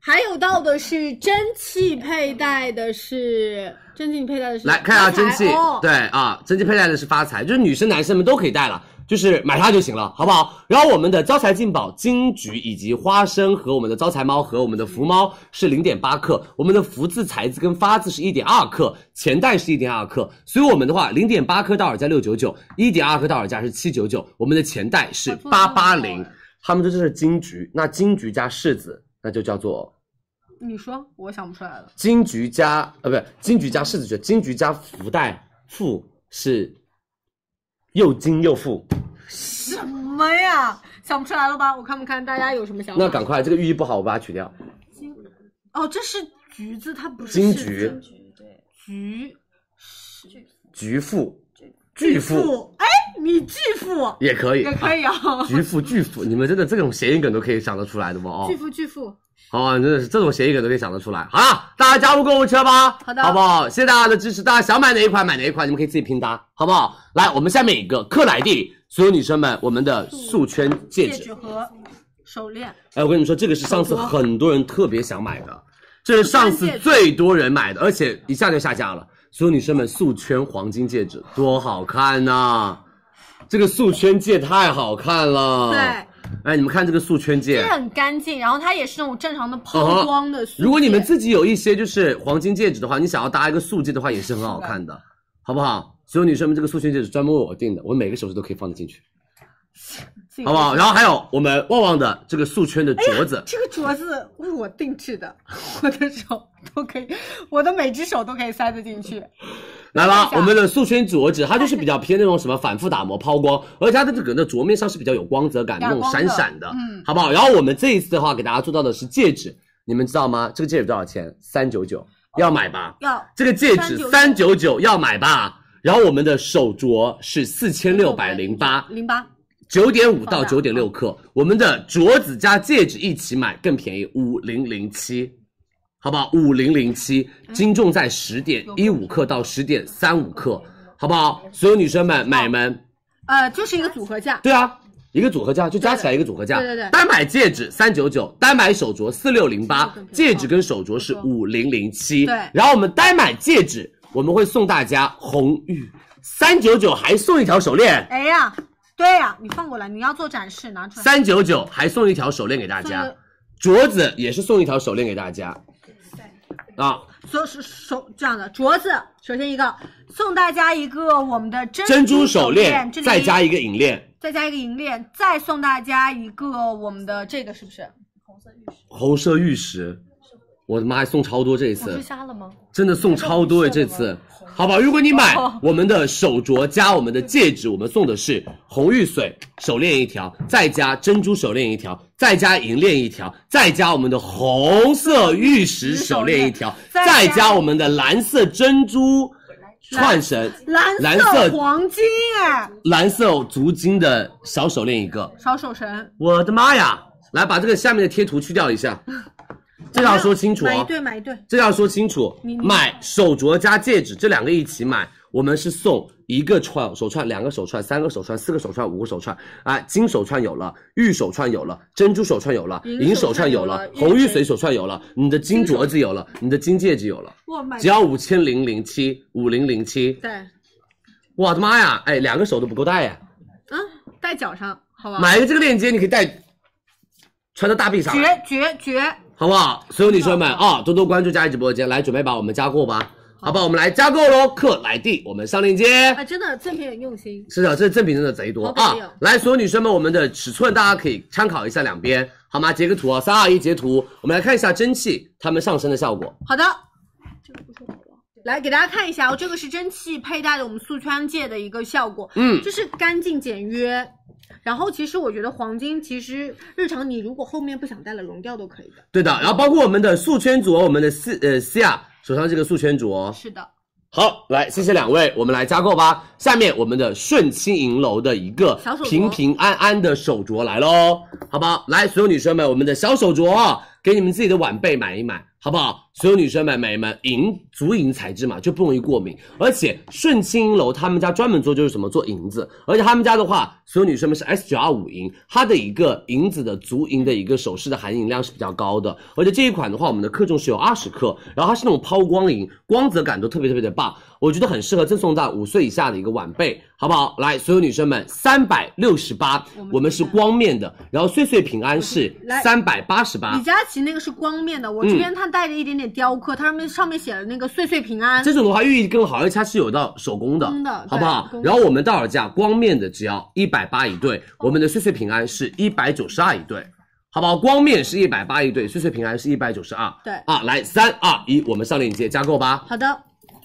还有到的是蒸汽佩戴的是蒸汽佩戴的是
来看一下
发财
蒸汽，
哦
对啊，蒸汽佩戴的是发财，就是女生男生们都可以戴了，就是买它就行了，好不好？然后我们的招财进宝、金桔以及花生和我们的招财猫和我们的福猫是零点八克，我们的福字、财字跟发字是一点二克，钱袋是一点二克，所以我们的话零点八克到手价六九九，一点二克到手价是七九九，我们的钱袋是八八零，他们这就是金桔，那金桔加柿子，那就叫做。
你说我想不出来了，
金桔加呃，不是金桔加柿子卷，金桔加福袋富是又精又富。
什么呀？想不出来了吧？我看不看大家有什么想法？
那赶快，这个寓意不好，我把它取掉。
哦，这是橘子，它不是柿
金桔
子橘
菊富，巨富
富，哎，你巨富
也可以，
也可以啊，
啊。菊富巨 富，你们真的这种谐音梗都可以想得出来的不哦
巨？富巨富。
好、啊，真的是这种谐音梗都可以想得出来。好了，大家加入购物车吧，
好的
好不好？谢谢大家的支持，大家想买哪一款买哪一款，你们可以自己拼搭，好不好？来，我们下面一个克莱蒂，所有女生们，我们的素圈戒指，
和手链，
哎，我跟你们说，这个是上次很多人特别想买的，这是上次最多人买的，而且一下就下架了。所有女生们，素圈黄金戒指多好看呐、这个素圈戒太好看了。
对，
哎，你们看这个素圈戒
这，很干净，然后它也是那种正常的抛光的素戒。
啊如果你们自己有一些就是黄金戒指的话，你想要搭一个素戒的话，也是很好看的，好不好？所有女生们，这个素圈戒指专门为我定的，我每个首饰都可以放得进去，
己
好不好？然后还有我们旺旺的这个素圈
哎
的镯子，
这个镯子为我定制的，我的手都可以， 我的每只手都可以塞得进去。
来吧
看一，下
我们的素圈镯子，它就是比较偏那种什么反复打磨、抛光，而且它的整个的镯面上是比较有光泽感，那
打
种
光的
闪闪的，嗯，好不好？然后我们这一次的话，给大家做到的是戒指，你们知道吗？这个戒指多少钱？三九九，要买吧？
要
这个戒指三九九，要买吧？然后我们的手镯是四千六百零八，
零八，
九点五到九点六克，我们的镯子加戒指一起买更便宜，五零零七，好不好？五零零七，
嗯
斤重在十点一五克到十点三五克，好不好？所有女生们、买们，
呃，就是一个组合价，
对啊，一个组合价就加起来一个组合价，
对对对
单买戒指三九九，单买手镯四六零八，戒指跟手镯是五零零七，
对
然后我们单买戒指，我们会送大家红玉三九九，还送一条手链。
哎呀，对呀，你放过来，你要做展示，拿出来。
三九九还送一条手链给大家，镯子也是送一条手链给大家。啊，
所手手这样的镯子，首先一个送大家一个我们的珍
珍珠手
手
链，
这里
再加一个银链，
再加一个银链，再送大家一个我们的这个是不是？
红色玉石。我的妈，还送超多这一
我
次
是，瞎了吗？
真的送超多哎！这次，好不好？如果你买
哦
我们的手镯加我们的戒指，我们送的是红玉髓手链一条，再加珍珠手链一条，再加银链一条，再加我们的红色玉石手链一条，
再加
再加我们的蓝色珍珠串绳，
蓝
蓝色
黄金哎，
蓝色足金的小手链一个，
小手绳，
我的妈呀！来把这个下面的贴图去掉一下，这要说清楚
买一
哦，
对买一对，
这要说清楚。买手镯加戒指这两个一起买，我们是送一个串手串、两个手串、三个手串、四个手串、五个手串啊！金手串有了，玉手串有了，珍珠手串有了，
银
银
手
手串
串
有
有
了
了，
红玉
玉
髓手串有了，你的金镯子有了，你的金哎戒指有了，
我买
只要五千零零七，五零零七，
对，
我的妈呀！哎，两个手都不够戴呀、
嗯，戴脚上，好吧？
买一个这个链接，你可以带穿到大臂上来，
绝绝绝！
好不好？所有女生们啊、多多关注佳怡直播间，来准备把我们加购吧，好吧？我们来加购喽，克莱蒂，我们上链接。
啊，真的赠品很用心，
是的，这赠品真的贼多
好感
啊
谢哦！
来，所有女生们，我们的尺寸大家可以参考一下两边，好吗？截个图啊，三二一截图，我们来看一下蒸汽它们上身的效果。
好的。来给大家看一下哦，这个是蒸汽佩戴的我们素圈戒的一个效果，
嗯
就是干净简约。然后其实我觉得黄金其实日常你如果后面不想戴了，融掉都可以的。
对的，然后包括我们的束圈镯，我们的西呃西亚手上这个束圈镯，
是的，
好，来，谢谢两位，我们来加购吧。下面我们的顺清银楼的一个
小手镯
平平安安的手镯来喽，好不好？来，所有女生们，我们的小手镯啊，给你们自己的晚辈买一买，好不好？所有女生们、美们，银足银材质嘛，就不容易过敏。而且顺清楼他们家专门做就是什么做银子，而且他们家的话，所有女生们是 S 九二五银，它的一个银子的足银的一个首饰的含银量是比较高的。而且这一款的话，我们的克重是有二十克，然后它是那种抛光银，光泽感都特别特别的棒，我觉得很适合赠送到五岁以下的一个晚辈，好不好？来，所有女生们，三百六十八，我们是光面的，然后岁岁平安是
嗯来
三百八十八
李。佳琦那个是光面的，我
嗯
这边它带着一点点雕刻，它上面上面写了那个岁岁平安
这。种的话寓意更好，而且它是有到手工的，
工嗯的
好不好
对工？的
然后我们到手价光面的只要一百八一对，我们的岁岁平安是一百九十二一对，好不好？光面是一百八一对，岁岁平安是一百九十二。
对
啊，来三二一，我们上链接加购吧，
好的，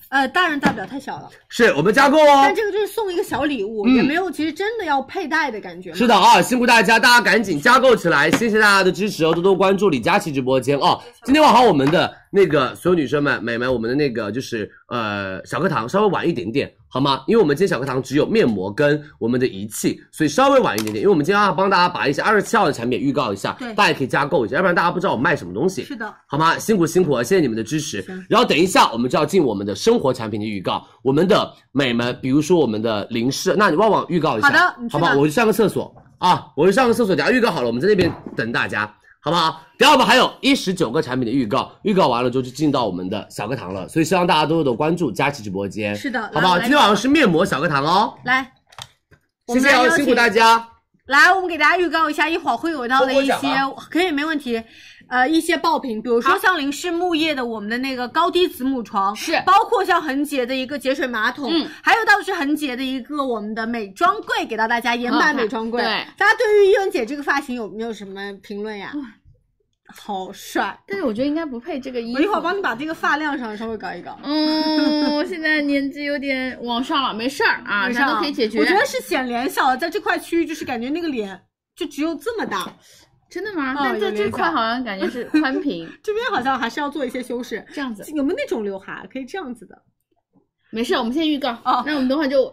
呃，大人大不了太小了，
是我们加购哦
但。这个就是送一个小礼物，
嗯
也没有其实真的要佩戴的感觉嘛。
是的啊，辛苦大家，大家赶紧加购起来，谢谢大家的支持哦，多多关注李佳琦直播间哦。今天晚上我们的那个所有女生们、美们，我们的那个就是呃小课堂稍微晚一点点，好吗？因为我们今天小课堂只有面膜跟我们的仪器，所以稍微晚一点点。因为我们今天要帮大家把一些二十七号的产品也预告一下
对，
大家也可以加购一下，要不然大家不知道我卖什么东西。
是的，
好吗？辛苦辛苦了，谢谢你们的支持。然后等一下，我们就要进我们的生活产品的预告，我们的美们，比如说我们的零食，那你旺旺预告一下，
好的你去
好不好？
吧
我去上个厕所啊，我去上个厕所，等下预告好了，我们在那边等大家，好不好？等下我们还有一十九个产品的预告，预告完了之后就进到我们的小课堂了，所以希望大家多多的关注佳琦直播间，
是的
好不好？
来
今天晚上是面膜小课堂哦，
来，我
谢
们
谢
来
哦，
邀
辛苦
请
大家。
来，我们给大家预告一下，一会儿会有到的一
我
些
讲，
啊
可以没问题。呃，一些爆品，比如说像林氏木业的我们的那个高低子母床，
是
包括像恒洁的一个节水马桶，
嗯
还有到是恒洁的一个我们的美妆柜，给到大家
啊
原版美妆柜。
很好看
大家对于伊恩姐这个发型有没有什么评论呀？好帅！
但是我觉得应该不配这个衣
我一会儿帮你把这个发量上稍微搞一搞。
嗯，我现在年纪有点往上了，没事儿啊，
没事
啥都
啊
可以解决。
我觉得是显脸小的，在这块区域就是感觉那个脸就只有这么大，
真的吗？
哦有
但在这
点
块
像
好像感觉是 宽屏
这边好像还是要做一些修饰。
这样子，
有没有那种刘海可以这样子的？
没事，我们先预告。
哦
那我们等会儿就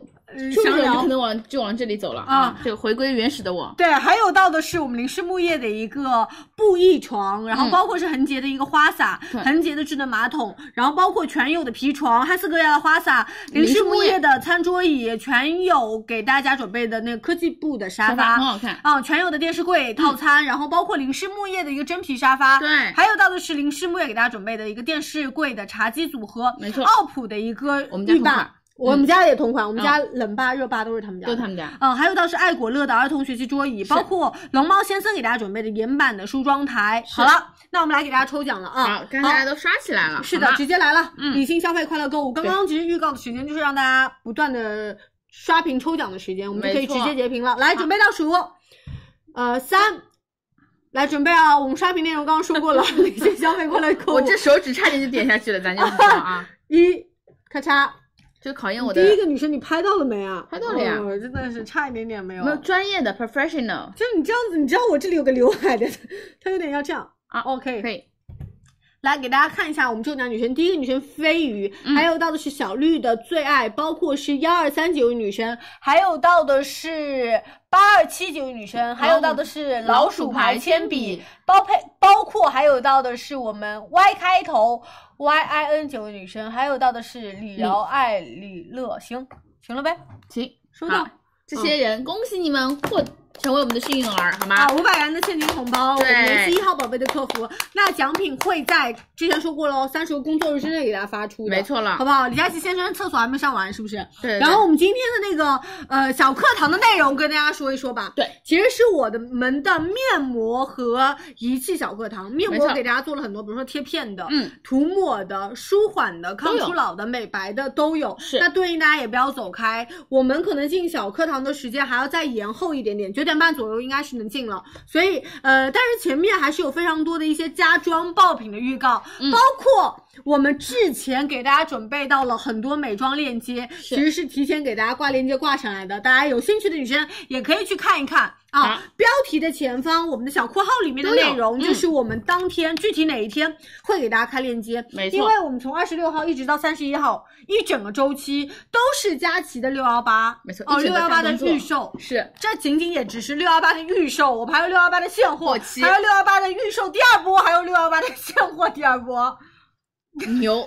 顺着
想想就
聊
可能往就往这里走了
啊，
就回归原始的我。
对，还有到的是我们林氏木业的一个布艺床，然后
嗯
包括是恒洁的一个花洒，
对
恒洁的智能马桶，然后包括全友的皮床、汉斯格亚的花洒、林
林
氏
氏木
木
业
业的餐桌椅，全友给大家准备的那个科技部的沙
沙
发
发很，好看，
啊、全友的电视柜套餐，然后包括林氏木业的一个真皮沙发，
对
还有到的是林氏木业给大家准备的一个电视柜的茶几组合，
没错
奥普的一个
我们家
浴
同款
霸，我们家也同款，我们
嗯
家冷霸、热霸都是他们家
就
的，
他们家。
嗯，还有到是爱果乐的儿童学习桌椅，包括龙猫先生给大家准备的原版的梳妆台。好了，那我们来给大家抽奖了啊！
好，刚才大家都刷起来了。
是
好
的
吗，
直接来了。
嗯
理性消费，快乐购物。刚刚其实预告的时间就是让大家不断的刷屏抽奖的时间，我们就可以
没错
直接截屏了。来，准备倒数，呃，三。来准备啊！我们刷屏内容刚刚说 过了，理性消费快乐购物。
我这手指差点就点下去了，咱就不知道 啊，
一咔嚓，
就考验我的
第一个女生你拍到了没啊？
拍到了呀
哦真的是差一点点没有。
没有专业的 professional
就是你这样子，你知道我这里有个刘海的， 它有点要这样。
啊
OK，
可以。
来给大家看一下我们中奖女生，第一个女生飞鱼，
嗯
还有到的是小绿的最爱，包括是幺二三九女生，还有到的是八二七九女
哦
生，还有到的是老鼠牌铅笔，包配包括还有到的是我们 Y 开头 Y I N 九女生，还有到的是李
嗯
饶爱李乐，行行了呗，
行，
收到
好。这些人，恭喜你们获成为我们的幸运儿，好吗
啊，？五百元的现金红包，我们
对
联系一号宝贝的客服。那奖品会在之前说过喽，三十个工作日之内给大家发出的，
没错了
好不好？李佳琦先生厕所还没上完，是不是？
对对
然后我们今天的那个呃小课堂的内容跟大家说一说吧。
对，
其实是我的们的面膜和仪器小课堂。面
没
膜
错
给大家做了很多，比如说贴片的，
嗯，
涂抹的、舒缓的、抗
都有
初老的、美白的都有。
是
那对应大家也不要走开，我们可能进小课堂的时间还要再延后一点点，九点半左右应该是能进了。所以呃，但是前面还是有非常多的一些家装爆品的预告，
嗯
包括。我们之前给大家准备到了很多美妆链接，其实是提前给大家挂链接挂上来的，大家有兴趣的女生也可以去看一看啊。标题的前方，我们的小括号里面的
都有嗯
内容就是我们当天、具体哪一天会给大家开链接，
没错
因为我们从二十六号一直到三十一号，一整个周期都是佳琦的六幺八，
没错
哦，
一整
六
个
幺八
大
的
动作
预售，
是
这仅仅也只是六幺八的预售，我们还有六幺八的现货，
货期
还有六幺八的预售第二波，还有六幺八的现货第二波，
牛，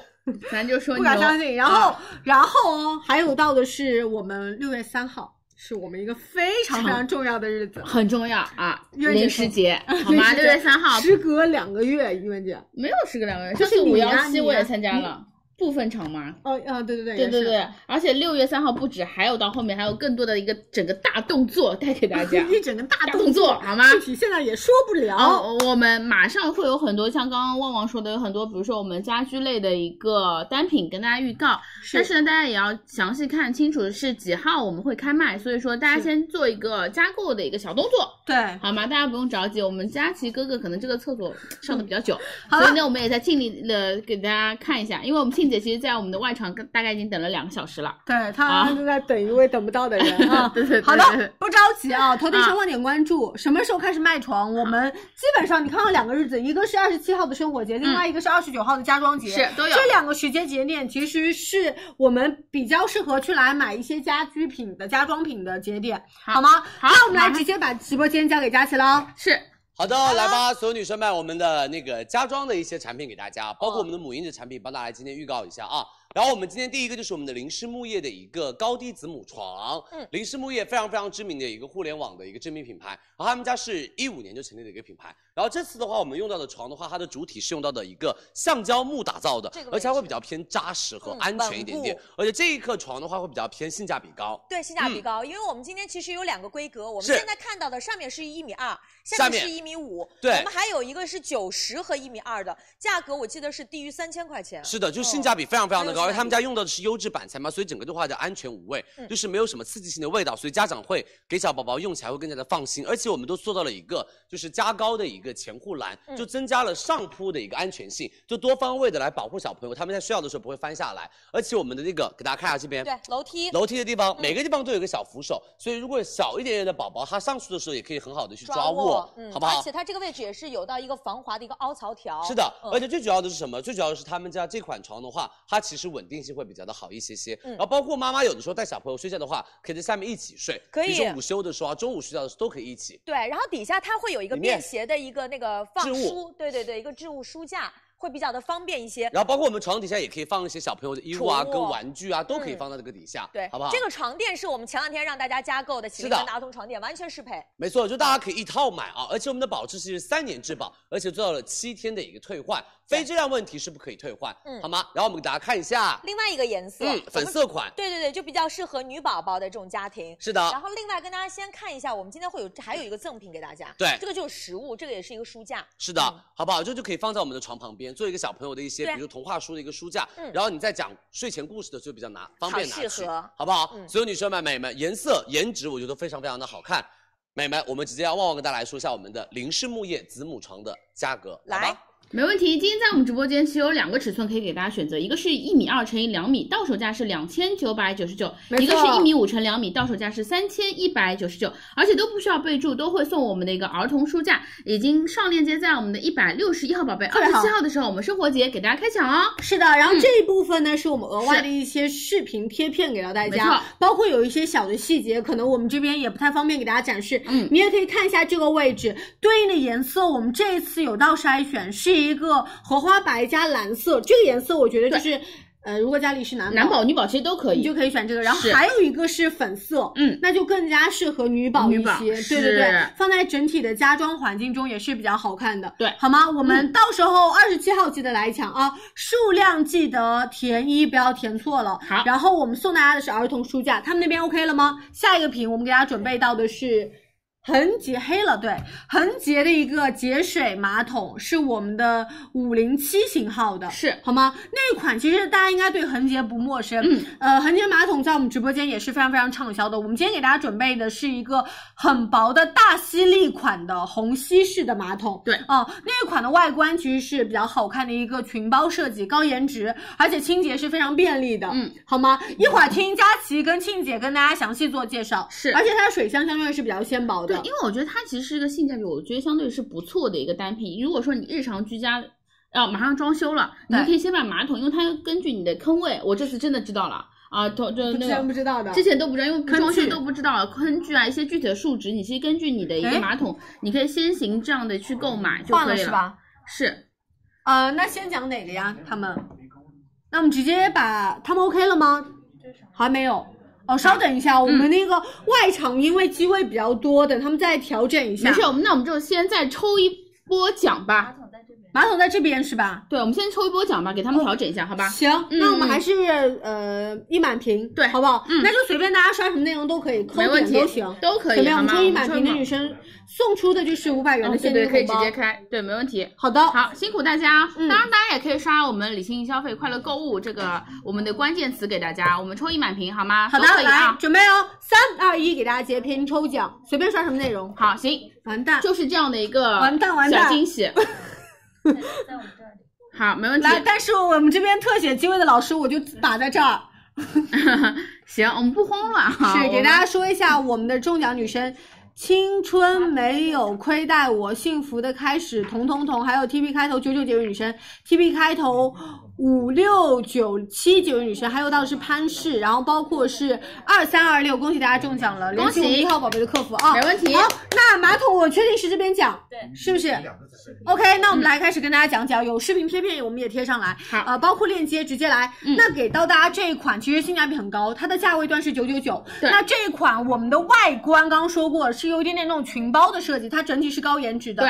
咱就说
不
牛。
敢相信。然后，然后哦，还有到的是我们六月三号，是我们一个非常非常重要的日子，
很重要啊，
愚人节
零食 节，好吗？六月三号
时隔两个月，愚人节。
没有时隔两个月，
就
上
是
次五
你啊
幺七
你啊
我也参加了，部分场嘛。
哦，啊，对对对，
对
也
对
是
对，而且六月三号不止，还有到后面还有更多的一个整个大动作带给大 家。
一整个大
大
动
动作
作，
好吗
具体现在也说不了。
哦，我们马上会有很多像刚刚旺旺说的，有很多，比如说我们家居类的一个单品跟大家预告，但是呢，大家也要详细看清楚是几号我们会开卖，所以说大家
是
先做一个加购的一个小动作，
对，
好吗？大家不用着急，我们佳琪哥哥可能这个厕所上的比较久，
好了
所以呢，我们也在尽力的给大家看一下，因为我们庆姐其实在我们的外场跟大概已经等了两个小时了。
对
啊
他正在等一位等不到的
。
人啊
对对对
好
对
的，不着急啊，头顶上方点关注。什么时候开始卖床？我们基本上你看看两个日子，一个是二十七号的生活节，另外一个是二十九号的家装节，
嗯是都有
这两个时间节点，其实是我们比较适合去来买一些家居品的家装品的节点，好吗？
好
那我们来
马上
直接把直播间交给佳琪了哦。
是，
好的，来吧，所有女生们，我们的那个家装的一些产品给大家，啊
哦
包括我们的母婴的产品，帮大家今天预告一下啊。然后我们今天第一个就是我们的林氏木业的一个高低子母床，
嗯
林氏木业非常非常知名的一个互联网的一个知名品牌，然后他们家是一五年就成立的一个品牌。然后这次的话，我们用到的床的话，它的主体是用到的一个橡胶木打造的
这个，位
而且它
置
会比较偏扎实和
嗯
安全一
稳
点
固
点，而且这一个床的话会比较偏性价比高。
对，性价比
嗯
高，因为我们今天其实有两个规格，我们
是
现在看到的上面是一米二，
下
下面
面
是一米五，
对
我们还有一个是九十和一米二的，价格我记得是低于三千块钱。
是的，就是性价比非常非常的高，
哦
而且他们家用到的是优质板材嘛，所以整个的话的安全无味，
嗯
就是没有什么刺激性的味道，所以家长会给小宝宝用起来会更加的放心。而且我们都做到了一个就是加高的一个前护栏，
嗯
就增加了上铺的一个安全性，就多方位的来保护小朋友，他们在睡觉的时候不会翻下来。而且我们的那个给大家看一下这边，
对，嗯楼梯
楼梯的地方，每个地方都有一个小扶手，所以如果小一点点的宝宝，他上去的时候也可以很好的去抓握，
嗯，
好不好？
而且它这个位置也是有到一个防滑的一个凹槽条。
是的，
嗯
而且最主要的是什么？最主要的是他们家这款床的话，它其实稳定性会比较的好一些些。
嗯
然后包括妈妈有的时候带小朋友睡觉的话，可以在下面一起睡，
可以
比如说午休的时候啊，中午睡觉的时候都可以一起。
对，然后底下它会有一个
里面
便携的一个那个放
置物
书，对对对，一个置物书架，会比较的方便一些。
然后包括我们床底下也可以放一些小朋友的衣物啊、
储物
跟玩具啊，都可以
嗯
放到这个底下，
对，
好不好？
这个床垫是我们前两天让大家加购的启
是
灵
的
门的儿童床垫，完全适配。
没错，就大家可以一套买啊，而且我们的保质期是三年质保，而且做到了七天的一个退换，非质量问题是不可以退换，
嗯
好吗？然后我们给大家看一下，
另外一个颜色，
嗯，
我
粉
们。
色款，
对对对，就比较适合女宝宝的这种家庭。
是的
然，后另外跟大家先看一下，我们今天会有还有一个赠品给大家。
对
这个就是实物，这个也是一个书架。
是的，
嗯
好不好？这就可以放在我们的床旁边，做一个小朋友的一些，
对啊
比如童话书的一个书架。
嗯
然后你在讲睡前故事的时候比较拿方便拿
好
去
适合，
好不好？
嗯
所有女生们、美们，颜色、颜值，我觉得都非常非常的好看。美们，我们直接让旺旺跟大家来说一下我们的林氏木业子母床的价格，好
来
吧？，
没问题。今天在我们直播间其实有两个尺寸可以给大家选择，一个是一米二乘以两米，到手价是两千九百九十九；
没错
一个是一米五乘两米，到手价是三千一百九十九。而且都不需要备注，都会送我们的一个儿童书架，已经上链接在我们的一百六十一号宝贝，
特
二
别
十
好
七号的时候我们生活节给大家开抢哦。
是的，然后这一部分呢，是我们额外的一些视频贴片给到大
没
家
错，
包括有一些小的细节，可能我们这边也不太方便给大家展示。
嗯
你也可以看一下这个位置对应的颜色，我们这一次有到筛选，是一个荷花白加蓝色，这个颜色我觉得就是，呃，如果家里是男
男宝、女宝其实都可以，
你就可以选这个，然后
是
还有一个是粉色，
嗯
那就更加适合女宝一
女宝
些，对对
是
对，放在整体的家装环境中也是比较好看的，
对嗯
好吗？我们到时候二十七号记得来抢啊，数量记得填一，不要填错了。
好
然后我们送大家的是儿童书架，他们那边 OK 了吗？下一个品我们给大家准备到的是。恒洁黑了，对，恒洁的一个节水马桶是我们的五零七型号的，
是
好吗？那一款其实大家应该对恒洁不陌生，嗯，呃，恒洁马桶在我们直播间也是非常非常畅销的。我们今天给大家准备的是一个很薄的大吸力款的虹吸式的马桶，
对
哦、那一款的外观其实是比较好看的一个裙包设计，高颜值，而且清洁是非常便利的，
嗯，
好吗？一会儿听佳琪跟庆姐跟大家详细做介绍，
是
而且它的水箱相对是比较纤薄的，
对，因为我觉得它其实是一个性价比，我觉得相对是不错的一个单品。如果说你日常居家，啊，马上装修了，你就
对
可以先把马桶，因为它根据你的坑位，我这次真的知道了啊，同就
不
那
知
个
不知道的，
之前都不知道，因为
根据
装修都不知道根据啊一些具体的数值，你其实根据你的一
哎
个马桶，你可以先行这样的去购买就
换
可
了
以
是？吧？
是，
呃，那先讲哪个呀？他们，那我们直接把他们 OK 了吗？还没有。哦，稍等一下，我们那个外场因为机位比较多，等他们再调整一下。
没事，我们那我们就先再抽一波奖吧。
马桶在哦这边是吧？
对，我们先抽一波奖吧，给他们调整一下，好吧？
行，
嗯
那我们还是呃一满屏，
对
好不好？
嗯
那就随便大家刷什么内容都可以，
没
扣
问
点
题
都行，，
都可
随
以，
便
好
我们
吗？
抽一满
我
屏
们
的
抽
女生送出的就是五百元
哦
的
对
现
对，
金
可以
红
直
包。
接开，对，没问题。
好的，
好，辛苦大家。
嗯
当然，大家也可以刷我们“理性消费，快乐购物”这个我们的关键词给大家，我们抽一满屏好吗？
好的
都可，以
来
啊。
准备哦，三二一，给大家截屏抽奖，随便刷什么内容。
好，行，
完蛋，
就是这样的一个
完蛋完蛋
小 惊喜。好，没问题。嗯
来，但是我们这边特写机位的老师，我就打在这儿，
行，我们不慌乱哈。
是
我
给
们
大家说一下我们的中奖女生。青春没有亏待我，幸福的开始，彤彤彤，还有 T B 开头九九九女生，T B 开头五六九七九女生，还有到的是潘氏，然后包括是二三二六，恭喜大家中奖了，
恭
联系
喜
我们一号宝贝的客服啊，
没问题
好，那马桶我确定是这边讲，
对，
是不是？OK，那我们来开始跟大家讲讲，有视频片片我们也贴上来，
嗯好
呃，包括链接直接来。
嗯
那给到大家这一款其实性价比很高，它的价位段是九九九。
对
那这一款我们的外观刚刚说过是有一点点那种裙包的设计，它整体是高颜值的。
对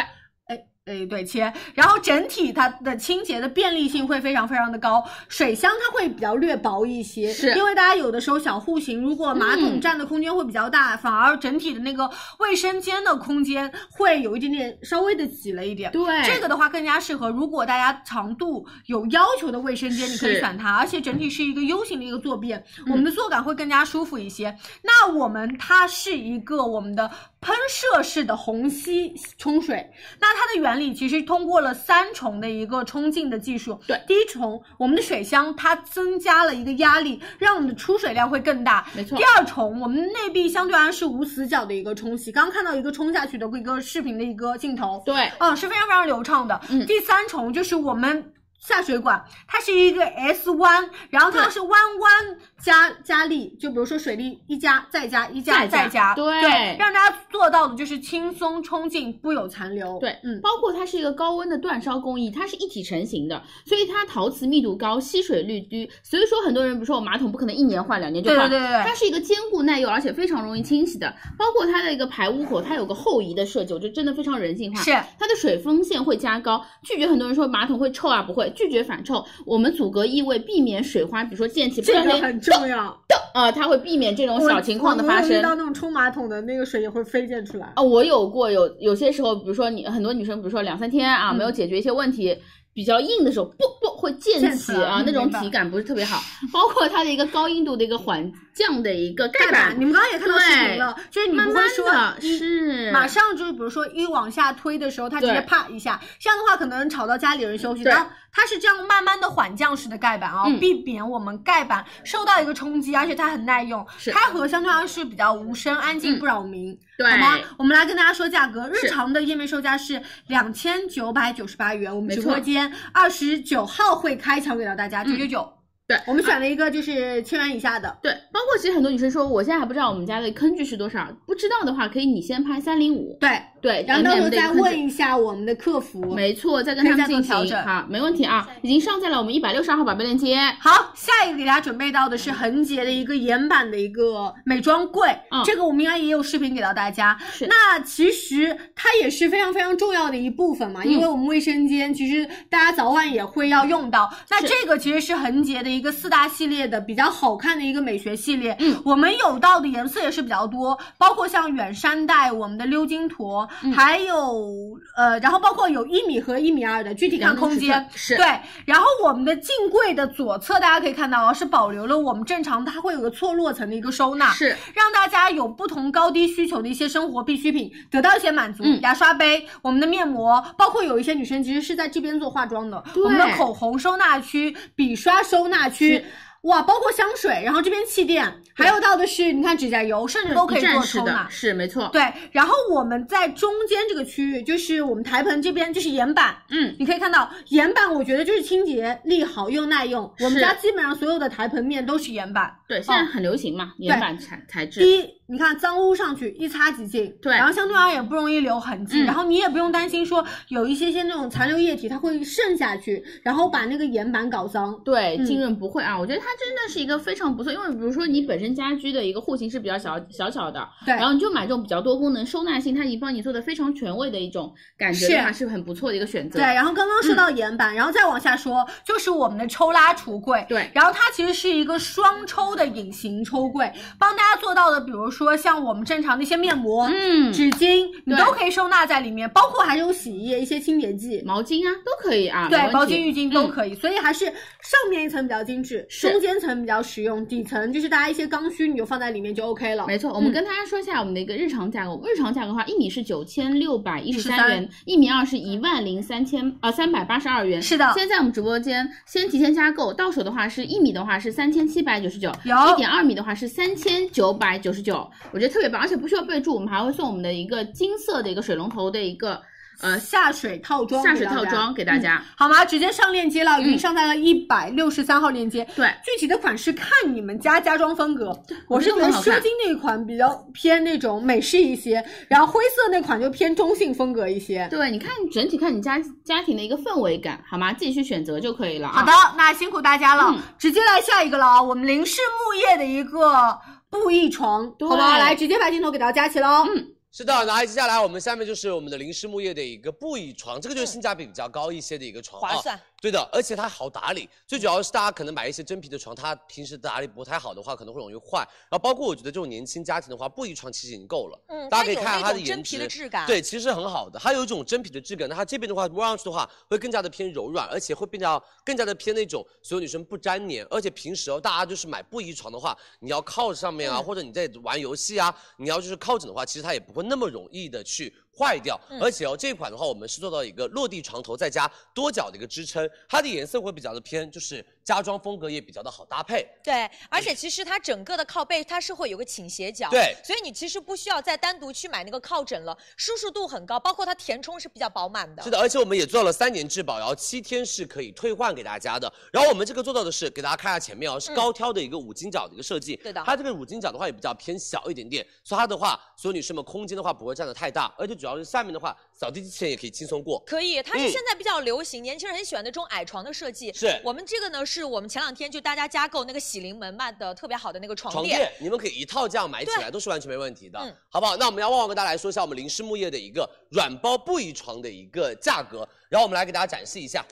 哎。哎，对切，然后整体它的清洁的便利性会非常非常的高，水箱它会比较略薄一些，
是嗯
因为大家有的时候小户型，如果马桶占的空间会比较大，反而整体的那个卫生间的空间会有一点点稍微的挤了一点。
对
这个的话更加适合，如果大家长度有要求的卫生间，你可以
是嗯
选它，而且整体是一个 U 型的一个坐便，我们的坐感会更加舒服一些。那我们它是一个我们的喷射式的虹吸冲水，那它的原理其实通过了三重的一个冲劲的技术。
对，
第一重我们的水箱它增加了一个压力，让我们的出水量会更大。
没错
第二重，我们内壁相对而言是无死角的一个冲洗，刚刚看到一个冲下去的一个视频的一个镜头。
对
嗯，是非常非常流畅的。
嗯
第三重就是我们下水管，它是一个 S 弯，然后它
对
是弯弯加加力，就比如说水力一加再加一加
再加
再加，
对
让大家做到的就是轻松冲劲，不有残留。
对，
嗯。
包括它是一个高温的煅烧工艺，它是一体成型的，所以它陶瓷密度高，吸水率低，所以说很多人比如说我马桶不可能一年换两年就
对
换，
对对对对
它是一个坚固耐用，而且非常容易清洗的，包括它的一个排污口，它有个后移的设计，我觉得真的非常人性化。
是
它的水封线会加高，拒绝很多人说马桶会臭啊，不会，拒绝反臭，我们阻隔异味，避免水花，比如说溅起，不
这
然
个
连
很重要，
呃，它会避免这种小情况的发
我我有
生
遇。到那种冲马桶的那个水也会飞溅出来。
哦，我有过有有些时候，比如说你很多女生，比如说两三天啊、
嗯
没有解决一些问题，比较硬的时候，不不会溅
溅
起
起来
啊，
嗯
那种
明白
体感不是特别好。包括它的一个高硬度的一个缓降的一个盖
盖板，你们刚刚也看到视频了，就是你
慢
不会
慢
说
的
一
是
马上就是，比如说一往下推的时候，它直接
对
啪一下，这样的话可能吵到家里人休息。
对
然后它是这样慢慢的缓降式的盖板啊、
嗯
避免我们盖板受到一个冲击，而且它很耐用。
是
开合相对而言是比较无声、安静、
嗯
不扰民，
对
好吗？我们来跟大家说价格，
是
日常的页面售价是两千九百九十八元，我们
没
直
错嗯
播间二十九号会开抢给到大家九九九。
对
我们选了一个就是千元以下的，
对，包括其实很多女生说，我现在还不知道我们家的坑距是多少，不知道的话可以你先拍三零五，
对，
对，
然后到时候
M&M 的一
再
个坑
问一下我们的客服。
没错，再跟他们
可以再做
进
调
行
整
好，没问题啊，已经上在了我们一百六十二号宝贝链接。
好，下一个给大家准备到的是恒洁的一个岩版的一个美妆柜，
嗯
这个我们应该也有视频给到大家。那其实它也是非常非常重要的一部分嘛，因为我们卫生间其实大家早晚也会要用到。那这个其实是恒洁的一个四大系列的比较好看的一个美学系列，嗯，我们有到的颜色也是比较多，包括像远山黛、我们的鎏金驼，还有呃，然后包括有一米和一米二的，具体看空间。
是
对，然后我们的镜柜的左侧，大家可以看到啊，是保留了我们正常它会有个错落层的一个收纳，
是
让大家有不同高低需求的一些生活必需品得到一些满足。
嗯
牙刷杯、我们的面膜，包括有一些女生其实是在这边做化妆的，
对
我们的口红收纳区、笔刷收纳区
是。
哇，包括香水，然后这边气垫，还有到的是，你看指甲油，甚至都可以
一站
做
式
收纳
的，。是没错。
对，然后我们在中间这个区域，就是我们台盆这边，就是岩板，
嗯，
你可以看到岩板，我觉得就是清洁力好又耐用。我们
是
家基本上所有的台盆面都是岩板，
对，现在很流行嘛，岩板材材质。
哦第一，你看脏污上去一擦即净，
对
然后相对而言不容易留痕迹，
嗯
然后你也不用担心说有一些些那种残留液体它会渗下去，然后把那个岩板搞脏。
对，
嗯
浸润不会啊，我觉得它真的是一个非常不错，因为比如说你本身家居的一个户型是比较小小巧的，
对
然后你就买这种比较多功能、收纳性，它已经帮你做的非常全位的一种感觉的话，是很不错的一个选择。
对，然后刚刚说到岩板，然后再往下说就是我们的抽拉橱柜，
对
然后它其实是一个双抽的隐形抽柜，帮大家做到的，比如说像我们正常的一些面膜、
嗯，
纸巾，你
对
都可以收纳在里面，包括还有洗衣液、一些清洁剂，
毛巾啊都可以啊，没
对，
问
毛
题嗯
巾、浴巾都可以，所以还是上面一层比较精致，
是
中间层比较实用，底层就是大家一些刚需你就放在里面就 OK 了。
没错，我们跟大家说一下我们的一个日常价格。我们日常价格的话，一米是九千六百一十三元，一米二是一万零三千啊三百八十二元。
是的
现在我们直播间先提前加购，到手的话是一米的话是三千七百九十九，
有
一点二米的话是三千九百九十九，我觉得特别棒，而且不需要备注，我们还会送我们的一个金色的一个水龙头的一个呃
下水套装，
下水套装给大家。
嗯好吗？直接上链接了，已经
嗯
上在了一百六十三号链接。
对
具体的款式看你们家家装风格，我是觉
觉得
得
很好
铆
看
金那款比较偏那种美式一些，然后灰色那款就偏中性风格一些。
对，你看整体看你家家庭的一个氛围感，好吗？自己去选择就可以了啊。
好的，那辛苦大家了，
嗯
直接来下一个了啊！我们林氏木业的一个布艺床，好
对嗯
不好？来，直接把镜头给到佳琪喽。
是的，然后接下来我们下面就是我们的林氏木业的一个布艺床，这个就是性价比比较高一些的一个床，啊
划算。
对的，而且它好打理，最主要是大家可能买一些真皮的床，它平时打理不太好的话，可能会容易坏。然后包括我觉得这种年轻家庭的话，布艺床其实已经够了。
嗯，它
大家可以
有
看看
那
它的
种真
颜
皮
值
的质感，
对，其实很好的，它有一种真皮的质感。那它这边的话摸上去的话，会更加的偏柔软，而且会比较更加的偏那种所有女生不粘黏。而且平时哦，大家就是买布艺床的话，你要靠上面啊，或者你在玩游戏啊，你要就是靠枕的话，其实它也不会那么容易的去。坏掉，而且哦，这款的话，我们是做到一个落地床头再加多角的一个支撑，它的颜色会比较的偏，就是家装风格也比较的好搭配。
对，而且其实它整个的靠背它是会有个倾斜角，
对
所以你其实不需要再单独去买那个靠枕了，舒适度很高，包括它填充是比较饱满的。
是的，而且我们也做到了三年质保，然后七天是可以退换给大家的。然后我们这个做到的是，给大家看一下前面哦，是
嗯
高挑的一个五金角的一个设计。
对的
它这个五金角的话也比较偏小一点点，所以它的话，所有女生们空间的话不会占的太大，而且主要是下面的话，扫地机器人也可以轻松过。
可以，它是
嗯
现在比较流行，年轻人很喜欢的这种矮床的设计。
是
我们这个呢，是我们前两天就大家加购那个喜临门嘛的特别好的那个床
床垫，你们可以一套这样买起来，都是完全没问题的，
嗯
好不好？那我们要旺旺跟大家来说一下我们林氏木业的一个软包布艺床的一个价格，然后我们来给大家展示一下，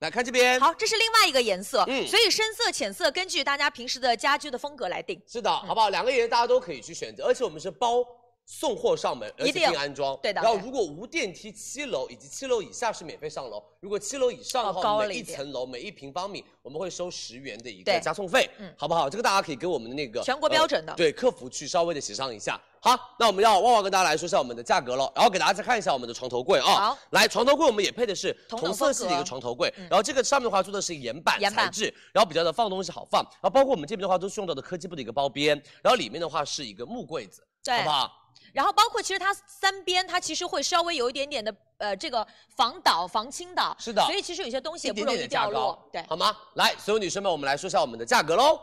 来看这边。
好，这是另外一个颜色，
嗯
所以深色、浅色根据大家平时的家居的风格来定。
是的，好不好？两个颜色大家都可以去选择，而且我们是包送货上门，而
一
且
定
定安装。
对的
然后
对
如果无电梯，七楼以及七楼以下是免费上楼，如果七楼以上的
哦
话，
高
我
了
们
一
每一
点
层楼每一平方米我们会收十元的一
对
个加送费，
嗯
好不好？这个大家可以跟我们的那个呃
全国标准的
对客服去稍微的协商一下。好，那我们要旺旺跟大家来说一下我们的价格了，然后给大家再看一下我们的床头柜啊。
好
来床头柜我们也配的是
同等
同色系的一
风
个
格
床头柜
嗯，
然后这个上面的话做的是岩板
岩板
材质，然后比较的放东西好放，然后包括我们这边的话都是用到的科技布的一个包边，然后里面的话是一个木柜子，
对
好不好？
然后包括其实它三边，它其实会稍微有一点点的呃这个防倒、防倾倒，
是的
所以其实有些东西
一
也不
点
容
点
易
的价
掉
高
落，，对。
好吗？来，所有女生们，我们来说一下我们的价格喽。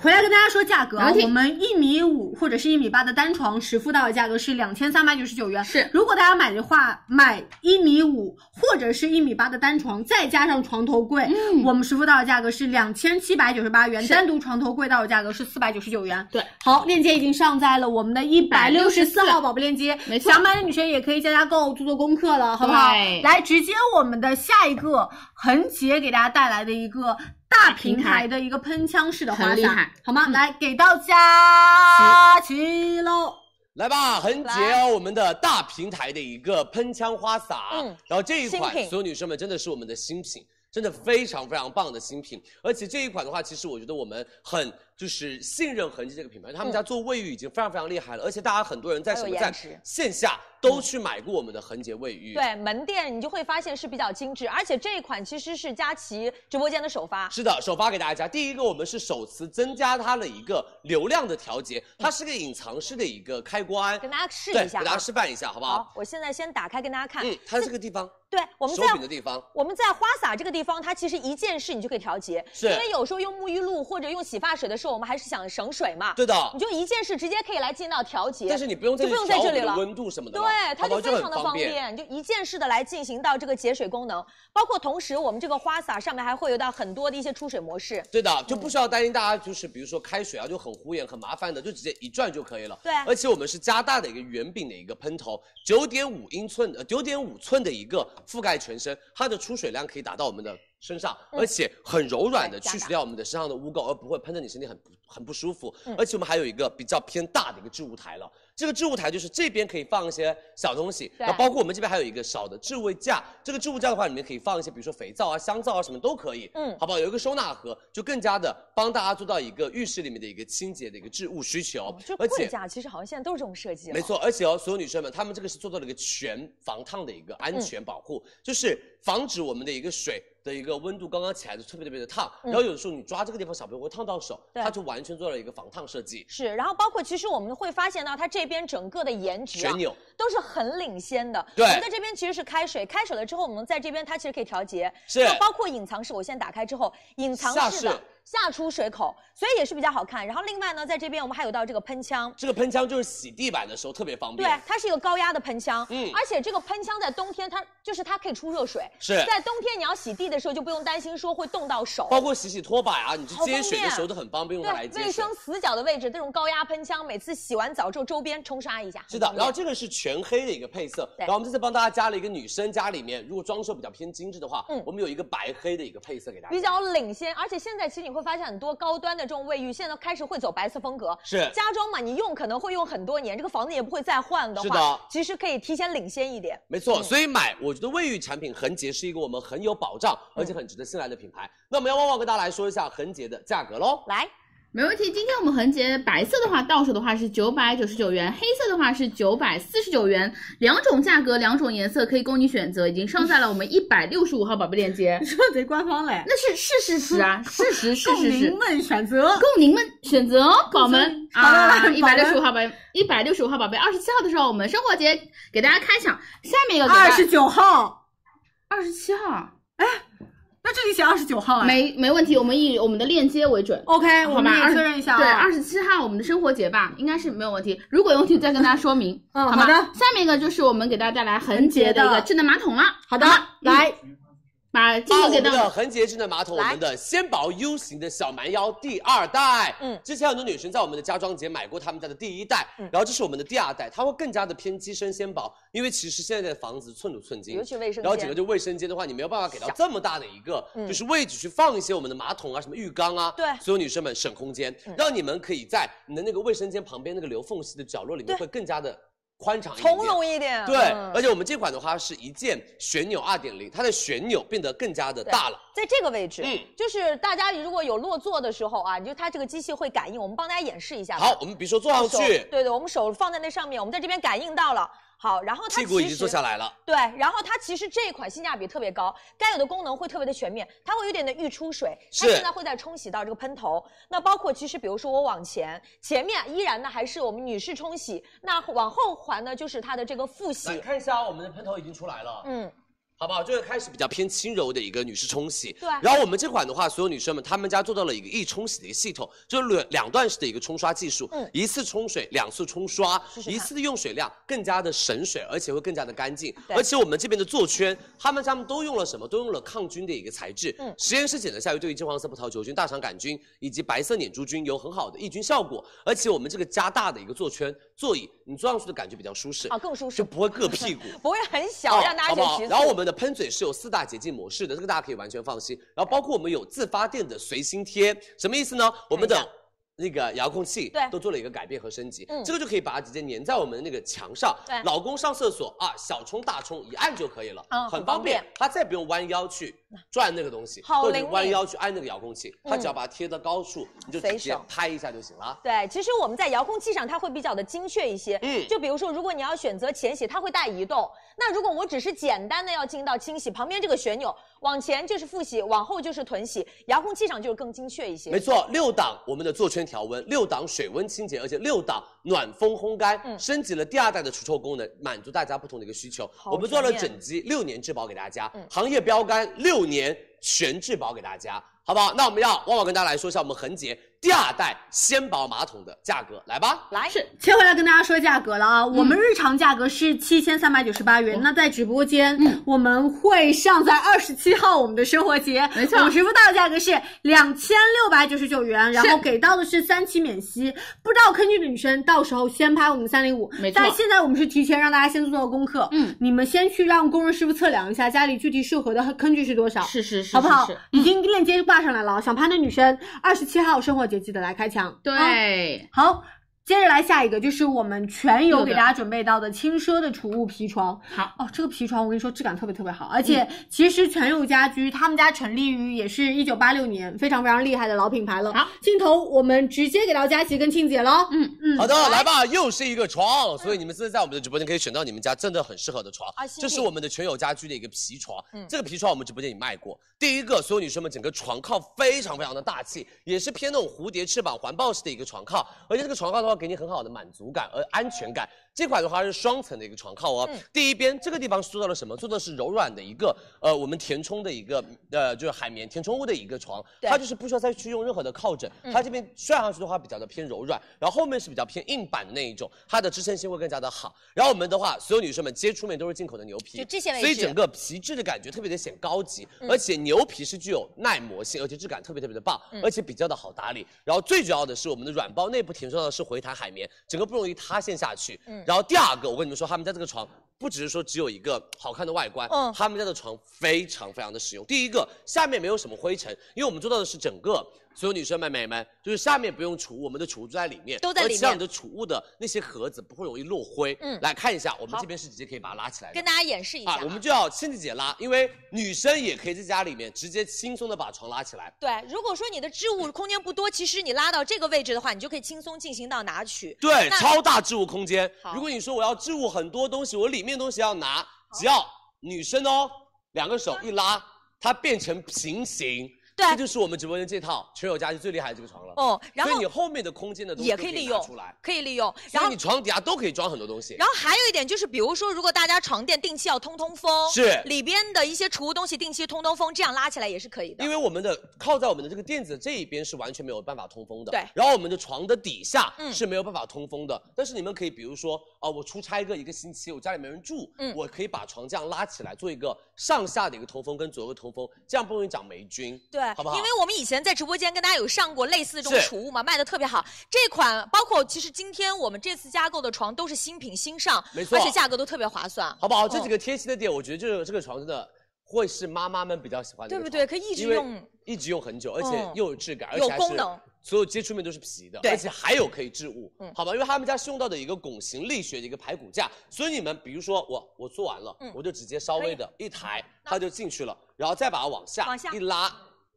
回来跟大家说价格啊，
没问题
我们一米五或者是一米八的单床实付到的价格是两千三百九十九元。
是
如果大家买的话，买一米五或者是一米八的单床，再加上床头柜，
嗯
我们实付到的价格是两千七百九十八元，
是
单独床头柜到的价格是四百九十九元。
对，
好，链接已经上在了我们的一百六十四
164
号宝贝链接，
没错
想买的女生也可以加加购，做做功课了，好不好？
对
来，直接我们的下一个恒杰给大家带来的一个。大平
平台
台的一个喷枪式的花
很厉
洒
害，嗯
好吗？来给到佳琪喽，
来吧，恒洁哦，我们的大平台的一个喷枪花洒，
嗯
然后这一款
新品
所有女生们真的是我们的新品，真的非常非常棒的新品。而且这一款的话，其实我觉得我们很就是信任恒洁这个品牌，
嗯
他们家做卫浴已经非常非常厉害了，而且大家很多人在
还有
什么
颜
在
值
线下
嗯
都去买过我们的恒洁卫浴，，
对门店，你就会发现是比较精致，而且这一款其实是佳琦直播间的首发，
是的，首发给大家。第一个，我们是首次增加它的一个流量的调节，它是个隐藏式的一个开关，
跟大家试
对，
一下、啊。
给大家示范一下，好不好？
好，我现在先打开跟大家看。
嗯，它这个地方，
对，我们
手
在
柄的地方。
我们在花洒这个地方，它其实一件事你就可以调节，
是
因为有时候用沐浴露或者用洗发水的时候，我们还是想省水嘛，
对的，
你就一件事直接可以来进到调节。
但是你不用再
就
去
不用在
调
这
我
里
们的
了
温度什么的了，
对，它
好不
就
好
非常的
很
方便，你就一键式的来进行到这个节水功能，包括同时我们这个花洒上面还会有到很多的一些出水模式。
对的，
嗯
就不需要担心大家就是比如说开水啊就很敷衍很麻烦的，就直接一转就可以了。
对啊
而且我们是加大的一个圆柄的一个喷头，九点五英寸的九点五寸的一个覆盖全身，它的出水量可以达到我们的身上，而且很柔软的
嗯对加
去
大
除掉我们的身上的污垢，而不会喷的你身体很不很不舒服。
嗯
而且我们还有一个比较偏大的一个置物台了，这个置物台就是这边可以放一些小东西，
对
那包括我们这边还有一个小的置物架，这个置物架的话里面可以放一些比如说肥皂啊、香皂啊什么都可以。
嗯
好不好？有一个收纳盒，就更加的帮大家做到一个浴室里面的一个清洁的一个置物需求
哦，这
而
柜
且。
架其实好像现在都是这种设计了。
没错，而且哦，所有女生们，她们这个是做到了一个全防烫的一
嗯
个安全保护，就是防止我们的一个水的一个温度刚刚起来就特别特别的烫，
嗯
然后有的时候你抓这个地方小朋友会烫到手，
对
它就完全做了一个防烫设计，
是，然后包括其实我们会发现到它这边整个的颜值啊
旋，钮
都是很领先的。
对
我们在这边其实是开水，开水了之后，我们在这边它其实可以调节，
是
那包括隐藏式，我先打开之后，隐藏式的
下式
下出水口，所以也是比较好看。然后另外呢，在这边我们还有到这个喷枪。
这个喷枪就是洗地板的时候特别方
对
便，，
它是一个高压的喷枪，
嗯
而且这个喷枪在冬天它就是它可以出热水，
是
在冬天你要洗地的时候就不用担心说会冻到手，
包括洗洗拖把呀、你去
好
接
方
水的
便啊
时候都很方便用它来
对
接水。
卫生死角的位置，这种高压喷枪每次洗完澡之后周边冲刷一下，
是的
很，
然
方
后
便
这个是全黑的一个配色，
对
然后我们这次帮大家加了一个女生家里面，如果装修比较偏精致的话，
嗯
我们有一个白黑的一个配色给大家。
比较领先，而且现在其实你会发现很多高端的这种卫浴现在开始会走白色风格，
是
家装嘛，你用可能会用很多年，这个房子也不会再换的话，
是的
其实可以提前领先一点。
没错，所以买我觉得卫浴产品恒洁是一个我们很有保障，而且
嗯
很值得信赖的品牌。那我们要旺旺跟大家来说一下恒洁的价格喽。
来，
没问题，今天我们恒洁白色的话到手的话是九百九十九元，黑色的话是九百四十九元，两种价格，两种颜色可以供你选择，已经上在了我们一百六十五号宝贝链接
你。说的贼官方嘞，
那是是事实啊，事实是
供
事实
您。们选择。
供您们选择哦，宝们啊，一
宝
百
们
六十五号宝，一百六十五号宝贝，二十七号的时候我们生活节给大家开抢，下面一个给大
二
家
十九号，
二十七号，
那这里写二十九号哎。
没没问题，我们以我们的链接为准。
OK，我
好
们
吧，
也
二
确认一下啊。
对，二十七号我们的生活节吧，应该是没有问题。如果有问题再跟大家说明，
嗯
好吗
好的
下面一个就是我们给大家带来恒洁的
恒
一
洁
个
的
智能马桶了。
好的
好嗯吗，
来
把镜
把
头
我
给
们的
到
恒洁智能马桶，我
来
们的纤薄 U 型的小蛮腰第二代。嗯
嗯，
之前很多女生在我们的家装节买过他们家的第一代，
嗯
然后这是我们的第二代，它会更加的偏机身纤薄，因为其实现在的房子寸土寸金，
尤其卫生
然后整
间
个，就卫生间的话，你没有办法给到这么大的一个
嗯
就是位置去放一些我们的马桶啊、什么浴缸啊。
对嗯
所有女生们省空间，让你们可以在你的那个卫生间旁边那个留缝隙的角落里面
对
会更加的宽敞一点。
从容一点。
对，
嗯
而且我们这款的话是一键旋钮二点零，它的旋钮变得更加的大了。
在这个位置，
嗯
就是大家如果有落座的时候啊，你就它这个机器会感应，我们帮大家演示一下吧。
好，我们比如说坐上
手
去，
对对，我们手放在那上面，我们在这边感应到了。好，然后它
屁股已
其
经
实
坐下来了。
对，然后它其实这一款性价比特别高，该有的功能会特别的全面，它会有点的溢出水，它
是
现在会在冲洗到这个喷头。那包括其实比如说我往前，前面依然呢还是我们女士冲洗，那往后环呢就是它的这个复
来
洗，
啊看一下，我们的喷头已经出来了。
嗯，
好不好？就会开始比较偏轻柔的一个女士冲洗。
对
然后我们这款的话，所有女生们，她们家做到了一个一冲洗的一个系统，就是两两段式的一个冲刷技术，
嗯
一次冲水，两次冲刷，
试试看
一次的用水量更加的省水，而且会更加的干净。
对
而且我们这边的坐圈，他们他们都用了什么？都用了抗菌的一个材质。
嗯
实验室检测下，对于金黄色葡萄球菌、大肠杆菌以及白色捻珠菌有很好的抑菌效果。而且我们这个加大的一个坐圈座椅，你坐上去的感觉比较舒适
啊，，更舒适
就，不会硌屁股。
不会很小，让大家觉
哦好不
得
好
其？次
然后我们的喷嘴是有四大洁净模式的，这个大家可以完全放心。然后包括我们有自发电的随心贴，什么意思呢？我们的
看一下。
那个遥控器
哎对
都做了一个改变和升级，
嗯
这个就可以把它直接粘在我们的那个墙上。
对
老公上厕所啊，小冲大冲一按就可以了，
嗯
很
很方
方便
便。
他再不用弯腰去转那个东西，
好
或者
灵敏
弯腰去按那个遥控器，他
嗯
只要把它贴到高处，你就直
随
接
手
拍一下就行了。
对，其实我们在遥控器上它会比较的精确一些。
嗯
就比如说，如果你要选择前洗，它会带移动；那如果我只是简单的要进到清洗，旁边这个旋钮往前就是复洗，往后就是臀洗，遥控器上就是更精确一些。
没错，六档我们的坐圈调温，六档水温清洁，而且六档暖风烘干，
嗯
升级了第二代的除臭功能，满足大家不同的一个需求。
好
我们做了
专业
整机六年质保给大家，
嗯
行业标杆六年全质保给大家，好不好？那我们要旺旺跟大家来说一下我们恒洁第二代纤薄马桶的价格，来吧。
来，
是切回来跟大家说价格了啊，
嗯
我们日常价格是七千三百九十八
哦
元，那在直播间，
嗯
我们会上在二十七号我们的生活节，
没错
我们直播到的价格是两千六百九十九元，然后
是
给到的是三期免息，不知道坑剧的女生到时候先拍我们三零五，
没错
但现在我们是提前让大家先做到功课，
嗯，
你们先去让工人师傅测量一下家里具体适合的坑剧是多少，
是是是，
好不好
是是？
已经链接挂上来了 啊，想拍的女生，二十七号生活节记得来开抢，啊
对，
好，接着来下一个，就是我们全友
六个
给大家准备到的轻奢的储物皮床。
好，嗯
哦，这个皮床我跟你说质感特别特别好，而且其实全友家居他们家成立于也是一九八六年，非常非常厉害的老品牌了。
好，
镜头我们直接给到佳琪跟庆姐喽。
嗯
嗯，
好的，来吧，又是一个床，所以你们真的在我们的直播间可以选到你们家真的很适合的床
啊。新
这是
品
我们的全友家居的一个皮床
嗯，
这个皮床我们直播间也卖过。第一个，所有女生们整个床靠非常非常的大气，也是偏那种蝴蝶翅膀环抱式的一个床靠，而且这个床靠的话给你很好的满足感而安全感。这款的话是双层的一个床靠哦
嗯，
第一边这个地方是做到了什么？做的是柔软的一个呃我们填充的一个呃就是海绵填充物的一个床，
对嗯
它就是不需要再去用任何的靠枕，它这边摔上去的话比较的偏柔软，然后后面是比较偏硬板的那一种，它的支撑性会更加的好。然后我们的话，所有女生们接触面都是进口的牛皮，
就这些为
所以
止
整个皮质的感觉特别的显高级，
嗯
而且牛皮是具有耐磨性，而且质感特别特别的棒，
嗯
而且比较的好打理。然后最主要的是我们的软包内部填充到的是回弹海绵，整个不容易塌陷下去。
嗯
然后第二个，我跟你们说，他们家这个床不只是说只有一个好看的外观，
嗯
他们家的床非常非常的实用。第一个，下面没有什么灰尘，因为我们做到的是整个。所有女生们、美们，就是下面不用储物，我们的储物就在里面，
都在里面
而且让你的储物的那些盒子不会容易落灰。
嗯
来看一下，我们
好
这边是直接可以把它拉起来的。
跟大家演示一下。
啊，我们就要亲自姐拉，因为女生也可以在家里面直接轻松的把床拉起来。
对，如果说你的置物空间不多，其实你拉到这个位置的话，你就可以轻松进行到拿取。
对，
那
超大置物空间
好。
如果你说我要置物很多东西，我里面东西要拿，只要女生哦，两个手一拉，它变成平行。
嗯对
这就是我们直播间这套全友家居最厉害的这个床了。
哦，然
所以
后
你后面的空间的东西
也
都
可以利
拿
用
出来，
可以利用，
所
然
以
后
你床底下都可以装很多东西。
然后还有一点就是，比如说，如果大家床垫定期要通通风，
是
里边的一些储物东西定期通通风，这样拉起来也是可以的。
因为我们的靠在我们的这个垫子的这一边是完全没有办法通风的，
对
然后我们的床的底下
嗯
是没有办法通风的，但是你们可以比如说啊、我出差个一个星期，我家里没人住，
嗯
我可以把床这样拉起来，做一个上下的一个通风跟左右的通风，这样不容易长霉菌，
对，
好不好
因为我们以前在直播间跟大家有上过类似这种
是
储物嘛，卖的特别好。这款包括其实今天我们这次加购的床都是新品新上，
没错
而且价格都特别划算。
好不好？这几个贴心的点，我觉得这个这个床真的会是妈妈们比较喜欢的一
对
个
不对
床，
可以一直
因为
用
一直用很久，而且
嗯
又有质感，而
有
且还是
功能。
所有接触面都是皮的，
对
而且还有可以置物，
嗯
好吧？因为他们家是用到的一个拱形力学的一个排骨架，所以你们比如说我我做完了，
嗯
我就直接稍微的一抬，它就进去了，然后再把它往下
往下
一拉，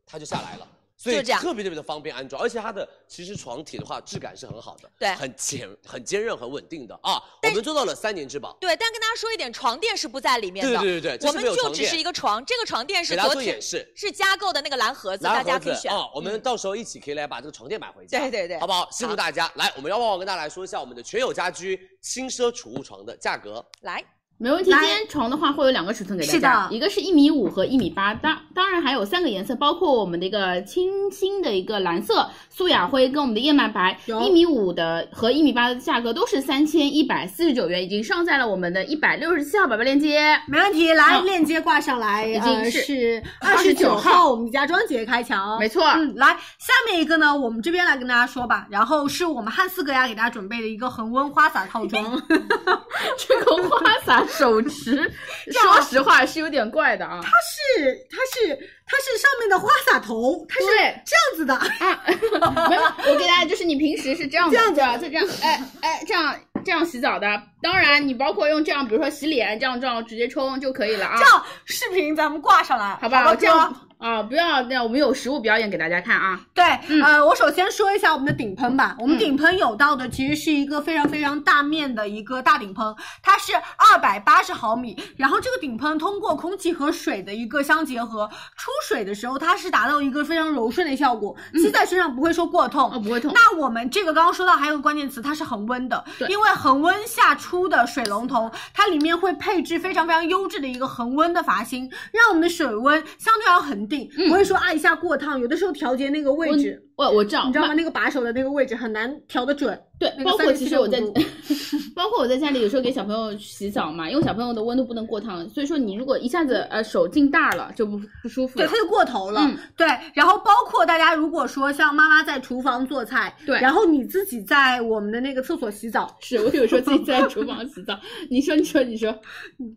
它就下来了。所以
就这样
特别特别的方便安装，而且它的其实床体的话质感是很好的，
对
很坚很坚韧很稳定的啊。我们做到了三年质保，
对，但跟大家说一点，床垫是不在里面的。
对对对对这
我
是
们
没有
就
床
只
垫
是一个床，这个床垫是
给大家
昨
做
天
演示
是加购的那个蓝盒子，
蓝
大家
盒
可
子
以选。嗯
啊，我们到时候一起可以来把这个床垫买回家，
对对对
好不好？辛苦
好
大家，来，我们要旺旺跟大家来说一下我们的全友家居轻奢储物床的价格。
来，
没问题。今
来
天床的话会有两个尺寸给大
是
家，
的
一个是一米五和一米八，当当然还有三个颜色，包括我们的一个清新的一个蓝色、素雅灰跟我们的燕麦白。
有
一米五的和一米八的价格都是三千一百四十九元，已经上在了我们的一百六十七号宝贝链接。
没问题，来
嗯
链接挂上来，
已经
呃
是
是二十
29
九
号
号，我们家装节开抢，
没错，
嗯，来下面一个呢，我们这边来跟大家说吧，然后是我们汉斯格雅给大家准备的一个恒温花洒套 装，
这个花洒手 持，说实话是有点怪的啊。
是它是它是上面的花洒头，它是
对
这样子的，
啊 没有，我给大家就是你平时是这样的，这样子，就这样，哎哎，这样这样洗澡的。当然，你包括用这样，比如说洗脸，这样这样直接冲就可以了啊
这，样视频咱们挂上来，
好
好
不好？
哥？
这样啊，不要那样我们有实物表演给大家看啊。
对，
嗯
呃，我首先说一下我们的顶喷吧。我们
嗯
顶喷有到的其实是一个非常非常大面的一个大顶喷，它是二百八十毫米。然后这个顶喷通过空气和水的一个相结合，出水的时候它是达到一个非常柔顺的效果，吸在身上不会说过痛。
哦，不会痛。
那我们这个刚刚说到还有个关键词，它是恒温的
对，
因为恒温下出的水龙头，它里面会配置非常非常优质的一个恒温的阀芯，让我们的水温相对要恒定，
嗯
不会说啊一下过烫，有的时候调节那个位置。
我我知道，
你知道吗？
慢
那个把手的那个位置很难调得准。
对，
那个
包括其实我在
37.5，
包括我在家里有时候给小朋友洗澡嘛，因为小朋友的温度不能过烫，所以说你如果一下子呃手劲大了就不不舒服
对，
了
它。就过头了。
嗯
对，然后包括大家如果说像妈妈在厨房做菜，
对
然后你自己在我们的那个厕所洗澡，
是我有时候自己在厨房洗澡，你说你说你说，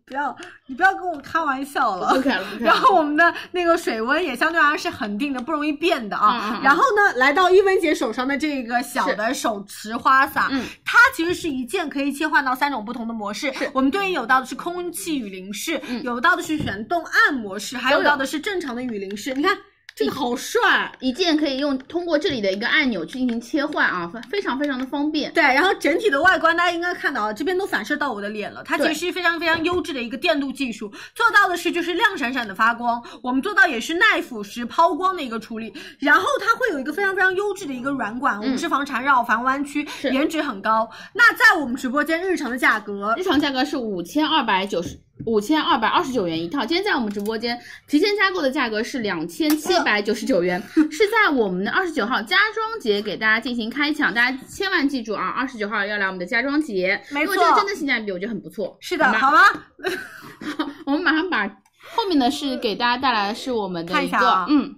不要你不要跟我开玩笑 了，
不开了不开了。
然后我们的那个水温也相对而言是恒定的，不容易变的
嗯嗯
啊。
嗯
然后呢，来到伊文姐手上的这个小的手持花洒，
嗯
它其实是一键可以切换到三种不同的模式。我们对应有到的是空气雨淋式，
嗯
有到的是旋动按摩式，还有到的是正常的雨淋式。你看这个好帅。
一键可以用通过这里的一个按钮去进行切换啊，非非常非常的方便。
对，然后整体的外观大家应该看到啊，这边都反射到我的脸了。它其实是非常非常优质的一个电镀技术，做到的是就是亮闪闪的发光，我们做到也是耐腐蚀、抛光的一个处理。然后它会有一个非常非常优质的一个软管，我
嗯
们是防缠绕、防弯曲，颜值很高。那在我们直播间日常的价格
日。常价格是五千二百九十。五千二百二十九元一套，今天在我们直播间提前加购的价格是两千七百九十九元，是在我们的二十九号家装节给大家进行开抢，大家千万记住啊，二十九号要来我们的家装节，
没错
因为这个真的性价比我觉得很不错。
是的，好
好吗
吗？
我们马上把后面呢是给大家带来的是我们的
看一
个
下啊
嗯，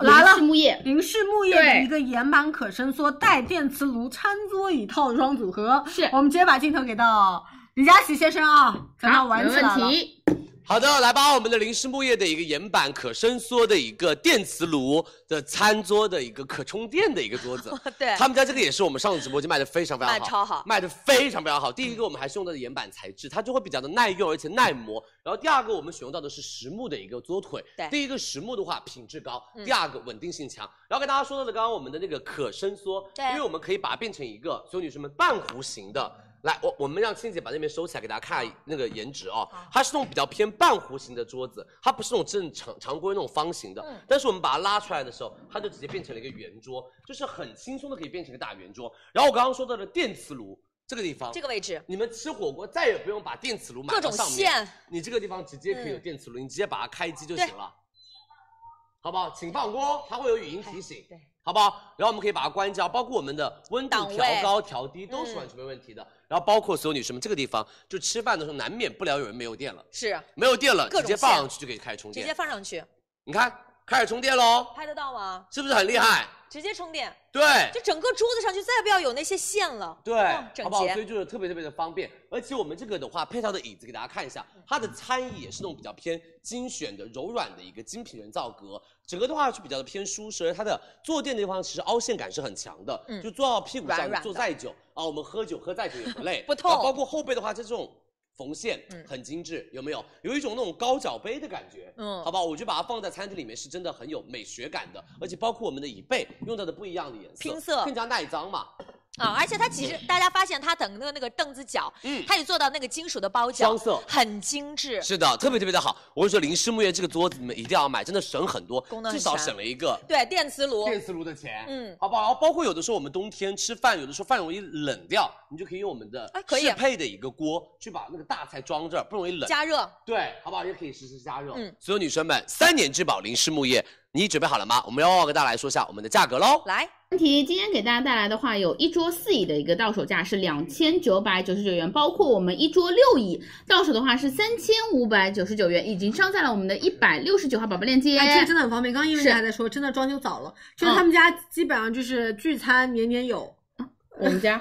来了
林氏木业，
林氏木业
对
的一个岩板可伸缩带电磁炉餐桌椅套装组合，
是
我们直接把镜头给到李佳琦先生啊，咱俩
好，
玩
没
起来
问
了。
题。
好的，来吧，我们的林氏木业的一个岩板可伸缩的一个电磁炉的餐桌的一个可充电的一个桌子，
对
他们家这个也是我们上次直播间卖的非常非常好，
卖得超好
卖的非常非常好。第一个我们还是用到的岩板材质，它就会比较的耐用而且耐磨。然后第二个我们使用到的是实木的一个桌腿，
对嗯
第一个实木的话品质高，第二个稳定性强。然后跟大家说到的刚刚我们的那个可伸缩，
对
因为我们可以把它变成一个，所有女生们半弧形的。来，我我们让青姐把那边收起来，给大家看那个颜值哦。它是那种比较偏半弧形的桌子，它不是那种正常常规那种方形的。
嗯
但是我们把它拉出来的时候，它就直接变成了一个圆桌，就是很轻松的可以变成一个大圆桌。然后我刚刚说到的电磁炉这个地方，
这个位置，
你们吃火锅再也不用把电磁炉
各
买到
种
上面，
线，
你这个地方直接
嗯
可以有电磁炉，你直接把它开机就行了，好不好？请放锅，它会有语音提醒，
哎对，
好不好？然后我们可以把它关掉，包括我们的温度
档位嗯
调高、调低都是完全没问题的。然后包括所有女生们这个地方，就吃饭的时候难免不了有人没有电了，
是
没有电了
各种
直接放上去就可以开始充
直接
电，
放上去，
你看开始充电喽，
拍得到吗？
是不是很厉害？
直接充电，
对，
就整个桌子上就再也不要有那些线了，
对，
哇整
好不好？所以
洁，
就是特别特别的方便，而且我们这个的话，配套的椅子给大家看一
嗯
下，它的餐椅也是那种比较偏精选的、柔软的一个精品人造革，整个的话是比较的偏舒适，而它的坐垫的地方其实凹陷感是很强的，
嗯
就坐到屁股上，
软软的
你坐再久啊，我们喝酒喝再久也不累，
不痛
然后包括后背的话，这种缝线
嗯
很精致，有没有？有一种那种高脚杯的感觉，
嗯
好不好？我就把它放在餐厅里面，是真的很有美学感的，而且包括我们的椅背用到的不一样的颜色，
拼色
更加耐脏嘛。
啊，而且它其实大家发现它等那个那个凳子脚，
嗯
它也做到那个金属的包脚，
双色
很精致。
是的，特别特别的好。我跟你说，林氏木业这个桌子你们一定要买，真的省很多
功，能
至
很
少
强
省了一个
对，电磁炉，
电磁炉的钱，
嗯
好不好？然后包括有的时候我们冬天吃饭，有的时候饭容易冷掉，你就可以用我们的
哎可以
适配的一个锅去把那个大菜装这儿，不容易冷。
加热，
对，好不好？也可以实时加热。
嗯
所有女生们，三年质保林氏木业，你准备好了吗？我们要跟大家来说一下我们的价格喽。
来，
问题，今天给大家带来的话，有一桌四椅的一个到手价是两千九百九十九元，包括我们一桌六椅到手的话是三千五百九十九元，已经上在了我们的一百六十九号宝贝链接。
哎，这个真的很方便。刚刚因为
是嗯
你还在说，真的装修早了，就是他们家基本上就是聚餐年年有，
我们家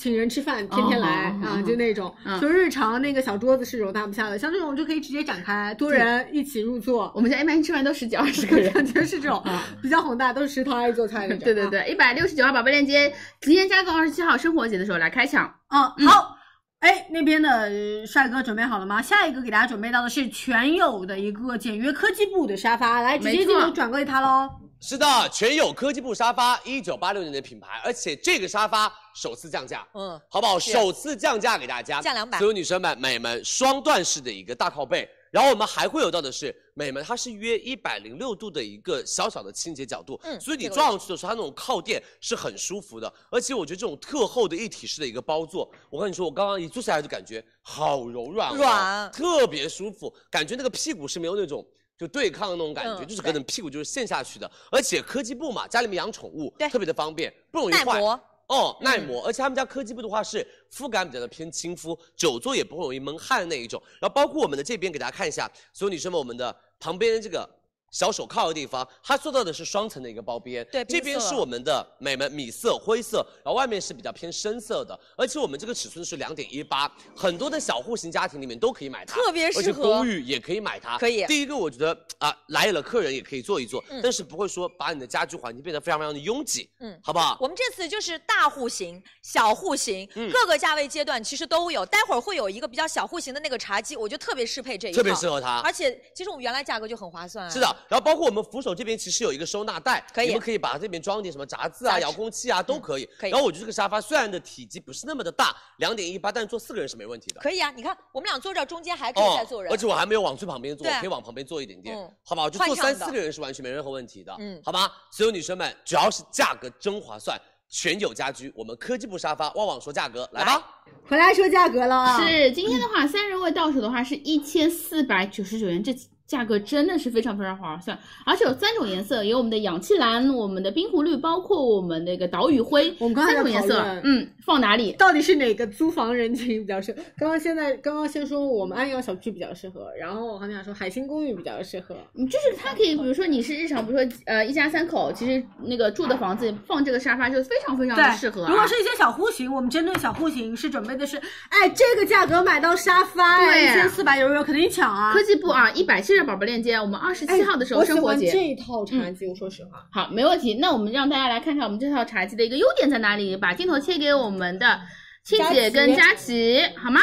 请人吃饭，天天来
哦哦
啊
哦，
就那种
嗯，
就日常那个小桌子是容纳不下的，像这种就可以直接展开，多人一起入座，。
我们家一般吃饭都十几二十个 人
感觉是这种
啊
比较宏大，都是食堂挨做菜那种。
嗯
啊
对对对，一百六十九号宝贝链接，提前加购二十七号生活节的时候来开抢。
啊，嗯，好。哎，那边的呃帅哥准备好了吗？下一个给大家准备到的是全友的一个简约科技部的沙发，来直接
没错
镜头转过去它喽。
是的，全友科技部沙发，一九八六年的品牌，而且这个沙发首次降价，
嗯，
好不好？
是
首次降价给大家，
降200
所有女生们、美们，双段式的一个大靠背。然后我们还会有到的是，美们它是约一百零六度的一个小小的倾斜角度，
嗯
所以你
这个
撞上去的时候，它那种靠垫是很舒服的。而且我觉得这种特厚的一体式的一个包座，我跟你说，我刚刚一坐下来就感觉好柔软、哦，
软
特别舒服，感觉那个屁股是没有那种就对抗的那种感觉，
嗯
就是可能屁股就是陷下去的。而且科技布嘛，家里面养宠物，
对
特别的方便，不容易
耐
坏。
磨，
哦，
嗯
耐磨，而且他们家科技布的话是肤感比较的偏亲肤，久坐也不会容易闷汗那一种。然后包括我们的这边给大家看一下，所有女生们，我们的旁边这个小手铐的地方，它做到的是双层的一个包边，
对
这边
拼色
是我们的美们米色、灰色，然后外面是比较偏深色的，而且我们这个尺寸是两点一八，很多的小户型家庭里面都可以买它，
特别适合
而且公寓也可以买它，
可以
第一个我觉得啊、来了客人也可以坐一坐，
嗯
但是不会说把你的家居环境变得非常非常的拥挤，
嗯
好不好？
我们这次就是大户型、小户型，
嗯
各个价位阶段其实都有。待会儿会有一个比较小户型的那个茶几，我觉得特别适配这一套，
特别适合它，
而且其实我们原来价格就很划算、
是的，，然后包括我们扶手这边其实有一个收纳袋，
可以
你们可以把这边装点什么杂志啊、
杂志嗯
遥控器啊都可以。
可以
然后我觉得这个沙发虽然的体积不是那么的大，两点一八，但是坐四个人是没问题的。哦
可以啊。你看，我们俩坐这儿中间还可以再坐人，
而且我还没有往最旁边坐，
对
我可以往旁边坐一点点，
嗯
好不好？就
换
坐
上
三
的
四个人是完全没任何问题的，
嗯
好吧？所有女生们，只要是价格真划算，全有家居，我们科技部沙发，旺旺说价格，来吧。
回来说价格了啊，
是今天的 话，三人位到手的话是一千四百九十九元，这价格真的是非常非常划算。而且有三种颜色，有我们的氧气蓝、我们的冰湖绿，包括我们那个岛屿灰，
我们刚才
三种
在
颜
讨
色
论，
嗯，放哪里？
到底是哪个租房人群比较适合？刚刚现在刚刚先说我们安阳小区比较适合，然后我还想说海星公寓比较适合。
嗯就是它可以，比如说你是日常，比如说呃一家三口，其实那个住的房子放这个沙发就非常非常的适合、啊。
如果是一些小户型，我们针对小户型是准备的是，哎，这个价格买到沙发，
对
一千四百九十九肯定抢啊！哎
科技部啊，一百七十宝宝链接，我们二十七号的时候
我喜
生活
欢
节。
这一套茶几，我说实话，
好，没问题。那我们让大家来看看我们这套茶几的一个优点在哪里，把镜头切给我们的青姐跟佳琪，好吗？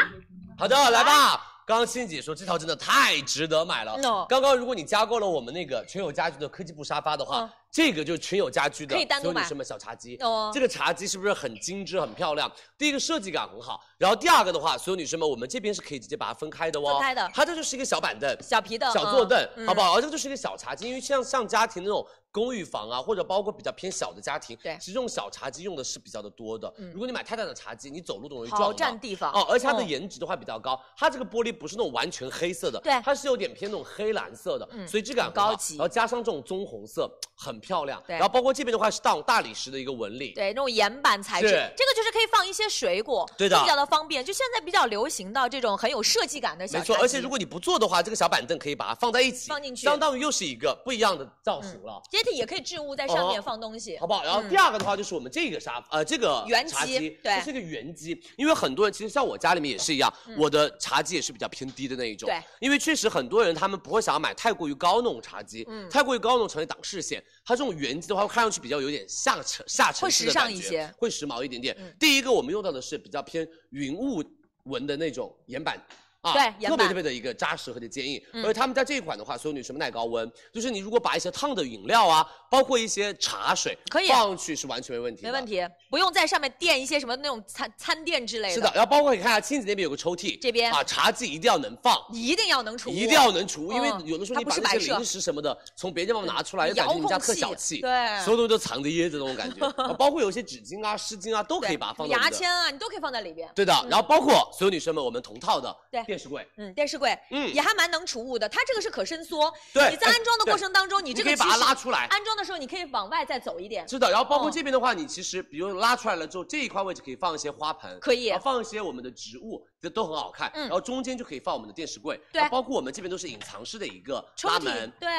好的，来吧。刚刚欣姐说这套真的太值得买了。
No
刚刚如果你加购了我们那个全友家居的科技部沙发的话，
嗯
这个就是全友家居的
可以单独
所有女
买
生们小茶几。
哦
这个茶几是不是很精致、很漂亮？第一个设计感很好，然后第二个的话，所有女生们我们这边是可以直接把它分开的哦。
分开的
它这就是一个小板凳。
小皮凳、
小坐凳，
嗯
好不好？而这个就是一个小茶几，因为像像家庭那种公寓房啊，或者包括比较偏小的家庭，
对嗯
其实这种小茶几用的是比较的多的。如果你买太大的茶几，你走路都容易撞
好
到。
占地方
哦，而且它的
嗯
颜值的话比较高，它这个玻璃不是那种完全黑色的，
对
它是有点偏那种黑蓝色的，
嗯
所以质感很
很
好
高级
然后加上这种棕红色，很漂亮。
对
然后包括这边的话是大种大理石的一个纹理，
对，那种岩板材质，
是
这个就是可以放一些水果，
对的
就比较的方便。就现在比较流行到这种很有设计感的小
没错。
茶
而
几
且如果你不坐的话，这个小板凳可以把它放在一起，
放进去嗯
相当于又是一个不一样的造型了。
也可以也可以置物在上面
哦
放东西，
好不好？然后
嗯
第二个的话就是我们这个沙呃这个
原
茶
机
几，
对嗯
这是一个原机，因为很多人其实像我家里面也是一样，我的茶几也是比较偏低的那一种，
对，
因为确实很多人他们不会想要买太过于高那种茶几，
嗯
太过于高那种茶几挡视线，它这种原机的话会看上去比较有点下沉下沉
会
式
时
的
尚
感觉
一些
会时髦一点点。
嗯
第一个我们用到的是比较偏云雾纹的那种岩板。啊，
对岩
特别
板
特别的一个扎实和且坚硬。
嗯
而且他们家这一款的话，所有女生耐高温，就是你如果把一些烫的饮料啊，包括一些茶水，
可以啊
放上去是完全没问题的，
没问题，不用在上面垫一些什么那种餐餐垫之类的。
是的，，然后包括你看啊，亲子那边有个抽屉，
这边
啊茶几一定要能放。
一定要能储物，
一定要能除，
嗯
因为有的时
它
候你
不
把
是
那
摆
些
设
零，食什么的从别的地方拿出来，就感觉你们家特小
遥控器
气，
对
所有东西都藏着掖着那种感 觉，啊包括有些纸巾啊、湿巾啊都可以把它放
对
到
牙
我们的
签啊，你都可以放在里边。
对的，然后包括所有女生们，我们同套的
对
电视柜，
嗯，电视柜，
嗯
也还蛮能储物的。它这个是可伸缩，
对哎
你在安装的
对
过程当中，你这个
你可以把它
其实
拉出来
安装的时候你可以往外再走一点，
是的，然后包括
哦
这边的话，你其实比如拉出来了之后，这一块位置可以放一些花盆，
可以
然后放一些我们的植物，这都很好看。
嗯
然后中间就可以放我们的电视柜，
对
然后包括我们这边都是隐藏式的一个
抽
拉
屉
门，
对。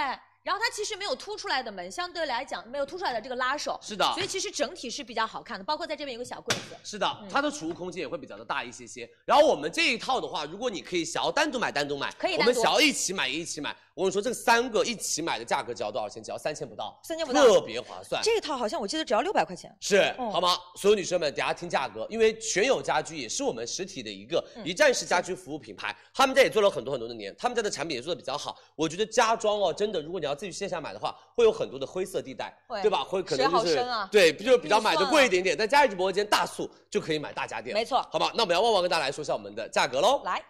然后它其实没有凸出来的门，相对来讲没有凸出来的这个拉手，
是的
所以其实整体是比较好看的。包括在这边有个小柜子，
是的，它的储物空间也会比较的大一些些。然后我们这一套的话，如果你可以想要单独买，单独买，
可以
我
单
们
独
想要一起买，一起买。我跟你说，这三个一起买的价格只要多少钱？只要三千不到，
三千不
特
到。
别划算。
这套好像我记得只要六百块钱，
是、
哦
好吗？所有女生们，等下听价格，因为全友家居也是我们实体的一个
嗯
一站式家居服务品牌，他们家也做了很多很多的年，他们家的产品也做的比较好。我觉得家装哦，真的，如果你要自己去线下买的话，会有很多的灰色地带，
会
对吧？会可
水
能
好
就是、
深啊
对，就是比较
预算
买
啊
的贵一点点，在佳怡直播间大促就可以买大家电，
没错
好吧？那我们要旺旺跟大家来说一下我们的价格喽。
来，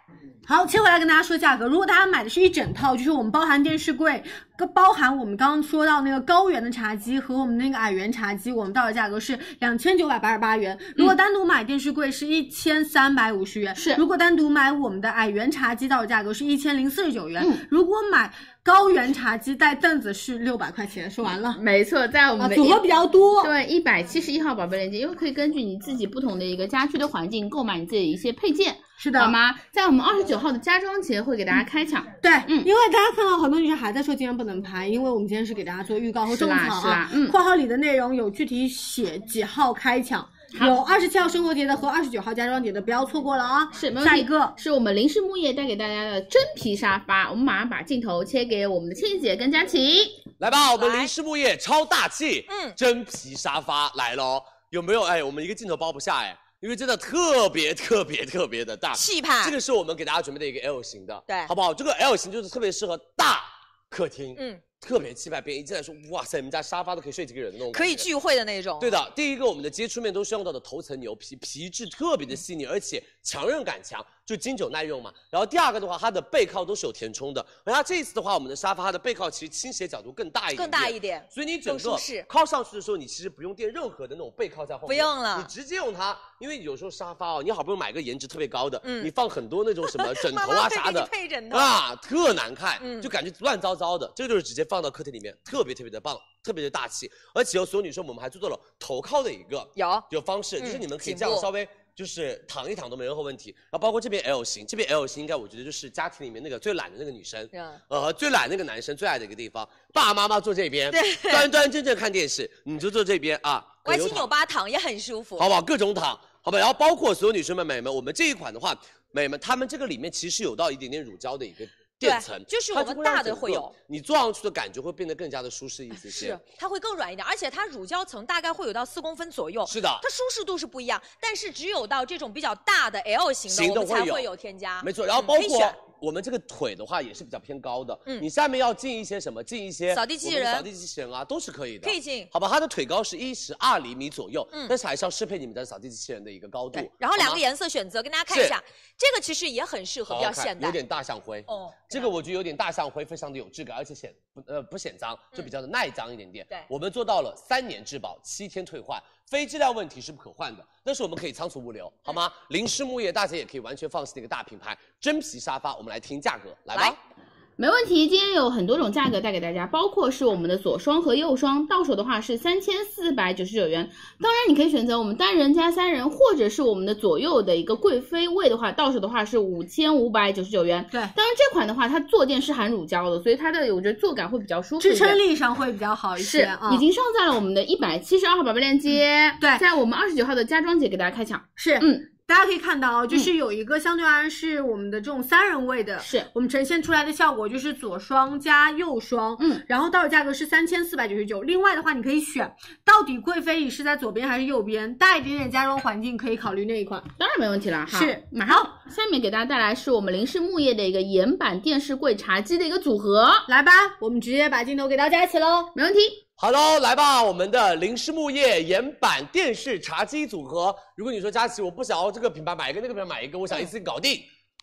好，切回来跟大家说价格。如果大家买的是一整套，就是我们包含电视柜，跟包含我们刚刚说到那个高原的茶几和我们那个矮原茶几，我们到手价格是两千九百八十八元。如果单独买电视柜是一千三百五十元，
嗯是
如果单独买我们的矮原茶几，到手价格是一千零四十九元。
嗯
如果买高原茶几带凳子是六百块钱。说完了，
没错，嗯在我们
啊，
的
组合比较多。
对，一百七十一号宝贝链接，因为可以根据你自己不同的一个家居的环境购买你自己的一些配件，
是
好
的，
吗？在我们二十九号的家装节会给大家开抢，
对，
嗯
因为大家看到很多女生还在说今天不能拍，因为我们今天是给大家做预告和
是
种
啦
草
是啦
啊，
嗯
括号里的内容有具体写几号开抢，有二十七号生活节的和二十九号家装节的，不要错过了啊。
是没问题。
下一个，
是我们林氏木业带给大家的真皮沙发，我们马上把镜头切给我们的倩姐跟佳琪。
来吧，我们林氏木业超大气，
嗯
真皮沙发来喽，有没有？哎，我们一个镜头包不下哎，因为真的特别特别特别的大，
气派
啊这个是我们给大家准备的一个 L 型的，
对
好不好？这个 L 型就是特别适合大客厅，
嗯，
特别气派。别人一进来说，哇塞，你们家沙发都可以睡几个人的那种，
可以。聚会的那种。
对的，第一个我们的接触面都是用到的头层牛皮，皮质特别的细腻，而且强韧感强，就经久耐用嘛。然后第二个的话，它的背靠都是有填充的，而它这一次的话，我们的沙发它的背靠其实倾斜角度更大一点，
更大一点
所以你整
更舒
个
适
靠上去的时候，你其实不用垫任何的那种背靠在后面，
不用了
你直接用它，因为有时候沙发哦，你好不容易买个颜值特别高的，
嗯
你放很多那种什么枕头
妈妈
啊
会
啥
给
的，
你配枕头
啊，特难看，
嗯
就感觉乱糟糟的。这个就是直接放到客厅里面，特别特别的棒，特别的大气。而且有所有女生，我们还做到了头靠的一个
有
有方式，
嗯
就是你们可以
颈
这样
部
稍微。就是躺一躺都没任何问题，然后包括这边 L 型，这边 L 型应该我觉得就是家庭里面那个最懒的那个女生，
嗯
呃，最懒那个男生最爱的一个地方，爸爸妈妈坐这边，端端正正看电视，你就坐这边啊，
歪
葛优
七
躺
扭八躺也很舒服。
好不好？各种躺，好吧。然后包括所有女生们、美们，我们这一款的话，美们，她们这个里面其实有到一点点乳胶的一个垫层，
对就是
它
我们
会让
大的
整个
会有，
你坐上去的感觉会变得更加的舒适一些些
是。，它会更软一点，而且它乳胶层大概会有到四公分左右，
是的
它舒适度是不一样，但是只有到这种比较大的 L 型的，
型的
我们才
会有
会有添加，
没错，然后
嗯
包
可以
括
选
我们这个腿的话也是比较偏高的，
嗯
你下面要进一些什么，进一些
扫地机器
我们的
人
扫地机器人啊，都是可以的，
可以进
好吧，它的腿高是一十二厘米左右，
嗯
但是还是要适配你们的扫地机器人的一个高度
对，，然后两
好
个
吗
颜色选择跟大家看一下，这个其实也很适合
好
比
好
较
看
现
有
代，
点大象灰
哦
这个我觉得有点大象灰，非常的有质感，而且显不呃不显脏，就比较的耐脏一点点。
嗯对
我们做到了三年质保，七天退换，非质量问题是不可换的，但是我们可以仓储物流，好吗？
嗯
林氏木业大家也可以完全放心的一个大品牌，真皮沙发，我们来听价格，来吧。
来
没问题，今天有很多种价格带给大家，包括是我们的左双和右双，到手的话是三千四百九十九元。当然，你可以选择我们单人加三人，或者是我们的左右的一个贵妃位的话，到手的话是五千五百九十九元。
对
当然这款的话，它坐垫是含乳胶的，所以它的我觉得坐感会比较舒服一
支
点。
撑力上会比较好一
是
些啊。嗯
已经上在了我们的一百七十二号宝贝链接，
对
在我们二十九号的家装节给大家开抢。
是
嗯，
大家可以看到，哦就是有一个相对而言是我们的这种三人位的，
是
我们呈现出来的效果就是左双加右双，
嗯，
然后到手价格是三千四百九十九。另外的话，你可以选到底贵妃椅是在左边还是右边，大一点点家装环境可以考虑那一款。
当然没问题了哈。
是，
马上下面给大家带来是我们林氏木业的一个岩板电视柜茶几的一个组合，
来吧，我们直接把镜头给到佳琪喽。
没问题。
好喽，来吧，我们的林氏木业岩板电视茶几组合。如果你说佳琪，我不想要这个品牌买一个，那个品牌买一个，我想一次性搞定。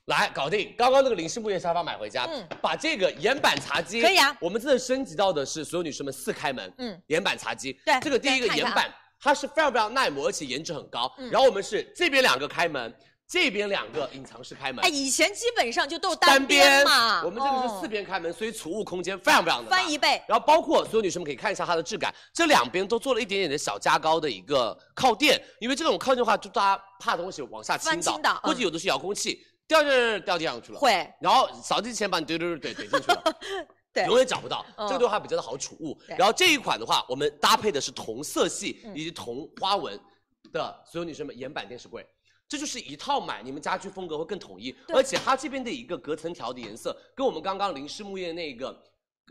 来搞定，刚刚那个林氏木业沙发买回家，
嗯
把这个岩板茶几
可以啊
我们真的升级到的是所有女生们四开门，
嗯
嗯，岩板茶几，
对
这个第一个
对看一
岩
看啊
板它是非常非常耐磨，而且颜值很高。
嗯
然后我们是这边两个开门，这边两个隐藏式开门，
哎，以前基本上就都是
单
边嘛，
我们这个是四
哦
边开门，所以储物空间非常非常的大。
翻一倍，
然后包括所有女生们可以看一下它的质感，这两边都做了一点点的小加高的一个靠垫，因为这种靠垫的话，就大家怕东西往下倾
翻
倒，
倾倒嗯
或者有的是遥控器掉掉掉掉地上去了，
会。
然后扫地前把你怼怼怼怼怼进去了
对
永远找不到，
嗯
这个的话比较的好储物
对。
然后这一款的话，我们搭配的是同色系
嗯
以及同花纹的所有女生们岩板电视柜，这就是一套买，你们家居风格会更统一。
对
而且它这边的一个隔层条的颜色，跟我们刚刚林氏木业那个。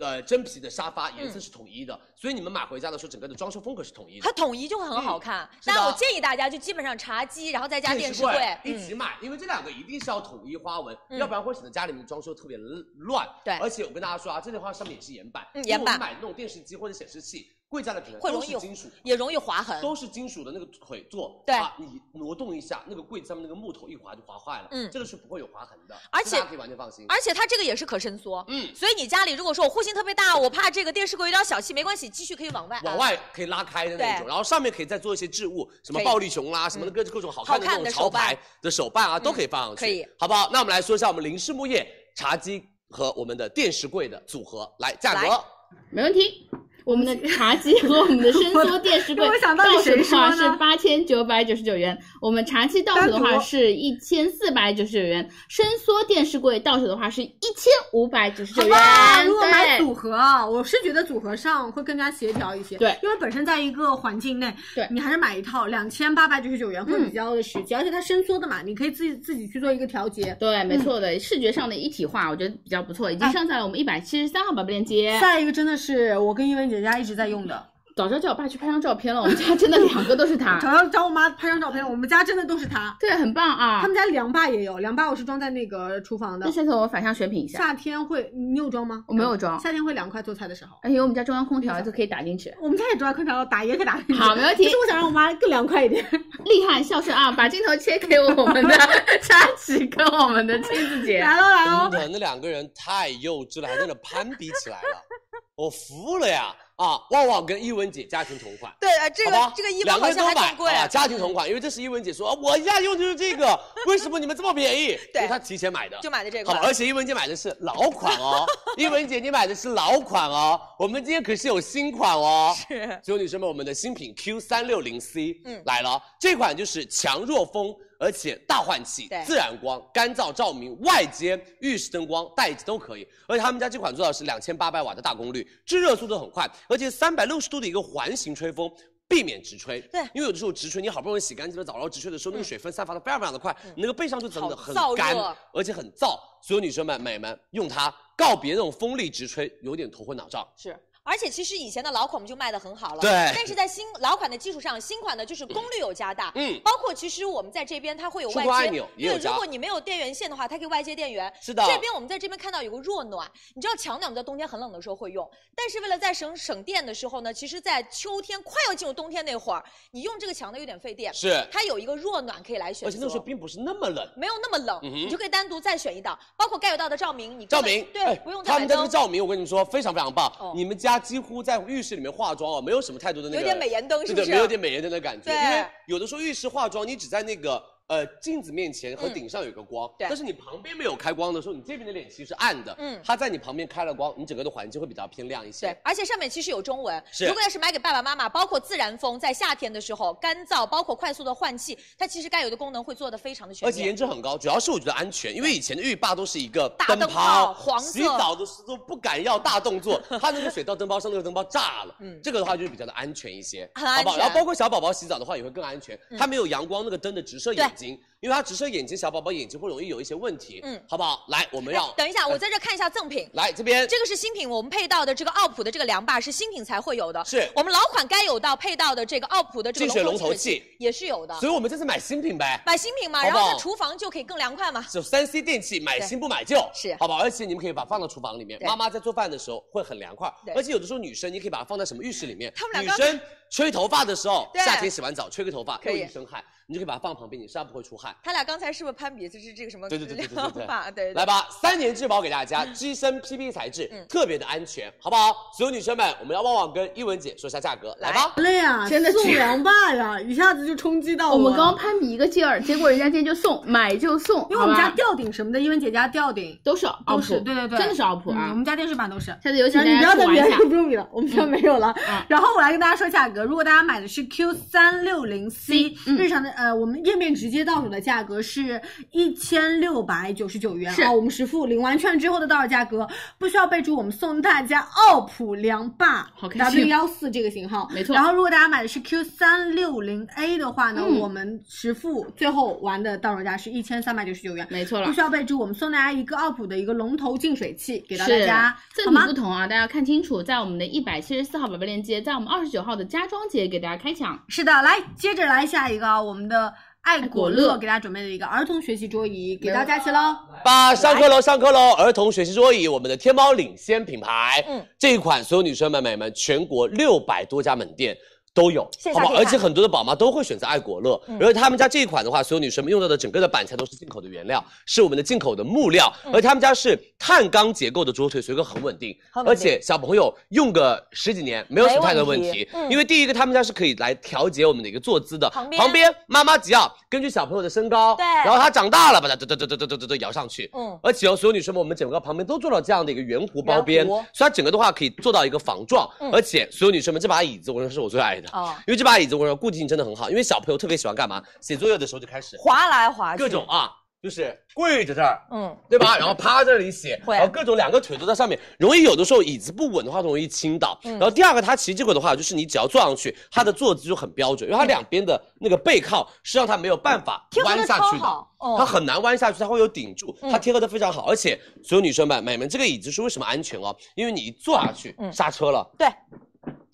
呃，真皮的沙发颜色是统一的，所以你们买回家的时候，整个的装修风格是统一的
它。统一就会很好看。
嗯是的
但我建议大家就基本上茶几，然后再加电视柜，
一起买，因为这两个一定是要统一花纹，
嗯
要不然会显得家里面装修特别乱。
对
而且我跟大家说啊，这里的话上面也是岩板，
嗯岩板
因为我们买那种电视机或者显示器，贵价的品牌
会容
都
易
是金属，
也容易划痕。
都是金属的那个腿座，
对
啊，你挪动一下，那个柜子上面那个木头一划就划坏了，
嗯
这个是不会有划痕的，
而
这
且
大家可以完全放心。
而且它这个也是可伸缩，
嗯，
所以你家里如果说我户型特别大，我怕这个电视柜有点小气，没关系，继续可以往外啊按
往外可以拉开的那
对
种，然后上面可以再做一些置物，什么
可以嗯
暴力熊啦、什么的各各种好看的
好
那
看的
种
手
潮
办嗯
牌的手办啊，都可以放上去，
可以，
好不好？那我们来说一下我们林氏木业茶几和我们的电视柜的组合，来价
来
格。嗯
没问题。我们的茶几和我们的伸缩电视 柜
我想到
到
底
手
谁
的
说
话
呢
是八千九百九十九元，我们茶几到手的
单
话
独
是一千四百九十九元，伸缩电视柜到手的话是一千五百九十九元。
哇，如果买
对
组合啊，我是觉得组合上会更加协调一些。
对
因为本身在一个环境内，
对嗯
你还是买一套两千八百九十九元会比较的实际，而且它伸缩的嘛，你可以自己自己去做一个调节。
对，没错
嗯
的，视觉上的一体化，我觉得比较不错，已经上在了我们一百七十三号宝贝链接。
再一个真的是我跟一文姐家一直在用的，
早知道叫我爸去拍张照片了，我们家真的两个都 是它，
找找我妈拍张照片，我们家真的都是它。
对，很棒啊啊
他。们家凉把也有，凉把我是装在那个厨房的
那。下次我反向选品一下。
夏天会，你有装吗？
我没有装
夏天会凉快，做菜的时候。
哎呦，我们家中央空调就可以打进去，
我们家也装在空调，打也给打进去。
好没问题
就是我想让我妈更凉快一点。
厉害孝顺啊！把镜头切给我们的 佳琪跟我们的亲子姐。
来喽来喽
真，的，那两个人太幼稚了，还在那攀比起来了，我服了呀！啊，旺旺跟一文姐家庭同款。
对，呃，这
好
个
吧
这个衣服
两个
好
人
像
都
还
买
更贵
好吧，家庭同款，因为这是一文姐说，啊我家用的就是这个，为什么你们这么便宜？
对
因为她提前买的，
就买的这
好，
款
哦而且一文姐买的是老款哦， 一文姐你买的是老款哦，我们今天可是有新款哦。
是
所有女生们，我们的新品 Q 三六零 C
嗯
来了，这款就是强弱风，而且大换气
对、
自然光、干燥照明、外接浴室灯光、带都可以。而且他们家这款做到是两千八百瓦的大功率，制热速度很快，而且三百六十度的一个环形吹风。避免直吹，
对嗯
因为有的时候直吹，你好不容易洗干净了澡，然后直吹的时候，那个水分散发的非常非常的快，你那个背上就整的很
好燥
干
热，
而且很燥。所有女生们、美们，用它告别那种风力直吹，有点头昏脑胀。
是。而且其实以前的老款我们就卖的很好了，
对
但是在新老款的基础上，新款的就是功率有加大，
嗯
包括其实我们在这边它会有外
触控
接
按钮也
对，
有加
如果你没有电源线的话，它可以外接电源。
是的
这边我们在这边看到有个弱暖，你知道强暖我们在冬天很冷的时候会用，但是为了在省省电的时候呢，其实，在秋天快要进入冬天那会儿，你用这个强的有点费电，
是，
它有一个弱暖可以来选择，
而且那个时候并不是那么冷。
没有那么冷，
嗯哼
你就可以单独再选一档，包括盖有道的照明，你根
照
本
明，
对，
哎
不用再
他
买
们家这
灯
个，照明，我跟你们说非常非常棒。
哦
你们家几乎在浴室里面化妆哦，没有什么太多的那个，
有点美颜灯是不
对
是
对，没有点美颜灯的感觉。
对
因为有的时候浴室化妆，你只在那个呃镜子面前和
嗯
顶上有一个光，
对
但是你旁边没有开光的时候，你这边的脸其实是暗的。
嗯
它在你旁边开了光，你整个的环境会比较偏亮一些
对。，而且上面其实有中文。
是
如果要是买给爸爸妈妈，包括自然风，在夏天的时候干燥，包括快速的换气，它其实该有的功能会做的非常的全
而且颜
面。
值很高，主要是我觉得安全，因为以前的浴霸都是一个
大灯泡
泡，
黄色
洗澡的时候不敢要大动 作，它那个水到灯泡上，那个灯泡炸了。
嗯
这个的话就是比较的安全一些，嗯
很安全
好不好？然后包括小宝宝洗澡的话也会更安全，它没有阳光那个灯的直射眼睛，因为它直射眼睛，小宝宝眼睛会容易有一些问题，
嗯
嗯，好不好？来，我们让
哎等一下，我在这看一下赠品。
来这边
这个是新品，我们配到的这个奥普的这个凉把是新品才会有的，
是
我们老款该有到配到的这个奥普的这个
净水龙
头
头器
也是有的。
所以我们这次买新品呗，
买新品嘛，
好
然
不好
后在厨房就可以更凉快嘛。
就三 C 电器买新不买旧，
是
好不好？而且你们可以把它放到厨房里面，
对
妈妈在做饭的时候会很凉快
对。
而且有的时候女生，你可以把它放在什么浴室里面？
他们俩
女
刚才
生吹头发的时候，
对
夏天洗完澡吹个头发，
可
又
以
一身汗，你就可以把它放旁边，你身上不会出汗。
他俩刚才是不是攀比这是这个什么
对对对对对
凉
对对
把？对，对
来。吧，三年质保给大
嗯
家，机身 PP 材质，特别的安全，好不好？所有女生们，我们要旺旺跟一文姐说一下价格，来吧。
累啊，
真的
送
绝
凉爸呀，一下子就冲击到
我们
了
刚攀比一个劲儿，结果人家今天就送，买就 送，
因为我们
好吧
家吊顶什么的，因为姐家吊顶
都是奥
都
普，
是对对对，
真的是奥普
嗯
啊
我。们家电视版都是。
下次有请
然后你
大
不要
家
再别
去玩一下
人，不用比了，我们家没有了。
嗯
然后我来跟大家说价格，如果大家买的是 Q 三六零 C，
嗯
日常的呃，我们页面直接到手的价格是一千六百九十九元
是
啊，我们实付领完券之后的到手价格，不需要备注，我们送大家奥普凉霸
好开
W
心
幺四这个型号，
没错
然后如果大家买的是 Q 三六零 A 的话呢，
嗯
我们实付最后完的到手价是一千三百九十九元。
没错了
不需。要备注，我们送大家一个奥普的一个龙头净水器给到大
是
家，好
赠
吗
品不？同啊，大家要看清楚，在我们的一百七十四号宝贝链接，在我们二十九号的家装节给大家开抢。
是的，来接着来下一个啊，我们的爱果
爱果乐
给大家准备的一个儿童学习桌椅，给到佳琪喽。
八上课喽，上课喽！儿童学习桌椅，我们的天猫领先品牌，
嗯
嗯，这一款所有女生们、美眉们，全国六百多家门店。都有，
线
好
下
不好？
可以
而
看嗯
且很多的宝妈都会选择爱果乐，而且他们家这一款的话，所有女生们用到的整个的板材都是进口的原料，是我们的进口的木料，
嗯
而他们家是碳钢结构的桌腿，所以说很稳定，
很稳
而
定
且小朋友用个十几年没有什么太大的问
没问
题
题嗯，
因为第一个他们家是可以来调节我们的一个坐姿的，
旁边
妈妈只要根据小朋友的身高，
对
然后他长大了把它嘟嘟嘟嘟嘟嘟嘟嘟摇上去，
嗯，
而且哦，所有女生们，我们整个旁边都做到这样的一个圆弧包边，
圆弧
所以它整个的话可以做到一个防撞。
嗯
而且所有女生们，这把椅子我跟你说是我最爱的，
哦
因为这把椅子我跟你说固定性真的很好，因为小朋友特别喜欢干嘛，写作业的时候就开始
滑来滑去，
各种啊，就是跪着这儿。
嗯，
对吧？然后趴这里写，
会
然后各种两个腿都在上面，容易有的时候椅子不稳的话，容易倾倒。
嗯
然后第二个，它其实这个的话，就是你只要坐上去，它的坐姿就很标准，因为它两边的那个背靠是让它没有办
嗯
法
贴合
弯
的
下
超
去的。
好，嗯
它很难弯下去，它会有顶住，
嗯
它贴合的非常好。而且所有女生们，美们，这个椅子是为什么安全哦？因为你一坐下去，
嗯
刹车了，
对，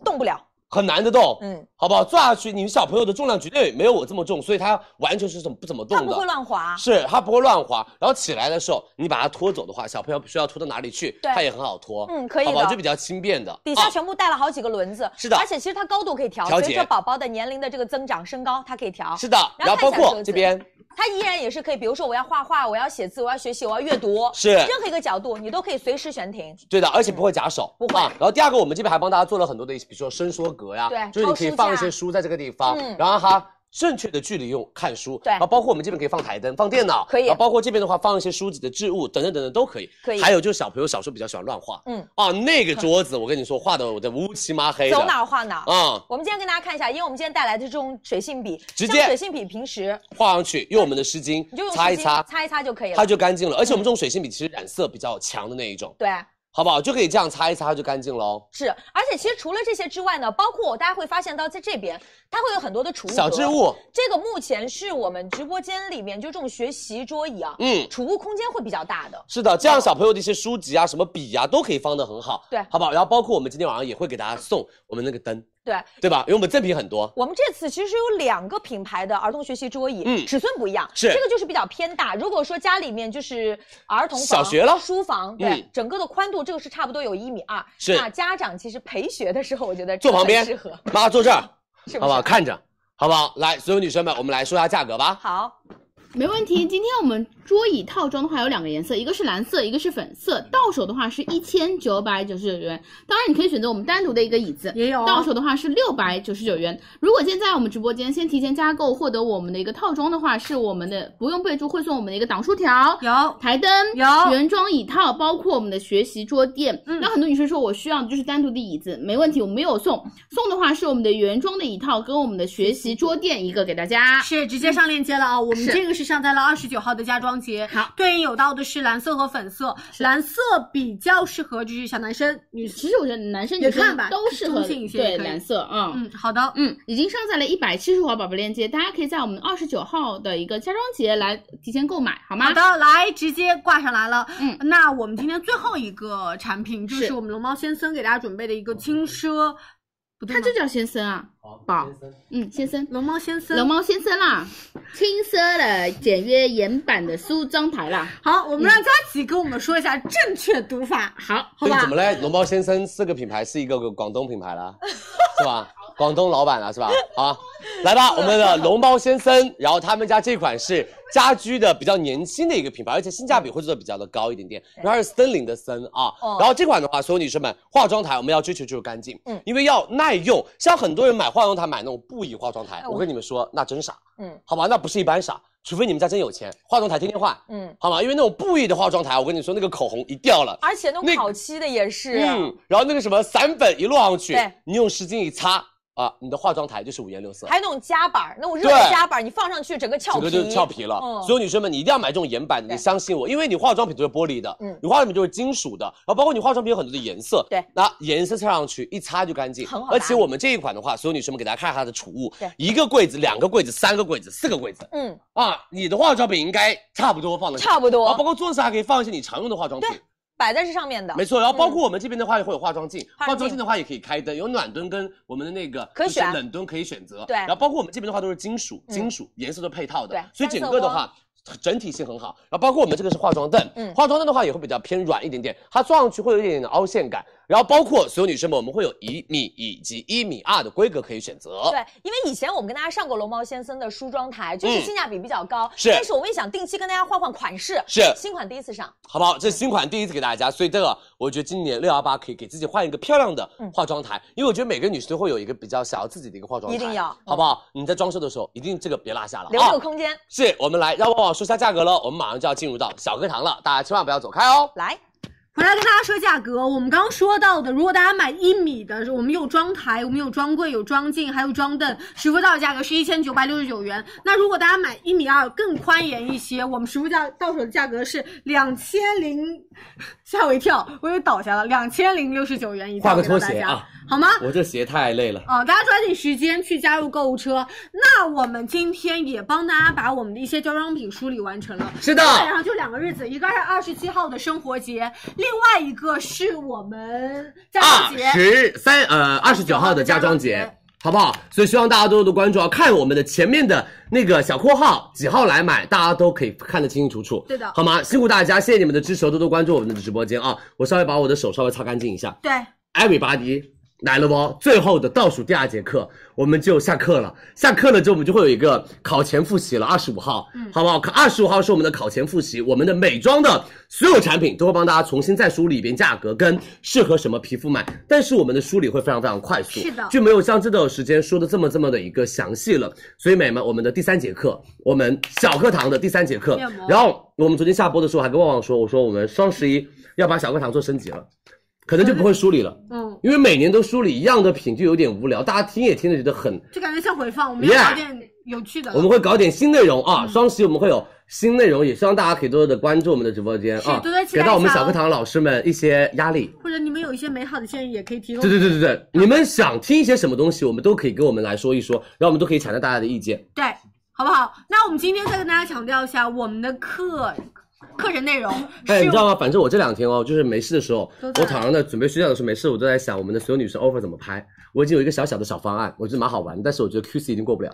动不了，
很难的动，
嗯，
好不好？坐下去，你们小朋友的重量绝对没有我这么重，所以它完全是怎么不怎么
它
动
不会
的。
乱滑，
是它不会乱滑，然后起来的时候，你把它拖走的话，小朋友需要拖到哪里去，
对
它也很好拖，
嗯可以
好不好？
的
就比较轻便的。
底下
啊
全部带了好几个轮子，
是的
而且其实它高度可以调，
调节
随着宝宝的年龄的这个增长身高，它可以调，
啊是的，
然后
然后包
看一下
括
桌子
这边
它依然也是可以，比如说我要画画，我要写字，我要学习，我要阅读，
是
任何一个角度你都可以随时悬停，
对的，而且不会夹手，
嗯不会
啊然后第二个，我们这边还帮大家做了很多的一些，比如说伸缩格呀，
对
就是你可以放一
超书架
些书在这个地方，
嗯
然后让它正确的距离用看书，
对嗯
然后包括我们这边可以放台灯、放电脑，
可以
然后包括这边的话放一些书籍的置物等等等等都可以，
可以
还有就是小朋友小时候比较喜欢乱画，
嗯
嗯，啊，那个桌子我跟你说画的我的乌漆麻黑的，
走哪儿画哪儿。
啊，
我们今天跟大家看一下，因为我们今天带来的这种水性笔，
直
像
接
水性笔平时
画上去，用我们的湿巾
你就用
擦一
湿巾
擦，
擦一擦就可以
它
了。嗯
就干净了。而且我们这种水性笔其实染色比较强的那一种，
对，
好不好？就可以这样擦一擦，它就干净哦喽。
是，而且其实除了这些之外呢，包括大家会发现到在这边，它会有很多的储物格
小置物，
这个目前是我们直播间里面就这种学习桌椅啊，
嗯。
储物空间会比较大的。
是的，这样小朋友的一些书籍啊、什么笔啊，都可以放得很好，
对
好不好？然后包括我们今天晚上也会给大家送我们那个灯，
对，
对吧？因为我们赠品很多，
我们这次其实有两个品牌的儿童学习桌椅，
嗯
尺寸不一样，
是
这个就是比较偏大。如果说家里面就是儿童房
小学了
书房，对，
嗯
整个的宽度这个是差不多有一米二。
是
那家长其实陪学的时候，我觉得
坐旁边
这个很适合，
妈妈坐这儿，
是不
好不好？
是？
看着，好不好？来，所有女生们，我们来说一下价格吧。
好，
没问题，今天我们桌椅套装的话有两个颜色，一个是蓝色，一个是粉色。到手的话是一千九百九十九元，当然你可以选择我们单独的一个椅子，
也有
到手的话是六百九十九元。如果现在我们直播间先提前加购获得我们的一个套装的话，是我们的不用备注会送我们的一个挡书条，
有
台灯
有嗯
原装椅套，包括我们的学习桌垫。那很多女生说我需要的就是单独的椅子，没问题，我们有送。送的话是我们的原装的椅套跟我们的学习桌垫一个给大家。
是直接上链接了啊！我们
是
这个时上在了二十九号的家装节，
好，
对应有到的是蓝色和粉色，蓝色比较适合就是小男生、女生。
其实我觉得男生
也
女生
看吧，
都适合
中性一些
对
也可以
蓝色啊。
嗯，好的，
嗯，已经上载了一百七十号宝贝链接，大家可以在我们二十九号的一个家装节来提前购买，好吗？
好的，来直接挂上来了。
嗯，
那我们今天最后一个产品就是是我们龙猫先生给大家准备的一个轻奢，不对
它
吗
就叫先生啊，宝，嗯，先生，
龙猫先生，
龙猫先生啦，轻奢的简约岩版的梳妆台啦。
好，我们让佳琪跟我们说一下正确读法，
好，
好
对，
吧
怎么？嘞？龙猫先生这个品牌是一个广东品牌啦，是吧？广东老板啦，是吧？啊，来吧，我们的龙猫先生，然后他们家这款是家居的比较年轻的一个品牌，而且性价比会做的比较的高一点点。然后它是森林的森啊
哦，
然后这款的话，所有女生们，化妆台我们要追求就是干净，
嗯
嗯，因为要耐用。像很多人买化妆台买那种布艺化妆台，
哎我
我跟你们说，那真傻，
嗯
好吧？那不是一般傻，除非你们家真有钱，化妆台天天换，
嗯，
好吗？因为那种布艺的化妆台，我跟你说，那个口红一掉了。
而且那种烤漆的也是，
嗯，然后那个什么散粉一落上去
对，
你用湿巾一擦啊，你的化妆台就是五颜六色，
还有那种夹板儿，那种热
对
夹板儿，你放上去整个翘皮，嗯
整个就是俏皮了。所有女生们，你一定要买这种岩版的，你相信我，因为你化妆品都是玻璃的，
嗯
你化妆品都是金属的，然后包括你化妆品有很多的颜色，
对
那颜色擦上去一擦就干净，
很好
而
搭
且我们这一款的话，所有女生们给大家看一下它的储物
对，
一个柜子、两个柜子、三个柜子、四个柜子，
嗯，
啊，你的化妆品应该差不多放得下，
差不多
啊
然后包括桌子还可以放一些你常用的化妆品。
摆在这上面的，
没错，然后包括我们这边的话也会有化妆镜，
嗯化
化
妆镜
妆镜的话也可以开灯，有暖灯跟我们的那个
可以选啊
就是冷灯可以选择。
对
然后包括我们这边的话都是金属，
嗯
金属颜色都配套的，
对
所以整个的话。整体性很好，然后包括我们这个是化妆凳，
嗯
化妆凳的话也会比较偏软一点点，它坐上去会有一点点的凹陷感。然后包括所有女生们，我们会有一米以及一米二的规格可以选择。
对，因为以前我们跟大家上过龙猫先生的梳妆台，就是
嗯
性价比比较高，
是
但是我们也想定期跟大家换换款式，
是
新款第一次上，
好不好？这是新款第一次给大家，所以这个我觉得今年六幺八可以给自己换一个漂亮的
嗯
化妆台，因为我觉得每个女生都会有一个比较想要自己的一个化妆台，
一定要嗯
好不好？你在装修的时候一定这个别落下了
留这个
啊！
空间、
是我们来让旺旺说一下价格喽，我们马上就要进入到小课堂了，大家千万不要走开哦。
来。
回来跟大家说价格，我们刚刚说到的，如果大家买一米的，我们有装台，我们有装柜，有装镜，还有装凳，实付到的价格是一千九百六十九元。那如果大家买一米二更宽严一些，我们实付价到手的价格是两千零，吓我一跳，我又倒下了，两千零六十九元一套
画个
给到
拖
大
鞋
家，
啊，
好吗？
我这鞋太累
哦
了。
啊，大家抓紧时间去加入购物车。那我们今天也帮大家把我们的一些家装品梳理完成了。
是的
基本上就两个日子，一个是二十七号的生活节，另外一个是我们家装
啊
二
节。
十三呃二十九号的家装节，好不好？所以希望大家多多关注啊，看我们的前面的那个小括号几号来买，大家都可以看得清清楚楚，
对的
好吗？辛苦大家，谢谢你们的支持哦，多多关注我们的直播间啊！我稍微把我的手稍微擦干净一下，
对，
everybody 来了哦！最后的倒数第二节课，我们就下课了。下课了之后，我们就会有一个考前复习了，二十五号，
嗯
好不好？二十五号是我们的考前复习，我们的美妆的所有产品都会帮大家重新再梳理一遍价格跟适合什么皮肤买，但是我们的梳理会非常非常快速，
是的
就没有像这段时间说的这么这么的一个详细了。所以美们，我们的第三节课，我们小课堂的第三节课
面膜，
然后我们昨天下播的时候还跟旺旺说，我说我们双十一要把小课堂做升级了。可能就不会梳理了。
嗯，
因为每年都梳理一样的品就有点无聊，大家听也听着觉得很。
就感觉像回放，我们要
Yeah
搞点有趣的了。
我们会搞点新内容
嗯
啊，双十一我们会有新内容，也希望大家可以多多的关注我们的直播间
是
啊
多多，期待
给
一下哦
到我们小课堂老师们一些压力。
或者你们有一些美好的建议也可以提供。
对对对对对，你们想听一些什么东西，我们都可以跟我们来说一说，然后我们都可以采纳大家的意见。
对，好不好？那我们今天再跟大家强调一下我们的课课程内容。
哎，
是
你知道吗？反正我这两天哦，就是没事的时候，
都在
我躺在那准备睡觉的时候，没事我都在想我们的所有女生 offer 怎么拍。我已经有一个小小的小方案，我觉得蛮好玩的，但是我觉得 QC 已经过不了。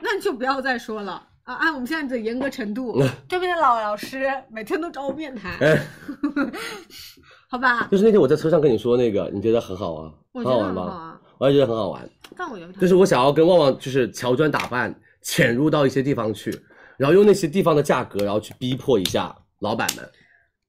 那你就不要再说了啊！按我们现在的严格程度
嗯，
对面的老老师每天都找我面谈，
哎，
好吧？
就是那天我在车上跟你说那个，你觉得很好啊，
我
很
觉
好
得
玩
很好
吧？
啊，
我也觉得很好玩。
但我觉得不
就是我想要跟旺旺就是乔装打扮，潜入到一些地方去，然后用那些地方的价格，然后去逼迫一下老板们，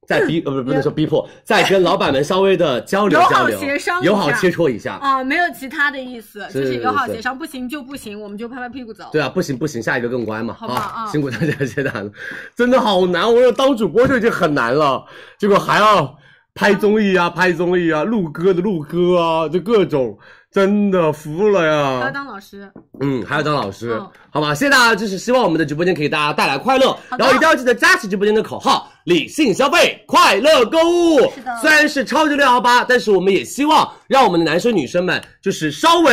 再逼呃不是不能说逼迫，再跟老板们稍微的交流
友好
交流，
协商一下
友好切磋一下。
啊，没有其他的意思，
是
就是
是
友好
是
协商，不行就不行，我们就拍拍屁股走。
对啊，不行不行，下一个更乖嘛
好吧啊
辛苦大家，谢谢大家了，真的好难，我说当主播就已经很难了，结果还要拍综艺啊，拍综艺啊，录歌的录歌啊，就各种真的服了
啊
还要
呀。
当老师。
嗯，还要当老师，好吧？谢谢大家的支持，希望我们的直播间给大家带来快乐。然后一定要记得佳琦直播间的口号：理性消费，快乐购物。
是的
虽然是超级六幺八，但是我们也希望让我们的男生女生们就是稍微。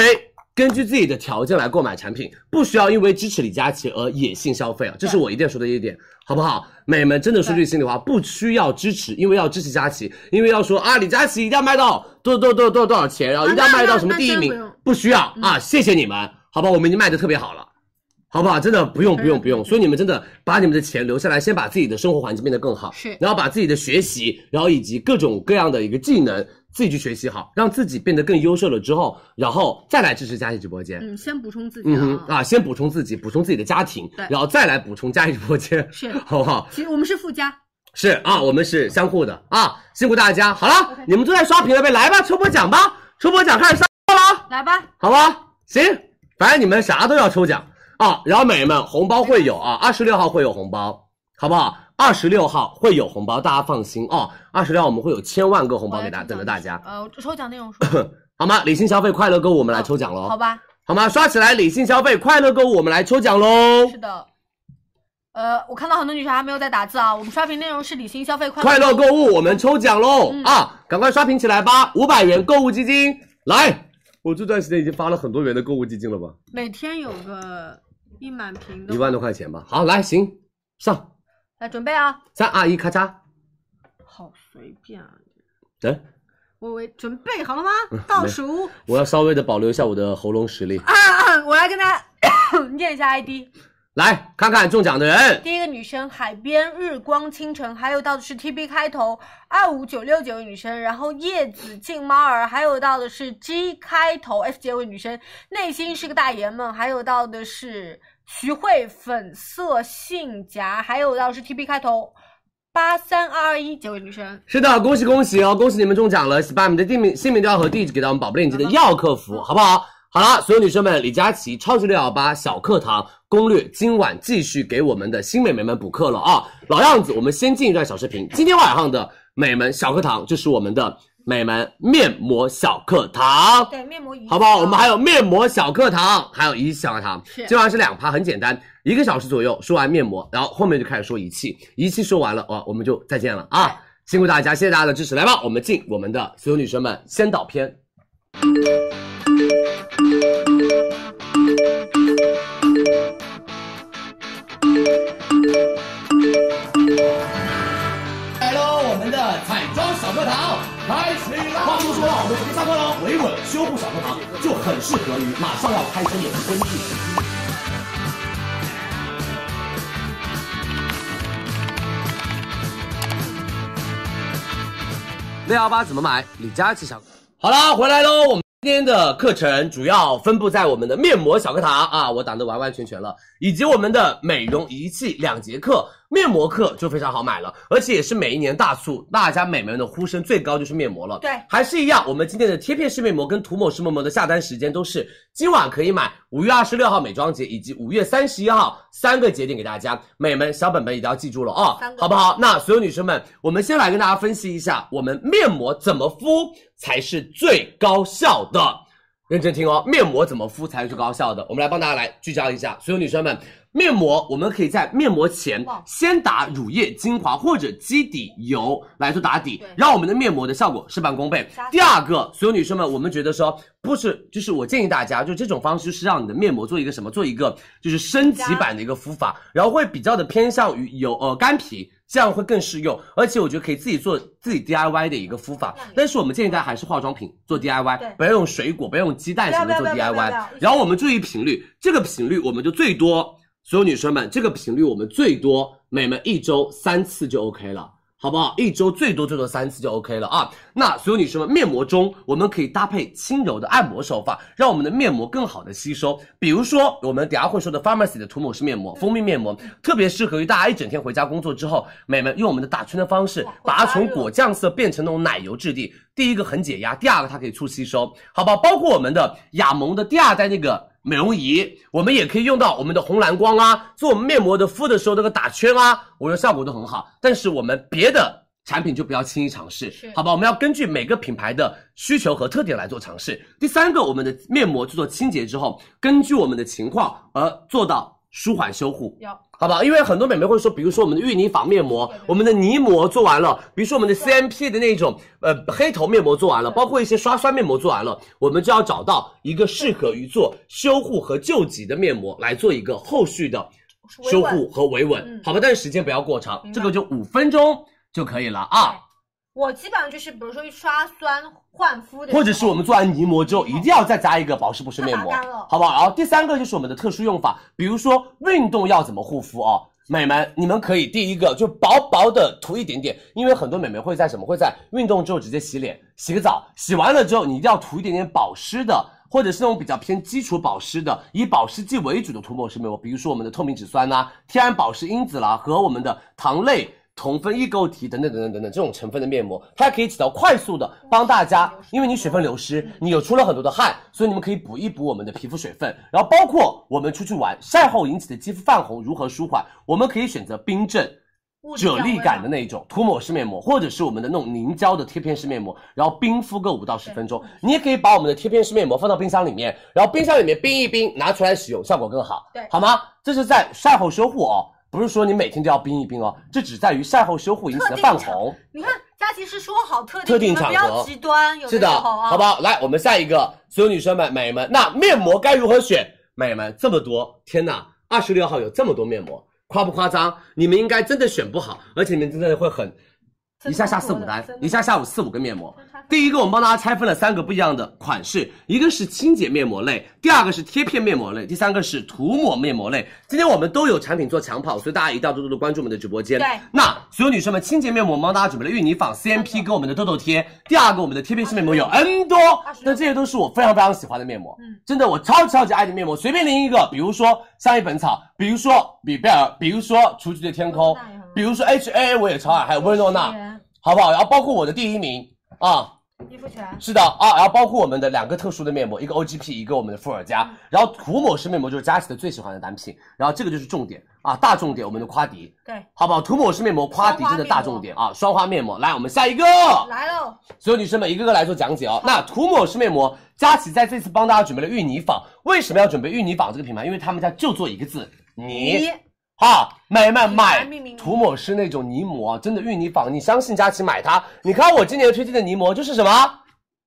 根据自己的条件来购买产品，不需要因为支持李佳琦而野性消费啊，这是我一定要说的一点，好不好？美们真的说句心里话，不需要支持，因为要支持佳琦，因为要说啊，李佳琦一定要卖到多多多多多少钱，然后一定要卖到什么第一名
啊啊那那那真不用，
不需要啊，谢谢你们，好吧，我们已经卖的特别好了。好不好？真的不用不用不用，
嗯
所以你们真的把你们的钱留下来，先把自己的生活环境变得更好，
是
然后把自己的学习，然后以及各种各样的一个技能自己去学习好，让自己变得更优秀了之后，然后再来支持佳琦直播间。
嗯，先补充自己
嗯
啊。
哼啊，先补充自己，补充自己的家庭
对，
然后再来补充佳琦直播间，
是
好不好？
其实我们是附加，
是啊，我们是相互的啊，辛苦大家。好了你们都在刷屏了呗，来吧，抽波奖吧，抽波奖开始上了。
来吧，
好吧，行，反正你们啥都要抽奖啊。然后美人们，红包会有啊，二十六号会有红包，好不好？二十六号会有红包，大家放心哦。二十六号我们会有千万个红包给大家等着大家，
呃，抽奖内容 说，
好吗？理性消费，快乐购物，我们来抽奖喽，
好？吧？
好吗？刷起来，理性消费，快乐购物，我们来抽奖喽
是！的。呃，我看到很多女生还没有在打字啊。我们刷屏内容是理性消费，
快乐
乐
购物，我们抽奖喽、
嗯
啊！赶快刷屏起来吧，五百元购物基金来。我这段时间已经发了很多元的购物基金了吧，
每天有个一满屏的
一万多块钱吧。好，来行，上
来准备啊！
三二一，咔嚓，
好随便啊！
哎。
我我准备好了吗
嗯？
倒数
我要稍微的保留一下我的喉咙实力。
啊，我来跟大家 念一下 ID。
来看看中奖的人，
第一个女生海边日光清晨，还有到的是 T B 开头二五九六九女生，然后叶子静猫儿，还有到的是 G 开头 F 结尾女生，内心是个大爷们，还有到的是徐慧粉色性夹，还有到是 T B 开头八三二二一结尾女生。
是的，恭喜恭喜哦，恭喜你们中奖了，把你们的姓名、姓名都要和地址给到我们宝贝链接的要客服，好不好？好了，所有女生们，李佳琦超级六幺八小课堂攻略今晚继续给我们的新美眉们补课了啊！老样子，我们先进一段小视频，今天晚上的美们小课堂就是我们的美们面膜小课堂。
对，面膜仪啊
好不好？我们还有面膜小课堂，还有仪器小课堂
是，
今晚是两趴，很简单，一个小时左右说完面膜，然后后面就开始说仪器，仪器说完了哦，我们就再见了啊！辛苦大家，谢谢大家的支持，来吧，我们进我们的所有女生们先导片。来喽，我们的彩妆小课堂开始啦！话说说啊，我们的上课喽，维稳修复小课堂就很适合于马上要开春的春季。六幺八怎么买？李佳琦小。好啦，回来喽，我们。今天的课程主要分布在我们的面膜小课堂啊，我挡得完完全全了，以及我们的美容仪器两节课，面膜课就非常好买了，而且也是每一年大促，大家美眉们的呼声最高就是面膜了。
对
还是一样，我们今天的贴片式面膜跟涂抹式面膜的下单时间都是今晚可以买，五月二十六号美妆节以及五月三十一号三个节点给大家，美们小本本一定要记住了啊、
三个
好不好？那所有女生们，我们先来跟大家分析一下，我们面膜怎么敷才是最高效的。认真听哦，面膜怎么敷才是最高效的？我们来帮大家来聚焦一下，所有女生们，面膜我们可以在面膜前先打乳液、精华或者基底油来做打底，让我们的面膜的效果事半功倍。第二个，所有女生们，我们觉得说不是，就是我建议大家，就这种方式是让你的面膜做一个什么，做一个就是升级版的一个敷法，然后会比较的偏向于油呃干皮。这样会更适用，而且我觉得可以自己做自己 DIY 的一个敷法，但是我们建议大家还是化妆品做 DIY，
对
不要用水果，不要用鸡蛋什么
不要
做
不要不要不要
DIY
不要。
然后我们注意频率，这个频率我们就最多，所有女生们，这个频率我们最多，每们一周三次就 OK 了。好不好？一周最多最多三次就 OK 了啊。那所有女生们，面膜中我们可以搭配轻柔的按摩手法，让我们的面膜更好的吸收。比如说我们等一下会说的 Pharmacy 的涂抹式面膜、蜂蜜面膜，特别适合于大家一整天回家工作之后，美们用我们的打圈的方式，把它从果酱色变成那种奶油质地。第一个很解压，第二个它可以促吸收，好不好？包括我们的雅萌的第二代那个。美容仪，我们也可以用到我们的红蓝光啊，做我们面膜的敷的时候那个打圈啊，我觉得效果都很好。但是我们别的产品就不要轻易尝试
是，
好吧？我们要根据每个品牌的需求和特点来做尝试。第三个，我们的面膜去做清洁之后，根据我们的情况而做到呃舒缓修护。
要
好不好？因为很多美眉会说，比如说我们的芋泥仿面膜，我们的泥膜做完了，比如说我们的 CMP 的那种呃黑头面膜做完了，包括一些刷酸面膜做完了，我们就要找到一个适合于做修护和救急的面膜来做一个后续的修护和维稳，好吧？但是时间不要过长，这个就五分钟就可以了啊。
我基本上就是，比如说刷酸焕肤的时候，
或者是我们做完泥膜之后，一定要再加一个保湿补湿面膜
它打干了，
好不好？然后第三个就是我们的特殊用法，比如说运动要怎么护肤哦。美们，你们可以第一个就薄薄的涂一点点，因为很多美眉会在什么会在运动之后直接洗脸、洗个澡，洗完了之后你一定要涂一点点保湿的，或者是那种比较偏基础保湿的，以保湿剂为主的涂抹式面膜，比如说我们的透明质酸啦、天然保湿因子啦和我们的糖类同分异构体等等等等等等这种成分的面膜，它可以起到快速的帮大家，因为你水分流失，你有出了很多的汗，所以你们可以补一补我们的皮肤水分。然后包括我们出去玩晒后引起的肌肤泛红如何舒缓，我们可以选择冰镇。啫喱感的那一种涂抹式面膜，或者是我们的那种凝胶的贴片式面膜，然后冰敷个五到十分钟。你也可以把我们的贴片式面膜放到冰箱里面，然后冰箱里面冰一冰，拿出来使用，效果更好，
对
好吗？这是在晒后修护哦，不是说你每天都要冰一冰哦，这只在于晒后修护引起的泛红。
你看佳琪是说好特定，
特定
你们
场
不
合
要极端，有
是
的
的，
时候啊，
好不好？来，我们下一个，所有女生们、美们，那面膜该如何选？美们，这么多，天哪！二十六号有这么多面膜，夸不夸张？你们应该真的选不好，而且你们真的会很一下下四五单，一下下午四五个面膜。第一个，我们帮大家拆分了三个不一样的款式，一个是清洁面膜类，第二个是贴片面膜类，第三个是涂抹面膜类。今天我们都有产品做抢跑，所以大家一定要多多的关注我们的直播间。
对
那所有女生们，清洁面膜我们帮大家准备了芋泥坊 CMP 跟我们的痘痘贴，第二个我们的贴片式面膜有 N 多，那这些都是我非常非常喜欢的面膜，嗯，真的我超级超级爱的面膜，随便拎一个，比如说香叶本草，比如说比贝尔，比如说雏菊的天空，比如说 H A A 我也超爱，还有薇诺娜，好不好？然后包括我的第一名啊。
肌肤泉
是的啊，然后包括我们的两个特殊的面膜，一个 OGP，一个我们的伏尔加，
嗯
然后涂抹式面膜就是佳琦的最喜欢的单品，然后这个就是重点啊，大重点，我们的夸迪，
对，
好不好？涂抹式面膜夸迪
双花
真的大
面膜
重点啊，双花面膜，来我们下一个，
来喽，
所有女生们一个个来做讲解哦。那涂抹式面膜，佳琦在这次帮大家准备了芋泥坊，为什么要准备芋泥坊这个品牌？因为他们家就做一个字泥
泥。
啊，美们买
品牌命名
涂抹式那种泥膜，真的芋泥坊，你相信佳琦买它？你看我今年推荐的泥膜就是什么？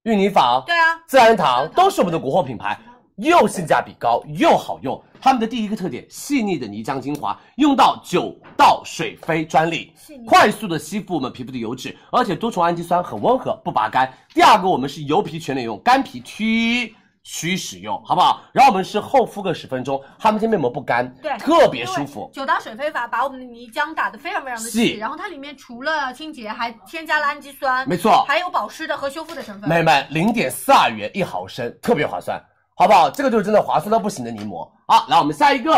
芋泥坊，
对啊
自然堂都是我们的国货品牌，又性价比高又好用。他们的第一个特点，细腻的泥浆精华，用到九道水飞专利
细腻，
快速的吸附我们皮肤的油脂，而且多重氨基酸很温和，不拔干。第二个，我们是油皮全脸用，干皮祛祛使用，好不好？然后我们是厚敷个十分钟，他们这面膜不干，
对，
特别舒服。
九道水飞法把我们的泥浆打得非常非常的
细
细，然后它里面除了清洁，还添加了氨基酸，
没错
还有保湿的和修复的成分。
美们，零点四二元一毫升，特别划算，好不好？这个就是真的划算到不行的泥膜啊！来，我们下一个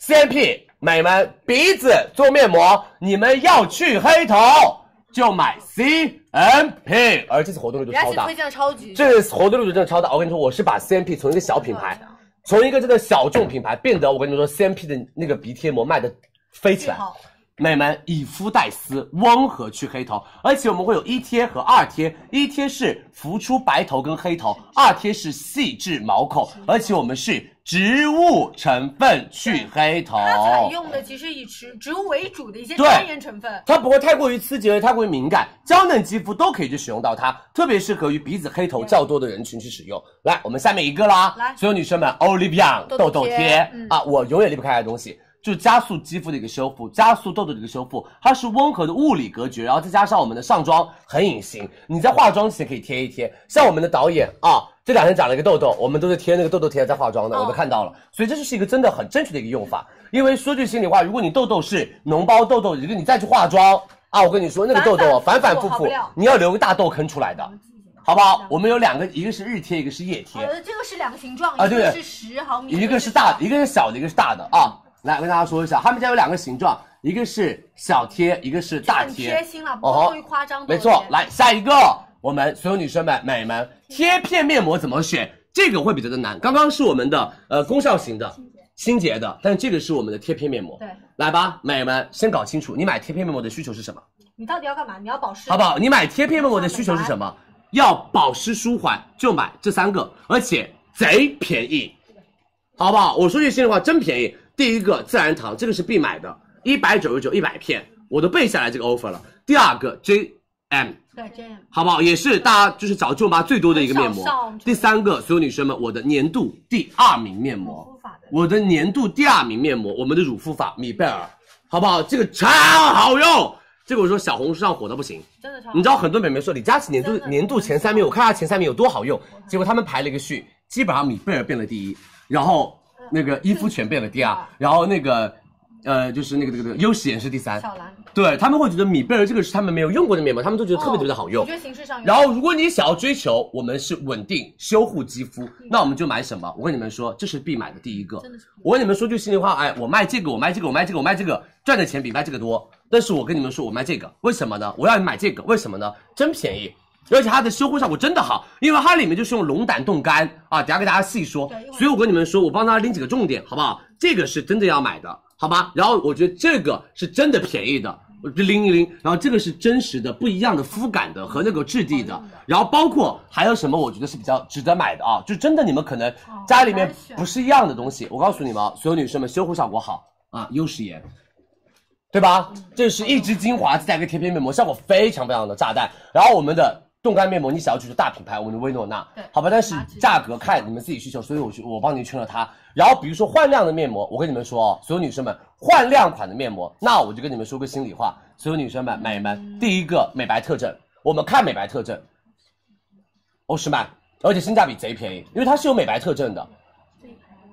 ，CMP，美们，鼻子做面膜，你们要去黑头就买 CMP，而这次活动力度
佳
超
琦
大
推，荐的超级，
这次活动力度真的超大。我跟你说，我是把 CMP 从一个小品牌，从一个真的小众品牌，变得我跟你说，CMP 的那个鼻贴膜卖的飞起来。美们以肤代丝，温和去黑头，而且我们会有一贴和二贴，一贴是浮出白头跟黑头，二贴是细致毛孔，而且我们是植物成分去黑头，
它采用的其实以植植物为主的一些
对
天然成分。
它不会太过于刺激，而太过于敏感，娇嫩肌肤都可以去使用到它，特别适合于鼻子黑头较多的人群去使用。来，我们下面一个啦，
来
所有女生们，Olivia
痘
痘
痘
痘
贴
贴
嗯
啊，我永远离不开它的东西。就是加速肌肤的一个修复，加速痘痘的一个修复，它是温和的物理隔绝，然后再加上我们的上妆很隐形，你在化妆之前可以贴一贴。像我们的导演啊，这两天长了一个痘痘，我们都是贴那个痘痘贴在化妆的，我都
哦
看到了。所以这就是一个真的很正确的一个用法。因为说句心里话，如果你痘痘是脓包痘痘，如果你再去化妆啊，我跟你说那个痘痘啊反
反反
反复
复复
复
好不了，
你要留个大痘坑出来的，好不好？我们有两个，一个是日贴，一个是夜贴。
呃，嗯这个是两个形状，
啊
一
对
个是十毫米，
一个是大的，一个是小的，一个是大的啊。来，我跟大家说一下，他们家有两个形状，一个是小贴，一个是大
很
贴。
贴心了，不
哦
会
吼
过于夸张。
没错，来下一个，我们所有女生们、美们，贴片面膜怎么选？这个会比较的难。刚刚是我们的呃功效型的清洁的，但这个是我们的贴片面膜。
对，
来吧，美们，先搞清楚你买贴片面膜的需求是什么？
你到底要干嘛？你要保湿，
好不好？你买贴片问我的需求是什么？要保湿舒缓就买这三个，而且贼便宜，好不好？我说句心里话，真便宜。第一个自然堂，这个是必买的，一百九十九一百片，我都背下来这个 offer 了。第二个 JM，
对，这样。
好不好？也是大家就是找舅妈最多的一个面膜
很少上。
第三个，所有女生们，我的年度第二名面膜，我的年度第二名面膜，我们的乳肤法米贝尔，好不好？这个超好用，这个我说小红书上火到不行。
真的超好
你知道很多美眉说李佳琦年度年度前三名，我看她前三名有多好用，结果他们排了一个序，基本上米贝尔变了第一，然后那个伊肤泉变了第二，
啊
然后那个呃就是那个这个这个优喜颜是第三。
小蓝，
对他们会觉得米贝尔这个是他们没有用过的面膜，他们都觉得特别特别的好用
哦我觉。得形式上有。
然后，如果你想要追求我们是稳定修护肌肤，
嗯
那我们就买什么？我跟你们说，这是必买的第一个。我跟你们说句心里话，哎，我卖这个，我卖这个，我卖这个，我卖这个，赚的钱比卖这个多。但是我跟你们说，我卖这个，为什么呢？我让你买这个，为什么呢？真便宜，而且它的修护效果真的好，因为它里面就是用龙胆冻干啊，等下给大家细说。所以我跟你们说，我帮大家拎几个重点，好不好？这个是真的要买的，好吗？然后我觉得这个是真的便宜的，我就拎一拎。然后这个是真实的，不一样的肤感的和那个质地的。然后包括还有什么，我觉得是比较值得买的啊，就真的你们可能家里面不哦是一样的东西。我告诉你们啊，所有女生们修护效果好啊，优时颜。对吧？这是一支精华，再加一个贴片面膜，效果非常非常的炸弹。然后我们的冻干面膜，你想要去大品牌，我们的薇诺娜
对，
好吧？但是价格看你们自己需求，所以我去我帮你圈了它。然后比如说焕亮的面膜，我跟你们说哦，所有女生们，焕亮款的面膜，那我就跟你们说个心里话，所有女生们、美们，第一个美白特征，我们看美白特征，欧诗漫，而且性价比贼便宜，因为它是有美白特征的。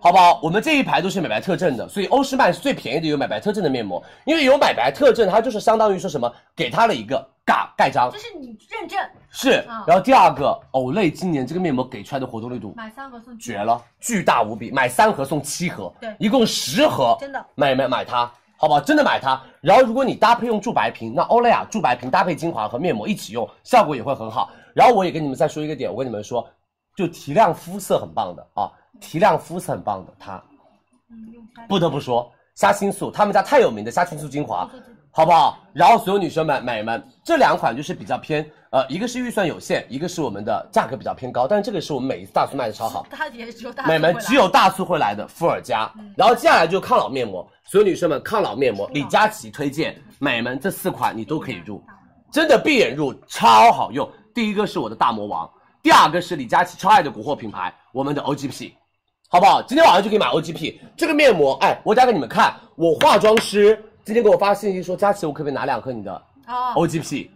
好不好？我们这一排都是美白特征的，所以欧诗漫是最便宜的有美白特征的面膜，因为有美白特征，它就是相当于说什么，给它了一个嘎盖章
就，是你认证
是
啊。
然后第二个，欧莱今年这个面膜给出来的活动力度
买三盒送
绝了，巨大无比，买三盒送七盒，
对
一共十盒，
真的
买买买它，好不好？真的买它。然后如果你搭配用驻白瓶，那欧莱雅驻白瓶搭配精华和面膜一起用，效果也会很好。然后我也跟你们再说一个点，我跟你们说，就提亮肤色很棒的啊，提亮肤色很棒的它，
嗯
不得不说虾青素，他们家太有名的虾青素精华，好不好？然后所有女生们、美们，这两款就是比较偏，呃，一个是预算有限，一个是我们的价格比较偏高，但是这个是我们每一次大促卖的超好。
大姐只有大
美们
促会来嗯
只有大促会来的伏尔加，然后接下来就是抗老面膜，所有女生们抗老面膜，李佳琦推荐，美们这四款你都可以入，真的闭眼入超好用。第一个是我的大魔王，第二个是李佳琦超爱的蛊惑品牌，我们的 OGP，好不好？今天晚上就可以买 OGP 这个面膜，哎，我等下给你们看，我化妆师今天给我发信息说，佳琦，我可不可以拿两盒你的
啊，
OGP？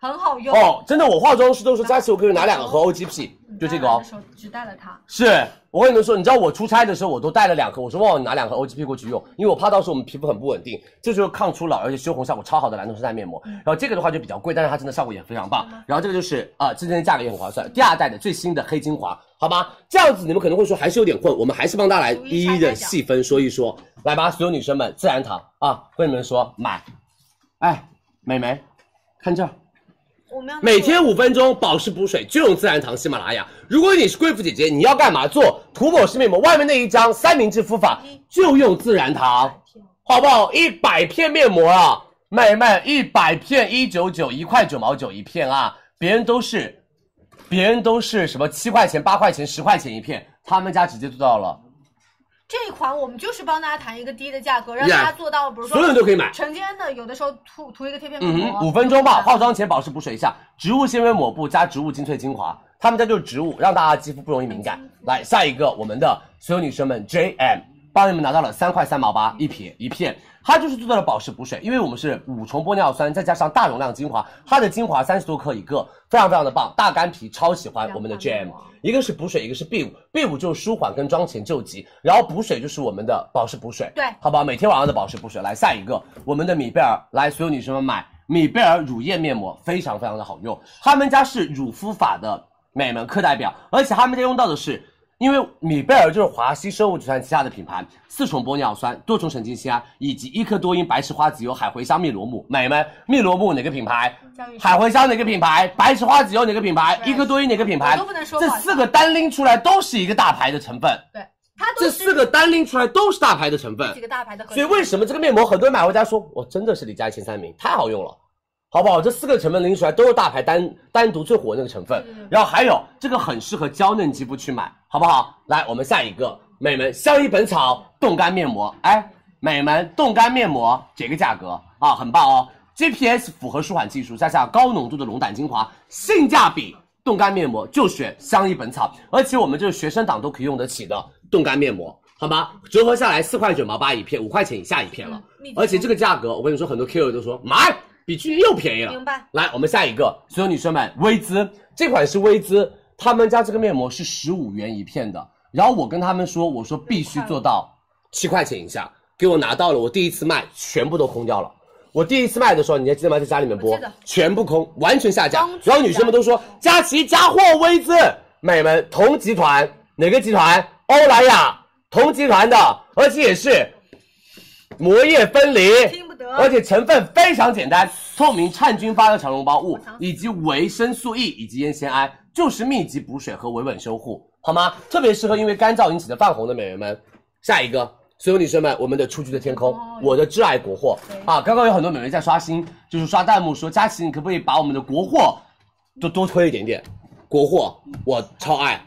很好用
哦，真的，我化妆师都说佳琦，我可不可以拿两盒 OGP？就这个哦
的。时候只带了它，
是我跟你们说，你知道我出差的时候，我都带了两盒，我说旺旺你拿两盒 OGP 过去用，因为我怕到时候我们皮肤很不稳定。这就是抗初老而且修红效果超好的蓝铜生态面膜，然后这个的话就比较贵，但是它真的效果也非常棒。然后这个就是啊，今天的价格也很划算，第二代的最新的黑精华，好吧？这样子你们可能会说还是有点混，我们还是帮大家来一一的细分说一说，来吧，所有女生们，自然堂啊，跟你们说买，哎，美眉，看这儿。
我们要
每天五分钟保湿补水，就用自然堂喜马拉雅。如果你是贵妇姐姐，你要干嘛做涂抹式面膜？外面那一张三明治敷法就用自然堂，好不好？一百片面膜啊，妹妹，一百片一九九，一块九毛九一片啊，别人都是，别人都是什么七块钱、八块钱、十块钱一片，他们家直接做到了。
这一款我们就是帮大家谈一个低的价格，让大家
Yeah
做到，比如说
所有人都可以买
成天的有的时候涂涂一个贴片面
嗯
膜，
哼，五分钟吧，化妆前保湿补水一下，植物纤维抹布加植物精粹精华，他们家就是植物，让大家肌肤不容易敏感。来，下一个我们的所有女生们 JM 帮你们拿到了三块三毛八一瓶一片，它就是做到了保湿补水，因为我们是五重玻尿酸再加上大容量精华，它的精华三十多克一个，非常非常的棒，大干皮超喜欢我们的 JM，一个是补水，一个是 B 五，B 五就是舒缓跟妆前救急，然后补水就是我们的保湿补水，
对
好吧，每天晚上的保湿补水。来下一个，我们的米贝尔，来所有女生们买米贝尔乳液面膜，非常非常的好用。他们家是乳肤法的美门课代表，而且他们家用到的是，因为米贝尔就是华熙生物集团旗下的品牌，四重玻尿酸、多重神经酰胺以及一克多因白石花籽油、海茴香、蜜罗木。美们，蜜罗木哪个品牌？海茴香哪个品牌？白石花籽油哪个品牌？一克多因哪个品牌？
我都不能说
这
不好
四个单拎出来都是一个大牌的成分。
对，它都
这
是
四个单拎出来都是大牌的成分
几。个大牌的合
所以
体，
为什么这个面膜很多人买回家说，我真的是李佳琦前三名，太好用了，好不好？这四个成分拎出来都是大牌单单独最火的那个成分，然后还有这个很适合娇嫩肌肤去买，好不好？来，我们下一个，美们相宜本草冻干面膜，哎，美们冻干面膜这个价格啊，很棒哦！GPS 复合舒缓技术加上高浓度的龙胆精华，性价比冻干面膜就选相宜本草，而且我们这个学生党都可以用得起的冻干面膜，好吗？折合下来四块九毛八一片，五块钱以下一片了，而且这个价格，我跟你说，很多 KOL 都说买。比去又便宜了，
明白？
来，我们下一个，所有女生们，薇姿这款是薇姿，他们家这个面膜是十五元一片的，然后我跟他们说，我说必须做到七块钱以下，给我拿到了，我第一次卖全部都空掉了。我第一次卖的时候，你还记得吗？在家里面播，全部空，完全下架。然后女生们都说，佳琦加货薇姿，美们同集团哪个集团？欧莱雅同集团的，而且也是膜液分离，而且成分非常简单，透明颤菌发的长绒包物，以及维生素 E 以及烟酰胺，就是密集补水和维稳修护，好吗？特别适合因为干燥引起的泛红的美眉们。下一个，所有女生们，我们的雏菊的天空，我的挚爱国货啊！刚刚有很多美眉在刷新，就是刷弹幕说佳琪，你可不可以把我们的国货多多推一点点？国货我超爱，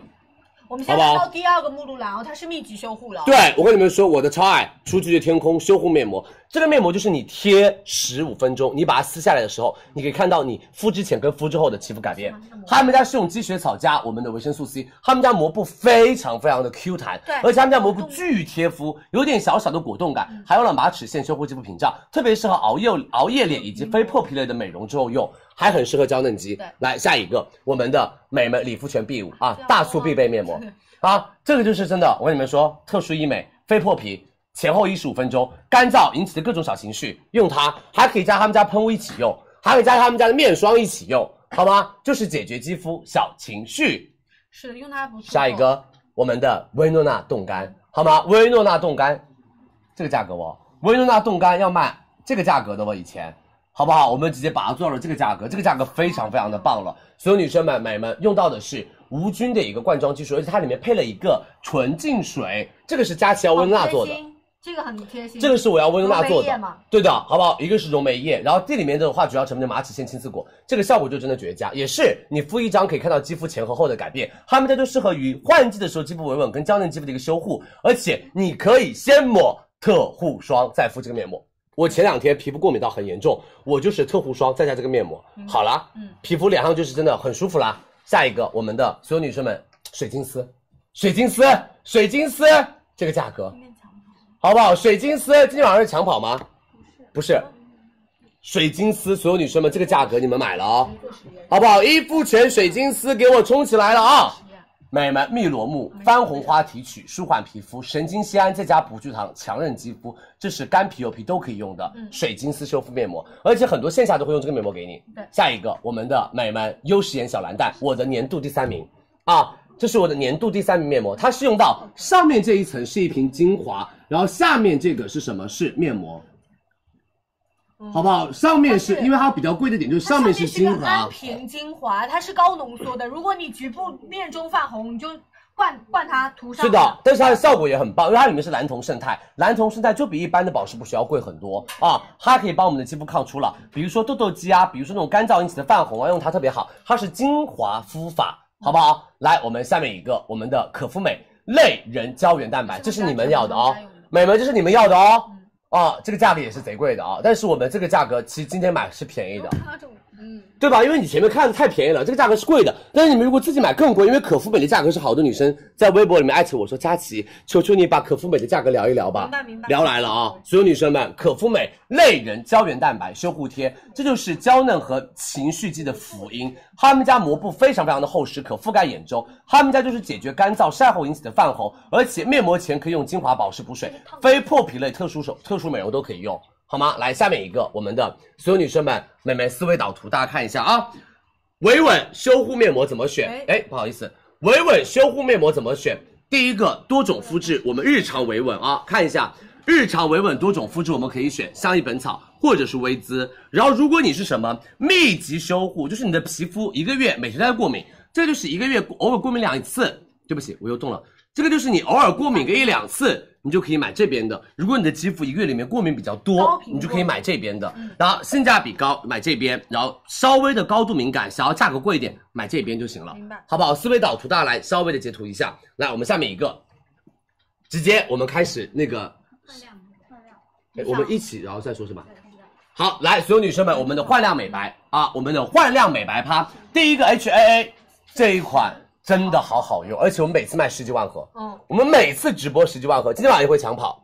我们现
好
在
不好
到第二个目录了哦，它是密集修护了。
对，我跟你们说，我的超爱雏菊的天空修护面膜，这个面膜就是你贴十五分钟，你把它撕下来的时候，你可以看到你敷之前跟敷之后的皮肤
啊
改变。他们家是用积雪草加我们的维生素 C，他们家膜布非常非常的 Q 弹，
对
而且他们家膜布巨贴肤，有点小小的果冻感，
嗯
还用了马齿苋修护肌肤屏障，特别适合熬夜熬夜脸以及非破皮类的美容之后用，还很适合娇嫩肌
对。
来下一个，我们的美们理肤泉 B 五啊，大促必备面膜。啊，这个就是真的，我跟你们说，特殊医美，非破皮，前后一十五分钟，干燥引起的各种小情绪，用它，还可以加他们家喷雾一起用，还可以加他们家的面霜一起用，好吗？就是解决肌肤小情绪。
是的，用它不错。
下
哦
一个，我们的薇诺娜冻干，好吗？薇诺娜冻干，这个价格哦，薇诺娜冻干要卖这个价格的哦，以前。好不好？我们直接把它做到了这个价格，这个价格非常非常的棒了。所有女生们、美们用到的是无菌的一个罐装技术，而且它里面配了一个纯净水，这个是佳琦要温娜做的，
贴心，这个很贴心。
这个是我要温娜做
罗梅叶
的
嘛，
对的，好不好？一个是柔梅叶，然后这里面的话主要成分的马齿苋青丝果，这个效果就真的绝佳，也是你敷一张可以看到肌肤前和后的改变。它们家就适合于换季的时候肌肤维稳跟娇嫩肌肤的一个修护，而且你可以先抹特护霜再敷这个面膜。我前两天皮肤过敏到很严重，我就是特护霜再加这个面膜，好啦，
嗯
皮肤脸上就是真的很舒服啦。下一个，我们的所有女生们，水晶丝，水晶丝，水晶丝，这个价格，好不好？水晶丝今天晚上是抢跑吗？不是，水晶丝，所有女生们，这个价格你们买了哦，好不好？一肤泉水晶丝给我冲起来了啊！美们，蜜罗木番红花提取，舒缓皮肤，神经酰胺再加补聚糖，强韧肌肤，这是干皮油皮都可以用的
嗯
水晶丝修复面膜，而且很多线下都会用这个面膜给你。
对
下一个我们的美们优时颜小蓝蛋，我的年度第三名啊，这是我的年度第三名面膜，它是用到上面这一层是一瓶精华，然后下面这个是什么？是面膜。
嗯
好不好？上面是因为它比较贵的点，就是上面是精
个
华
安，
哦
瓶精华，它是高浓缩的。如果你局部面中泛红，你就灌灌它涂上。
是的，但是它的效果也很棒，因为它里面是蓝酮胜肽，蓝酮胜肽就比一般的保湿补水要贵很多啊，它可以帮我们的肌肤抗初老，比如说痘痘肌啊，比如说那种干燥引起的泛红啊，用它特别好，它是精华敷法，好不好？来，我们下面一个我们的可肤美类人胶原蛋白，这是你们要的哦，美们，这是你们要的哦。啊，这个价格也是贼贵的啊，但是我们这个价格其实今天买是便宜的，对吧？因为你前面看的太便宜了，这个价格是贵的。但是你们如果自己买更贵，因为可肤美的价格是好多女生在微博里面艾特我说：“佳琪，求求你把可肤美的价格聊一聊吧。”
明白明白
聊来了啊，所有女生们，可肤美类人胶原蛋白修护贴，这就是娇嫩和情绪肌的福音。他们家膜布非常非常的厚实，可覆盖眼周。他们家就是解决干燥晒后引起的泛红，而且面膜前可以用精华保湿补
嗯
水，非破皮类特殊手特殊美容都可以用。好吗？来，下面一个，我们的所有女生们，美眉思维导图，大家看一下啊。维稳修护面膜怎么选？哎，不好意思，维稳修护面膜怎么选？第一个多种肤质，我们日常维稳啊，看一下日常维稳多种肤质，我们可以选相宜本草或者是薇姿。然后如果你是什么密集修护，就是你的皮肤一个月每天都在过敏，这就是一个月偶尔过敏两次。对不起，我又动了。这个就是你偶尔过敏个一两次，你就可以买这边的。如果你的肌肤一个月里面过敏比较
高
多，
频嗯
你就可以买这边的。然后性价比高，买这边；然后稍微的高度敏感，想要价格贵一点，买这边就行了，
明白
好不好？思维导图大家来稍微的截图一下。来，我们下面一个，直接我们开始那个，哎我们一起然后再说什么？好，来，所有女生们，我们的焕亮美白啊，我们的焕亮美白趴，第一个 HAA 这一款真的好好用，而且我们每次卖十几万盒，
嗯，
我们每次直播十几万盒，今天晚上也会抢跑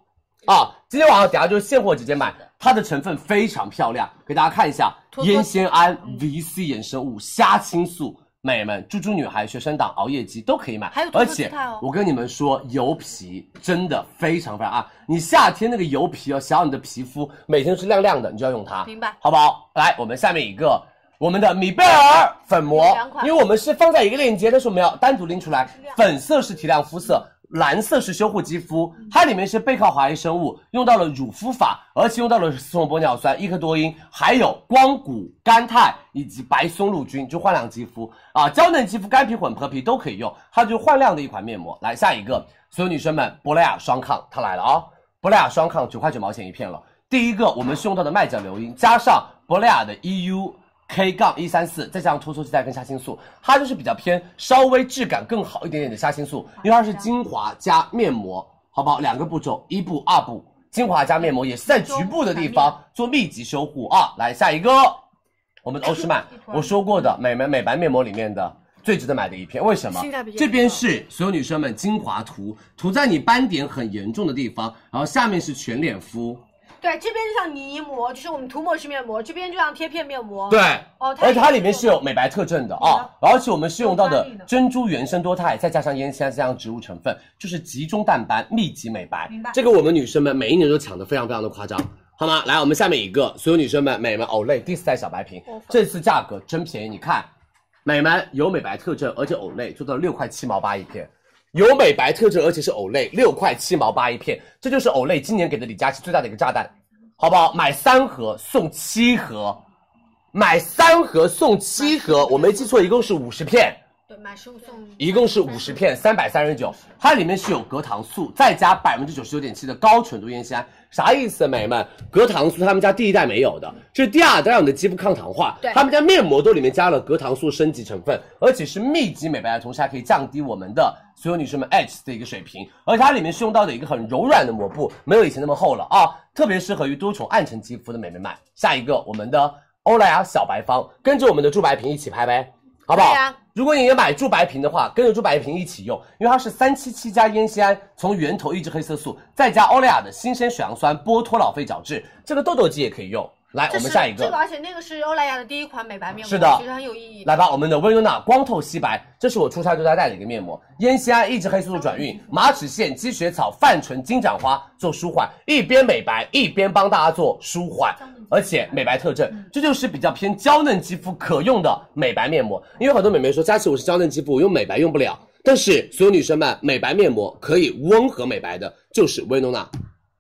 啊！今天晚上等下就是现货直接买，它的成分非常漂亮，给大家看一下
脱脱
烟酰胺、VC 衍生物、虾青素。美们，猪猪女孩、学生党、熬夜肌都可以买，
还有脱
而
脱
且
姿态哦
我跟你们说，油皮真的非常非常啊！你夏天那个油皮哦，想要你的皮肤每天都是亮亮的，你就要用它，
明白
好不好？来，我们下面一个，我们的米贝尔粉
有
膜
两，款
因为我们是放在一个链接，但是我们要单独拎出来。粉色是提亮肤色，蓝色是修护肌肤，
嗯
它里面是背靠华裔生物，用到了乳肤法，而且用到了丝绒玻尿酸、伊克多因，还有光谷甘肽以及白松露菌，就焕亮肌肤啊，娇嫩肌肤、干皮、混合皮都可以用，它就是焕亮的一款面膜。来下一个，所有女生们，珀莱雅双抗它来了啊、珀莱雅双抗九块九毛钱一片了。第一个我们是用到的麦角硫因，加上珀莱雅的 EU K 杠一三四，再加上脱脱基肽跟虾青素，它就是比较偏稍微质感更好一点点的虾青素，因为它是精华加面膜，好不好？两个步骤，一步二步，精华加面膜也是在局部的地 方做密集修护啊。来下一个，我们的欧诗漫，我说过的美眉美白面膜里面的。最值得买的一片，为什么
性价比？
这边是所有女生们精华涂，涂在你斑点很严重的地方，然后下面是全脸敷，
对，这边就像泥膜，就是我们涂抹式面膜，这边就像贴片面膜。
对，
哦，
而且它里
面
面是有美白特征的啊，而且我们是用到的珍珠原生多肽，再加上烟酰胺，再加上植物成分，就是集中淡斑，密集美白。
明白
这个我们女生们每一年都抢的非常非常的夸张。好吗？来，我们下面一个，所有女生们、美们，Olay 第四代小白瓶
我粉，
这次价格真便宜。你看，美们有美白特征，而且 Olay 做到六块七毛八一片，有美白特征，而且是 Olay 六块七毛八一片，这就是 Olay 今年给的李佳琦最大的一个炸弹，好不好？买三盒送七盒，买三盒送七盒，我没记错，一共是五十片，
对，买十五送一。
一共是五十片，嗯三百三十九。它里面是有格糖素，再加百分之九十九点七的高纯度烟酰胺，啥意思啊，美们？格糖素他们家第一代没有的，这是第二代让你的肌肤抗糖化。
对
他们家面膜都里面加了格糖素升级成分，而且是密集美白的同时，还可以降低我们的所有女生们 H 的一个水平。而且它里面是用到的一个很柔软的膜布，没有以前那么厚了啊，特别适合于多重暗沉肌肤的美眉们。下一个，我们的欧莱雅小白方，跟着我们的驻白瓶一起拍呗。好不好？
对呀
如果你也买驻白瓶的话，跟着驻白瓶一起用，因为它是三七七加烟酰胺，从源头抑制黑色素，再加欧莱雅的新生水杨酸剥脱老废角质，这个痘痘肌也可以用。来，我
这
们
是
下一个，
这个，而且那个是欧莱雅的第一款美白面膜，
是的
其实很有意义。
来吧，我们的薇诺娜光透皙白，这是我出差就在带的一个面膜，烟酰胺抑制黑色素转运，马齿苋、积雪草、泛醇、金盏花做舒缓，一边美白一边帮大家做舒缓，而且美白特征，这就是比较偏娇嫩肌肤可用的美白面膜。因为很多美眉说，佳琪我是娇嫩肌肤，我用美白用不了，但是所有女生们，美白面膜可以温和美白的，就是薇诺娜，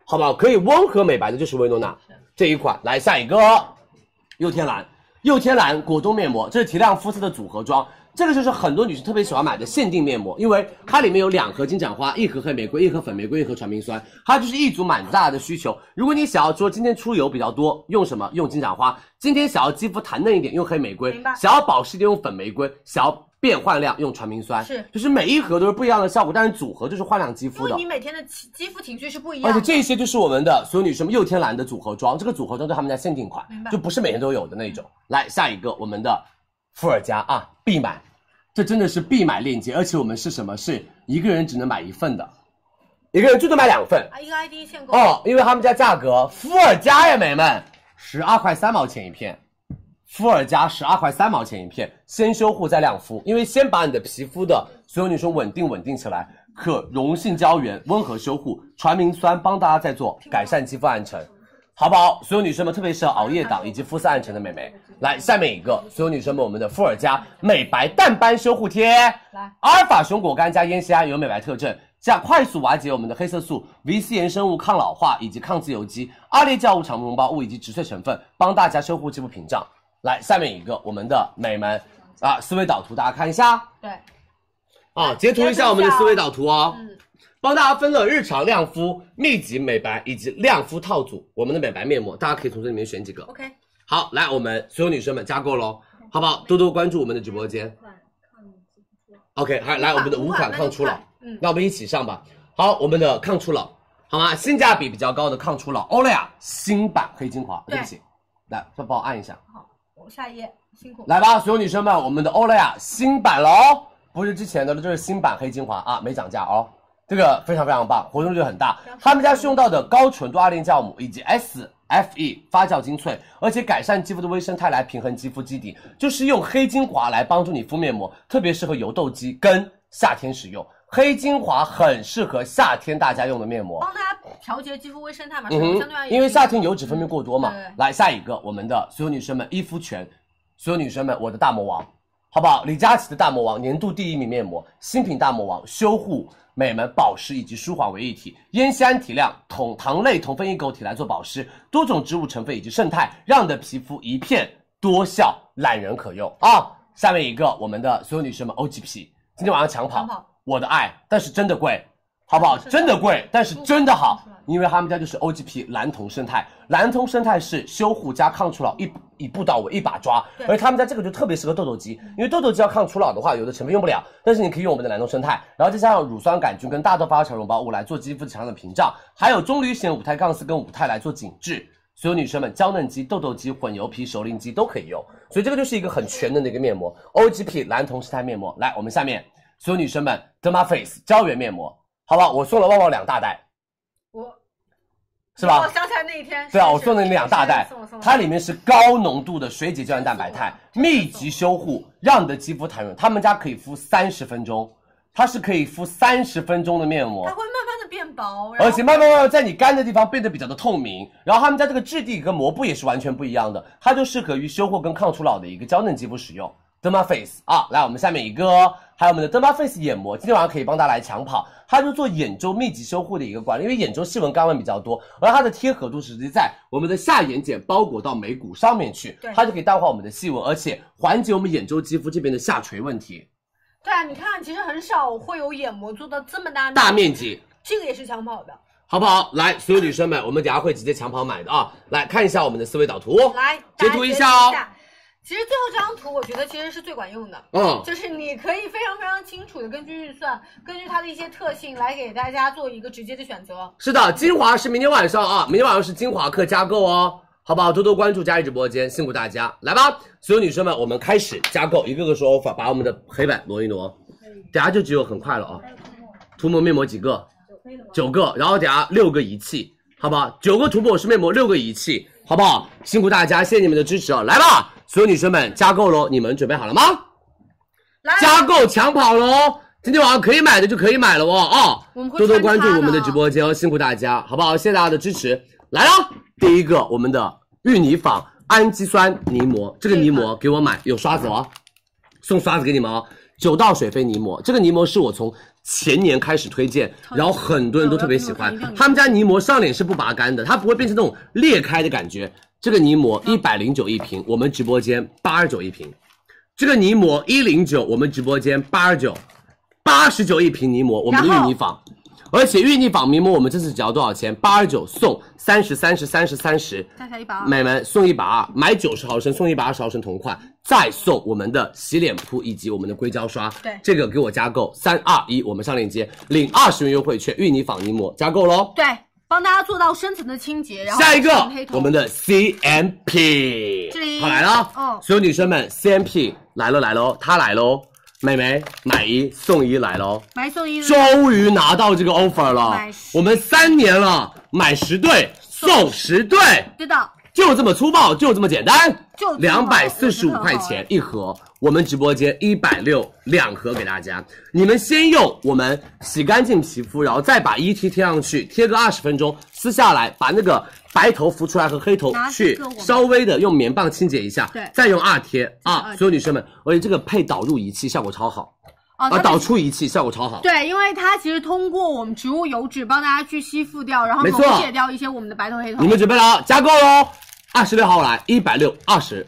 好不好？可以温和美白的就是薇诺娜这一款，来下一个哦、佑天蓝，佑天蓝果冻面膜，这是提亮肤色的组合装，这个就是很多女生特别喜欢买的限定面膜，因为它里面有两盒金盏花，一盒黑玫瑰，一盒粉玫瑰，一盒传明酸，它就是一组满足大家的需求。如果你想要说今天出油比较多，用什么？用金盏花。今天想要肌肤弹嫩一点，用黑玫瑰
明白；
想要保湿一点，用粉玫瑰；想要变焕亮，用传明酸。
是
就是每一盒都是不一样的效果，但是组合就是焕亮肌
因
肤
为
的。哦
你每天的肌肌肤情绪是不一样
而
的。
且这些就是我们的所有女生们佑天蓝的组合装，这个组合装就是他们家限定款
明白，
就不是每天都有的那种。来下一个，我们的伏尔加啊，必买，这真的是必买链接，而且我们是什么？是一个人只能买一份的，一个人最多买两份
啊，一个 ID 限购
哦，，因为他们家价格伏尔加呀，美们，十二块三毛钱一片。伏尔加十二块三毛钱一片，先修护再亮肤，因为先把你的皮肤的所有女生稳定稳定起来，可溶性胶原温和修护，传明酸帮大家在做改善肌肤暗沉，好不好？所有女生们，特别适合熬夜党以及肤色暗沉的美眉，来下面一个，所有女生们，我们的伏尔加美白淡斑修护贴，
来
阿尔法熊果苷加烟酰胺有美白特征，加快速瓦解我们的黑色素、VC 衍生物、抗老化以及抗自由基、阿列酵物、长绒胞物以及植萃成分，帮大家修护肌肤屏障。来，下面一个我们的美们啊，思维导图大家看一下
对，
啊，截图一下我们的思维导图哦。
嗯
帮大家分了日常亮肤、密集美白以及亮肤套组，我们的美白面膜，大家可以从这里面选几个。
OK，
好，来我们所有女生们加购喽，好不好？多多关注我们的直播间。OK，好，来我们的五款抗初老，
嗯
那我们一起上吧。好，我们的抗初老，好吗？性价比比较高的抗初老，欧莱雅新版黑精华，对不起，来，再帮我按一下。
我下一页，辛苦。
来吧，所有女生们，我们的欧莱雅新版了哦，不是之前的了，这是新版黑精华啊，没涨价哦。这个非常非常棒，活动力度很大。他们家是用到的高纯度阿令酵母以及 S F E 发酵精粹，而且改善肌肤的微生态来平衡肌肤基底，就是用黑精华来帮助你敷面膜，特别适合油痘肌跟夏天使用。黑精华很适合夏天大家用的面膜。
帮大家调节肌肤微生态嘛，
嗯
所以
哼
相对而言，
因为夏天油脂分泌过多嘛。
嗯对
来下一个，我们的所有女生们，伊肤泉，所有女生们，我的大魔王，好不好？李佳琦的大魔王年度第一名面膜，新品大魔王，修护美门、保湿以及舒缓为一体，烟酰胺提亮、酮糖类同分异构体来做保湿，多种植物成分以及胜肽，让你的皮肤一片多效，懒人可用啊！下面一个，我们的所有女生们，OGP，今天晚上抢跑，
嗯抢跑
我的爱，但是真的贵。好不好？真的贵，但是真的好，因为他们家就是 OGP 蓝铜生态，蓝铜生态是修护加抗初老一一步到位，一把抓
对，
而他们家这个就特别适合痘痘肌，因为痘痘肌要抗初老的话，有的成分用不了，但是你可以用我们的蓝铜生态，然后再加上乳酸杆菌跟大豆发酵小绒胞物来做肌肤质上的屏障，还有棕榈酰五肽杠四跟五肽来做紧致。所有女生们，娇嫩肌、痘痘肌、混油皮、熟龄肌都可以用，所以这个就是一个很全能的一个面膜。OGP 蓝铜生态面膜，来，我们下面所有女生们，Derma Face 胶原面膜，好不好？我送了旺旺两大袋，
我
是吧？
我想起来那一天，
对啊，
是
我送了你两大袋
是送了哦送，了
它里面是高浓度的水解胶原蛋白肽，密集修护，让你的肌肤弹润。他们家可以敷三十分钟，它是可以敷三十分钟的面膜
它，会慢慢的变薄，然后
而且慢慢慢慢在你干的地方变得比较的透明。然后他们家这个质地跟膜布也是完全不一样的，它就适合于修护跟抗初老的一个娇嫩肌肤使用。Derma Face 啊，来我们下面一个哦、还有我们的 Derma Face 眼膜，今天晚上可以帮大家来抢跑，它就做眼周密集修护的一个管理，因为眼周细纹干纹比较多，而它的贴合度实际在我们的下眼睑包裹到眉骨上面去
对，
它就可以淡化我们的细纹，而且缓解我们眼周肌肤这边的下垂问题，
对啊，你看，其实很少会有眼膜做到这么大
大面积。
这个也是抢跑的。
好不好？来，所有女生们，我们等下会直接抢跑买的啊！来看一下我们的思维导图，
来
截图一下哦。
大家截图其实最后这张图，我觉得其实是最管用的，
嗯
就是你可以非常非常清楚的根据预算，根据它的一些特性来给大家做一个直接的选择。
是的，精华是明天晚上啊，明天晚上是精华课加购哦，好不好？多多关注佳怡直播间，辛苦大家，来吧，所有女生们，我们开始加购，一个个说 offer，把我们的黑板挪一挪，等下就只有很快了啊。涂抹面膜几个？九个，然后等下六个仪器，好不好？九个涂抹式面膜，六个仪器，好不好？辛苦大家，谢谢你们的支持啊！来吧，所有女生们加购喽，你们准备好了吗？加购抢跑喽！今天晚上可以买的就可以买了哦啊！
我们会
多多
穿
关
插
注我们的
的
直播间哦，辛苦大家，好不好？谢谢大家的支持。来啦，第一个我们的芋泥坊氨基酸泥膜，这个泥膜给我买，有刷子哦。送刷子给你们哦。九道水飞泥膜，这个泥膜是我从前年开始推荐，然后很多人都特别喜欢。他们家泥膜上脸是不拔干的，它不会变成那种裂开的感觉。这个泥膜一百零九一瓶，我们直播间八十九一瓶。这个泥膜一零九，我们直播间八十九，八十九一瓶泥膜，我们的
然
芋
后
泥坊。而且芋泥坊泥膜我们这次只要多少钱？八十九送三十三十三十三十，
再下一
啊
把。
美们送一百二，买九十毫升送一百二十毫升同款，再送我们的洗脸铺以及我们的硅胶刷。
对
这个给我加购三二一，我们上链接领二十元优惠券，芋泥坊泥膜加购喽。
对，帮大家做到深层的清洁，然后
下一个
深层黑头
我们的
这里
CMP 好来了，
嗯
所有女生们 CMP 来喽来喽，它来喽，美眉买一送一来喽。
买送一
终于拿到这个 offer
嗯
了
买，
我们三年了，买十对送十对，
对的，
就这么粗暴，就这么简单，
就这么
两
好
百四十五块钱一盒，我们直播间一百六两盒给大家。你们先用我们洗干净皮肤，然后再把 ET 贴上去，贴个二十分钟，撕下来，把那个白头浮出来和黑头
拿这
去
个我们
稍微的用棉棒清洁一下，
对
再用二贴
二
啊，
贴
所有女生们，而且这个配导入仪器效果超好，
哦它
啊
是
导出仪器效果超好，
对，因为它其实通过我们植物油脂帮大家去吸附掉，然后
没
溶
错
解掉一些我们的白头黑头。
哦你们准备了啊，加购喽！二十六号来，一百六二十，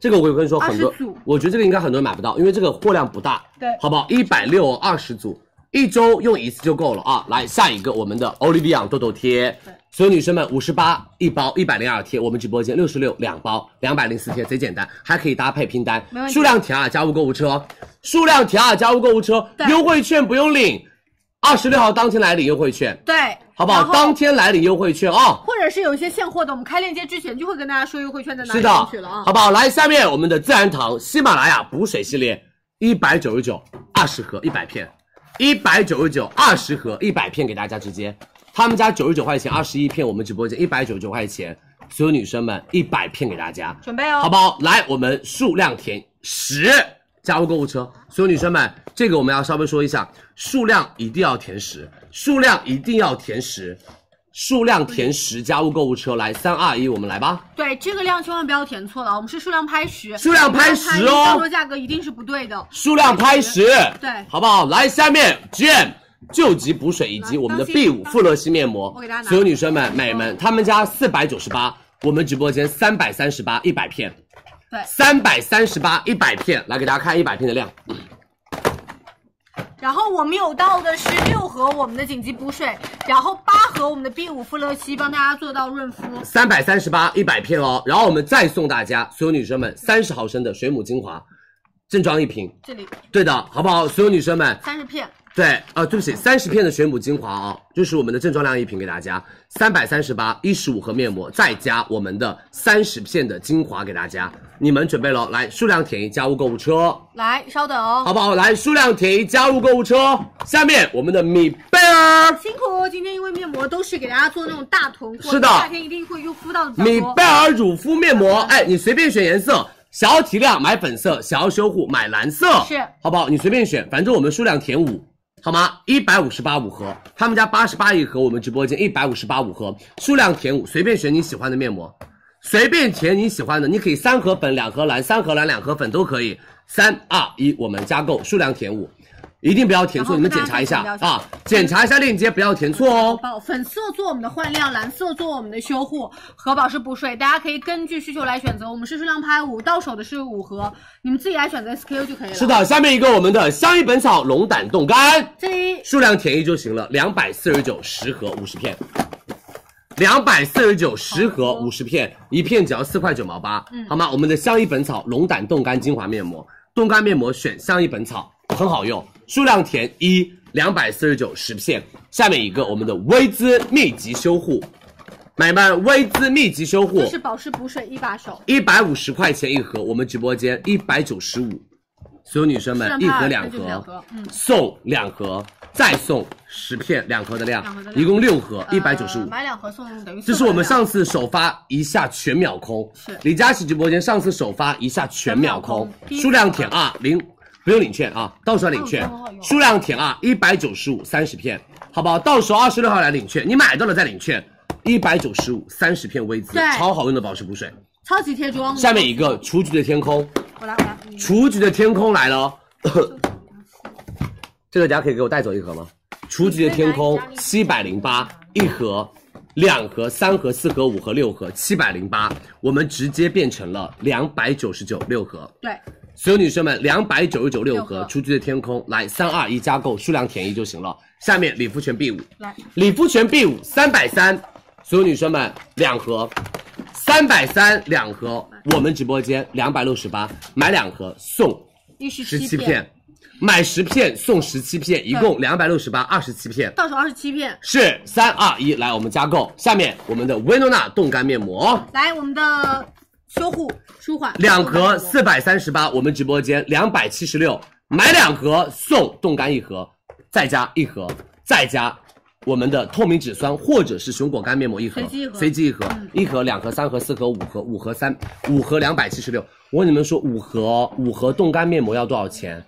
这个我跟你说，很多
20组，
我觉得这个应该很多人买不到，因为这个货量不大，
对
好不好？一百六哦二十组，一周用一次就够了啊。来下一个，我们的 Olivia 痘痘贴，所有女生们五十八一包，一百零二贴，我们直播间六十六两包，两百零四贴，贼简单，还可以搭配拼单
没问，题
数量填啊加入购物车哦，数量填啊加入购物车，优惠券不用领，二十六号当天来领优惠券，
对，
好不好
然？后
当天来领优惠券啊、
或者是有一些现货的，我们开链接之前就会跟大家说优惠券在哪里
是的
领取了啊，，
好不好？来，下面我们的自然堂喜马拉雅补水系列，一百九十九二十盒一百片，一百九十九二十盒一百片给大家直接，他们家九十九块钱二十一片，我们直播间一百九十九块钱，所有女生们一百片给大家，
准备哦，
好不？好？来，我们数量填十，加入购物车。所有女生们，这个我们要稍微说一下，数量一定要填十，数量一定要填十，数量填十，加入购物车。来，三二一，我们来吧。
对，这个量千万不要填错了，我们是数量拍十，
数量拍十哦
数量拍到时候价格一定是不对的，
数量拍十，
对
好不好？来，下面 Gem 救急补水以及我们的
当心
B 五富勒烯面膜
我给大家，拿嗯
所有女生们、美们，他们家四百九十八，我们直播间三百三十八，一百片，
对
三百三十八，一百片，来给大家看一百片的量，
然后我们有到的是六盒我们的紧急补水，然后八盒我们的 B 五富勒烯帮大家做到润肤。
三百三十八，一百片哦。然后我们再送大家，所有女生们，三十毫升的水母精华，正装一瓶，
这里
对的，好不好？所有女生们，
三十片，
对，啊、对不起，三十片的水母精华啊、就是我们的正装量一瓶给大家，三百三十八，一十五盒面膜，再加我们的三十片的精华给大家，你们准备了，来数量填一加入购物车，
来稍等哦，
好不好？来数量填一加入购物车，哦下面我们的米贝尔，
辛苦哦，今天因为面膜都是给大家做那种大囤货，
是的
夏天一定会用敷到的比较
米
多嗯
贝尔乳肤面膜，哎，你随便选颜色。想要提亮买粉色，想要修护买蓝色，
是
好不好？你随便选，反正我们数量填五，好吗？一百五十八五盒，他们家八十八一盒，我们直播间一百五十八五盒，数量填五，随便选你喜欢的面膜，随便填你喜欢的，你可以三盒粉、两盒蓝、三盒蓝、两盒粉都可以。三二一，我们加购，数量填五，一定不要填错，
然后
你们
跟大
检
家
查一下
再强调一下
啊，检查一下链接，不要填错哦。
宝，粉色做我们的焕亮，蓝色做我们的修护，荷宝是补水，大家可以根据需求来选择。我们是数量拍五，到手的是五盒，你们自己来选择 SKU 就可以了。
是的，下面一个我们的相宜本草龙胆冻干，
这里
数量填一就行了，两百四十九十盒五十片，两百四十九十盒五十片，一片只要四块九毛八，
嗯
好吗？我们的相宜本草龙胆冻干精华面膜，冻干面膜选相宜本草，很好用，数量填一两百四十九十片。下面一个我们的薇姿密集修护，买们薇姿密集修护，
这是保湿补水一把手，
一百五十块钱一盒，我们直播间一百九十五，所有女生
数
们
量
一
拍
盒
二
两
那就是两啊
盒
盒，嗯
送两盒，再送十片两盒的量
两盒的，量
一共六盒，一百九十
呃
五。
买两盒送等于送
这是我们
两
上次首发一下全秒空，
是
李佳琦直播间上次首发一下全秒空
全秒空第一，次
数量填啊零，不用领券啊，到时候领券
哦好好，用
数量填啊一百九十五三十片，好不好？到时候二十六号来领券，你买到了再领券，一百九十五三十片薇姿
对，
超好用的保湿补水。
超级贴妆。
下面一个雏菊的天空，
我来我嗯来，
雏菊的天空来了哦。 这个大家可以给我带走一盒吗？雏菊的天空七百零八一盒，两盒、三盒、四盒、五盒、六盒，七百零八，我们直接变成了两百九十九六盒。
对，
所有女生们，两百九十九六
六
盒
盒
雏菊的天空，来三二一加购，数量填一就行了。下面理肤泉 B 五，
来
理肤泉 B 五三百三，所有女生们两盒，三百三两盒，我们直播间两百六十八，买两盒送
一十
十
七
七片，嗯买十片送十七片，一共两百六十八，二十七片。
到手二十七片。
是三二一，来我们加购。下面我们的薇诺娜冻干面膜，
来，我们的修护舒缓
两盒四百三十八，我们直播间两百七十六，买两盒送冻干一盒，再加一盒，再加我们的透明质酸或者是熊果干面膜一盒
随机一，盒嗯
随机一盒，一盒、两盒、三盒、四盒、五盒、五盒三五盒两百七十六。我跟你们说，五盒五盒冻干面膜要多少钱？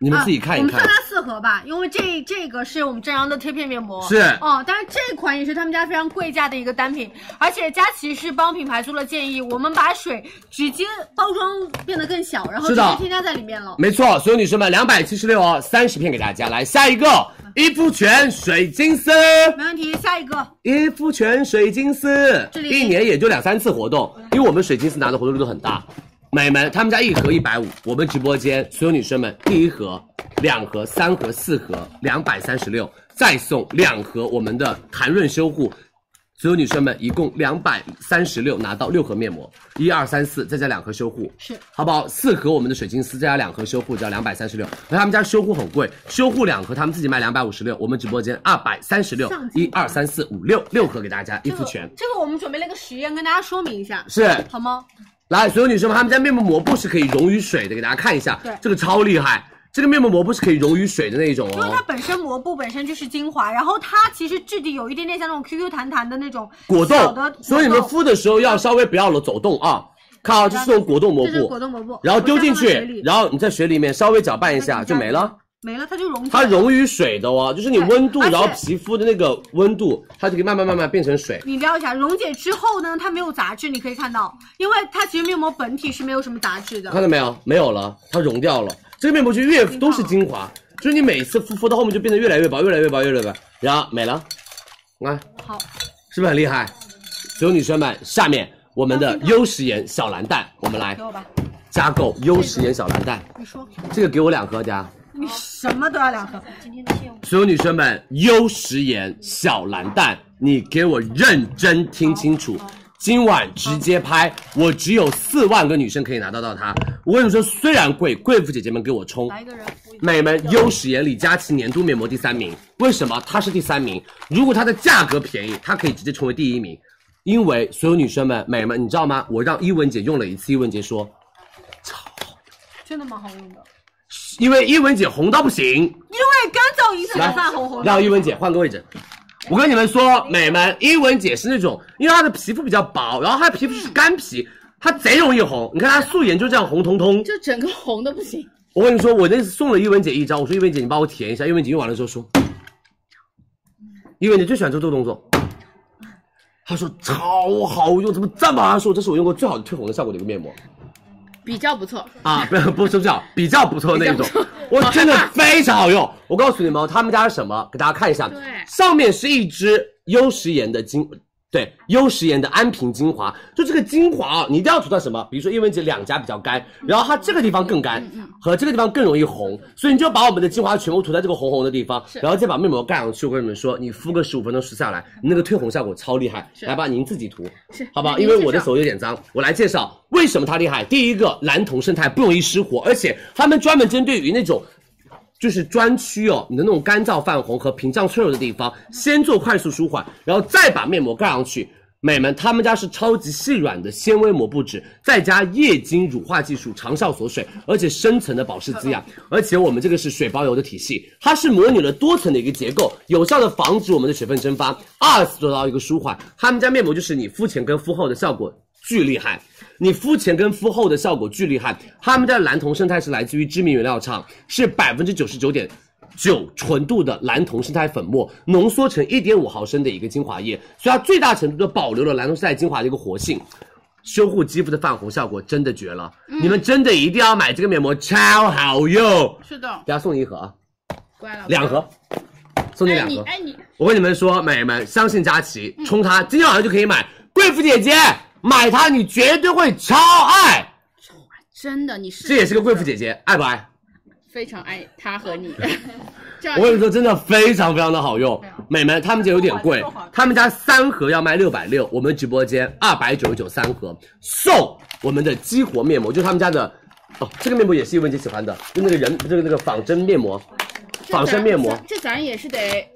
你们自己看
啊、
一
我们
看
算。它四盒吧，因为这这个是我们正阳的贴片面膜，
是
哦，但是这款也是他们家非常贵价的一个单品，而且佳琦是帮品牌做了建议，我们把水直接包装变得更小，然后直
是
接
的
添加在里面了。
没错，所有女生们，两百七十六哦，三十片给大家。来，下一个伊肤泉水晶丝，
没问题，下一个
伊肤泉水晶丝，
这里
一年也就两三次活动，因为我们水晶丝拿的活动力度很大，美们，他们家一盒一百五，我们直播间所有女生们，第一盒、两盒、三盒、四盒，两百三十六，再送两盒我们的弹润修护，所有女生们一共两百三十六，拿到六盒面膜，一二三四，再加两盒修护，
是
好不好？四盒我们的水晶丝，再加两盒修护，只要两百三十六。而他们家修护很贵，修护两盒他们自己卖两百五十六，我们直播间二百三十六
上，
一二三四五六六盒给大家，一副全。
这个我们准备了个实验，跟大家说明一下，
是
好吗？
来，所有女生们，他们家面膜膜布是可以溶于水的，给大家看一下，
对
这个超厉害，这个面膜膜布是可以溶于水的那一种
因为
哦
它，本身膜布本身就是精华，然后它其实质地有一点点像那种 QQ 弹弹的那种
果
小
冻
的果冻，，
所以你们敷的时候要稍微不要了走动啊，看啊，这是这种果冻膜
这是
布，
果冻膜布，
然后丢进
我再放到水
去
里，
然后你在水里面稍微搅拌一下就没了。
没了它就溶解
它
了，
溶于水的哦，就是你温度，
对而
然
且
后皮肤的那个温度，它就可以慢慢慢慢变成水。
你撩一下，溶解之后呢，它没有杂质，你可以看到，因为它其实面膜本体是没有什么杂质的。
看到没有？没有了，它溶掉了。这个面膜就越都是精华，就是你每次敷敷到后面就变得越来越薄，越来越薄，越来越薄，然后没了。来，
好，
是不是很厉害？所有女生们，下面我们的优时颜小蓝蛋，我们来
给我吧，
加购优时颜小蓝蛋，
你说，
这个给我两盒，大家。
你什么都要两盒。今天的业务
所有女生们，优时颜小蓝蛋，你给我认真听清楚，今晚直接拍，我只有四万个女生可以拿得到它。我跟你们说，虽然贵，贵妇姐姐们给我冲，
一个人，
美们，优时颜李佳琦年度面膜第三名，为什么它是第三名？如果它的价格便宜，它可以直接成为第一名，因为所有女生们、美们，你知道吗？我让一文姐用了一次，一文姐说，
真的蛮好用的，
因为一文姐红到不行，
因为干燥引起
来
头发红红的。
让一文姐换个位置。我跟你们说，美们，一文姐是那种，因为她的皮肤比较薄，然后她的皮肤是干皮，她贼容易红。你看她素颜就这样红彤彤。
就整个红的不行。
我跟你说，我那次送了一文姐一张，我说一文姐你帮我体验一下。一文姐用完了之后说，一文姐最喜欢做这个动作，她说超好用，怎么这么好？她说这是我用过最好的退红的效果的一个面膜。
比较不错，
啊，不 不是不是，比较不错那一种
比较不错，
我真的非常好用。我告诉你们哦，他们家是什么？给大家看一下，
对
上面是一支优时颜的精，对，优时颜的安瓶精华。就这个精华啊，你一定要涂到什么？比如说英文姐两颊比较干，
嗯
然后它这个地方更干，和这个地方更容易红，所以你就把我们的精华全部涂在这个红红的地方，然后再把面膜盖上去。我跟你们说，你敷个十五分钟试下来，你那个退红效果超厉害。
嗯是
来吧，您自己涂。
是
好不好？
那您
因为
介
我的
绍
手有点脏，我来介绍为什么它厉害。第一个，蓝铜生态不容易失火，而且他们专门针对于那种。就是专区哦，你的那种干燥泛红和屏障脆弱的地方，先做快速舒缓，然后再把面膜盖上去。美们，他们家是超级细软的纤维膜布纸，再加液晶乳化技术长效锁水，而且深层的保湿滋养，而且我们这个是水包油的体系，它是模拟了多层的一个结构，有效的防止我们的水分蒸发，二次做到一个舒缓。他们家面膜就是你敷前跟敷后的效果巨厉害。你敷前跟敷后的效果巨厉害。他们家的蓝铜生态是来自于知名原料厂，是百分之九十九点九纯度的蓝铜生态粉末，浓缩成一点五毫升的一个精华液，所以它最大程度的保留了蓝铜生态精华的一个活性。修护肌肤的泛红效果真的绝了，你们真的一定要买这个面膜，超好用！
是的，
给大家送你一盒啊，
乖了，
两盒，送你
爱
两
你嗯
盒。
爱你，
我跟你们说，美们，相信佳琦，冲它，今天晚上就可以买。贵妇姐姐，买它，你绝对会超爱。
真的你是
这也是个贵妇姐姐，爱不爱？
非常爱他和 你。这样
我跟你说，真的非常非常的好
啊
用。美们，他们家有点贵，他们家三盒要卖六百六，我们直播间二百九十九三盒送我们的激活面膜，就是他们家的哦，这个面膜也是一文姐喜欢的，就那个人这个那个仿真面膜，
这
仿
咱
生面膜
这咱也是得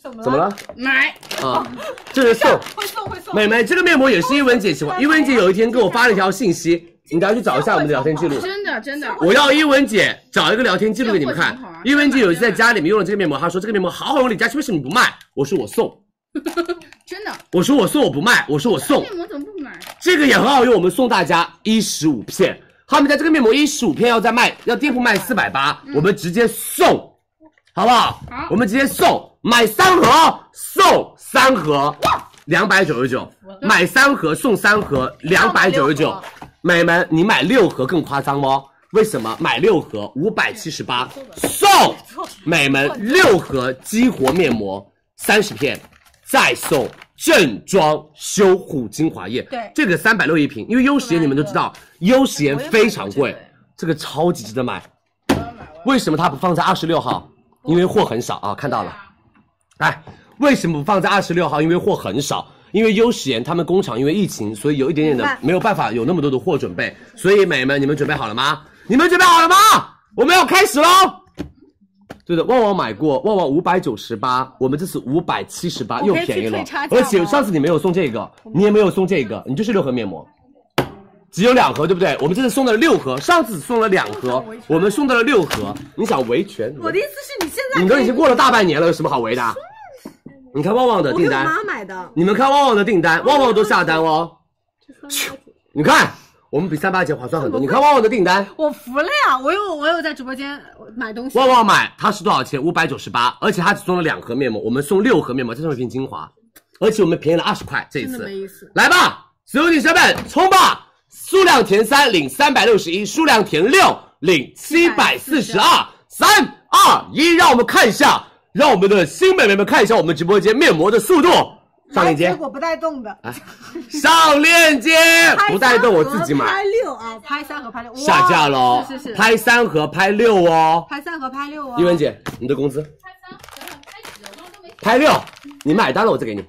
怎啊么
怎么了？
买
啊，这是送。
会送会送
美眉，这个面膜也是一文姐喜欢，一文姐有一天给我发了一条信息，你等下去找一下我们的聊天记录。
真的真的，
我要一文姐找一个聊天记录给你们看。一文姐有一次在家里面用了这个面膜，她说这个面膜好好用，李佳琦为什么不卖？我说我送，
真的
我说我送我不卖，我说我送
面，膜怎么不买？
这个也很好用，我们送大家一十五片。他们家这个面膜一十五片要在卖，要店铺卖四百八，我们直接送，好不好？
好
我们直接送，买三盒哦送三盒，两百九十九，买三盒送三盒，两百九十九。美们，你买六盒更夸张哦。为什么买六盒五百七十八送美们六盒激活面膜三十片，再送正装修护精华液。
对
这个三百六一瓶，因为优时颜你们都知道，优时颜非常贵，这个超级值得买。为什么它不放在二十六号？因为货很少啊，看到了。哎，为什么不放在二十六号？因为货很少。因为优时颜他们工厂因为疫情，所以有一点点
明白
的没有办法有那么多的货准备，所以美们你们准备好了吗？你们准备好了吗？我们要开始喽！对的，旺旺买过，旺旺五百九十八，我们这次五百七十八，
我
又
可以
便宜
退
了
退差。价
而且
吗
上次你没有送这个，你也没有送这个，你就是六盒面膜，只有两盒，对不对？我们这次送了六盒，上次送了两盒，我们送到了六盒。你想维权？
我的意思是你现在可以
你都已经过了大半年了，有什么好围的？啊你看旺旺的
我给
订
我
单，
妈买的，
你们看旺旺的订单，旺旺都下单哦。你看，我们比三八节划算很多。你看旺旺的订单，
我服了呀！我有我有在直播间买东西，
旺旺买它是多少钱？五百九十八，而且它只送了两盒面膜，我们送六盒面膜，再送一瓶精华，而且我们便宜了二十块这一
真的
次
没。意思。
来吧，所有女生们冲吧！数量填三领三百六十一，数量填六领七百四十二。三二一，让我们看一下，让我们的新美眉们看一下我们直播间面膜的速度。上链
结
接，
果不带动的，
哎，上链接，不带动我自己买
拍，六啊，拍三和拍六，哇
下架喽。拍三盒，拍六哦。
拍三和拍六啊
一文姐，你的工资？拍六，你买单了，我再给你。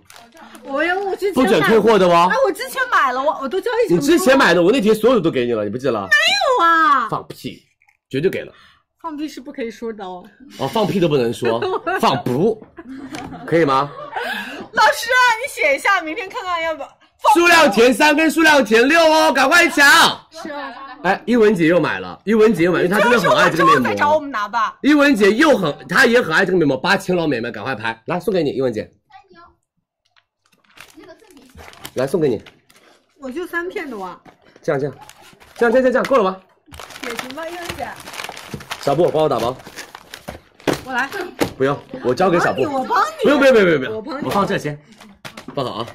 我要我之前
不准
买
退货的哦
啊
哎，我之前买了，我我都交易成
你
功
之前
了
买的，我那天所有都给你了，你不记得了？
没有啊，
放屁，绝对给了。
放屁是不可以说的哦。，
哦，放屁都不能说 放不，可以吗？
老师啊，你写一下，明天看看要不
数量填三跟数量填六哦，赶快抢！
是啊，
哎，一文姐又买了，一文姐又买，因为她真的很爱这个哦面
再找我
膜。
们拿吧。
一文姐又很，她也很爱这个面膜，八千了，美们赶快拍，来送给你，一文姐，来送给你，
我就三片的哇，
这样这样，这样这样这样这样够了吗？
也行吧，燕姐，
小布，帮我打包，
我来。
不用，我交给小布，
我帮你，
不用不用不用不用不用，
我帮你，
我放这先，放好啊。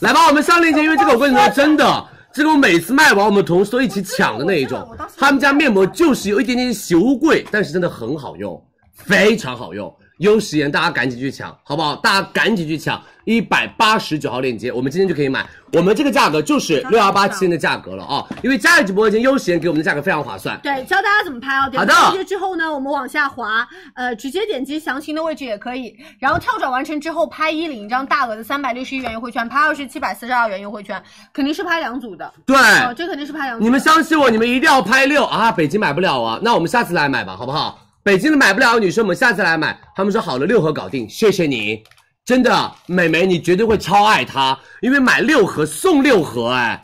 来吧，我们上链接，因为这个我跟你说真的，这个我每次卖完，我们同事都一起抢的那一种。他们家面膜就是有一点点油贵，但是真的很好用，非常好用。优时颜，大家赶紧去抢，好不好？大家赶紧去抢，一百八十九号链接，我们今天就可以买。我们这个价格就是六幺八七天的价格了啊，因为佳怡直播间优时颜给我们的价格非常划算。
对，教大家怎么拍哦。点
好的
击链接之后呢，我们往下滑，呃，直接点击详情的位置也可以。
然后跳转完成之后，拍一领一张大额的三百六十一元优惠券，拍二是七百四十二元优惠券，肯定是拍两组的。
对
哦，这肯定是拍两组的。
哎你们相信我，你们一定要拍六啊！北京买不了啊，那我们下次来买吧，好不好？北京的买不了的女生，我们下次来买。他们说好了，六盒搞定，谢谢你，真的，美眉你绝对会超爱它，因为买六盒送六盒，哎，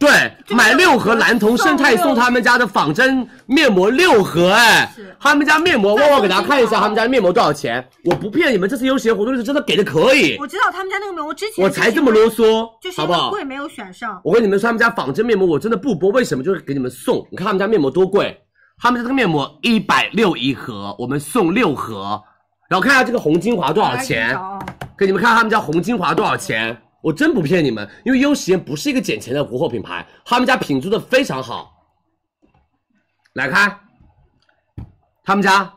对，买六盒蓝铜胜肽送他们家的仿真面膜六盒，哎，他们家面膜，旺旺给大家看一下他们家面膜多少钱，我不骗你们，这次优闲活动是真的给的可以
我，知道他们家那个面膜，我之前
我才这么啰嗦
就，是
好
因
不
为
好？
贵没有选上。
我跟你们说，他们家仿真面膜我真的不播，为什么？就是给你们送。你看他们家面膜多贵，他们家这个面膜一百六一盒，我们送六盒。然后看一下这个红精华多少
哎
钱，
哦
给你们看他们家红精华多少钱。我真不骗你们，因为优时颜不是一个捡钱的国货品牌，他们家品质做的非常好。来看，他们家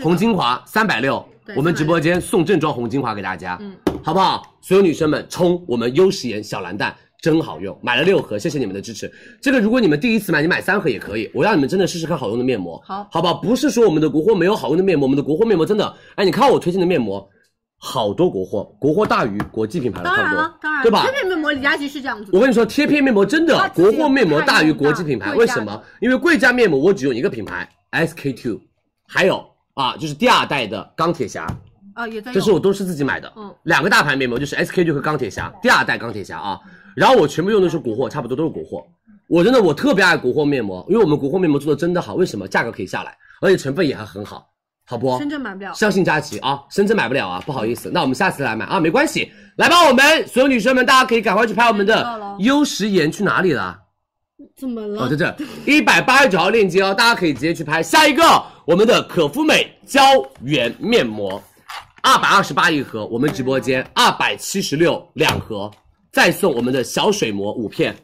红精华三百六
对，
我们直播间送正装红精华给大家，嗯，好不好？所有女生们冲，我们优时颜小蓝蛋真好用，买了六盒，谢谢你们的支持。这个如果你们第一次买，你买三盒也可以，我让你们真的试试看好用的面膜，
好
好不好？不是说我们的国货没有好用的面膜，我们的国货面膜真的，哎，你看我推荐的面膜。好多国货，国货大于国际品牌的
当
很
然啊
多，
了，当然了，
对吧？
贴片面膜李佳琦是这样做的。
我跟你说，贴片面膜真的国货面膜大于国际品牌，
太
为
用大
什么？因为贵价面膜我只用一个品牌 SK two，还有啊，就是第二代的钢铁侠，
啊，也在用。
这是我都是自己买的，
嗯
两个大牌面膜就是 SK two 和钢铁侠，第二代钢铁侠啊，然后我全部用的是国货，差不多都是国货。我真的我特别爱国货面膜，因为我们国货面膜做的真的好，为什么？价格可以下来，而且成分也还很好，好不？
深圳买不了。
相信佳琪啊，深圳买不了啊，不好意思，那我们下次来买啊，没关系。来吧，我们所有女生们，大家可以赶快去拍我们的优时颜去哪里了？
怎么了？
哦，在这一百八十九号链接哦，大家可以直接去拍。下一个，我们的可肤美胶原面膜，二百二十八一盒，我们直播间二百七十六两盒，再送我们的小水膜五片，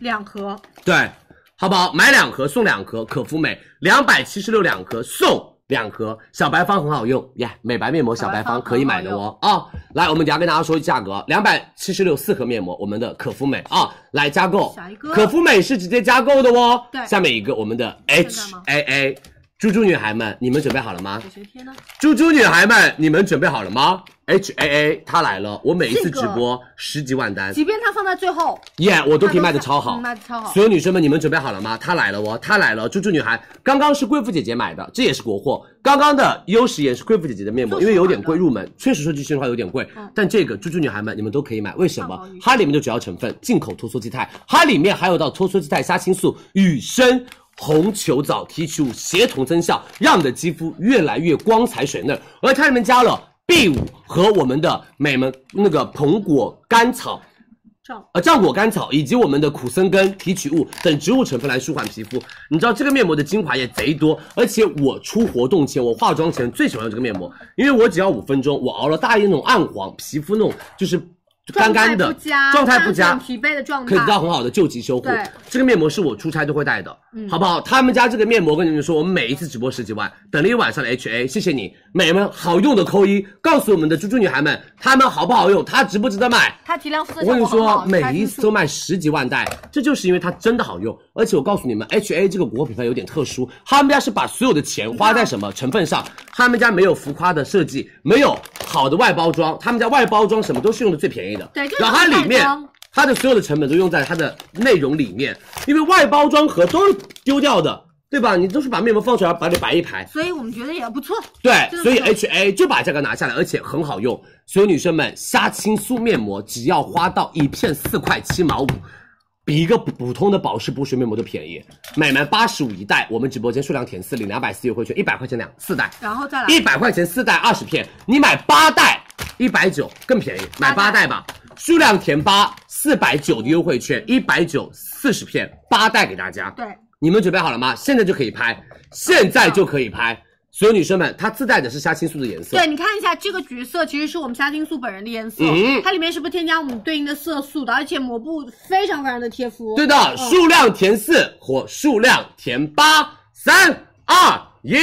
两盒，
对，好不好？买两盒送两盒，可肤美两百七十六两盒送两盒，小白方很好用呀美白面膜小白
小白
方
方
可以买的哦啊、来，我们等一下跟大家说价格，两百七十六四盒面膜，我们的可肤美啊、来加购
小一，哥
可肤美是直接加购的哦。
对
下面一个我们的 H A A，猪猪女孩们，你们准备好了吗？
天呐，
猪猪女孩们，你们准备好了吗？H A A，她来了，我每一次
这个
直播十几万单，
即便它放在最后，
耶、我都可以卖的
它
超好
嗯。卖的超好
所。有女生们，你们准备好了吗？她来了哦，她来了！猪猪女孩，刚刚是贵妇姐姐买的，这也是国货。刚刚的优时颜是贵妇姐姐的嗯面膜，因为有点贵，入门确实说句心里话有点贵，但这个猪猪女孩们你们都可以买，为什么？它里面的主要成分进口脱羧基肽，它里面还有到脱羧基肽、虾青素、与生。红球藻提取物协同增效，让你的肌肤越来越光彩水嫩。而它里面加了 B 五和我们的美门那个蓬果甘草呃，浆果甘草以及我们的苦参根提取物等植物成分来舒缓皮肤。你知道这个面膜的精华也贼多，而且我出活动前，我化妆前最喜欢用这个面膜，因为我只要五分钟，我熬了大夜那种暗黄，皮肤那种就是 干干
状态
的
不佳，
状态不
单
佳
纯，疲惫的状态，
可以得到很好的救急修护
对。
这个面膜是我出差都会带的，
嗯
好不好？他们家这个面膜，我跟你们说，我们每一次直播十几万，等了一晚上的 HA，谢谢你，美们好用的扣一，告诉我们的猪猪女孩们，她们好不好用，它值不值得买？
它提亮肤色
我跟
效
你
果很
说
好，
每
它
一
是
次都卖十几万袋，这就是因为它真的好用。而且我告诉你们，HA 这个国货品牌有点特殊，他们家是把所有的钱花在什么成分上，他们家没有浮夸的设计，没有好的外包装，他们家外包装什么都是用的最便宜的。
对就是
然后它里面
外包。
它的所有的成本都用在它的内容里面，因为外包装盒都是丢掉的，对吧？你都是把面膜放出来，把你摆一排，
所以我们觉得也不错。
对
真，的
所以
不错
HA 就把价格拿下来，而且很好用。所有女生们，虾青素面膜只要花到一片四块七毛五，比一个普通的保湿补水面膜都便宜。美们八十五一袋，我们直播间数量填四，领两百四优惠券，一百块钱两四袋，
然后再来
一百块钱四袋二十片，你买八袋一百九更便宜，买八袋吧，数量填八，四百九的优惠券，一百九四十片，八袋给大家。
对，
你们准备好了吗？现在就可以拍，现在就可以拍。所有女生们，它自带的是虾青素的颜色，
对，你看一下这个橘色，其实是我们虾青素本人的颜色，
嗯
它里面是不是添加我们对应的色素的？而且膜布非常非常的贴肤。
对的，
嗯
数量填四或数量填八，三二一，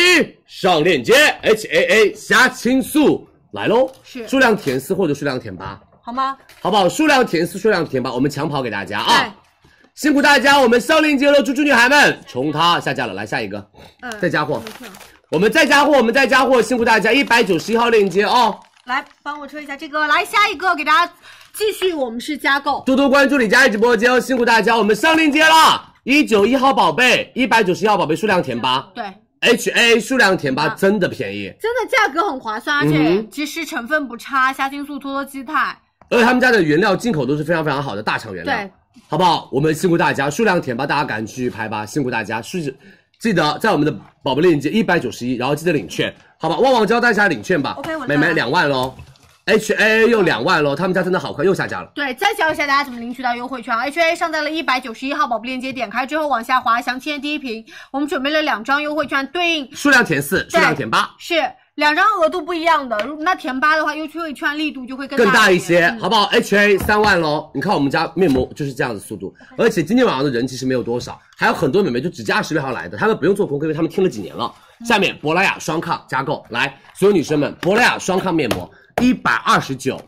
上链接，H A A 虾青素来喽，
是
数量填四或者数量填八，
好吗？
好不好？数量填四，数量填八，我们抢跑给大家啊！辛苦大家，我们上链接了，猪猪女孩们，冲它下架了，来下一个，
嗯
再加货，我们再加货，我们再加货，辛苦大家，一百九十一号链接哦。
来帮我吹一下这个，来下一个给大家继续，我们是加购。
多多关注李佳琦直播间哦，辛苦大家，我们上链接啦！一九一号宝贝，一百九十一号宝贝，数量填八
对，
，H A 数量填八，真的便宜。
真的价格很划算，而
嗯
且
哼
其实成分不差，虾青素、脱羧基肽，
而且他们家的原料进口都是非常非常好的大厂原料，
对，
好不好？我们辛苦大家，数量填吧，大家赶紧继续拍吧，辛苦大家，数字记得在我们的宝贝链接一百九十一，然后记得领券，好吧？旺旺交代一下领券吧
OK，我知道
美
了
眉两万喽，H A 又两万喽，他们家真的好快，又下架了。
对，再教一下大家怎么领取到优惠券啊！HA 上在了一百九十一号宝贝链接，点开之后往下滑，详情页第一屏，我们准备了两张优惠券，对应
数量填四，数量填八，
是两张额度不一样的。如那填八的话，优惠券力度就会更
更大一
些。
些，好不好？H A 三万喽！你看我们家面膜就是这样的速度，而且今天晚上的人其实没有多少，还有很多美眉就直接二十六号来的，她们不用做功课，因为她们听了几年了。下面珀莱雅双抗加购，来，所有女生们，珀莱雅双抗面膜一百二十九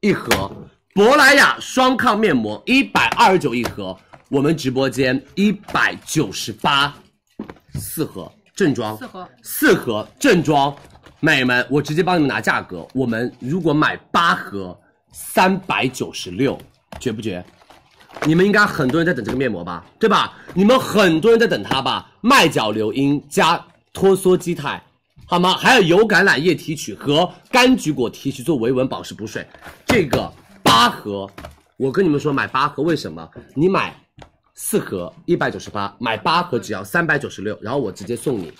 一盒，珀莱雅双抗面膜一百二十九一盒，我们直播间一百九十八四盒正装，
四盒
四盒正装，美们，我直接帮你们拿价格。我们如果买八盒，三百九十六，绝不绝？你们应该很多人在等这个面膜吧，对吧？你们很多人在等它吧？麦角硫因加脱羧基肽，好吗？还有有橄榄叶提取和柑橘果提取做维稳保湿补水，这个八盒，我跟你们说买八盒为什么？你买四盒一百九十八，买八盒只要三百九十六，然后我直接送你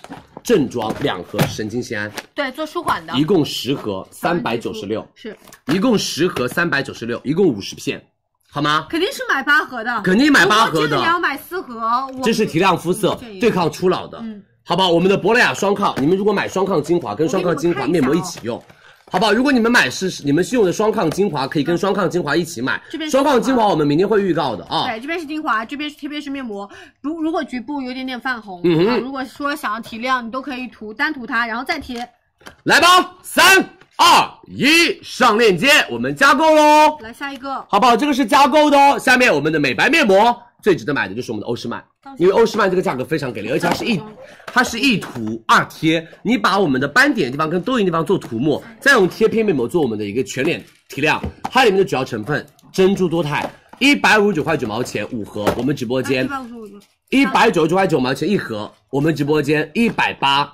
正装两盒神经酰胺，
对，做舒缓的，
一共十盒三百九十六，
是
一共十盒三百九十六，一共五十片，好吗？
肯定是买八盒的，
肯定买八盒
如果
的
这个也要买四盒，我
这是提亮肤色
这也
对抗初老的，
嗯
好吧？我们的珀莱雅双抗，你们如果买双抗精华跟双抗精华面膜一起用，好不好？如果你们买是你们是用的双抗精华，可以跟双抗精华一起买
这边。是
双抗精华我们明天会预告的啊。
对，这边是精华，这边是贴边是面膜。如如果局部有点点泛红，
嗯哼
啊如果说想要提亮，你都可以涂单涂它，然后再贴。
来吧，三二一，上链接，我们加购喽，
来下一个，
好不好？这个是加购的哦。下面我们的美白面膜最值得买的就是我们的欧诗漫，因为欧诗漫这个价格非常给力，而且它是一它是一涂二贴，你把我们的斑点的地方跟痘印地方做涂抹，再用贴片面膜做我们的一个全脸提亮。它里面的主要成分珍珠多肽，一百五十九块九毛钱五盒，我们直播间。一百九十九块九毛钱一盒，我们直播间一百八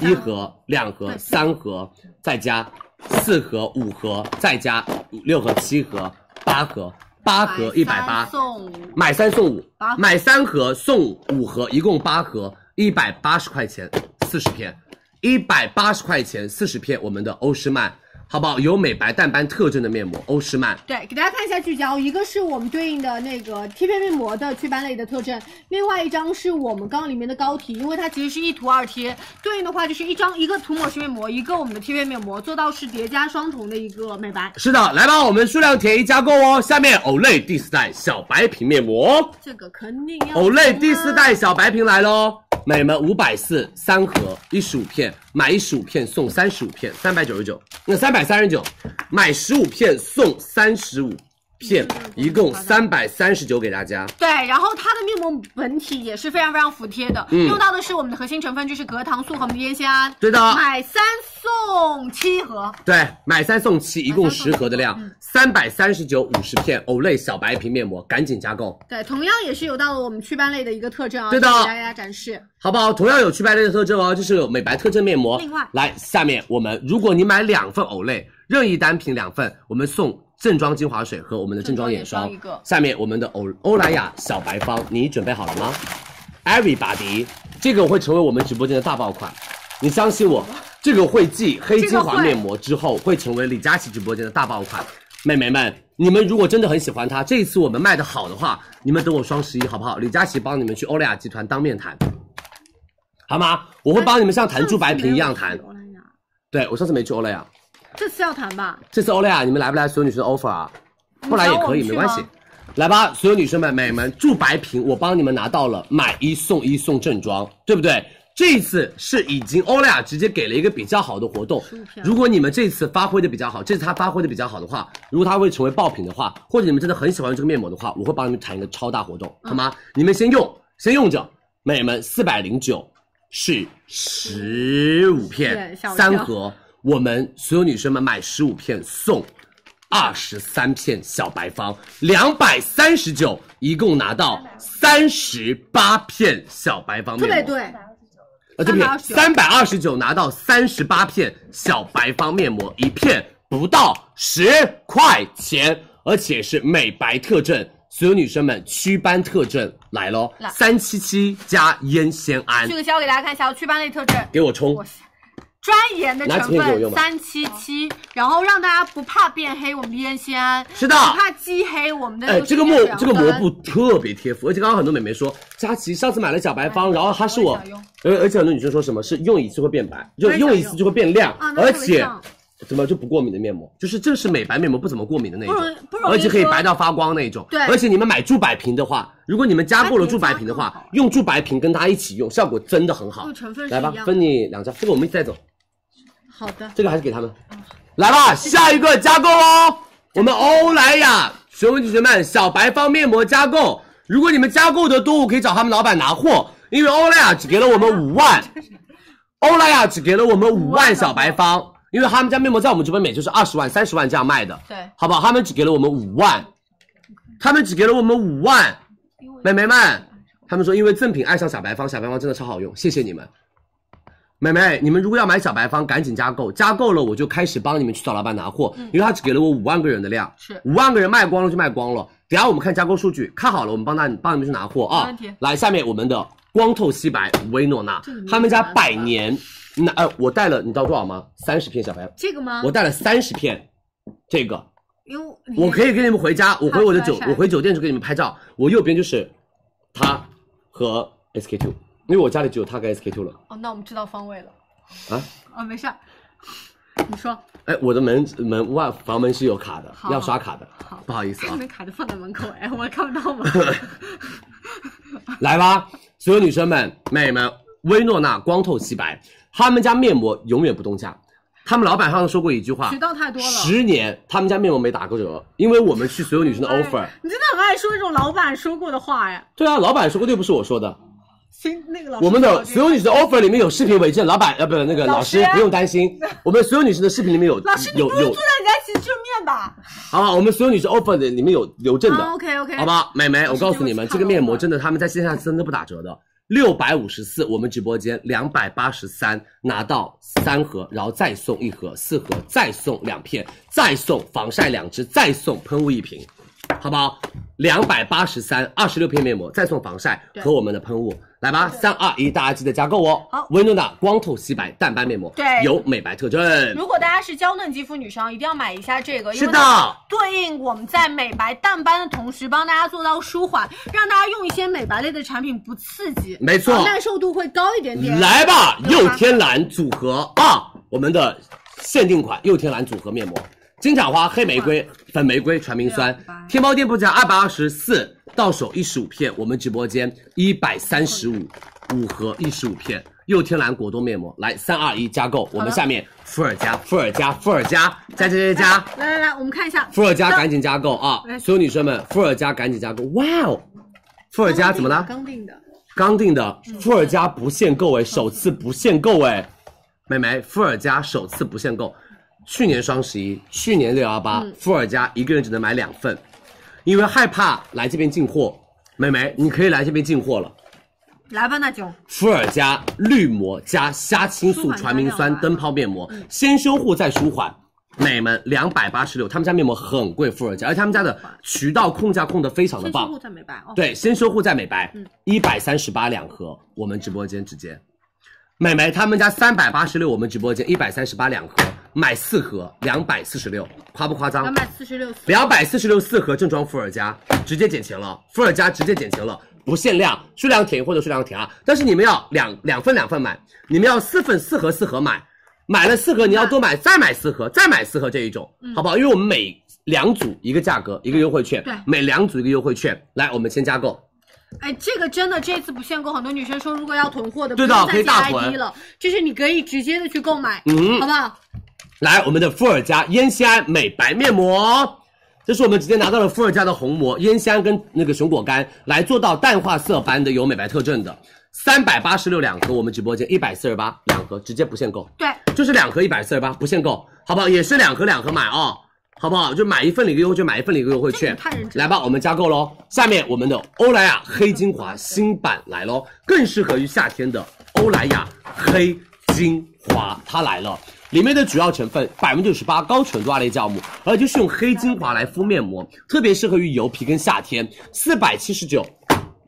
一盒、两盒、三盒，再加四盒、五盒，再加六盒、七盒、八盒，八盒一百八，
送五
买三送五
八，盒
买三盒送五盒，一共八盒，一百八十块钱四十片，一百八十块钱四十片我们的欧诗漫，好不好？有美白淡斑特征的面膜，欧诗漫。
对，给大家看一下聚焦，一个是我们对应的那个贴片面膜的祛斑类的特征，另外一张是我们刚刚里面的膏体，因为它其实是一涂二贴，对应的话就是一张一个涂抹式面膜，一个我们的贴片面膜，做到是叠加双重的一个美白。
是的，来吧，我们数量填一加购哦。下面 Olay 第四代小白瓶面膜，
这个肯定要啊
Olay 哦第四代小白瓶来喽，美们五百四三盒，一十五片，买一十五片送三十五片，三百九十九，那三百三十九，买十五片送三十五片，一共三百三十九给大家。
对，然后它的面膜本体也是非常非常服帖的，
嗯
用到的是我们的核心成分就是格糖素和我们的烟酰胺。
对啊的哦
买三送七盒。
对，买三送七，嗯一共十盒的量，三百三十九五十片 Olay 小白瓶面膜，赶紧加购。
对，同样也是有到了我们祛斑类的一个特征啊，
对的
这个给大家展示。
好不好？同样有祛白类的特征哦，就是有美白特征面膜。
另外
来下面我们，如果你买两份 Olay，任意单品两份，我们送正装精华水和我们的正装眼霜
正装眼霜一个
下面我们的欧欧莱雅小白方，你准备好了吗？Everybody，这个会成为我们直播间的大爆款，你相信我，这个会继黑精华面膜之后，会成为李佳琦直播间的大爆款。妹妹们，你们如果真的很喜欢它，这一次我们卖的好的话，你们等我双十一好不好？李佳琦帮你们去欧莱雅集团当面谈。好吗？我会帮你们像弹珠白瓶一样弹。对，我上次没去欧莱雅，
这次要谈吧？
这次欧莱雅你们来不来？所有女生的 offer 啊，不来也可以，
你找
没
我们
关
去吗
系。来吧，所有女生们、美们，住白瓶，我帮你们拿到了买一送一送正装，对不对？这一次是已经欧莱雅直接给了一个比较好的活动，如果你们这次发挥的比较好，这次它发挥的比较好的话，如果它会成为爆品的话，或者你们真的很喜欢这个面膜的话，我会帮你们谈一个超大活动，好吗？
嗯
你们先用，先用着，美们，四百零九是十五片
对吓我一跳
三盒，我们所有女生们买十五片送二十三片小白方，两百三十九，一共拿到三十八片小白方
特别。
面膜
对，
呃，这片
329
三百二十九拿到三十八片小白方面膜，一片不到十块钱，而且是美白特征。所有女生们，祛斑特征来喽
来，
三七七加烟酰胺
这，
个胶给大家看一下祛斑类特征。
给我冲！
专研的成
嗯拿几片给我
分
用吧
三七七，然后让大家不怕变黑，我们的烟酰胺
是的
不怕肌黑，我们的
哎，
都是
这个
天
膜
然
这个膜
的
布特别贴肤，而且刚刚很多美眉说，佳琪上次买了小
哎
白方，然后它是我，而而且很多女生说什么是用一次会变白，就
我也想
用一次就会变亮
啊，那
而
特别
且
像
怎么就不过敏的面膜，就是这是美白面膜不怎么过敏的那一
不容易
种，
嗯不容易
哎而且可以
说
白到发光那一种。
对
而且你们买住白瓶的话，如果你们加购了住白瓶的话，用住白瓶跟它一起用，效果真的很好
用。成嗯分是
来吧
一样，的
分你两张，这个我们一起带走，
好的，
这个还是给他们。来吧，下一个加购哦，我们欧莱雅学问同学们小白方面膜加购，如果你们加购的多，我可以找他们老板拿货，因为欧莱雅只给了我们五万，欧莱雅只给了我们五万小白方，因为他们家面膜在我们直播间每就是二十万、三十万这样卖的，
对，
好不好？他们只给了我们五万，他们只给了我们五万，美眉们，他们说因为赠品爱上小白方，小白方真的超好用，谢谢你们。美眉，你们如果要买小白方，赶紧加购，加购了我就开始帮你们去找老板拿货，因为他只给了我五万个人的量，
是
五万个人卖光了就卖光了。等一下我们看加购数据，看好了我们帮大帮你们去拿货
没
啊
问题。
来，下面我们的光透皙白薇诺娜
这个没，
他们家百年，那呃我带了，你知道多少吗？三十片小白，
这个吗？
我带了三十片，这个
因为
我可以跟你们回家，我回我的酒
怕，晒
我回酒店去给你们拍照。我右边就是它和 SK two，因为我家里只有它跟 SK two 了
哦，那我们知道方位了
啊。
啊，没事儿。你说
哎，我的门门外房门是有卡的，
好
要刷卡的
好，
不好意思
他
啊
们。卡就放在门口，哎，我看不到吗？
来吧，所有女生们、美女们，薇诺娜光透皙白，他们家面膜永远不动价。他们老板上次说过一句话，
渠道太多了
十年他们家面膜没打过折，因为我们去所有女 生的 offer。
你真的很爱说这种老板说过的话呀。
对啊，老板说过，又不是我说的。
行，那个老师
我们
说
的
这个
所有女生的 offer 里面有视频为证，老板呃不是那个
老
老师
师啊
不用担心，我们所有女生的视频里面有
老师，你
有
不如
有
坐在人家其实正面吧。
好不好？我们所有女生 offer 的里面有有证的。
啊，OK，OK
好不好？美眉，我告诉你们，这个面膜真的他们在线下真的不打折的，六百五十四，我们直播间两百八十三拿到三盒，然后再送一盒，四盒再送两片，再送防晒两支，再送喷雾一瓶，好不好？两百八十三，二十六片面膜，再送防晒
对
和我们的喷雾，来吧，三二一，大家记得加购哦。
好
薇诺娜光透皙白淡斑面膜，
对
有美白特征。
如果大家是娇嫩肌肤女生，一定要买一下这个，因为
是的
它
对应我们在美白淡斑的同时，帮大家做到舒缓，让大家用一些美白类的产品不刺激，
没错
啊耐受度会高一点点。
来吧，
对
釉天蓝组合啊，我们的限定款釉天蓝组合面膜，金盏花、黑玫瑰、粉玫瑰、传明酸，天猫店铺价二百二十四，到手一十五片，我们直播间一百三十五，五盒一十五片。釉天蓝果冻面膜，来三二一加购，我们下面伏尔加伏尔加伏尔加加加加加，
来来来，我们看一下
伏尔加赶紧加购啊
来！
所有女生们，伏尔加赶紧加购，哇哦！伏尔加怎么了？
刚定的，
刚定的伏尔加不限购哎，首次不限购哎，美眉，伏尔加首次不限购，去年双十一，去年六幺八
嗯，
伏尔加一个人只能买两份，因为害怕来这边进货，美眉你可以来这边进货了。
来吧，那就
伏尔加绿膜加虾青素传明酸
啊
灯泡面膜，
嗯
先修护再舒缓。美们，两百八十六，他们家面膜很贵，伏尔加，而且他们家的渠道控价控的非常的
先
棒
修，护再美白哦。
对，先修护再美白
嗯，
一百三十八两盒，我们直播间直接。美眉他们家三百八十六，我们直播间一百三十八两盒，买四盒两百四十六，夸不夸张
两？百四十六，
两百四十六四盒正装伏尔加，直接减钱了，伏尔加直接减钱了，不限量，数量填一或者数量填二，但是你们要两两份两份买，你们要四份四盒四盒买，买了四盒你要多买再买四盒再买四盒这一种，好不好？因为我们每两组一个价格一个优惠券
嗯对，
每两组一个优惠券，来我们先加购，
哎，这个真的这次不限购，很多女生说如果要囤货的，
对的
不用再
可以
加
大囤
ID 了，就是你可以直接的去购买，
嗯
好不好？
来我们的伏尔加烟酰胺美白面膜，这是我们直接拿到了伏尔加的虹膜、烟酰胺跟那个熊果苷来做到淡化色斑的有美白特征的，三百八十六两盒，我们直播间一百四十八两盒，直接不限购，
对，
就是两盒一百四十八不限购，好不好？也是两盒两盒买啊、好不好？就买一份领一个优惠券，买一份领一个优惠券。来吧，我们加购喽。下面我们的欧莱雅黑精华新版来喽，更适合于夏天的欧莱雅黑精华，它来了。里面的主要成分百分之九十八高纯度二类酵母，而且就是用黑精华来敷面膜，特别适合于油皮跟夏天。四百七十九，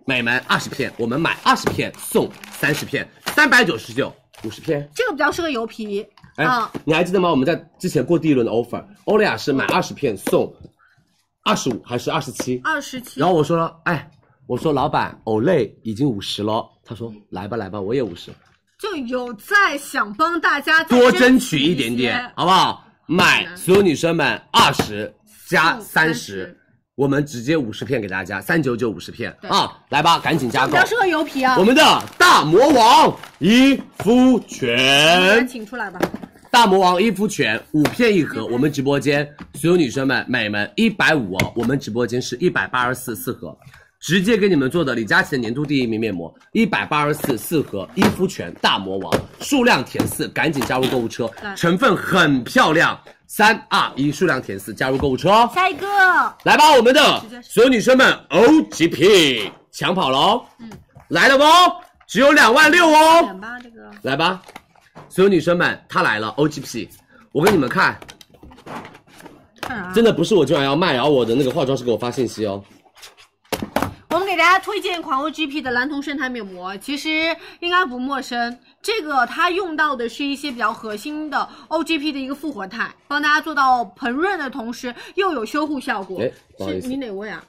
美们二十片，我们买二十片送三十片，三百九十九五十片。
这个比较适合油皮
哎
啊，，
你还记得吗？我们在之前过第一轮的 offer，欧莱雅是买二十片送二十五还是二十七？
二十七。
然后我说了，哎，我说老板，欧蕾已经五十了。他说来吧来吧，我也五十，
就有在想帮大家再
多争取一点点
些，
好不好？买所有女生们二十加嗯三十，我们直接五十片给大家，三九九五十片
对
啊，来吧，赶紧加
比
购
较。适合油皮啊。
我们的大魔王一肤
把它
泉，
请出来吧。
大魔王一肤泉五片一盒，我们直播间所有女生们、美们一百五哦，我们直播间是一百八十四四盒，直接给你们做的李佳琦的年度第一名面膜，一百八十四四盒一肤泉大魔王，数量填四，赶紧加入购物车
来，
成分很漂亮，三二一，数量填四，加入购物车哦。
下一个，
来吧，我们的所有女生们，OGP 抢跑喽！
嗯
来了哦，只有两万六哦。
点吧这个。
来吧，所有女生们，它来了，OGP，我给你们看，
看啥？
真的不是我今晚要卖，然后我的那个化妆师给我发信息哦，
我们给大家推荐一款 OGP 的蓝铜胜肽面膜，其实应该不陌生。这个它用到的是一些比较核心的 OGP 的一个复活肽，帮大家做到膨润的同时又有修护效果。
哎不好意
是
思
你哪位啊？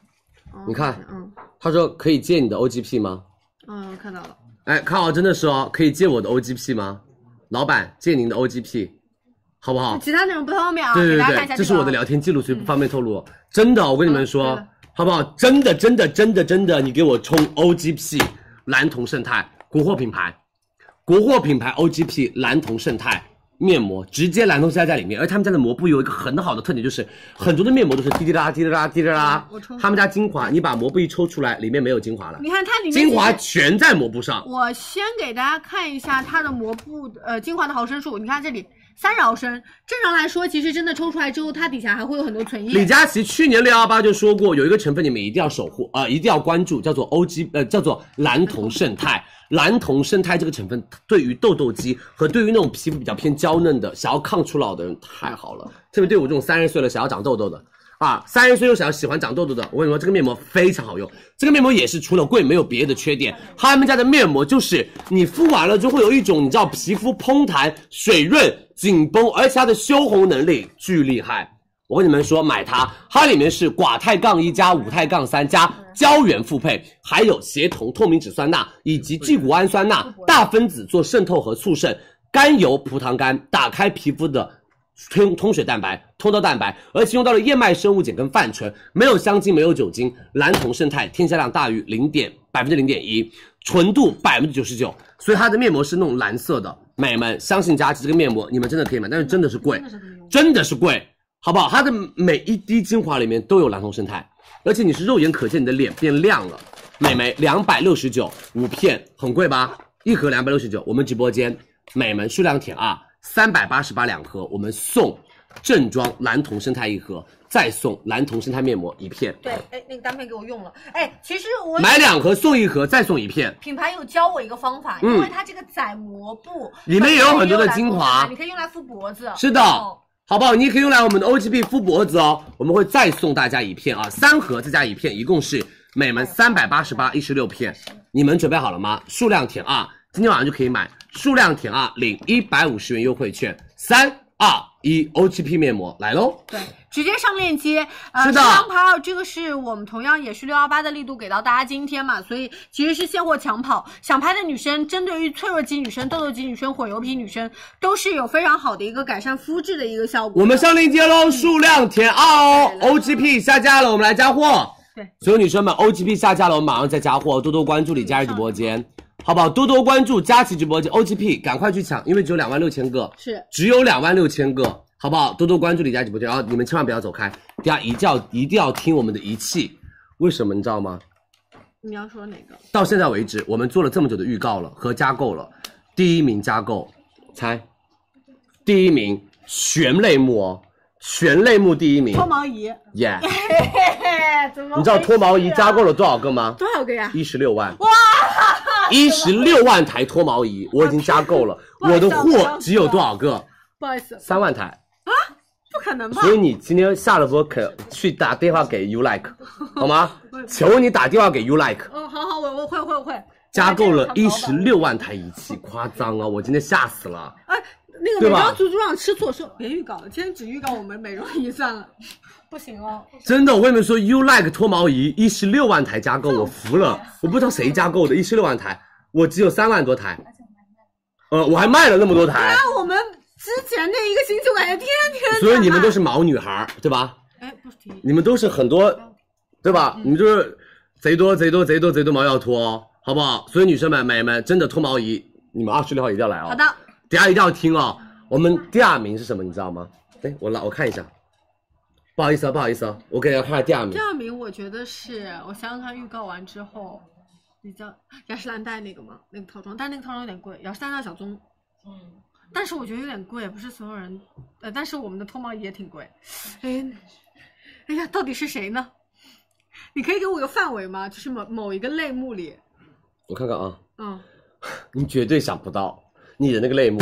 你看，
嗯
他说可以借你的 OGP 吗？
嗯，看到了。
哦哎，看好真的是哦，可以借我的 OGP 吗？老板，借您的 OGP，好不好？
其他内容不方便啊，
对
给
对
大家看一
对
下、嗯
对，这是我的聊天记录，所以不方便透露。真的，我跟你们说，好不好？真的，真的，真的，真的，你给我冲 OGP 蓝铜胜肽国货品牌，国货品牌 OGP 蓝铜胜肽面膜，直接蓝铜加在里面。而他们家的膜布有一个很好的特点，就是很多的面膜都是滴滴答滴滴答滴滴答
嗯我抽。
他们家精华，你把膜布一抽出来，里面没有精华了，
你看它里面
精华
其实
全在膜布上。
我先给大家看一下它的膜布的呃精华的毫升数，你看这里三十毫升，正常来说其实真的抽出来之后，它底下还会有很多唇液。
李佳琦去年六幺八就说过，有一个成分你们一定要守护啊、呃一定要关注，叫做 O G 呃，叫做蓝铜胜肽。 蓝铜胜肽这个成分对于痘痘肌和对于那种皮肤比较偏娇嫩的、想要抗初老的人太好了，特别对我这种三十岁了想要长痘痘的啊，三十岁又想要喜欢长痘痘的，我跟你说这个面膜非常好用。这个面膜也是除了贵没有别的缺点，他们家的面膜就是你敷完了就会有一种你知道皮肤嘭弹、水润、紧绷，而且它的修红能力巨厉害。我跟你们说，买它，它里面是寡肽杠一加五肽杠三加胶原复配，还有协同透明质酸钠以及聚谷氨酸钠大分子做渗透和促渗，甘油葡糖苷打开皮肤的通通水蛋白、通道蛋白，而且用到了燕麦生物碱跟泛醇，没有香精，没有酒精，蓝铜胜肽添加量大于零点百分之零点一，纯度百分之九十九，所以它的面膜是那种蓝色的。美们，相信佳琦这个面膜，你们真的可以买，但是真的是贵，真的是贵，好不好？它的每一滴精华里面都有蓝铜胜肽，而且你是肉眼可见你的脸变亮了。美眉两百六十九五片，很贵吧？一盒两百六十九，我们直播间美们数量填啊，三百八十八两盒，我们送正装蓝铜生态一盒，再送蓝铜生态面膜一片，
对，哎，那个单片给我用了。哎，其实我
买两盒送一盒，再送一片。
品牌有教我一个方法，
嗯
因为它这个载膜布
里面也有很多的精
啊
华
你可以用来敷脖子。
是的，
哦
好不好？你也可以用来我们的 OGP 敷脖子哦，我们会再送大家一片啊，三盒再加一片，一共是每门三百八十八，一十六片。你们准备好了吗？数量填二，今天晚上就可以买，数量填二领一百五十元优惠券。三二一，OGP 面膜来喽！
直接上链接。呃，
是的
商牌二这个是我们同样也是六幺八的力度给到大家今天嘛，所以其实是现货抢跑。想拍的女生，针对于脆弱肌女生、痘痘肌女生、混油皮女生，都是有非常好的一个改善肤质的一个效果。
我们上链接喽，
嗯
数量填二哦，OGP 下架了，我们来加货。
对，
所有女生们，OGP 下架了，我们马上再加货，多多关注李佳琦直播
嗯
间，好不好？多多关注佳琦直播间，OGP 赶快去抢，因为只有两万六千个，
是
只有两万六千个，好不好？多多关注李佳琦直播间，然后你们千万不要走开，大家一定要一定要听我们的一气，为什么你知道吗？
你要说哪个？
到现在为止，我们做了这么久的预告了和加购了，第一名加购，猜，第一名全类目哦，全类目第一名
脱毛仪。
耶
怎么
你知道脱毛仪加购了多少个吗？
多少个呀？
一十六万，
啊哇！
一十六万台脱毛仪，我已经加 购了，我的
啊
货只有多少个？
不好意思，
三万台。
不可能吧？
所以你今天下了播可去打电话给 You Like，好吗？求你打电话给 You Like。
嗯，好好，我我会会会。
加购了一十六万台仪器，夸张啊！我今天吓死了。
哎，那个
对
美
吧
妆组组长吃醋说别预告了，今天只预告我们美容仪算了，不行哦。
真的，我跟你们说，U Like 脱毛仪一十六万台加购，
啊
我服了，我不知道谁加购的，一十六万台，我只有三万多台，呃，我还卖了那么多台，
那我们之前那一个星期，我感觉天天在
所以你们
卖
都是毛女孩儿，对吧？
哎，不提
你们都是很多，对吧？
嗯
你们就是贼多贼多贼多贼多毛要脱哦，好不好？所以女生们、美们，真的脱毛仪，你们二十六号一定要来哦。
好的，
等一下一定要听哦。我们第二名是什么？你知道吗？哎，我来我看一下，不好意思啊，不好意思啊，我给大家看一下第二名
第。二名，我觉得是我想想看，预告完之后，比较雅诗兰黛那个吗？那个套装，但那个套装有点贵，雅诗兰黛小棕，嗯，但是我觉得有点贵，不是所有人，呃，但是我们的脱毛仪也挺贵，哎，哎呀，到底是谁呢？你可以给我个范围吗？就是某某一个类目里，
我看看啊，
嗯，
你绝对想不到你的那个类目，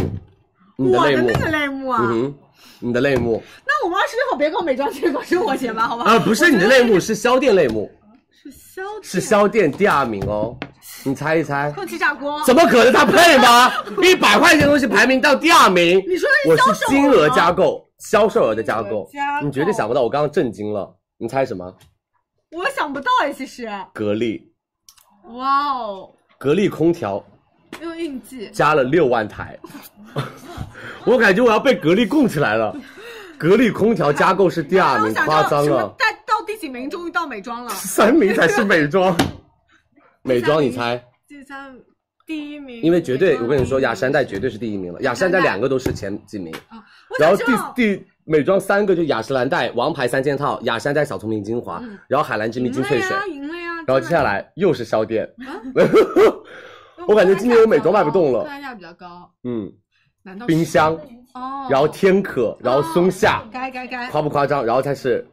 你
我
类目，
那个类目啊，
嗯哼，你的类目
那我们二十六号别搞美妆节，搞生活节吧，好吧？
啊，不是你的类目，是销店类目，
是消
是销店第二名 哦。你猜一猜，
空气炸锅，
怎么可能？他配吗？一百块钱的东西排名到第二名，
你说的是
我
销售啊
是金额加购，销售额的加购
金额加，购
你绝对想不到，我刚刚震惊了。你猜什么？
我想不到哎，其实，
格力，
哇哦，
格力空调，
用运气。
加了六万 台，我感觉我要被格力供起来了。格力空调加购是第二
我
名，
想
夸
到
张啊
什么
了，？
但到第几名？终于到美妆了，
三名才是美妆。 美妆你猜？
第三第一名。
因为绝对，我跟你说，雅诗兰黛绝对是第一名了。雅诗兰黛两个都是前几名，然后第第美妆三个就雅诗兰黛王牌三件套，雅诗兰黛小聪明精华，然后海蓝之谜精粹水，
赢了嗯哎呀！
然后接下来又是销店。
啊
我感觉今年我美妆卖不动
客
了。
单价比较高，
嗯，
难道是
冰箱，
哦，
然后天可，然后松下，
该该该，
夸不夸张？然后才是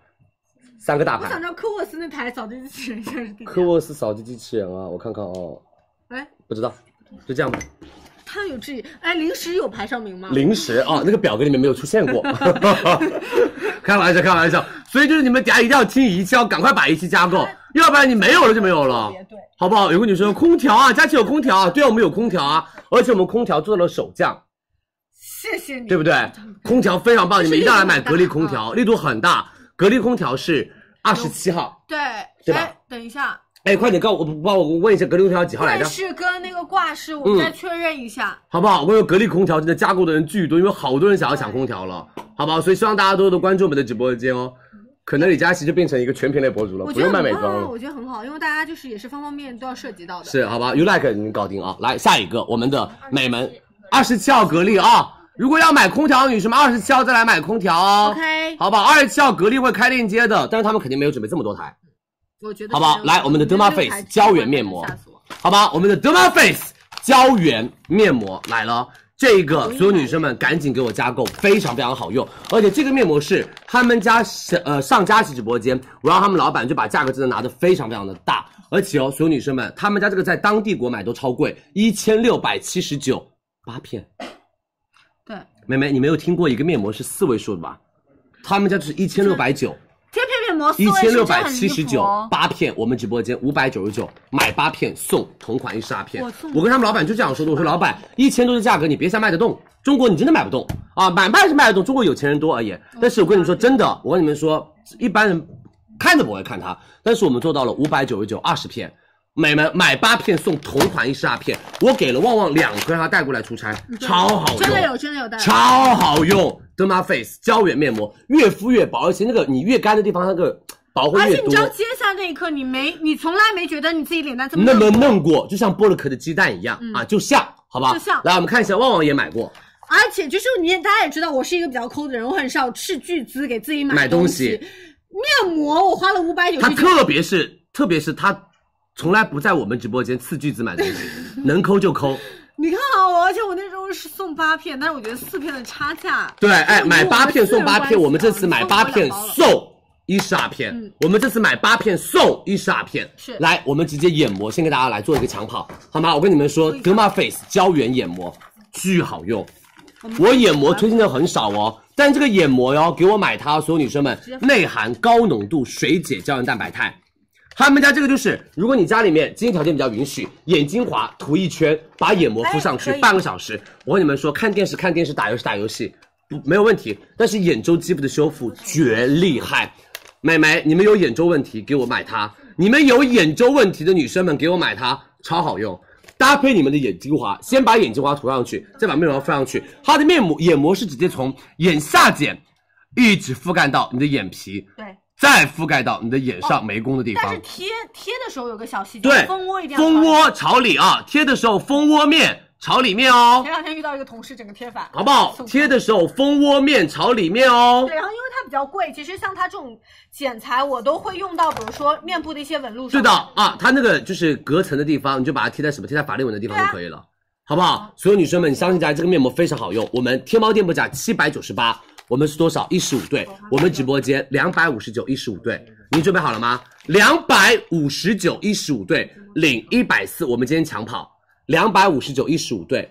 三个大
我
牌
想。知道科沃斯那台扫地机器人现在是第几？
科沃斯扫地机器人啊，我看看哦，
哎，
不知道，就这样吧。
他有质疑，哎，零食有排上名吗？
零食啊，那个表格里面没有出现过， 开玩笑，开玩笑。所以就是你们等下一定要听一期，要赶快把一期加购，要不然你没有了就没有了，好不好？有个女生说空调啊，佳琪有空调啊，对啊，我们有空调啊，而且我们空调做到了首降，
谢谢你，
对不对？空调非常棒，你们一定要来买格力空调，
力
力度很大。格力空调是二十七号，
对，
对吧
哎，等一下，
哎，快点告我，帮我问一下格力空调几号来
电
着？
视跟那个挂饰，我们
嗯
再确认一下。
好不好？我跟你说，格力空调真的加购的人巨多，因为好多人想要抢空调了，好不好？所以希望大家多多关注我们的直播间哦。可能李佳琦就变成一个全品类博主了，
我
不
觉得
用卖
很
美
棒
妆
啊，
了。
我觉得很好，因为大家就是也是方方面面都要涉及到的。
是，好吧？You like 你搞定啊！来下一个，我们的美门二十七号格力啊。如果要买空调的女生们，二十七号再来买空调哦。
OK
好不好？二十七号格力会开链接的，但是他们肯定没有准备这么多台，
我觉得
好不好？来，我们的 Derma Face 胶原面膜，好吧？我们的 Derma Face 胶原面膜来了，这个所有女生们赶紧给我加购，非常非常好用，而且这个面膜是他们家是呃上佳琦直播间，我让他们老板就把价格真的拿的非常非常的大，而且哦，所有女生们，他们家这个在当地国买都超贵，一千六百七十九八片。
对，
妹妹，你没有听过一个面膜是四位数的吧？他们家就是一千六百九。
贴片面膜
一千六百七十九
哦
八片，我们直播间五百九十九，买八片送同款一十二片
我送。
我跟他们老板就这样说的，我说老板一千多的价格你别想卖得动，中国你真的买不动啊，买卖是卖得动，中国有钱人多而
哦
已。但是我跟你们说真的，我跟你们说，一般人看都不会看它，但是我们做到了五百九十九二十片。美们买八片送同款一十二片，我给了旺旺两颗，让他带过来出差，超好用，
真的有真的有带来
超好用。Derma Face 胶原面膜越敷越薄，而且那个你越干的地方，它那个薄会
而
越
且你
多
知，道接下来那一刻，你没，你从来没觉得你自己脸蛋这么
那么
嫩过
嫩过，就像剥了壳的鸡蛋一样、
嗯
啊，就像，好吧？
就像
来，我们看一下，旺旺也买过，
而且就是你也大家也知道，我是一个比较抠的人，我很少斥巨资给自己
买
东
东
西
西。
面膜我花了五百九
他
十九，
特别是特别是他从来不在我们直播间斥巨资买东西， 能抠就抠。
你看啊，我而且我那时候是送八片，但是我觉得四片的差价。
对，哎，
就是
买
我
八
们
片
私人
送八
关
片，
系
我们这
啊
次
你
买
送
八
我
片
两包了
送一十二片，我们这次买八片送一十二片。
嗯是
来，我们直接眼膜，先给大家来做一个抢跑，好吗？我跟你们说，Derma Face 胶原眼膜巨好用，我眼膜推荐的很少哦，但这个眼膜哟，给我买它，所有女生们内含高浓度水解胶原蛋白肽。他们家这个就是，如果你家里面经济条件比较允许，眼精华涂一圈，把眼膜敷上去
哎可以
半个小时。我跟你们说，看电视看电视，打游戏打游戏，不没有问题。但是眼周肌肤的修复绝厉害，美眉，你们有眼周问题给我买它，你们有眼周问题的女生们给我买它，超好用。搭配你们的眼精华，先把眼精华涂上去，再把面膜敷上去。它的面膜眼膜是直接从眼下睑一直覆盖到你的眼皮，
对，
再覆盖到你的眼
哦
上眉弓的地
但
方。
是贴贴的时候有个小细节，
对，
蜂窝一定要
蜂
防
窝朝里啊，贴的时候蜂窝面朝里面哦
前，两天遇到一个同事，整个贴反，
好不好？贴的时候蜂窝面朝里面哦
对，。然后因为它比较贵，其实像它这种剪裁，我都会用到，比如说面部的一些纹路上。
对的，啊，它那个就是隔层的地方，你就把它贴在什么贴在法令纹的地方
啊
就可以了，好不
嗯
好？所有女生们，你相信大家这个面膜非常好用。我们天猫店铺价七百九十八，我们是多少？一十五对，我们直播间两百五十九一十五对，你准备好了吗？两百五十九一十五对，领一百四，我们今天抢跑两百五十九一十五对。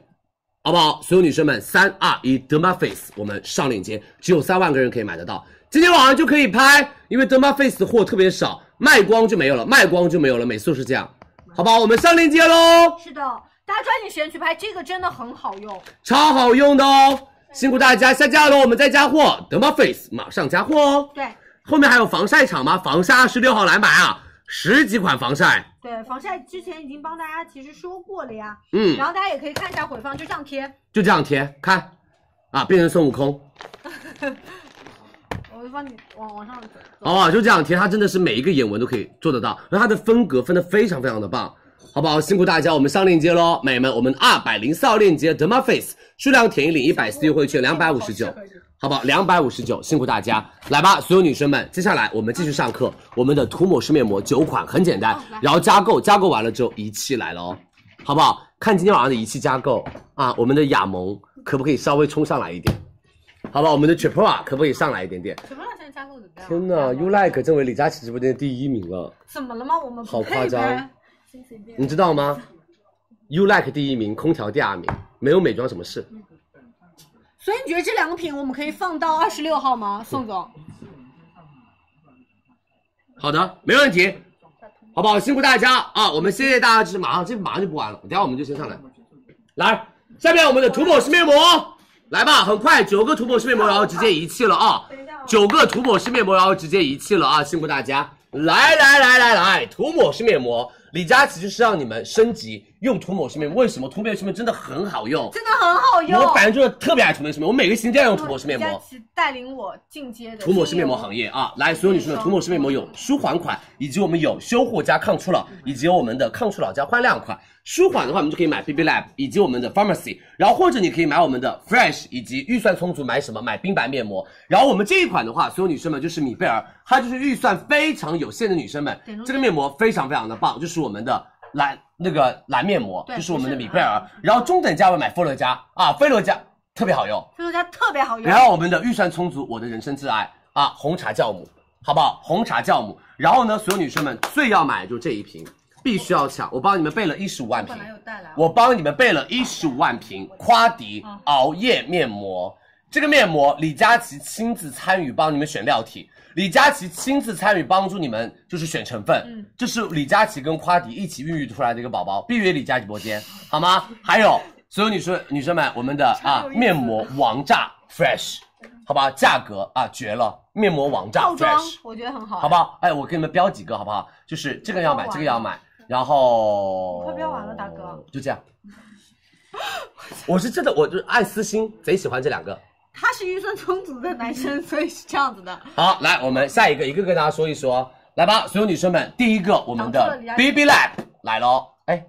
好不好？所有女生们，三二一，Derma Face，我们上链接，只有三万个人可以买得到，今天晚上就可以拍，因为 Derma Face 的货特别少，卖光就没有了，卖光就没有了，每次都是这样，好不好？我们上链接喽，
是的，大家抓紧时间去拍，这个真的很好用。
超好用的哦，辛苦大家下架喽，我们再加货，Derma Face 马上加货哦。
对，
后面还有防晒场吗？防晒二十六号来买啊！十几款防晒，
对，防晒之前已经帮大家其实说过了呀，
嗯
然后大家也可以看一下回放，就这样贴。
就这样贴，看，啊，变成孙悟空，
我就帮你往往上走。
好不好？哦就这样贴，它真的是每一个眼纹都可以做得到，然后它的风格分得非常非常的棒，好不好？辛苦大家，我们上链接喽，美们，我们二百零四号链接，Derma Face 数量填一领一百四优惠券，两百五十九。好不好？两百五十九，辛苦大家，来吧，所有女生们，接下来我们继续上课。我们的涂抹式面膜九款，很简单，然后加购，加购完了之后仪器来了哦，好不好？看今天晚上的仪器加购啊，我们的雅萌可不可以稍微冲上来一点？好吧，我们的 Tripura 可不可以上来一点点？
什么让现在加购怎么样？
天呐 u Like 成为李佳琦直播间的第一名了，
怎么了吗？我们
好
不
夸
配
张
呗。！
你知道吗？You Like 第一名，空调第二名，没有美妆什么事。
所以你觉得这两个品我们可以放到二十六号吗，宋总？
嗯好的，没问题，好不好？辛苦大家啊！我们谢谢大家支持，马上这马上就播完了，等一下我们就先上来。来，下面我们的涂抹式面膜，来吧，很快九个涂抹式面膜，然后直接一气了啊！九个涂抹式面膜，然后直接一气了啊！辛苦大家，来来来来来，涂抹式面膜，李佳琦就是让你们升级用涂抹式面膜。为什么涂抹式面膜真的很好用？
真的很好用。
我反正就是特别爱涂抹式面膜，我每个星期都要用涂抹式面膜。
佳琦带领我进阶的 E
涂抹式面膜行业啊，来，所有女生们，涂抹式面膜有舒缓款，以及我们有修护加抗初老，以及我们的抗初老加焕亮款。舒缓的话，我们就可以买 BB Lab 以及我们的 Pharmacy，然后或者你可以买我们的 Fresh，以及预算充足买什么买冰白面膜。然后我们这一款的话，所有女生们就是米贝尔，它就是预算非常有限的女生们，这个面膜非常非常的棒，就是我们的蓝那个蓝面膜，
对
就是我们的米贝尔。然后中等价位买菲洛嘉啊，菲洛嘉特别好用。
所以它特别好用。
然后我们的预算充足，我的人生挚爱啊，红茶酵母，好不好？红茶酵母。然后呢，所有女生们最要买的就是这一瓶，必须要抢。我帮你们备了一十五万瓶，
啊
我帮你们备了一十五万瓶夸迪熬夜面膜。这个面膜，李佳琦亲自参与帮你们选料体，李佳琦亲自参与帮助你们就是选成分，
嗯
这是李佳琦跟夸迪一起孕育出来的一个宝宝，必须李佳琦直播 间，好吗？还有所有女生女生们，我们的啊
有意思
面膜王炸 fresh，好吧，价格啊绝了，面膜王炸
套装
fresh，
我觉得很好，
好不？好？哎，我给你们标几个好不好？就是这个要买，这个要买，然后
快标完了，大哥。
就这样。 我是真的，我就是爱私心，贼喜欢这两个。
他是预算充足的男生，所以是这样子的。
好，来，我们下一个一个跟大家说一说，来吧，所有女生们，第一个我们
挡住
的
了李佳琦
BB Lab 来喽，哎，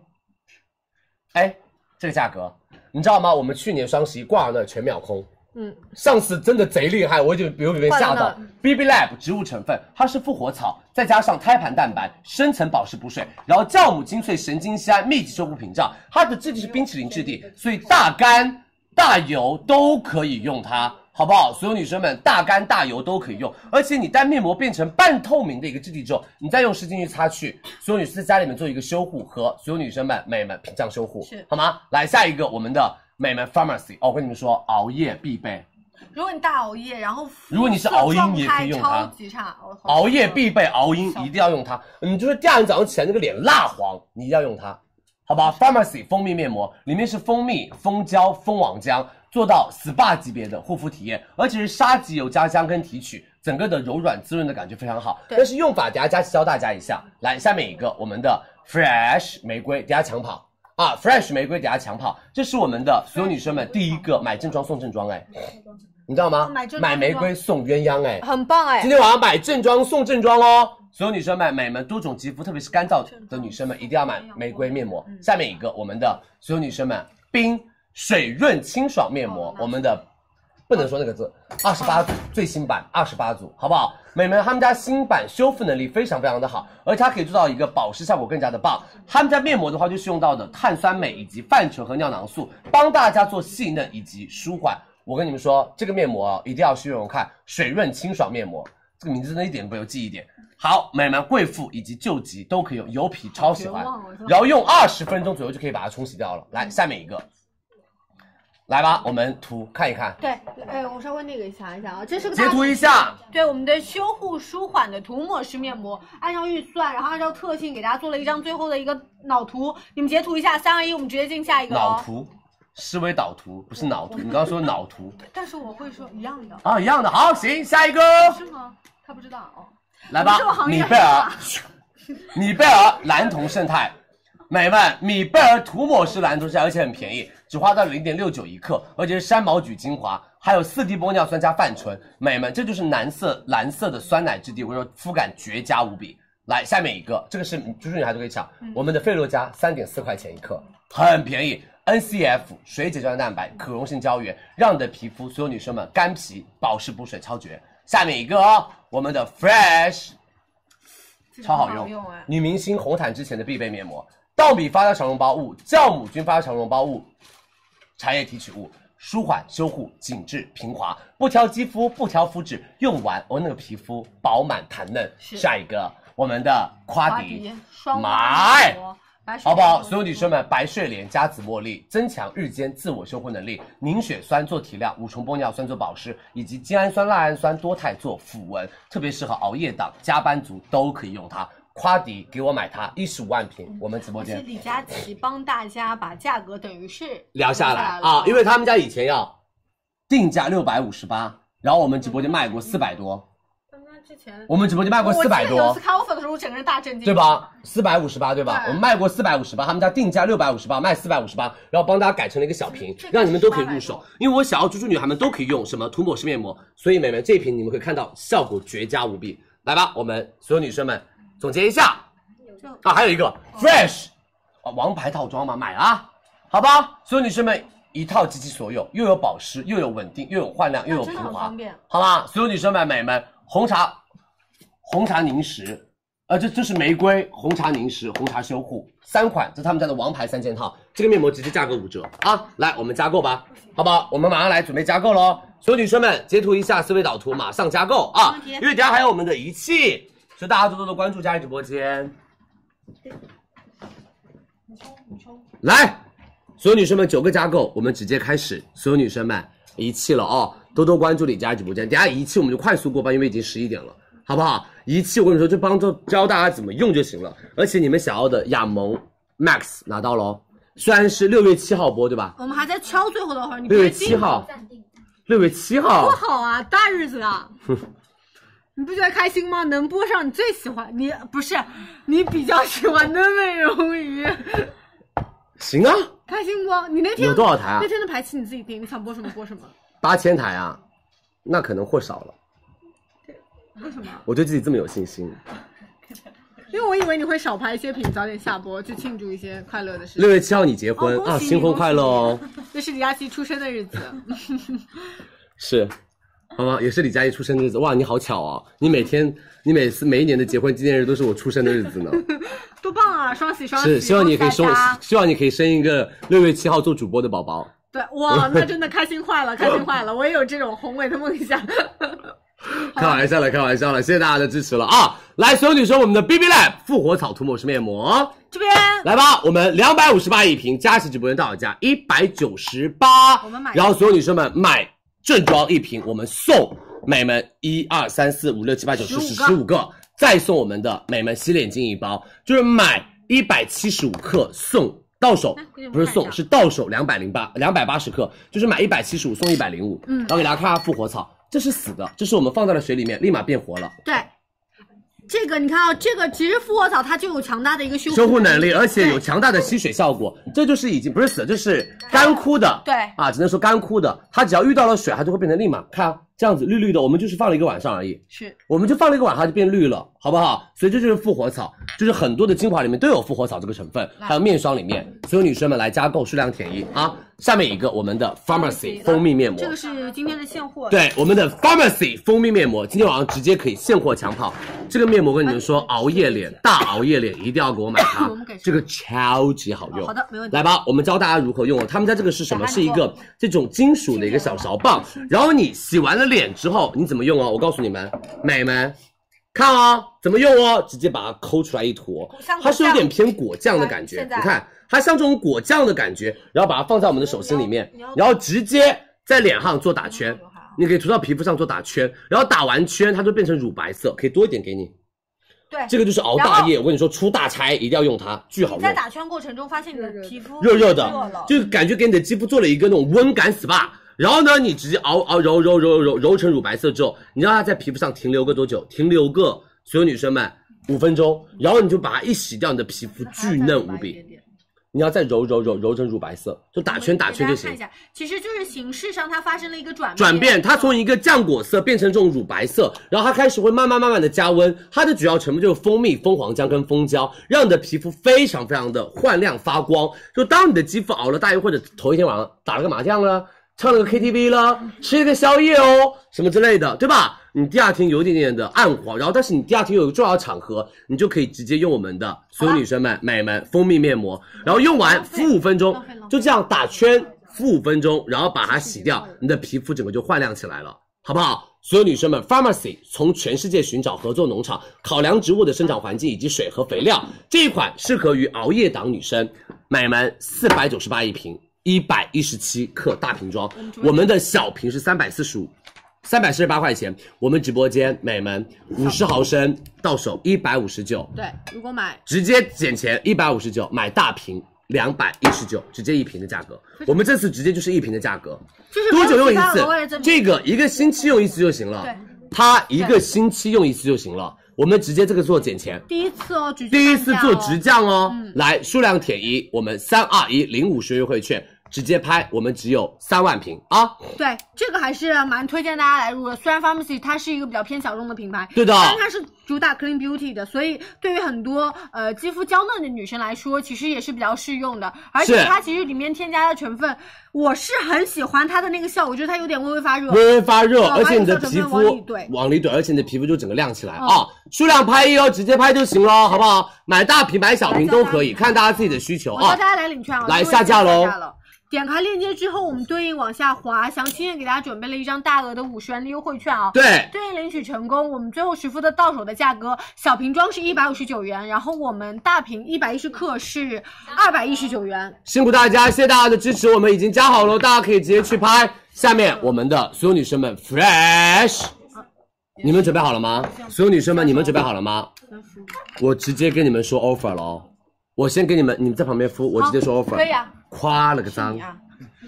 哎，这个价格，你知道吗？我们去年双十一挂了全秒空，
嗯，
上次真的贼厉害，我就有点被吓
挂
到
了。
BB Lab 植物成分，它是复活草，再加上胎盘蛋白、深层保湿补水，然后酵母精粹、神经酰胺密集修复屏障，它的质地是冰淇淋质地，所以大干大油都可以用它。好不好？所有女生们，大干大油都可以用，而且你当面膜变成半透明的一个质地之后，你再用湿巾去擦去。所有女生在家里面做一个修护和所有女生们、美们屏障修护，
是
好吗？来下一个，我们的美们 Pharmacy 哦，我跟你们说，熬夜必备，
如果你大熬夜，然后
如果你是熬鹰也可以用它
状态超级差，我好
熬夜必备熬鹰，一定要用它。你就是第二天早上起来那个脸蜡黄，你一定要用它，好吧？Pharmacy 蜂蜜面膜里面是蜂蜜、蜂胶、蜂王浆，做到 SPA 级别的护肤体验，而且是沙棘油加香根提取，整个的柔软滋润的感觉非常好。但是用法，等下佳琪教大家一下。来，下面一个我们的 Fresh 玫瑰，等下抢跑。啊，fresh 玫瑰等下抢跑，这是我们的所有女生们第一个买正装送正装哎，你知道吗？
买正装
买玫瑰送鸳鸯哎，
很棒哎！
今天晚上买正装送正装哦！所有女生们、美们，多种肌肤，特别是干燥的女生们，一定要买玫瑰面膜。下面一个，我们的所有女生们，冰水润清爽面膜，我们的不能说那个字，二十八组最新版，二十八组，好不好？美们，他们家新版修复能力非常非常的好，而且它可以做到一个保湿效果更加的棒。他们家面膜的话，就是用到的碳酸镁以及泛醇和尿囊素，帮大家做细嫩以及舒缓。我跟你们说，这个面膜啊一定要去用用看，水润清爽面膜，这个名字真的一点不有记忆点。好，美们，贵妇以及救急都可以用，油皮超喜欢
好绝望啊，
然后用二十分钟左右就可以把它冲洗掉了。来，下面一个，来吧，我们涂看一看。
对，哎，我稍微那个一下一下啊，这是个
截
大
图一下。
对，我们的修护舒缓的涂抹式面膜，按照预算，然后按照特性给大家做了一张最后的一个脑图，你们截图一下，三二一，我们直接进下一个
脑
哦。
图，思维导图不是脑图，你刚刚说脑图
但是我会说
嗯
一样的。
啊，一样的。好，行，下一个，
是吗？他不知道哦。
来
我们
吧
这个，行业啊
米贝尔
很大，
米贝尔蓝铜胜肽。美们，米贝尔涂抹式蓝铜胜肽，而且很便宜，只花到零点六九一克，而且是山毛榉精华，还有四滴玻尿酸加泛醇。美们，这就是蓝色蓝色的酸奶质地，我说肤感绝佳无比。来，下面一个，这个是猪猪女孩都可以抢，
嗯
我们的费洛嘉三点四块钱一克，很便宜。NCF 水解胶蛋白，可溶性胶原，让你的皮肤所有女生们干皮、保湿、补水超绝。下面一个哦，我们的 Fresh 超好用，
啊
女明星红毯之前的必备面膜，稻米发酵肠绒包物、酵母菌发酵肠绒包物、茶叶提取物，舒缓修护、紧致平滑，不挑肌肤，不挑肤质，用完我那个皮肤饱满弹嫩。
是
下一个，我们的夸迪
双
买
面膜白水
好不好？
面膜
所有女生们，白睡莲加紫茉莉，增强日间自我修护能力，凝血酸做提亮，五重玻尿酸做保湿，以及精氨酸、蜡氨酸、多肽做抚纹，特别适合熬夜党、加班族都可以用它。夸迪给我买它，一十五万瓶，我们直播
是
间
李佳琦帮大家把价格等于是
聊下来啊，因为他们家以前要定价六百五十八，然后我们直播间卖过四百多，
他们家之前
我们直播间卖过
我记得
400多
有一次看 offer 的时候，我整个人大震惊，
对？吧？四百五十八，对吧？
对
我们卖过四百五十八，他们家定价六百五十八，卖四百五十八，然后帮大家改成了一个小瓶，让你们都可以入手。因为我想要猪猪女孩们都可以用什么涂抹式面膜，所以美们这一瓶你们可以看到效果绝佳无比。来吧，我们所有女生们总结一下啊，还有一个 Fresh 啊，王牌套装嘛，买啊，好吧？所有女生们一套集其所有，又有保湿，又有稳定，又有焕亮，又有
真
平
的很
滑
方便，
好吧？所有女生们、美们，红茶红茶凝石，呃，这这是玫瑰红茶凝石、红茶修护三款，这是他们家的王牌三件套。这个面膜直接价格五折啊！来，我们加购吧，好不好？我们马上来准备加购喽！所有女生们，截图一下思维导图，马上加购啊！因为等一下还有我们的仪器，所以大家多多的关注佳怡直播间。来，所有女生们九个加购，我们直接开始。所有女生们，仪器了哦，多多关注李佳琦直播间。等下仪器我们就快速过吧，因为已经十一点了，好不好？仪器我跟你说，就帮助教大家怎么用就行了。而且你们想要的雅萌 Max 拿到了哦，虽然是六月七号播对吧？
我们还在敲最后的 offer，你
六月
别
七
惊
号六月七号
多，好啊，大日子 啊！你不觉得开心吗？能播上你最喜欢，你不是你比较喜欢的美容仪，
行啊，
开心不？你那天
有多少台啊
那天的排期你自己定，你想播什么播什么。
八千台啊，那可能货少了。
为什么？
我对自己这么有信心。
因为我以为你会少拍一些屏，早点下播，去庆祝一些快乐的事情。
六月七号你结婚、
哦
啊，
恭喜你
新婚快乐哦！
恭喜你这是李佳琦出生的日子。
是，好吗？也是李佳琦出生的日子。哇，你好巧哦！你每天，你每次每一年的结婚纪念日都是我出生的日子呢。
多棒啊！双喜双喜！
是，希望你可以生
恭喜大家，
希望你可以生一个六月七号做主播的宝宝。
对，哇，那真的开心坏了，开心坏了！我也有这种宏伟的梦想。
开玩笑了，开玩笑了，谢谢大家的支持了啊！来，所有女生，我们的 BB Lab 复活草涂抹式面膜，
这边
来吧，我们两百五十八一瓶，佳琦直播间到手价一百九十八，
我们买
然后所有女生们买正装一瓶，我们送美们一二三四五六七八九十十
15个
十五个，再送我们的美们洗脸巾一包，就是买一百七十五克送。到手
哎
不是送，是到手两百零八两百八十克，就是买一百七十五送一百零五。
嗯
然后给大家看下复活草，这是死的，这是我们放到了水里面，立马变活了，
对，这个你看啊，这个其实复活草它就有强大的一个修
修护能力，而且有强大的吸水效果。这就是已经不是死的，这是干枯的。
对
啊，只能说干枯的，它只要遇到了水，它就会变成立马看啊这样子绿绿的。我们就是放了一个晚上而已，
是
我们就放了一个晚上它就变绿了，好不好？所以这就是复活草，就是很多的精华里面都有复活草这个成分，还有面霜里面，所有女生们来加购，数量便宜啊！下面一个我们的 Pharmacy 蜂蜜面膜，
这个是今天的现货。
对，我们的 Pharmacy 蜂蜜面膜，今天晚上直接可以现货抢跑。这个面膜我跟你们说，熬夜脸、大熬夜脸一定要给我买它
我们给，哦
这个超级好用。
好的没问题
来吧，我们教大家如何用哦。他们家这个是什么？是一个这种金属的一个小勺棒，然后你洗完了脸之后，你怎么用哦？我告诉你们，美们。看哦，怎么用哦？直接把它抠出来一坨
像，
它是有点偏果酱的感觉。
现在
你看，它像这种果酱的感觉，然后把它放在我们的手心里面，然后直接在脸上做打圈，你可以涂到皮肤上做打圈，然后打完圈它就变成乳白色，可以多一点给你。
对，
这个就是熬大夜，我跟你说出大差一定要用它，巨好
你
用
在，打圈过程中发现你的皮肤
热热
热
的
了，
就感觉给你的肌肤做了一个那种温感 SPA。然后呢，你直接熬熬揉揉揉揉揉成乳白色之后，你让它在皮肤上停留个多久？停留个所有女生们五分钟，然后你就把它一洗掉，你的皮
啊
肤巨
啊
嫩无比。你要再揉揉揉揉成乳白色，就打圈打
给
圈
大
就
家
行
看一。
下，其实就是形式上它发生了一个转
转变，它从一个酱果色变成这种乳白色，然后它开始会慢慢慢慢的加温。它的主要成分就是蜂蜜、蜂皇浆跟蜂胶，让你的皮肤非常非常的焕亮发光。就当你的肌肤熬了大夜，或者头一天晚上打了个麻将了，唱了个 KTV 了，吃了个宵夜哦，什么之类的，对吧？你第二天有一点点的暗黄，然后但是你第二天有一个重要的场合，你就可以直接用我们的所有女生们、美们蜂蜜面膜，然后用完敷五分钟，就这样打圈敷五分钟，然后把它洗掉，你的皮肤整个就焕亮起来了，好不好？所有女生们，Pharmacy 从全世界寻找合作农场，考量植物的生长环境以及水和肥料，这一款适合于熬夜党女生，美们四百九十八一瓶，一百一十七克大瓶装，我们的小瓶是三百四十五。三百四十八块钱，我们直播间美们五十毫升到手一百五十九，
对，如果买
直接减钱一百五十九，买大瓶两百一十九，直接一瓶的价格。我们这次直接就是一瓶的价格，
就是
多久用一
没有其他额外的
次
赠？品
这个一个星期用一次就行了，它一个星期用一次就行了。我们直接这个做减钱，
第一次哦，直接
第一次
半价
做
哦
直降哦，来数量填一，我们三二一领五十优惠券，直接拍，我们只有三万瓶啊。
对，这个还是蛮推荐大家来入的。虽然 Pharmacy 它是一个比较偏小众的品牌，
对的
但它是主打 clean beauty 的，所以对于很多呃肌肤娇嫩的女生来说，其实也是比较适用的。而且
是
它其实里面添加的成分，我是很喜欢它的那个效果，就是它有点微微发热，
微微发热，
对
而且你的
把那个
皮
成分
肤
往里怼
往里怼，而且你的皮肤就整个亮起来
嗯
啊！数量拍一哦，直接拍就行了，好不好？买大瓶买小瓶都可以，看大家自己的需求
我教
啊
大。家来领券啊，
来
因为
下架喽
下架了。点开链接之后，我们对应往下滑，详情页给大家准备了一张大额的五十元的优惠券啊。
对
对应领取成功，我们最后实付的到手的价格，小瓶装是一百五十九元，然后我们大瓶一百一十克是二百一十九元。
辛苦大家，谢谢大家的支持，我们已经加好了，大家可以直接去拍。下面我们的所有女生们，fresh，你
嗯
们准备好了吗？所有女生们，你们准备好了吗？
嗯
我直接跟你们说 offer 了哦，我先给你们，你们在旁边敷，我直接说
好
offer。
可以啊。
夸了个脏，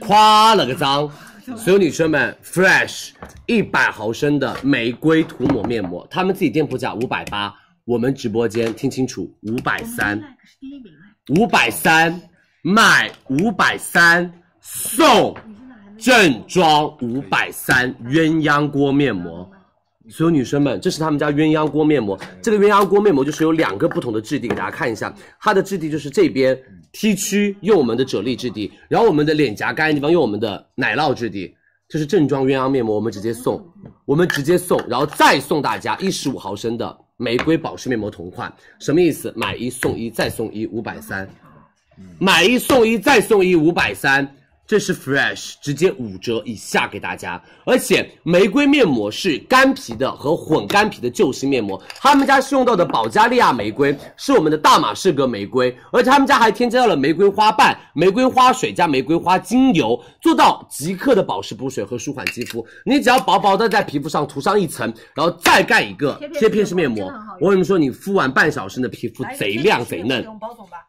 夸了个脏。所有女生们，Fresh 一百毫升的玫瑰涂抹面膜，他们自己店铺价五百八，我们直播间听清楚，五百三，五百三买五百三送正装五百三鸳鸯锅面膜。所有女生们，这是他们家鸳鸯锅面膜。这个鸳鸯锅面膜就是有两个不同的质地，给大家看一下。它的质地就是这边 T 区用我们的啫喱质地，然后我们的脸颊干的地方用我们的奶酪质地。这是正装鸳鸯面膜，我们直接送，我们直接送，然后再送大家一十五毫升的玫瑰保湿面膜同款。什么意思？买一送一，再送一，五百三。买一送一，再送一五百三，这是 Fresh 直接五折以下给大家。而且玫瑰面膜是干皮的和混干皮的救星面膜，他们家是用到的保加利亚玫瑰，是我们的大马士革玫瑰，而且他们家还添加到了玫瑰花瓣、玫瑰花水加玫瑰花精油，做到即刻的保湿补水和舒缓肌肤。你只要薄薄的在皮肤上涂上一层，然后再盖一个贴片式面膜，我跟你们说，你敷完半小时，你的皮肤贼
哎
亮贼嫩。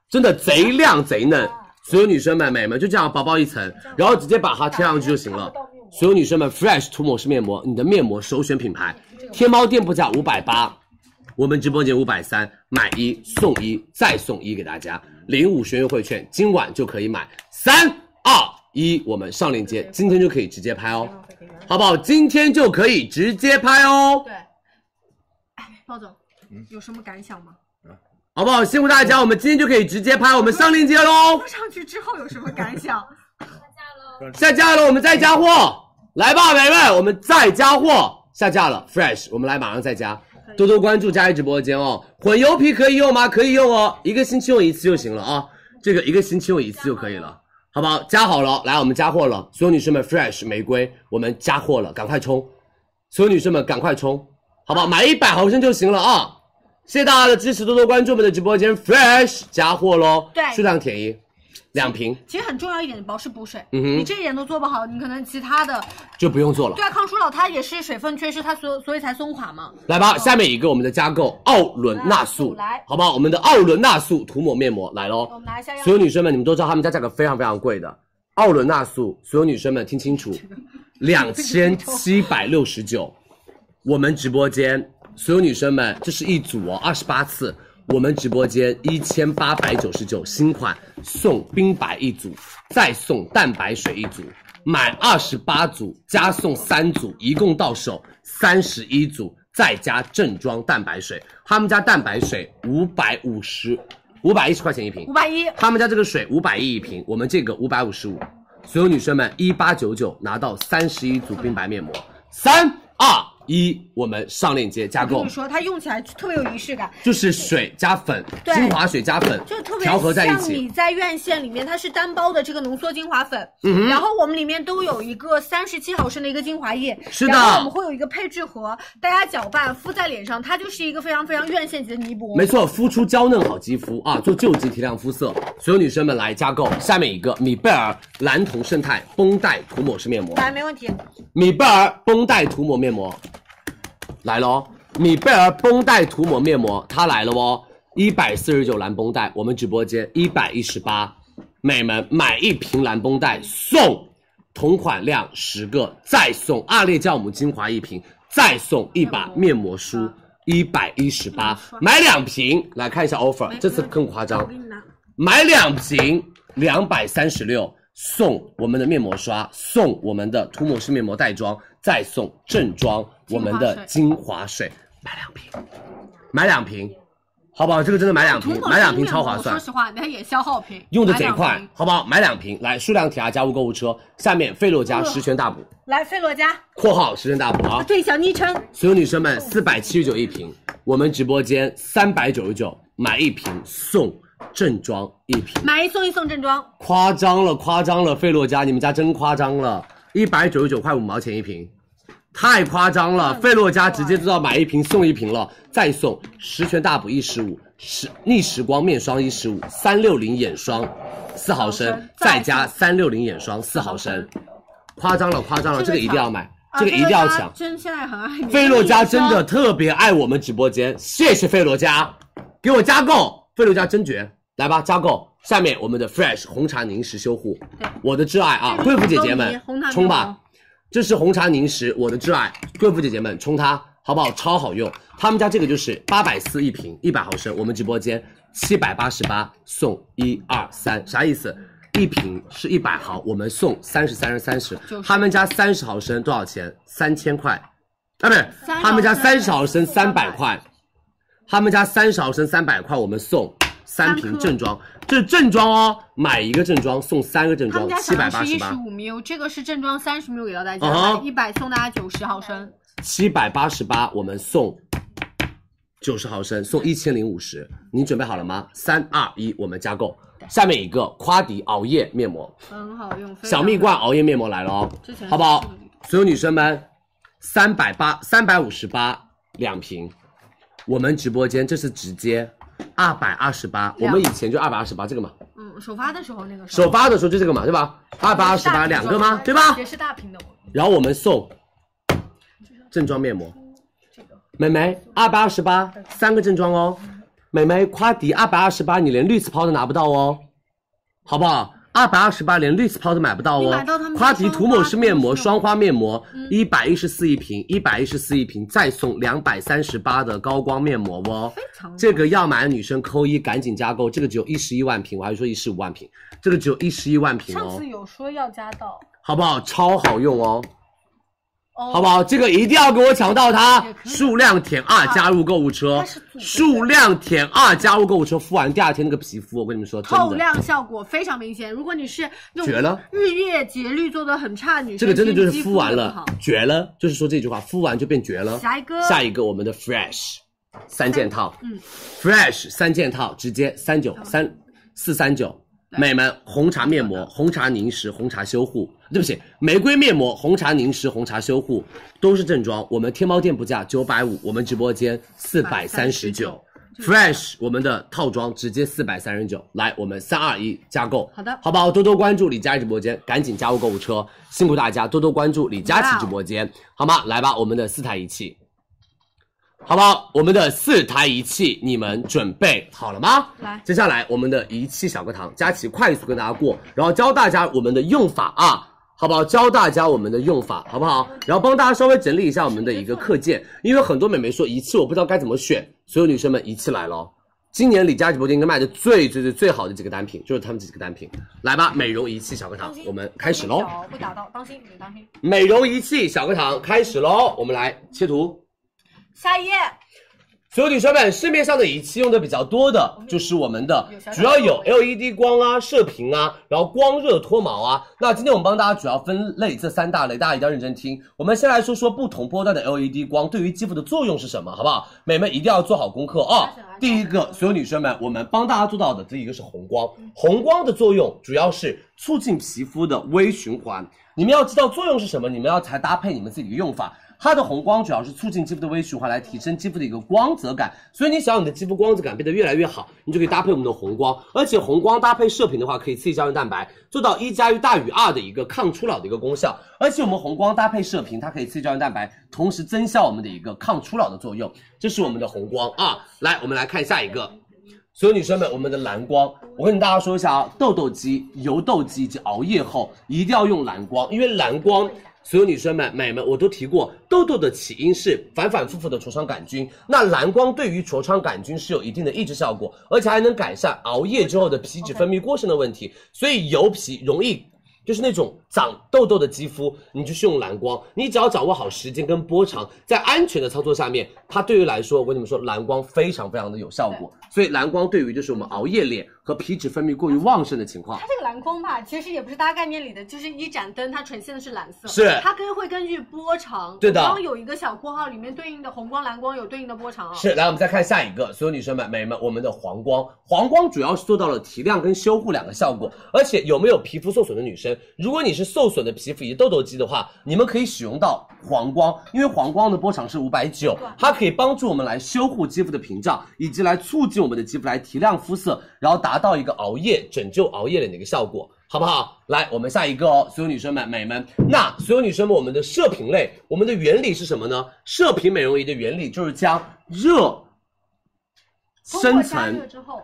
真的贼亮贼嫩。所有女生们、美们就这样薄薄一层，然后直接把它贴啊上去就行了。所有女生们，Fresh 涂抹式面膜，你的面膜首选品牌，天猫店铺价五百八，我们直播间五百三，买一送一，再送一给大家，领五十元优惠券，今晚就可以买。三二一，我们上链接，今天就可以直接拍哦，好不好？今天就可以直接拍哦，
哎包总，有什么感想吗？
好不好？辛苦大家，我们今天就可以直接拍，我们上链接喽
敷。上去之后有什么感想？
下架了，我们再加货，来吧，美们，我们再加货，下架了，fresh，我们来马上再加，多多关注佳怡直播间哦。混油皮可以用吗？可以用哦，一个星期用一次就行了啊，这个一个星期用一次就可以了，好不好？加好了，来，我们加货了，所有女生们，fresh 玫瑰，我们加货了，赶快冲，所有女生们赶快冲，好不好？买一百毫升就行了啊。谢谢大家的支持，多多关注我们的直播间，fresh 加货喽，
对
数量便宜，两瓶
其实很重要一点，保湿补水。
嗯哼
你这一点都做不好，你可能其他的
就不用做了。
对啊，抗初老它也是水分缺失，它所有所以才松垮嘛。
来吧，下面一个我们的加购奥伦纳素，
来
好不好？我们的奥伦纳素涂抹面膜来喽
我。们拿一下样
所有女生们，你们都知道他们家价格非常非常贵的，奥伦纳素，所有女生们听清楚，两千七百六十九，我们直播间所有女生们，这是一组哦，二十八次，我们直播间一千八百九十九新款送冰白一组，再送蛋白水一组，买二十八组加送三组，一共到手三十一组，再加正装蛋白水。他们家蛋白水五百五十，五百一十块钱一瓶，
五百一，
他们家这个水五百一一瓶，我们这个五百五十五。所有女生们，一八九九拿到三十一组冰白面膜，三二一，我们上链接加
我跟
购
你，说，它用起来特别有仪式感，
就是水加粉，
对
精华水加粉，
就特别
调和在一
像你
起。
在院线里面，它是单包的这个浓缩精华粉，
嗯哼
然后我们里面都有一个三十七毫升的一个精华液，
是的
然后我们会有一个配置盒，大家搅拌敷在脸上，它就是一个非常非常院线级的泥膜，
没错，敷出娇嫩好肌肤啊，做救急提亮肤色。所有女生们来加购，下面一个米贝尔蓝铜胜肽绷带涂抹式面膜，
来没问题，
米贝尔绷带涂抹面膜来喽！米贝尔绷带涂抹面膜它来了哦，一百四十九蓝绷带，我们直播间一百一十八，美们买一瓶蓝绷带送同款量十个，再送阿列酵母精华一瓶，再送一把面膜梳。一百一十八，买两瓶来看一下 offer，这次更夸张，买两瓶两百三十六，送我们的面膜刷，送我们的涂抹式面膜袋装，再送正装我们的精华水，买两瓶，买两瓶，好不好？这个真的买两瓶，买两瓶超划算
我说。实话，那也消耗品，
用的
买
贼
两
快
瓶，
好不好？买两瓶，来数量填啊，加入购物车。下面费洛嘉
嗯
十全大补，
来菲洛嘉，
括号十全大补啊！
对小昵称，
所有女生们，四百七十九一瓶，我们直播间三百九十九买一瓶送正装一瓶。
买一送一送正装，
夸张了，夸张了，费洛嘉，你们家真夸张了，一百九十九块五毛钱一瓶，太夸张了，费洛嘉直接做到买一瓶送一瓶了，再送十全大补一十五，十逆时光面霜一十五，三六零眼霜四毫升，再加三六零眼霜四毫升，夸张了，夸张了，这个一定要买，
啊
这个一定要
菲洛嘉
抢，
真现在很爱你，
费洛嘉
这个
真
眼霜
的特别爱我们直播间，谢谢费洛嘉，给我加购，费洛嘉真绝，来吧加购。下面我们的 Fresh 红茶凝实修护，我的挚爱啊，贵妇姐姐们
红糖
冲吧
牛！
这是红茶凝实，我的挚爱，贵妇姐姐们冲它好不好？超好用，他们家这个就是八百四一瓶，一百毫升，我们直播间七百八十八送一二三，啥意思？一瓶是一百毫，我们送三十、三十、三十。他们家三十毫升多少钱？三千块，啊，不是，
30
他们家三十毫升三百块，他们家三十毫升三百块，我们送三瓶正装，这是正装哦，买一个正装送三个正
他
装
们，家
七
小
百
样
八
是
十
一
八
十。五 ml，这个是正装三十 ml 给到大
嗯
家，
哼
一百送大家九十毫升。
七百八十八，我们送九十毫升，送一千零五十。你准备好了吗？三二一，我们加购。下面一个夸迪熬夜面膜，
很好用，非常
小蜜罐熬夜面膜来了哦
之前，
好不好？所有女生们，三百八三百五十八两瓶，我们直播间这是直接二百二十八，我
两
们以前就二百二十八这个嘛，
嗯，首发的时候那个时候
首发的时候就这个嘛，对吧？二百二十八两个吗？对吧？
也是大瓶的，我
然后我们送正装面膜，美眉二百二十八三个正装哦，美眉夸迪二百二十八，你连绿色抛都拿不到哦，好不好？二百二十八连绿色抛都买不到
你
哦
买到他们。家
夸迪涂抹式面膜
双
双花面膜
嗯
一百一十四一瓶，一百一十四一瓶，再送两百三十八的高光面膜哦。这个要买的女生扣一，赶紧加购。这个只有一十一万瓶，我还说一十五万瓶，这个只有一十一万瓶
上
哦
次，有说要加到，
好不好？超好用哦。
哦
好不好？这个一定要给我抢到它，数量填二加入购物车，数量填二加入购物车，敷完第二天那个皮肤，我跟你们说，真
透
的，
亮效果非常明显。如果你是那
绝
种
了
日月节律做的很差的女生，
这个真的就是
其实
敷完
肌肤会
了
很好
绝了，就是说这句话，敷完就变绝了。
下一个
下一个我们的 Fresh 三件套
嗯，
，Fresh 三件套直接三九三四三九，美们红茶面膜、红茶凝实、红茶修护，对不起，玫瑰面膜、红茶凝实、红茶修护都是正装，我们天猫店铺价九百五，我们直播间四百三十九。Fresh，我们的套装直接四百三十九，来，我们三二一加购，
好的
好不好？多多关注李佳琦直播间，赶紧加入购物车，辛苦大家多多关注李佳琦直播间，好吗？来吧，我们的四台仪器，好不好？我们的四台仪器，你们准备好了吗？
来
接下来我们的仪器小课堂，佳琪快速跟大家过，然后教大家我们的用法啊，好不好？教大家我们的用法，好不好？然后帮大家稍微整理一下我们的一个课件，因为很多美眉说一次我不知道该怎么选，所有女生们一次来咯。今年李佳琦直播间应该卖的最最最最好的几个单品，就是他们这几个单品。来吧，美容仪器小课堂，我们开始喽。
脚会打到，当心你当心。
美容仪器小课堂开始喽，我们来切图。
下一页，
所有女生们，市面上的仪器用的比较多的就是我们的，主要哦有 LED 光啊、射频啊，然后光热脱毛啊。那今天我们帮大家主要分类这三大类，大家一定要认真听。我们先来说说不同波段的 LED 光对于肌肤的作用是什么，好不好？美们一定要做好功课啊、第一个，所有女生们，我们帮大家做到的第一个是红光，红光的作用主要是促进皮肤的微循环。你们要知道作用是什么，你们要才搭配你们自己的用法。它的红光主要是促进肌肤的微循环，来提升肌肤的一个光泽感。所以你想要你的肌肤光泽感变得越来越好，你就可以搭配我们的红光，而且红光搭配射频的话，可以刺激胶原蛋白，做到一加一大于二的一个抗初老的一个功效。而且我们红光搭配射频，它可以刺激胶原蛋白，同时增效我们的一个抗初老的作用。这是我们的红光啊，来，我们来看下一个。所有女生们，我们的蓝光，我跟大家说一下啊，痘痘肌、油痘肌以及熬夜后一定要用蓝光，因为蓝光，所有女生们、美们，我都提过，痘痘的起因是反反复复的痤疮杆菌，那蓝光对于痤疮杆菌是有一定的抑制效果，而且还能改善熬夜之后的皮脂分泌过剩的问题，所以油皮容易就是那种长痘痘的肌肤，你就是用蓝光，你只要掌握好时间跟波长，在安全的操作下面，它对于来说，我跟你们说，蓝光非常非常的有效果。所以蓝光对于就是我们熬夜脸和皮脂分泌过于旺盛的情况
它，这个蓝光吧，其实也不是大家概念里的，就是一盏灯，它呈现的是蓝色，
是
它跟会根据波长，
对的
刚刚有一个小括号里面对应的红光、蓝光有对应的波长啊、
是，来，我们再看下一个，所有女生们、美们，我们的黄光，黄光主要是做到了提亮跟修护两个效果。而且有没有皮肤受损的女生，如果你是受损的皮肤以及痘痘肌的话，你们可以使用到黄光，因为黄光的波长是五百九，它可以帮助我们来修护肌肤的屏障，以及来促进我们的肌肤来提亮肤色，然后达到一个熬夜拯救熬夜脸的一个效果。好不好？来，我们下一个哦，所有女生们、美们。那所有女生们，我们的射频类，我们的原理是什么呢？射频美容仪的原理就是将热深层，
之后，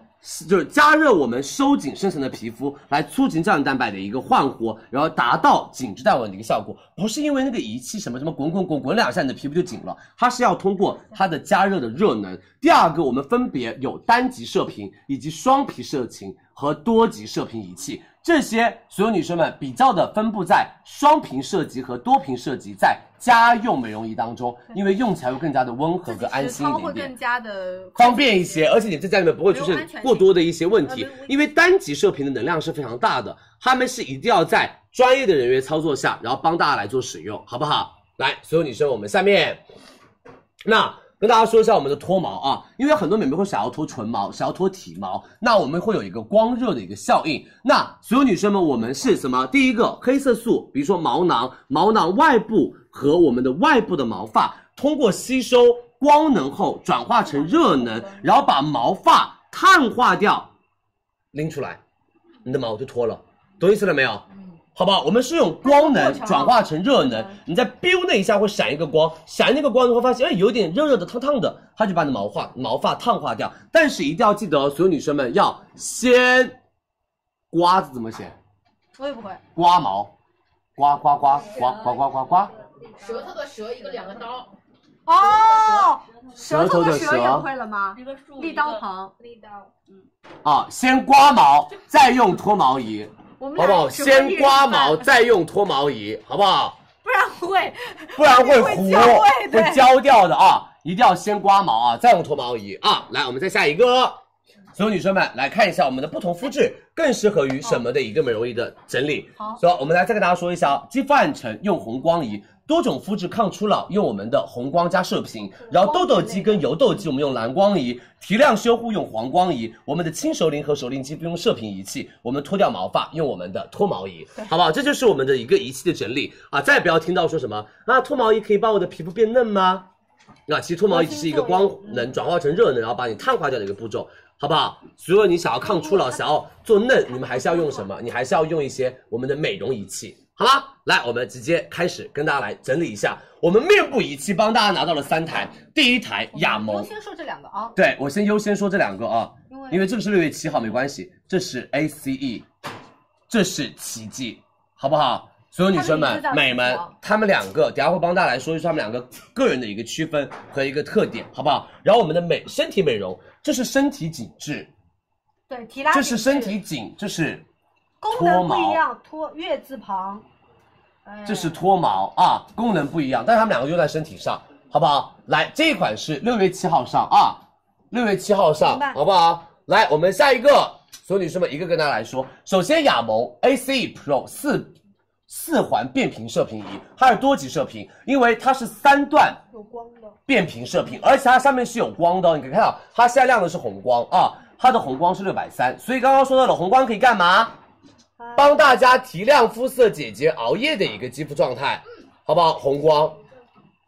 就是加热我们收紧深层的皮肤，来促进胶原蛋白的一个焕活，然后达到紧致带纹的一个效果。不是因为那个仪器什么什么滚滚滚滚两下你的皮肤就紧了，它是要通过它的加热的热能。第二个，我们分别有单极射频以及双皮射频和多极射频仪器。这些所有女生们比较的分布在双频射级和多频射级在家用美容仪当中，因为用起来会更加的温和跟安心一
超会
点点
更。加的
方便一些，而且你在家里面不会出现过多的一些问题，因为单极射频的能量是非常大的，他们是一定要在专业的人员操作下，然后帮大家来做使用，好不好？来，所有女生，我们下面，那跟大家说一下我们的脱毛啊，因为很多美眉会想要脱唇毛，想要脱体毛，那我们会有一个光热的一个效应。那所有女生们，我们是什么？第一个黑色素，比如说毛囊，毛囊外部和我们的外部的毛发通过吸收光能后转化成热能，然后把毛发碳化掉，拎出来，你的毛就脱了，懂意思了没有？好不好？我们是用光能转化成热能，你在 biu 那一下会闪一个光，闪那个光你会发现，哎，有点热热的、烫烫的，它就把你的毛发毛发烫化掉。但是一定要记得哦，所有女生们要先刮子怎么写？
我也不会。
刮毛，刮刮刮刮刮刮刮刮，
舌头的舌，一个两个刀，
哦，
舌头的
舌也
舌
会了吗？立刀旁，立刀，嗯，
啊，先刮毛，再用脱毛仪，
我们
啊
好不好？
俩只会一人
先刮
一半
毛，再用脱毛仪，好不好？
不然会，
不然会糊，
焦味对
会焦掉的啊！一定要先刮毛啊，再用脱毛仪啊。来，我们再下一个，所有女生们来看一下我们的不同肤质更适合于什么的一个美容仪的整理。
好
所以我们来再跟大家说一下啊，肌肤暗沉用红光仪。多种肤质抗初老，用我们的红光加射频；然后痘痘肌跟油痘肌，我们用蓝光仪；提亮修护用黄光仪；我们的轻熟龄和熟龄肌肤用射频仪器；我们脱掉毛发用我们的脱毛仪，好不好？这就是我们的一个仪器的整理啊！再也不要听到说什么啊，脱毛仪可以把我的皮肤变嫩吗？那其实脱毛仪只是一个光能转化成热能，然后把你碳化掉的一个步骤，好不好？如果你想
嗯
要抗初老，想要做嫩，你们还是要用什么？你还是要用一些我们的美容仪器，好吗？来，我们直接开始跟大家来整理一下，我们面部仪器帮大家拿到了三台，第一台雅
优
萌，
先说这两个啊，
对我先优先说这两个啊
因为，
因为这个是六月七号，没关系，这是 A C E，这是奇迹，好不好？所有女生
他们名字
们
叫、
美们
什么，
她们两个，等一下会帮大家来说一说她们两个个人的一个区分和一个特点，好不好？然后我们的美身体美容，这是身体紧致，
对，提拉
这
紧
是身体紧，这是
功
脱
能不
毛
一样，脱月字旁，
哎
这是脱毛啊，功能不一样，但是它们两个用在身体上，好不好？来，这一款是六月七号上啊，六月七号上
明，白
好不好？来，我们下一个，所有女生们一个跟大家来说，首先雅萌 ACE Pro 四四环变频射频仪，它是多级射频，因为它是三段
有光的。
变频射频，而且它上面是有光的哦，你可以看到它现在亮的是红光啊，它的红光是六百三，所以刚刚说到了红光可以干嘛？帮大家提亮肤色，解决熬夜的一个肌肤状态，好不好？红光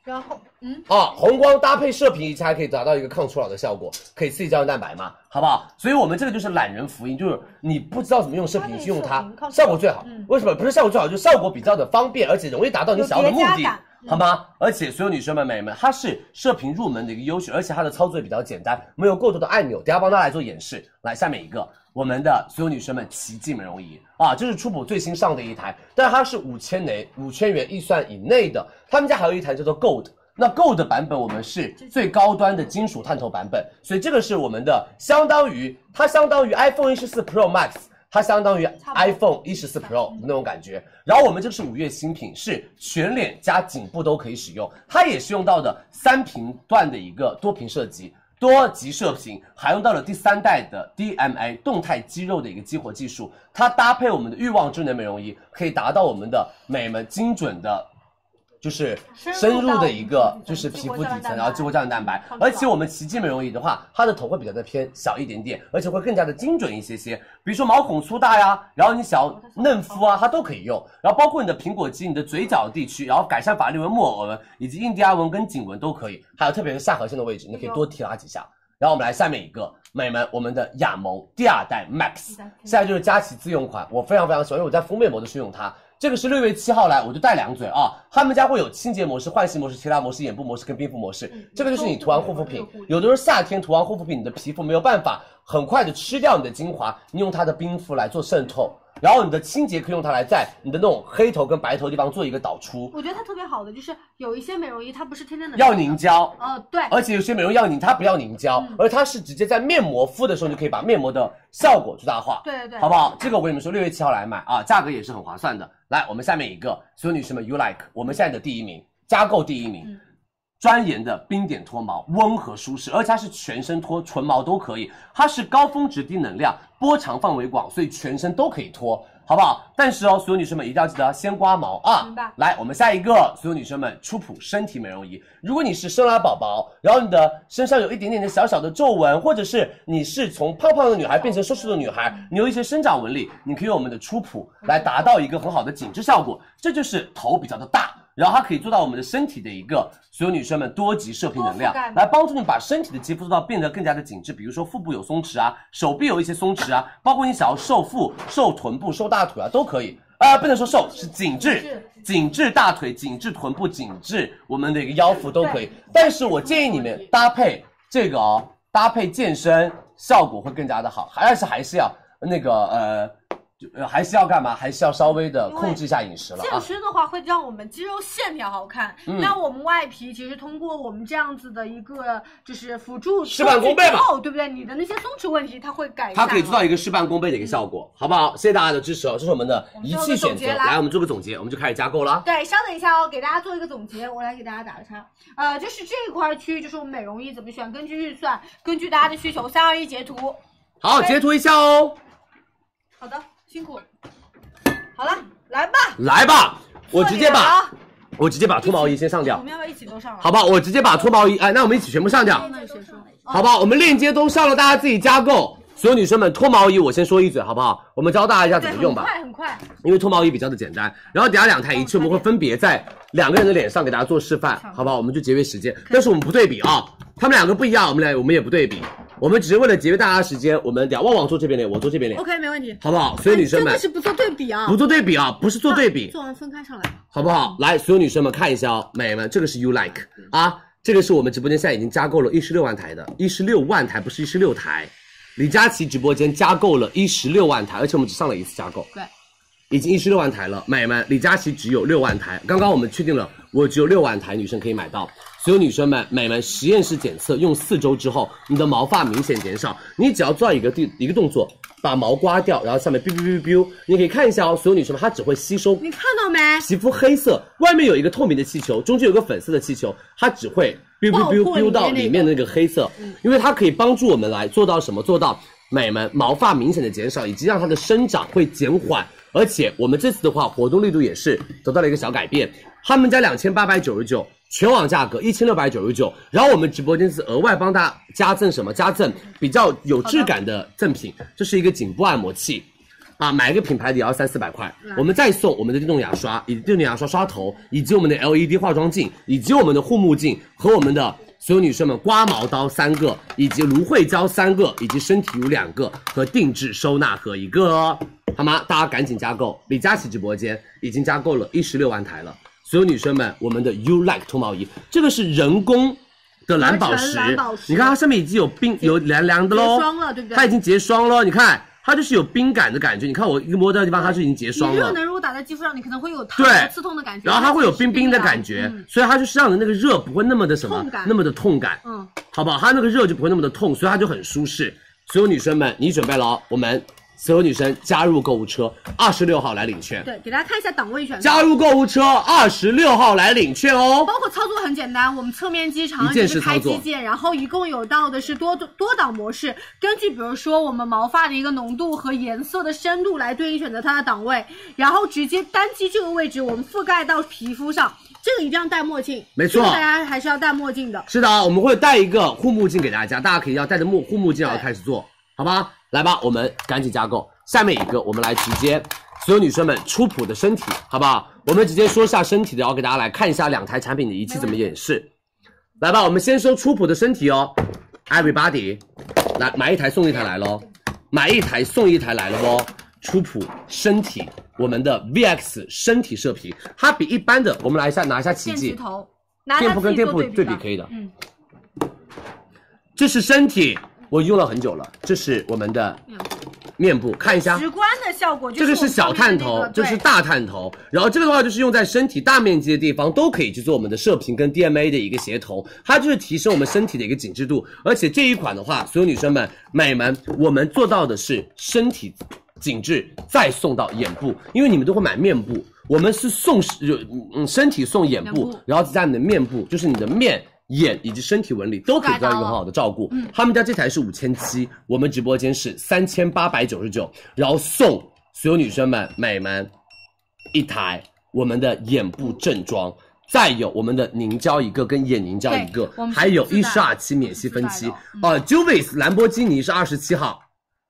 然后，嗯，
啊，红光搭配射频仪器还可以达到一个抗初老的效果，可以刺激胶原蛋白嘛，好不好？所以我们这个就是懒人福音，就是你不知道怎么用射频仪去用它，效果最好。
嗯
为什么不是效果最好？就是效果比较的方便，而且容易达到你想要的目
有叠
的
加感，嗯
好吗？而且所有女生们、美人们，它是射频入门的一个优势，而且它的操作也比较简单，没有过多的按钮。等一下帮大家来做演示。来，下面一个，我们的所有女生们奇迹美容仪啊，这是初普最新上的一台，但是它是五千内五千元预算以内的，他们家还有一台叫做 Gold。那 Gold 版本我们是最高端的金属探头版本，所以这个是我们的相当于它相当于 iPhone 一十四 Pro Max，它相当于 iPhone 一十四 Pro 那种感觉。然后我们这个是五月新品，是全脸加颈部都可以使用，它也是用到的三频段的一个多频射击。多级射频还用到了第三代的 DMA 动态肌肉的一个激活技术，它搭配我们的欲望智能美容仪，可以达到我们的美们精准的就是深入的一个就是皮肤底层，然后激活胶原蛋白。而且我们奇迹美容仪的话，它的头会比较的偏小一点点，而且会更加的精准一些些。比如说毛孔粗大呀，然后你想要嫩肤啊，它都可以用。然后包括你的苹果肌、你的嘴角地区，然后改善法令纹、木偶纹以及印第安纹跟颈纹都可以。还有特别是下颌线的位置，你可以多提拉几下。然后我们来下面一个，美们，我们的雅萌第二代 Max，现在就是佳琦自用款，我非常非常喜欢，因为我在敷面膜的时候用它。这个是六月七号来，我就带两嘴啊。他们家会有清洁模式、焕洗模式、提拉模式、眼部模式跟冰敷模式。这个就是你涂完嗯护肤品，有的时候夏天涂完护肤品，你的皮肤没有办法很快的吃掉你的精华，你用它的冰敷来做渗透，然后你的清洁可以用它来在你的那种黑头跟白头地方做一个导出。
我觉得它特别好的就是有一些美容仪，它不是天天能
要哎凝胶
哦，对，
而且有些美容药凝，它不要凝胶，而它是直接在面膜敷的时候，你就可以把面膜的效果最大化，
对对对
好不好？这个我跟你们说，六月七号来买啊，价格也是很划算的。来，我们下面一个，所有女生们，You Like，我们现在的第一名，加购第一名，
嗯
专研的冰点脱毛，温和舒适，而且它是全身脱，唇毛都可以，它是高峰值低能量，波长范围广，所以全身都可以脱。好不好？但是哦，所有女生们一定要记得先刮毛啊！
明白
来，我们下一个，所有女生们，初普身体美容仪。如果你是生拉宝宝，然后你的身上有一点点的小小的皱纹，或者是你是从胖胖的女孩变成瘦瘦的女孩，你有一些生长纹理，你可以用我们的初普来达到一个很好的紧致效果。这就是头比较的大，然后它可以做到我们的身体的一个所有女生们多级射频能量
多覆盖，嘛
来帮助你把身体的肌肤做到变得更加的紧致。比如说腹部有松弛啊，手臂有一些松弛啊，包括你想要瘦腹、瘦臀部、瘦大腿啊，都可以。啊、不能说瘦，是紧致，紧致大腿、紧致臀部、紧致我们的一个腰腹都可以
对。
但是我建议你们搭配这个哦，搭配健身效果会更加的好，但是还是要那个呃。就呃还是要干嘛？还是要稍微的控制一下饮食了啊
健！身的话会让我们肌肉线条好看，
嗯
那我们外皮其实通过我们这样子的一个就是辅助
事半功倍嘛
之后，对不对？你的那些松弛问题它会改善，
它可以做到一个事半功倍的一个效果，好不好？谢谢大家的支持哦，这是我们的一
做个
气
总
选择。
结来
来，我们做个总结，我们就开始加购了。
对，稍等一下哦，给大家做一个总结，我来给大家打个叉。呃，就是这一块区域，就是我们美容仪怎么选，根据预算，根据大家的需求，三二一截图。
好，截图一下哦。
好的，辛苦。好了，来吧，
来吧，我直接把
做脸啊
我直接把脱毛仪先上
我
掉
们，要不要一起都上了？
好不好？我直接把脱毛仪，哎，那我们一起全部上掉，
那谁说？
好不好？我们链接都上了，大家自己加购。所有女生们，脱毛仪我先说一嘴，好不好？我们教大家一下
对，
怎么
很
用吧，
快很快。
因为脱毛仪比较的简单。然后等下两台仪器，我们会分别在两个人的脸上给大家做示范，好不好？我们就节约时间，但是我们不对比啊，他们两个不一样，我们俩我们也不对比，我们只是为了节约大家时间，我们俩旺旺坐这边脸，我坐这边脸，
OK，没问题。哎
好不好？所有女生
真
们
的是不做对比啊，
不做对比啊，不是做对比，
做完分开上来。
好不好？来，所有女生们看一下哦，美们，这个是 You Like 啊，这个是我们直播间现在已经加购了一十六万台的，一十六万台不是一十六台，李佳琦直播间加购了一十六万台，而且我们只上了一次加购，
对，
已经一式六万台了，买们，李佳琦只有六万台。刚刚我们确定了，我只有六万台女生可以买到。所有女生们，美们，实验室检测用四周之后，你的毛发明显减少。你只要做一个地一个动作，把毛刮掉，然后下面 biu biu biu biu，你可以看一下哦。所有女生们，它只会吸收
你看到没？
皮肤黑色，外面有一个透明的气球，中间有个粉色的气球，它只会 biu
爆
biu
破
biu
里面那
biu 到
个嗯
里面的那个黑色，因为它可以帮助我们来做到什么？做到美们毛发明显的减少，以及让它的生长会减缓。而且我们这次的话，活动力度也是得到了一个小改变，他们家两千八百九十九。全网价格一千六百九十九，然后我们直播间是额外帮大家加赠什么？加赠比较有质感的赠品，这是一个颈部按摩器，啊，买一个品牌的也要三四百块
嗯。
我们再送我们的电动牙刷，以及电动牙刷刷头，以及我们的 LED 化妆镜，以及我们的护目镜和我们的所有女生们刮毛刀三个，以及芦荟胶三个，以及身体乳两个和定制收纳盒一个哦，好吗？大家赶紧加购！李佳琦直播间已经加购了一十六万台了，所有女生们，我们的 You Like 脱毛仪，这个是人工。的蓝宝石
合成蓝宝石，
你看它上面已经有冰有凉凉的喽，
结霜了对不对
它已经结霜了，你看它就是有冰感的感觉。你看我一摸到的地方，它就已经结霜
你热
了。
能如果打在肌肤上，你可能会有烫
对，
刺痛的感觉，
然后它会有冰冰的感觉，
嗯
所以它就是让人那个热不会那么的什么
痛感，
那么的痛感，
嗯，
好不好？它那个热就不会那么的痛，所以它就很舒适。所有女生们，你准备了哦，我们所有女生加入购物车，二十六号来领券，
对，给大家看一下档位选择。
加入购物车，二十六号来领券哦。
包括操作很简单，我们侧面机、长按
一
键
键式
是
操
开
作
机键，然后一共有到的是多多档模式，根据比如说我们毛发的一个浓度和颜色的深度来对应选择它的档位，然后直接单击这个位置，我们覆盖到皮肤上，这个一定要戴墨镜，
没错
这个大家还是要戴墨镜的。
是的，我们会带一个护目镜给大家，大家可以要带着目护目镜然后开始做，好吧？来吧，我们赶紧加购。下面一个，我们来直接，所有女生们初普的身体，好不好？我们直接说一下身体的，然后给大家来看一下两台产品的仪器怎么演示。来吧，我们先说初普的身体哦，everybody，来买一台送一台来喽，买一台送一台来了哦。初普身体，我们的 VX 身体射频，它比一般的，我们来一下拿一下奇
电
迹
池，头，拿
店
它
铺
自己
跟店
做
铺
对
对
吧
比可以的。
嗯，
这是身体，我用了很久了。这是我们的面部，看一下，
直观的效果就
这个
我
是
们上
小
面的
探
那
头
个，
这是。大探头。然后这个的话就是用在身体大面积的地方都可以去做我们的射频跟 DMA 的一个协同，它就是提升我们身体的一个紧致度。而且这一款的话，所有女生们、美们，我们做到的是身体紧致，再送到眼部，因为你们都会买面部。我们是送呃嗯身体送眼部，
眼部
然后再加你的面部，就是你的面、眼以及身体纹理都可以得到一个很好的照顾。
嗯
他们家这台是五千七，我们直播间是三千八百九十九，然后送所有女生们、美们一台我们的眼部正装。再有我们的凝胶一个跟眼凝胶一个
对我，们是
还有
自带
一
的
十二期免息分期
自带，嗯
呃 j u v i s 兰博基尼是二十七号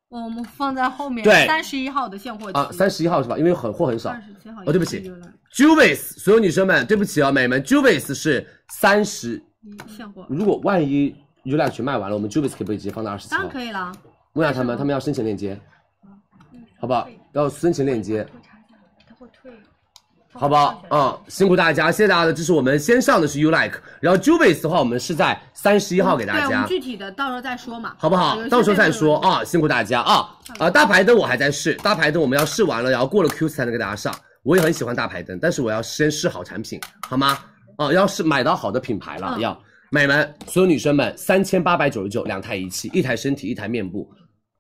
我们放在后面，
对
三十一号的现货期
啊，三十一号是吧？因为很货很少，
27号
哦，对
也
不起
有了
j u v i s 所有女生们，对不起啊，美们 j u v i s 是三十，
现货，
如果万一有俩全卖完了，我们 j u v i s 可不可以直接放到二十七
当
号
然？可以了。
问一下他们，他们要申请链接，
嗯
好不好？要申请链接，好不好？啊、辛苦大家，谢谢大家的支持。我们先上的是 U Like，然后 j u v i s 的话，我们是在三十一号给大
嗯对，我
家
们，具体的到时候再说嘛，
好不好
有？一些
到时候再
内容
说啊，辛苦大家啊！啊，大排灯我还在试，大排灯我们要试完了，然后过了 Q 才能给大家上。我也很喜欢大排灯，但是我要先试好产品，好吗？啊，要是买到好的品牌了，
嗯
要美们，所有女生们，三千八百九十九两台仪器，一台身体，一台面部，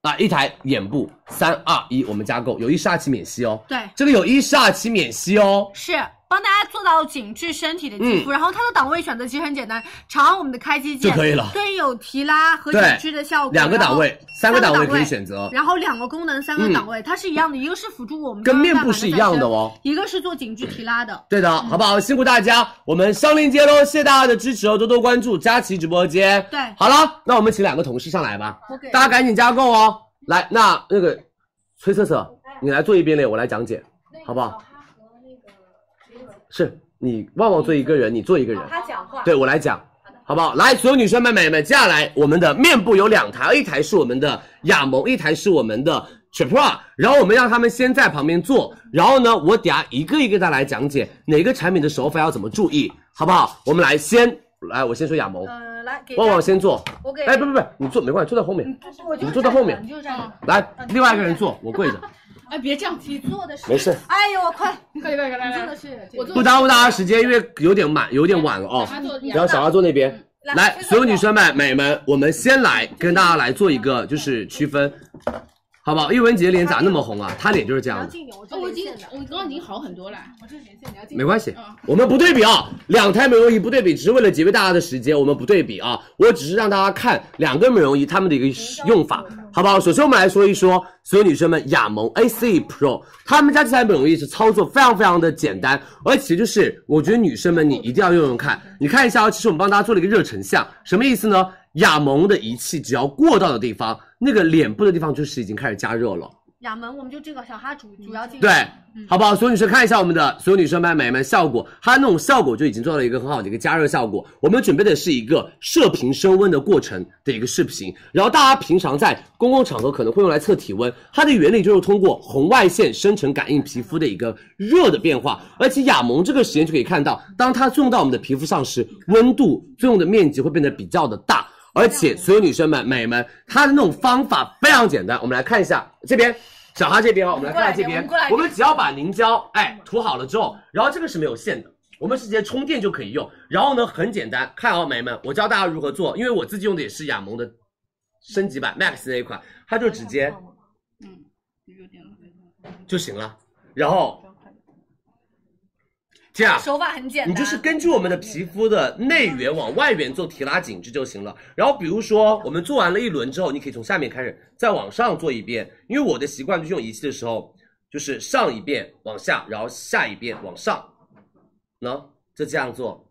啊，一台眼部，三二一，我们加购，有一十二期免息哦。
对
这个有一十二期免息哦。
是帮大家做到紧致身体的肌肤，
嗯
然后它的档位选择其实很简单，长按我们的开机键
就可以了
对应有提拉和紧
对
致的效果，
两个档位
然后
三
三
个档位
位
可以选择
然后两个功能三个档位，它是一样的，一个是辅助我们
跟
刚刚
面部
干完
是一样的哦
再生一个是做紧致提拉的。
对的，好不好？辛苦大家，我们上链接喽，谢谢大家的支持哦，多多关注佳琦直播间。
对
好了，那我们请两个同事上来吧
我给，
大家赶紧加购
嗯
哦。来，那那个崔瑟瑟，
哎
你来做一遍嘞，我来讲解，好不好？是你旺旺做一个人，你做一个人，
哦他讲话。
对我来讲，好不好？来，所有女生们、美们，接下来我们的面部有两台，一台是我们的雅萌，一台是我们的 Chipra。然后我们让他们先在旁边做，然后呢，我等下一个一个大家来讲解哪个产品的手法要怎么注
嗯
意，好不好？我们来先来，我先说雅萌，
呃，来给
旺旺先做。
我给
哎，不不不，你坐没关系，坐在后面，
我就
你坐在后面
你就这样。
来，另外一个人做，我跪着。
哦哎，别这样提，做的是
没事
哎呦，我快，快点，快点，快点，做的是，我做
不耽误大家时间，因为有点晚，有点晚了哦
小花坐。
然后小花坐那边，
嗯
来，所有女生们、美们，我们先来跟大家来做一个就是区分，好不好？叶文洁脸咋那么红啊？她脸就是这样的。嗯
近一点，我哦
哦
我已经，我刚刚已经好很多了。我这连线你要
没关系，我们不对比啊，两台美容仪不对比，只是为了节约大家的时间，我们不对比啊，我只是让大家看两个美容仪它们的一个用法，好不好？首先我们来说一说，所有女生们，雅萌 AC Pro，他们家这台美容仪是操作非常非常的简单，而且就是我觉得女生们你一定要用用看，你看一下哦，其实我们帮大家做了一个热成像，什么意思呢？雅萌的仪器只要过到的地方，那个脸部的地方就是已经开始加热了。
亚门，我们就这个小哈主主要进
嗯对，好不好？所有女生看一下我们的所有女生们、美们效果，它那种效果就已经做到了一个很好的一个加热效果。我们准备的是一个射频升温的过程的一个视频，然后大家平常在公共场合可能会用来测体温，它的原理就是通过红外线生成感应皮肤的一个热的变化，而且雅萌这个实验就可以看到，当它作用到我们的皮肤上时，温度作用的面积会变得比较的大。
啊
而且所有女生们、美们，它的那种方法非常简单，我们来看一下这边。小哈这边哦，我们来看看这边
过来一，点
我
我们过来一点嗯
们只要把凝胶哎涂好了之后，然后这个是没有线的，我们是直接充电就可以用。然后呢，很简单，看哦，美们，我教大家如何做，因为我自己用的也是雅萌的升级版 Max 那一款，它就直接
嗯
就行了。然后这样
手法很简单，
啊你就是根据我们的皮肤的内缘往外缘做提拉紧致就行了。然后比如说我们做完了一轮之后，你可以从下面开始再往上做一遍，因为我的习惯就是用仪器的时候，就是上一遍往下，然后下一遍往上，喏，就这样做。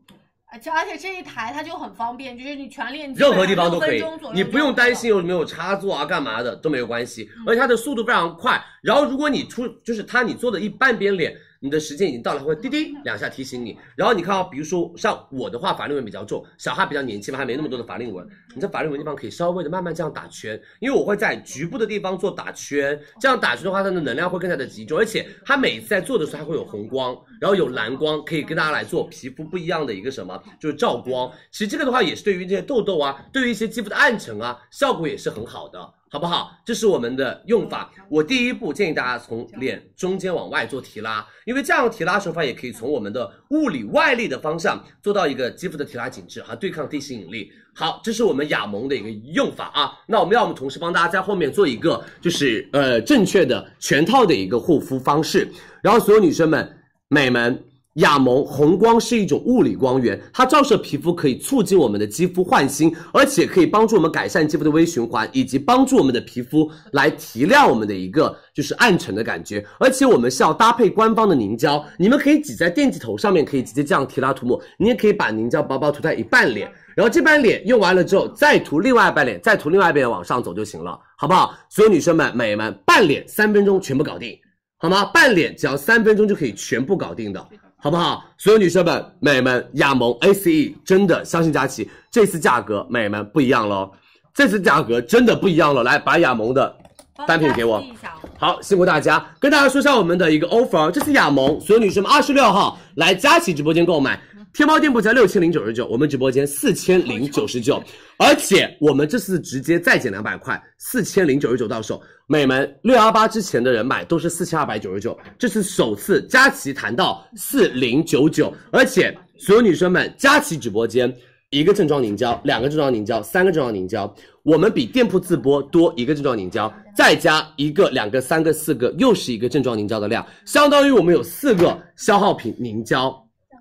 而且而且这一台它就很方便，就是你全脸基本
任
上
何地方都可
6
以
分钟左，右
你不用担心有没有插座啊、干嘛的都没有关系，
嗯
而且它的速度非常快。然后如果你出就是它你做的一半边脸，你的时间已经到了，它会滴滴
嗯
两下提醒你。然后你看啊，比如说像我的话，法令纹比较重，小哈比较年轻嘛，还没那么多的法令纹，你在法令纹地方可以稍微的慢慢这样打圈，因为我会在局部的地方做打圈，这样打圈的话，它的能量会更加的集中，而且它每一次在做的时候，它会有红光，然后有蓝光，可以跟大家来做皮肤不一样的一个什么，就是照光。其实这个的话，也是对于这些痘痘啊，对于一些肌肤的暗沉啊，效果也是很好的，好不好？这是我们的用法。我第一步建议大家从脸中间往外做提拉，因为这样提拉手法也可以从我们的物理外力的方向做到一个肌肤的提拉紧致啊，对抗地心引力。好，这是我们雅萌的一个用法啊。那我们要我们同事帮大家在后面做一个，就是呃正确的全套的一个护肤方式。然后所有女生们、美们。雅萌红光是一种物理光源，它照射皮肤可以促进我们的肌肤焕新，而且可以帮助我们改善肌肤的微循环，以及帮助我们的皮肤来提亮我们的一个就是暗沉的感觉。而且我们是要搭配官方的凝胶，你们可以挤在电极头上面，可以直接这样提拉涂抹，你也可以把凝胶薄薄涂在一半脸，然后这半脸用完了之后，再涂另外一半脸，再涂另外一半脸往上走就行了，好不好？所有女生们、美们，半脸三分钟全部搞定，好吗？半脸只要三分钟就可以全部搞定的，好不好？所有女生们、美们，雅萌 ACE E，真的相信佳琪，这次价格美们不一样喽，这次价格真的不一样了。来，把雅萌的单品给我。好，辛苦大家，跟大家说一下我们的一个 offer，这次啊雅萌，所有女生们二十六号来佳琦直播间购买，天猫店铺价六千零九十九，我们直播间四千零九十九，而且我们这次直接再减两百块，四千零九十九到手。美们，六幺八之前的人买都是四千二百九十九，这次首次佳琦谈到四零九九，而且所有女生们，佳琦直播间。一个正装凝胶，两个正装凝胶，三个正装凝胶，我们比店铺自播多一个正装凝胶，再加一个、两个、三个、四个，又是一个正装凝胶的量，相当于我们有四个消耗品凝胶，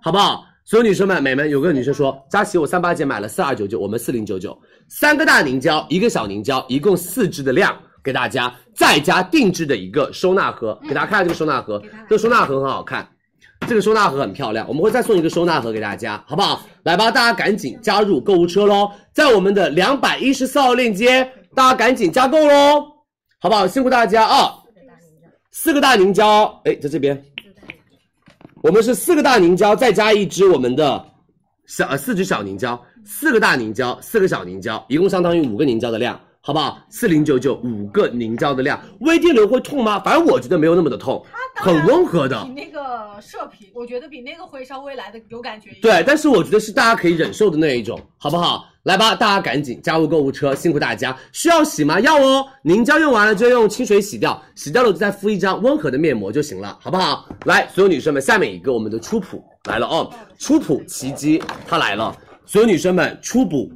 好不好？所有女生们、美们，有个女生说，佳琪，我三八节买了四二九九，我们四零九九，三个大凝胶，一个小凝胶，一共四支的量给大家，再加定制的一个收纳盒，给大家看一下这个收纳盒，这个收纳盒很好看，这个收纳盒很漂亮，我们会再送一个收纳盒给大家，好不好？来吧，大家赶紧加入购物车喽，在我们的两百一十四号链接，大家赶紧加购喽，好不好？辛苦大家啊！四个大凝胶，哎，在这边，我们是四个大凝胶，再加一支我们的小呃四支小凝胶，四个大凝胶，四个小凝胶，一共相当于五个凝胶的量，好不好？四零九九五个凝胶的量，微电流会痛吗？反正我觉得没有那么的痛，很温和的
比。那个射频，我觉得比那个会稍微来的有感觉一点。
对，但是我觉得是大家可以忍受的那一种，好不好？来吧，大家赶紧加入购物车，辛苦大家。需要洗吗？要哦。凝胶用完了就用清水洗掉，洗掉了就再敷一张温和的面膜就行了，好不好？来，所有女生们，下面一个我们的初普来了哦，初普奇迹它来了，所有女生们，初普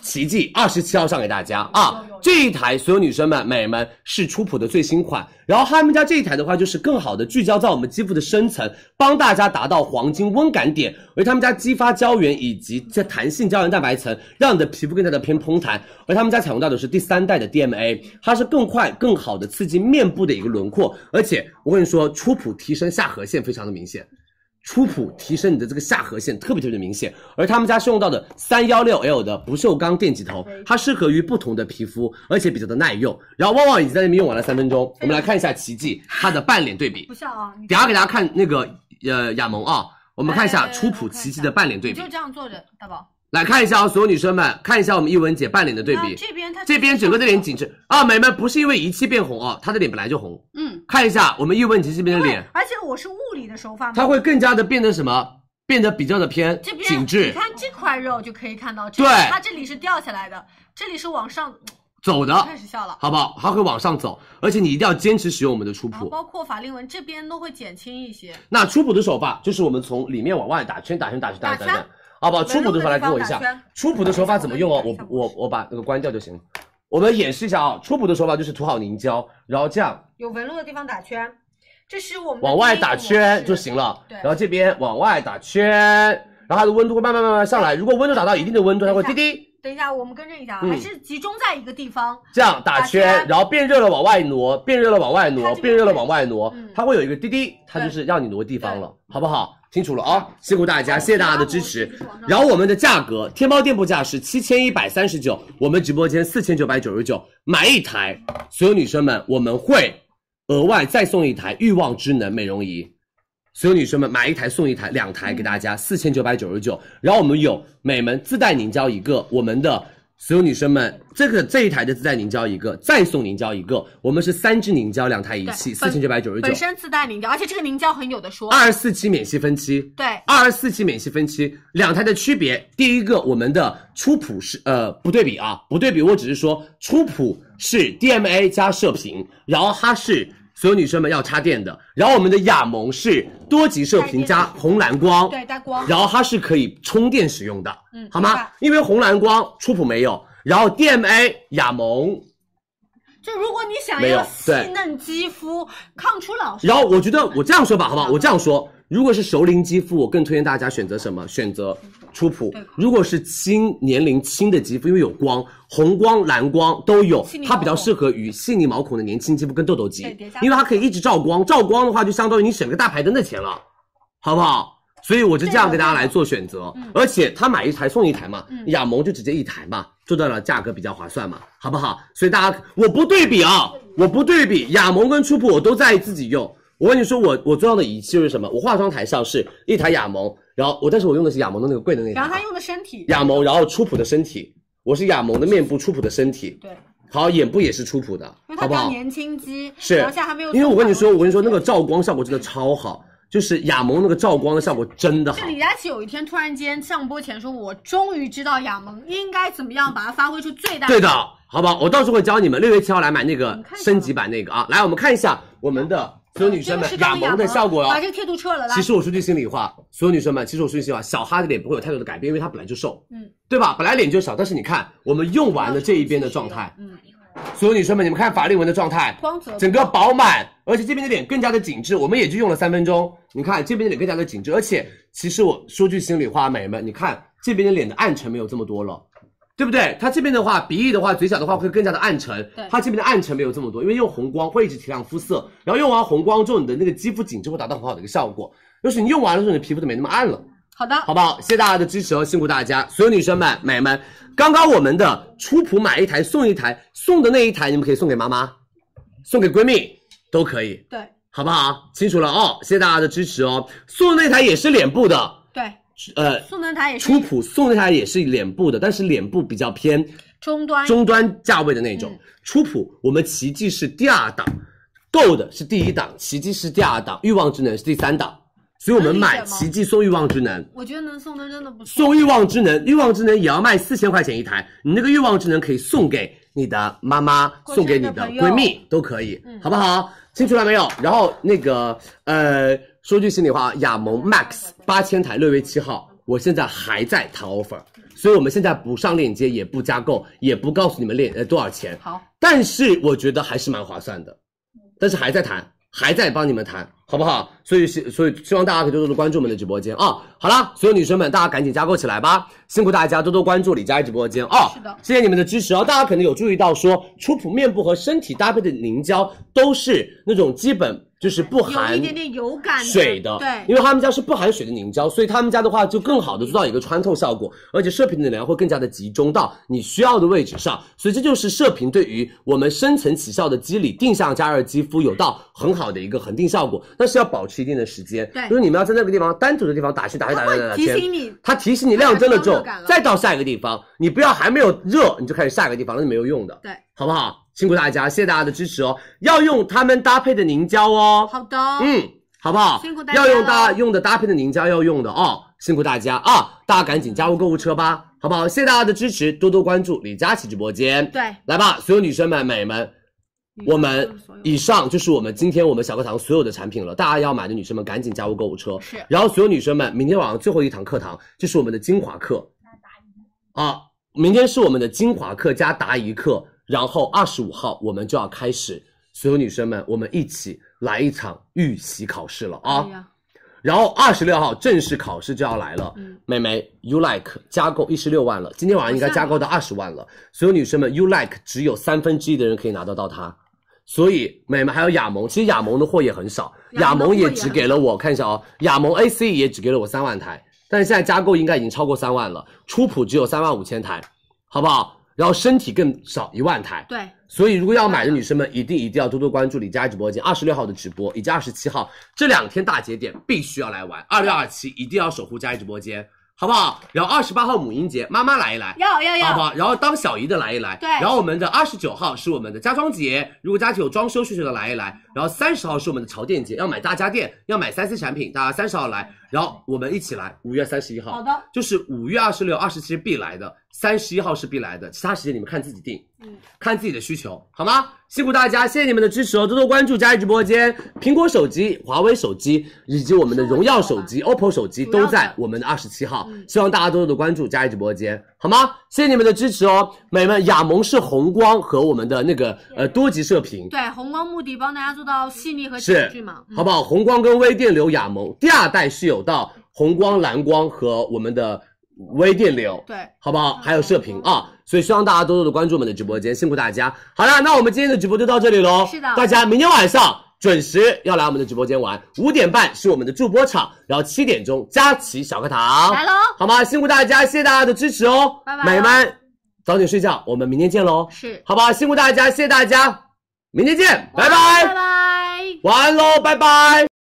奇迹二十七号上给大家啊！这一台所有女生们、美们是初普的最新款，然后他们家这一台的话就是更好的聚焦在我们肌肤的深层，帮大家达到黄金温感点，而他们家激发胶原以及这弹性胶原蛋白层，让你的皮肤更加的偏蓬弹，而他们家采用到的是第三代的 DMA，它是更快、更好的刺激面部的一个轮廓，而且我跟你说，初普提升下颌线非常的明显。初普提升你的这个下颌线特别特别的明显，而他们家是用到的三幺六 L 的不锈钢电极头，它适合于不同的皮肤，而且比较的耐用。然后旺旺已经在那边用完了三分钟，我们来看一下奇迹它的半脸对比
不，像啊，你
等一下给大家看那个呃雅萌啊，我们看
哎
一下初普奇迹的半脸对
你
比
就，这样坐着，大宝。
来看一下啊，所有女生们看一下我们一文姐半脸的对
那
比，
这边它
这边整个的脸紧致啊，美们不是因为仪器变红啊，她的脸本来就红，
嗯，
看一下我们一文姐这边的脸，
而且我是物理的手法嘛，
它会更加的变得什么？变得比较的偏
这边
紧致
你，看这块肉就可以看到，这
对
它这里是掉下来的，这里是往上
走的，
开始笑了，
好不好？它会往上走，而且你一定要坚持使用我们的初
然后
普。
包括法令纹这边都会减轻一些，
那初普的手法就是我们从里面往外打圈，打圈，打圈，打
打
圈，打
圈
圈，好不好？
没
啊初普的手法来给我一
地方打
下
圈，
初普的手法怎么用哦？我我我把那个关掉就行。我们演示一下啊，初普的手法就是涂好凝胶，然后这样
有纹路的地方打圈，这是我们的
往外
第一个
打
模
圈
式
就行了。
对
然后这边往外打圈，然后它的温度会慢慢慢慢上来。如果温度达到一定的温度，它会滴滴
等一下，我们更正一下啊，
嗯
还是集中在一个地方。
这样打
打
圈
圈，
然后变热了往外挪，变热了往外挪，变热嗯了往外挪，它会有一个滴滴，它就是让你挪地方了，好不好？清楚了啊、辛苦大家，谢谢大家的支持。然后我们的价格，天猫店铺价是七千一百三十九，我们直播间四千九百九十九，买一台，所有女生们我们会额外再送一台欲望之能美容仪。所有女生们买一台送一台，两台给大家四千九百九十九。然后我们有美们自带凝胶一个，我们的所有女生们这个这一台的自带凝胶一个，再送凝胶一个，我们是三支凝胶，两台一
对
器，四千九百九十九
本，身自带凝胶，而且这个凝胶很有的说。
二十四期免息分期。
对，
二十四期免息分期，两台的区别，第一个我们的初普是呃不对比啊，不对比，我只是说初普是 DMA 加射频，然后它是所有女生们要插电的，然后我们的雅萌是多级射频加红蓝光，
对，带光。
然后它是可以充电使用的，
嗯
好吗？因为红蓝光初普没有，然后 DMA 雅萌
就如果你想
没有
要细
对
嫩肌肤、抗初老，
然后我觉得我这样说吧，好不好？我这样说，如果是熟龄肌肤，我更推荐大家选择什么？选择初普。如果是轻年龄轻的肌肤，因为有光，红光、蓝光都有
细腻，毛
它
孔
比较适合于细腻毛孔的年轻肌肤跟痘痘肌
对叠加，
因为它可以一直照光，照光的话就相当于你省个大排灯的钱了，好不好？所以我就这样给大家来做选择，
嗯
而且他买一台送一台嘛，雅萌就直接一台嘛，做到了价格比较划算嘛，好不好？所以大家我不对比啊，我不对比，雅萌跟初普我都在自己用。我跟你说，我我最用的仪器就是什么？我化妆台上是一台雅萌，然后我但是我用的是雅萌的那个贵的那台
然
啊
后他用的身体，
雅萌，然后初普的身体，我是雅萌的面部，初普的身体，
对，
好眼部也是初普的
因为，它
好
比
不
较
好？
年轻肌，
是，
然后现在还没有。
因为我跟你，说，我跟你说，那个照光效果真的超好，就是雅萌那个照光的效果真的好
就。李佳琦有一天突然间上播前说：“我终于知道雅萌应该怎么样把它发挥出最大。”嗯
对的，好不好？我到时候会教你们，六月七号来买那个升级版那个啊。来，我们看一下我们的所有女生
这个
们
是
雅
刚
萌的效果哟啊
把。这个贴图撤了，来。
其实我说句心里话，所有女生们，其实我说句心里话，小哈的脸不会有太多的改变，因为她本来就瘦，
嗯
对吧？本来脸就小，但是你看我们用完了这一边的状态，
嗯，
所有女生们，你们看法令纹的状态，
光泽
整个饱满，而且这边的脸更加的紧致。我们也就用了三分钟，你看这边的脸更加的紧致，而且其实我说句心里话，美们，你看这边的脸的暗沉没有这么多了。对不对？它这边的话，鼻翼的话，嘴角的话会更加的暗沉
对。
它这边的暗沉没有这么多，因为用红光会一直提亮肤色，然后用完红光之后，你的那个肌肤紧致会达到很好的一个效果。就是你用完了之后，你的皮肤就没那么暗了。
好的，
好不好？谢谢大家的支持哦，辛苦大家，所有女生们、美们，刚刚我们的初普买一台送一台，送的那一台你们可以送给妈妈，送给闺蜜都可以，
对
好不好？清楚了哦，谢谢大家的支持哦。送的那台也是脸部的，
对，
呃，
宋灯塔也是
初普宋灯塔也是脸部的，但是脸部比较偏
终端
终端价位的那种。初普我们奇迹是第二档，够的是第一档，奇迹是第二档，欲望之能是第三档，所以我们
能理解
买
吗
奇迹送欲望之能。
我觉得能送灯真的不错。
送欲望之能，欲望之能也要卖四千块钱一台，你那个欲望之能可以送给你的妈妈，送给你的嗯闺蜜都可以，好不好？清楚了没有？然后那个呃，说句心里话，亚萌 Max 八千台，六月七号，我现在还在谈 offer，所以我们现在不上链接，也不加购，也不告诉你们链呃多少钱。
好，
但是我觉得还是蛮划算的，但是还在谈，还在帮你们谈，好不好？所以是，所以希望大家可以多多的关注我们的直播间啊！好啦，所有女生们，大家赶紧加购起来吧，辛苦大家多多关注李佳琦直播间啊！
是的
谢谢你们的支持哦。大家可能有注意到说，初普面部和身体搭配的凝胶都是那种基本就是不含
有一点点油感
水的，
对，
因为他们家是不含水的凝胶，所以他们家的话就更好的做到一个穿透效果，而且射频的能量会更加的集中到你需要的位置上，所以这就是射频对于我们深层起效的肌理定向加热肌肤有到很好的一个恒定效果，但是要保持一定的时间，
对
就是你们要在那个地方单独的地方打去打去打去打去打去，
它会提醒你
它提醒你亮灯了之
它有
后
感，了
再到下一个地方，你不要还没有热你就开始下一个地方，那是没有用的，
对，
好不好？辛苦大家，谢谢大家的支持哦，要用他们搭配的凝胶哦，
好的，
嗯，好不好？
辛苦大家
要
了
用大用的搭配的凝胶要用的哦，辛苦大家啊！大家赶紧加入购物车吧，好不好？谢谢大家的支持，多多关注李佳琦直播间。
对
来吧，所有女生们、美们，我们以上就是我们今天我们小课堂所有的产品了，大家要买的女生们赶紧加入购物车。
是
然后所有女生们，明天晚上最后一堂课堂就是我们的精华课，啊，明天是我们的精华课加答疑课，然后二十五号我们就要开始，所有女生们，我们一起来一场预习考试了
哎
啊！然后二十六号正式考试就要来了，
嗯
美眉 You Like 加购一十六万了，今天晚上应该加购到二十万了。所有女生们，You Like 只有三分之一的人可以拿得到它，所以美眉还有亚萌，其实亚萌的货也很少，
亚
亚
萌的货
萌
也
也
很
只给了我看一下哦，亚萌 AC 也只给了我三万台，但是现在加购应该已经超过三万了，初普只有三万五千台，好不好？然后身体更少一万台，
对，
所以如果要买的女生们，一定一定要多多关注李佳琦直播间二十六号的直播以及二十七号这两天大节点必须要来玩，二六二七一定要守护佳琦直播间，好不好？然后二十八号母婴节，妈妈来一来，
要
哎
要要
好不好？然后当小姨的来一来，
对
然后我们的二十九号是我们的家装节，如果家庭有装修需求的来一来，然后三十号是我们的潮店节，要买大家电，要买三 C 产品，大家三十号来，然后我们一起来，五月三十一号，
好的，
就是五月二十六、二十七是必来的，三十一号是必来的，其他时间你们看自己定。看自己的需求，好吗？辛苦大家，谢谢你们的支持哦，多多关注佳怡直播间。苹果手机、华为手机以及我们的荣耀手机、OPPO 手机都在我们的二十七号，希望大家多多的关注佳怡直播间，好吗？谢谢你们的支持哦，美们，雅萌是红光和我们的那个呃多级射频，
对，红光目的帮大家做到细腻和
是
紧致嘛，嗯
好不好？红光跟微电流雅萌第二代是有到红光、蓝光和我们的微电流，
对，
好不好？还有射频啊，所以希望大家多多的关注我们的直播间，辛苦大家。好啦，那我们今天的直播就到这里喽。
是的
大家明天晚上准时要来我们的直播间玩，五点半是我们的助播场，然后七点钟佳琪小课堂
来喽
好吗？辛苦大家，谢谢大家的支持哦，
拜拜
美们早点睡觉，我们明天见喽，
是
好不好？辛苦大家，谢谢大家，明天见，拜
拜
拜
拜。
晚安喽，拜拜。